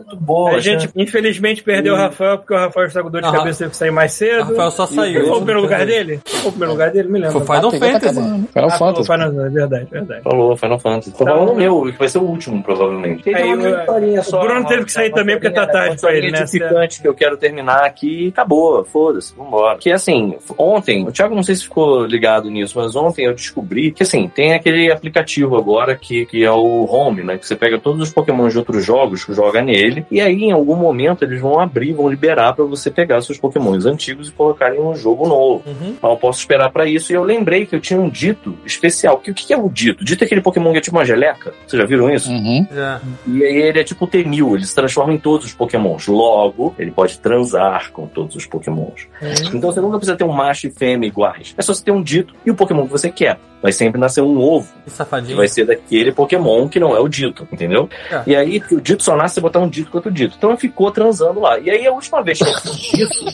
S4: Muito boa,
S9: a gente infelizmente perdeu o Rafael, porque o Rafael está com dor de
S2: Aham.
S9: cabeça, teve que sair mais cedo.
S2: Rafael só saiu.
S9: Foi o primeiro lugar dele? Foi o primeiro lugar dele? Me lembro.
S2: Foi Final
S3: Pegou, tá
S2: Fantasy.
S3: acabando. Final
S9: Ah, falou
S3: Fantasy.
S9: Final Fantasy, é verdade, é verdade.
S4: Falou, Final Fantasy. Tô
S9: Tá.
S4: falando o meu, que vai ser o último, provavelmente. Tem
S9: Aí,
S4: uma
S9: o-
S4: historinha
S9: o Bruno
S4: uma-
S9: teve que sair
S4: uma
S9: também, porque tá
S4: historinha,
S9: tarde
S4: uma historinha
S9: pra ele, né?
S4: edificante que eu quero terminar aqui e acabou, foda-se, vambora. Que assim, ontem, o Thiago não sei se ficou ligado nisso, mas ontem eu descobri que assim, tem aquele aplicativo agora que, que é o Home, né? Que você pega todos os Pokémon de outros jogos, joga nele, e aí em algum momento eles vão abrir, vão liberar pra você pegar seus Pokémons antigos e colocar em um jogo novo.
S2: Uhum.
S4: Mas eu posso esperar pra isso. E eu lembrei que eu tinha um dito especial. Que, o que que é o dito? Dito é aquele Pokémon que é tipo uma geleca. Vocês já viram isso?
S3: Uhum.
S2: Já.
S4: E aí ele é tipo o Temil. Ele se transforma em todos os Pokémons. Logo, ele pode transar com todos os Pokémons. Então você nunca precisa ter um macho e fêmea iguais. É só você ter um dito e o Pokémon que você quer. Vai sempre nascer um ovo
S2: Que
S4: que
S2: safadinho.
S4: vai ser daquele Pokémon que não é o dito, entendeu?
S2: É.
S4: E aí, porque o dito só nasce, você botar um dito contra o dito. Então eu ficou transando lá. E aí a última vez que eu fiz isso,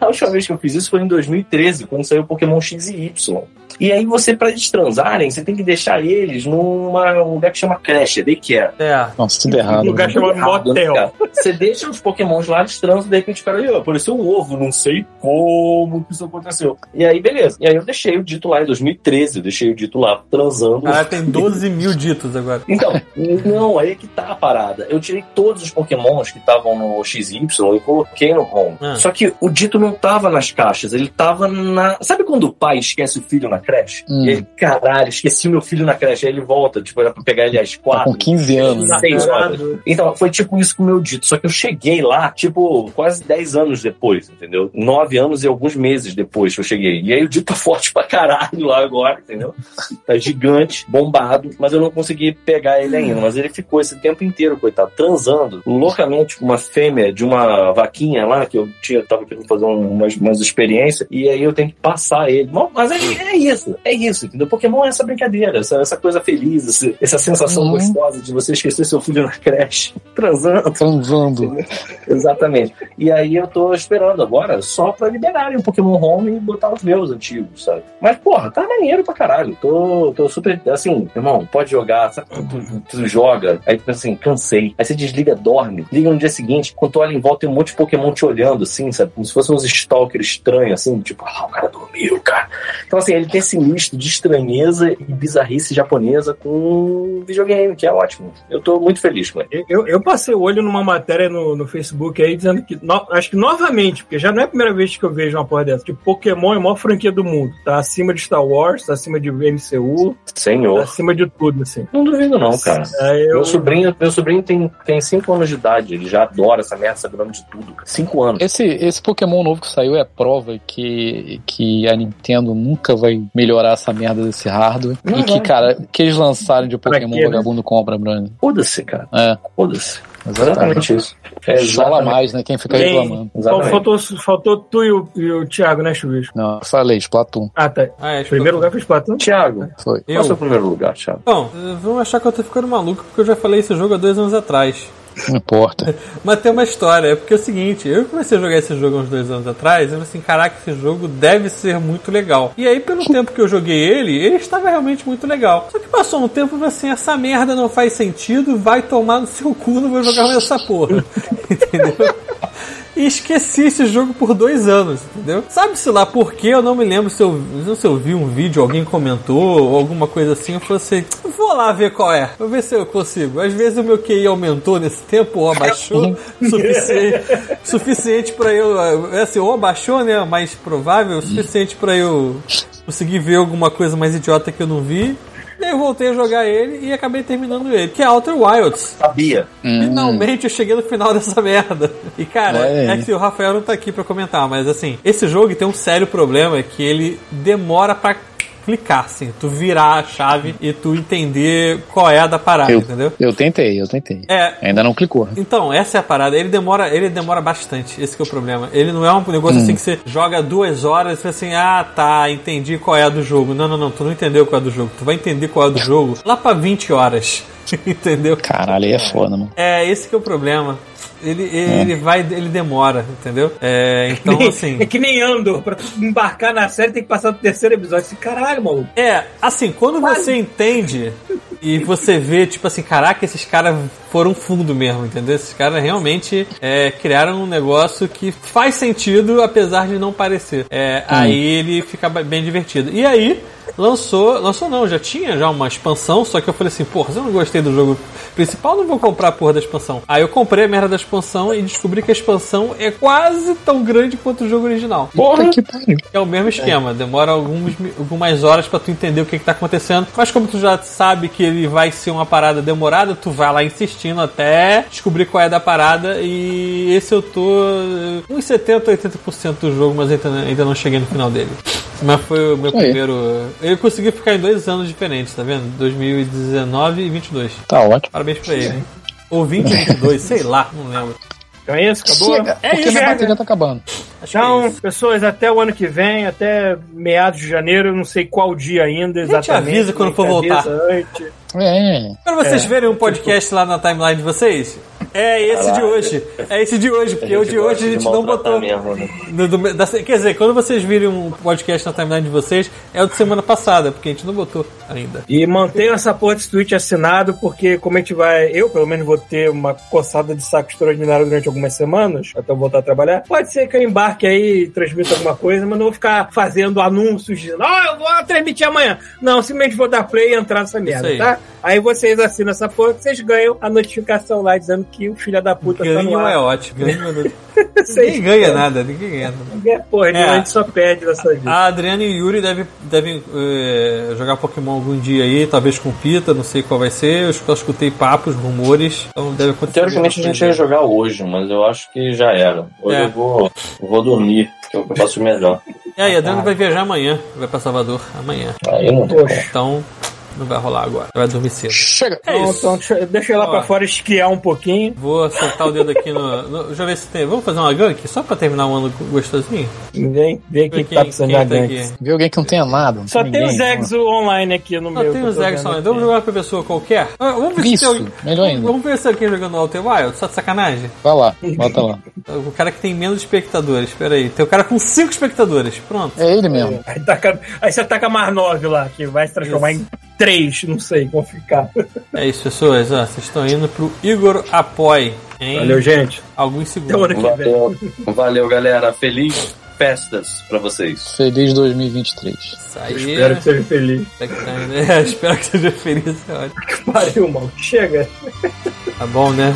S4: a última vez que eu fiz isso foi em 2013, quando saiu o Pokémon X e Y. E aí você, pra eles transarem, você tem que deixar eles numa- num lugar que chama creche, daycare.
S2: É.
S3: Nossa, tudo errado.
S9: lugar
S3: né?
S9: chamado
S4: Errado, né,
S9: motel.
S4: cara? Você deixa os pokémons lá, eles transam, de repente o cara, "Ih, apareceu um ovo, não sei como que isso aconteceu. E aí, beleza. E aí eu deixei o dito lá em 2013, eu deixei o dito lá transando.
S3: Ah.
S2: Cara, tem 12 mil ditos agora.
S4: Então, não, aí é que tá a parada. Eu tirei todos os pokémons que estavam no XY e coloquei no home.
S2: Ah.
S4: Só que o dito não tava nas caixas, ele tava na. Sabe quando o pai esquece o filho na creche?
S3: Hum.
S4: E ele, caralho, esqueci o meu filho na creche. Aí ele volta, tipo, era pra pegar ele às
S3: Tá
S4: quatro.
S3: com 15 anos. né?
S4: Seis horas. Então, foi tipo isso com o meu dito. Só que eu cheguei lá, tipo, quase 10 anos depois, entendeu? 9 anos e alguns meses depois que eu cheguei. E aí o dito tá forte pra caralho lá agora, entendeu? Tá gigante, bombado, mas eu não consegui pegar ele ainda. Mas ele ficou esse tempo inteiro, coitado, transando loucamente com uma fêmea de uma vaquinha lá, que eu tinha, tava querendo fazer um- umas, umas experiências, e aí eu tenho que passar ele. Bom, Mas aí é isso, é isso, entendeu? Pokémon é essa brincadeira, essa, essa coisa feliz, esse- essa sensação
S3: Uhum.
S4: gostosa de você esquecer seu filho na creche, transando.
S3: Transando.
S4: Exatamente. E aí eu tô esperando agora só pra liberarem o Pokémon Home e botar os meus antigos, sabe? Mas, porra, tá maneiro pra caralho. Tô, tô super. Assim, irmão, pode jogar. Sabe quando tu, tu joga? Aí tu pensa assim, cansei. Aí você desliga, dorme. Liga no dia seguinte, quando tu olha em volta, tem um monte de Pokémon te olhando, assim, sabe? Como se fossem uns stalkers estranhos, assim, tipo, ah, o cara dormiu, cara. Então, assim, ele tem esse misto de estranheza e bizarrice japonesa com videogame, que é ótimo. Eu tô muito feliz com ele.
S9: Eu, eu passei o olho numa matéria no, no Facebook aí dizendo que, no- acho que novamente, porque já não é a primeira vez que eu vejo uma porra dessa, que Pokémon é a maior franquia do mundo. Tá acima de Star Wars, tá acima de MCU, tá
S4: Senhor.
S9: acima de tudo, assim.
S4: Não duvido, não, cara.
S1: É.
S9: Aí eu,
S4: Meu sobrinho, meu sobrinho tem 5 anos de idade, ele já adora essa merda, sabe o nome de tudo. 5 anos.
S3: Esse, esse Pokémon novo que saiu é a prova que, que a Nintendo nunca vai melhorar essa merda desse hardware.
S4: Não
S3: e que,
S4: vai.
S3: cara, que eles lançarem de Pokémon
S9: quê, né?
S3: vagabundo compra, Bruno.
S4: Foda-se, cara.
S3: É,
S4: Foda-se.
S3: exatamente.
S4: Exatamente isso. É
S3: Fala
S4: exatamente.
S3: mais, né? Quem fica
S9: Bem-
S3: reclamando.
S9: Bom,
S4: exatamente.
S9: faltou, faltou tu e o, e o Thiago, né, Chuvisco?
S3: Não, eu falei, Splatoon.
S9: Ah, tá.
S2: Ah, é,
S9: Em primeiro lugar fez Platão.
S4: Thiago,
S3: Foi.
S4: qual é o seu
S2: Eu.
S4: primeiro lugar, Thiago?
S2: Bom, eh, vão achar que eu tô ficando maluco porque eu já falei esse jogo há dois anos atrás.
S3: Não importa.
S2: Mas tem uma história, é porque é o seguinte, eu comecei a jogar esse jogo há uns dois anos atrás, eu falei assim, caraca, esse jogo deve ser muito legal. E aí, pelo tempo que eu joguei ele, ele estava realmente muito legal. Só que passou um tempo e eu falei assim, essa merda não faz sentido, vai tomar no seu cu, não vou jogar mais essa porra. Entendeu? E esqueci esse jogo por dois anos, entendeu? Sabe-se lá por quê, eu não me lembro se eu, não sei se eu vi um vídeo, alguém comentou, ou alguma coisa assim, eu falei assim, vou lá ver qual é, vou ver se eu consigo. Às vezes o meu QI aumentou nesse tempo, ou abaixou, suficiente, suficiente para eu, é assim, ou abaixou, né, mais provável, suficiente para eu conseguir ver alguma coisa mais idiota que eu não vi. E aí eu voltei a jogar ele e acabei terminando ele, que é Outer Wilds.
S4: Sabia.
S2: Finalmente eu cheguei no final dessa merda. E cara,
S3: É. Olha aí.
S2: é que o Rafael não tá aqui pra comentar, mas assim, esse jogo tem um sério problema que ele demora pra clicar, assim, tu virar a chave e tu entender qual é a da
S9: Ah,
S2: parada,
S3: Eu,
S2: entendeu?
S3: eu tentei, eu tentei.
S2: É.
S3: Ainda não clicou.
S2: Então, essa é a parada. Ele demora, ele demora bastante. Esse que é o problema. Ele não é um negócio
S3: Hum.
S2: assim que você joga duas horas e fala assim, ah, tá, entendi qual é a do jogo. Não, não, não, tu não entendeu qual é a do jogo. Tu vai entender qual é a do jogo lá pra 20 horas. entendeu?
S3: Caralho, aí é foda, mano.
S2: É, esse que é o problema. Ele,
S3: É.
S2: ele vai, ele demora, entendeu? É, então assim.
S9: É que nem Andor, pra tu embarcar na série tem que passar do terceiro episódio. Assim, caralho, maluco.
S2: É, assim, quando você entende e você vê, tipo assim, caraca, esses caras foram fundo mesmo, entendeu? Esses caras realmente é, criaram um negócio que faz sentido, apesar de não parecer. É, Aí ele fica ba- bem divertido. E aí. Lançou, lançou não, já tinha já uma expansão, só que eu falei assim, porra, se eu não gostei do jogo principal, não vou comprar a porra da expansão. Aí eu comprei a merda da expansão e descobri que a expansão é quase tão grande quanto o jogo original.
S3: Porra! Que pariu.
S2: É o mesmo esquema, demora alguns, mi- algumas horas pra tu entender o que, que tá acontecendo. Mas como tu já sabe que ele vai ser uma parada demorada, tu vai lá insistindo até descobrir qual é da parada. E esse eu tô eh, uns 70, 80% do jogo, mas ainda, ainda não cheguei no final dele. Mas foi o meu
S3: Aí.
S2: primeiro. Eu consegui ficar em dois anos diferentes, tá vendo? 2019 e 22.
S3: Tá ótimo.
S2: Parabéns pra ele. Ou 20 ou 22, sei lá, não lembro.
S9: Então é isso, acabou?
S3: Chega,
S9: é
S3: porque
S9: isso,
S3: minha
S9: cara.
S3: bateria tá acabando.
S9: Então, pessoas, até o ano que vem, até meados de janeiro, eu não sei qual dia ainda exatamente.
S2: avisa quando for
S9: a gente
S2: voltar.
S9: avisa antes.
S3: É.
S2: Para vocês
S9: É.
S2: verem um podcast lá na timeline de vocês, é esse de hoje. É esse de hoje, porque o de hoje a gente não botou. No- do- da- quer dizer, quando vocês virem um podcast na timeline de vocês, é o de semana passada, porque a gente não botou ainda.
S9: E mantenha essa porra desse tweet assinado, porque como a gente vai, eu pelo menos vou ter uma coçada de saco extraordinário durante algumas semanas, até eu voltar a trabalhar. Pode ser que eu embarque aí e transmita alguma coisa, mas não vou ficar fazendo anúncios dizendo, ah, eu vou transmitir amanhã. Não, simplesmente vou dar play e entrar nessa merda,
S2: aí.
S9: tá? Aí vocês assinam essa porra, vocês ganham a notificação lá dizendo que o filho da puta tá no
S2: Ganho
S9: ar.
S2: é ótimo. Ganho,
S9: Vocês
S2: ninguém ganha nada, ninguém ganha nada.
S9: É, porra,
S2: É.
S9: a gente só perde nessa vida.
S2: A Adriana e o Yuri devem, devem eh, jogar Pokémon algum dia aí, talvez com Pita, não sei qual vai ser. Eu só escutei papos, rumores, então deve acontecer.
S11: Teoricamente a gente ia jogar hoje, mas eu acho que já era. Hoje
S2: É.
S11: eu vou, eu vou dormir, que eu faço melhor.
S2: É, e a Adriana vai viajar amanhã, vai pra Salvador amanhã.
S11: Aí não tem como.
S2: Então, não vai rolar agora. Vai dormir cedo.
S3: Chega.
S2: É
S9: Então,
S2: isso.
S9: então, deixa- deixa eu ir lá
S2: Ó.
S9: pra fora esquiar um pouquinho.
S2: Vou soltar o dedo aqui no, no- Deixa eu ver se tem. Vamos fazer uma gank? Só pra terminar um ano gostosinho?
S9: Vem, vem quem,
S2: Ver
S9: que tá precisando de
S2: quem
S9: gank.
S2: aqui.
S3: Vê alguém que não tenha nada. não
S9: Só tem
S3: ninguém, né?
S9: os eggs online aqui no
S2: Não,
S9: meu.
S2: tem
S9: que eu
S2: os
S9: tô
S2: eggs
S9: vendo
S2: online. Vamos
S9: aqui.
S2: jogar pra pessoa qualquer? Ah, Vvamos ver se
S3: Isso,
S2: tem alguém.
S3: melhor ainda.
S2: Vamos ver se alguém jogando Outer Wild, só Ah, de sacanagem.
S3: Vai lá, bota lá.
S2: O cara que tem menos espectadores, pera aí. Tem o cara com 5 espectadores, pronto.
S3: É ele mesmo.
S9: Aí, taca- aí você ataca mais nove lá, que vai se transformar em três, não sei como ficar.
S2: É isso, pessoas. Ó, vocês estão indo pro Igor Apoy em
S9: Valeu, gente.
S2: alguns
S9: Até o ano
S2: segundos.
S9: que vem.
S11: Valeu, valeu, galera. Feliz festas pra vocês.
S3: Feliz 2023.
S2: Isso aí.
S9: Espero que seja feliz.
S2: Tá que tá, né? Espero que seja feliz. é ótimo.
S9: Pariu, mal. Chega.
S2: Tá bom, né?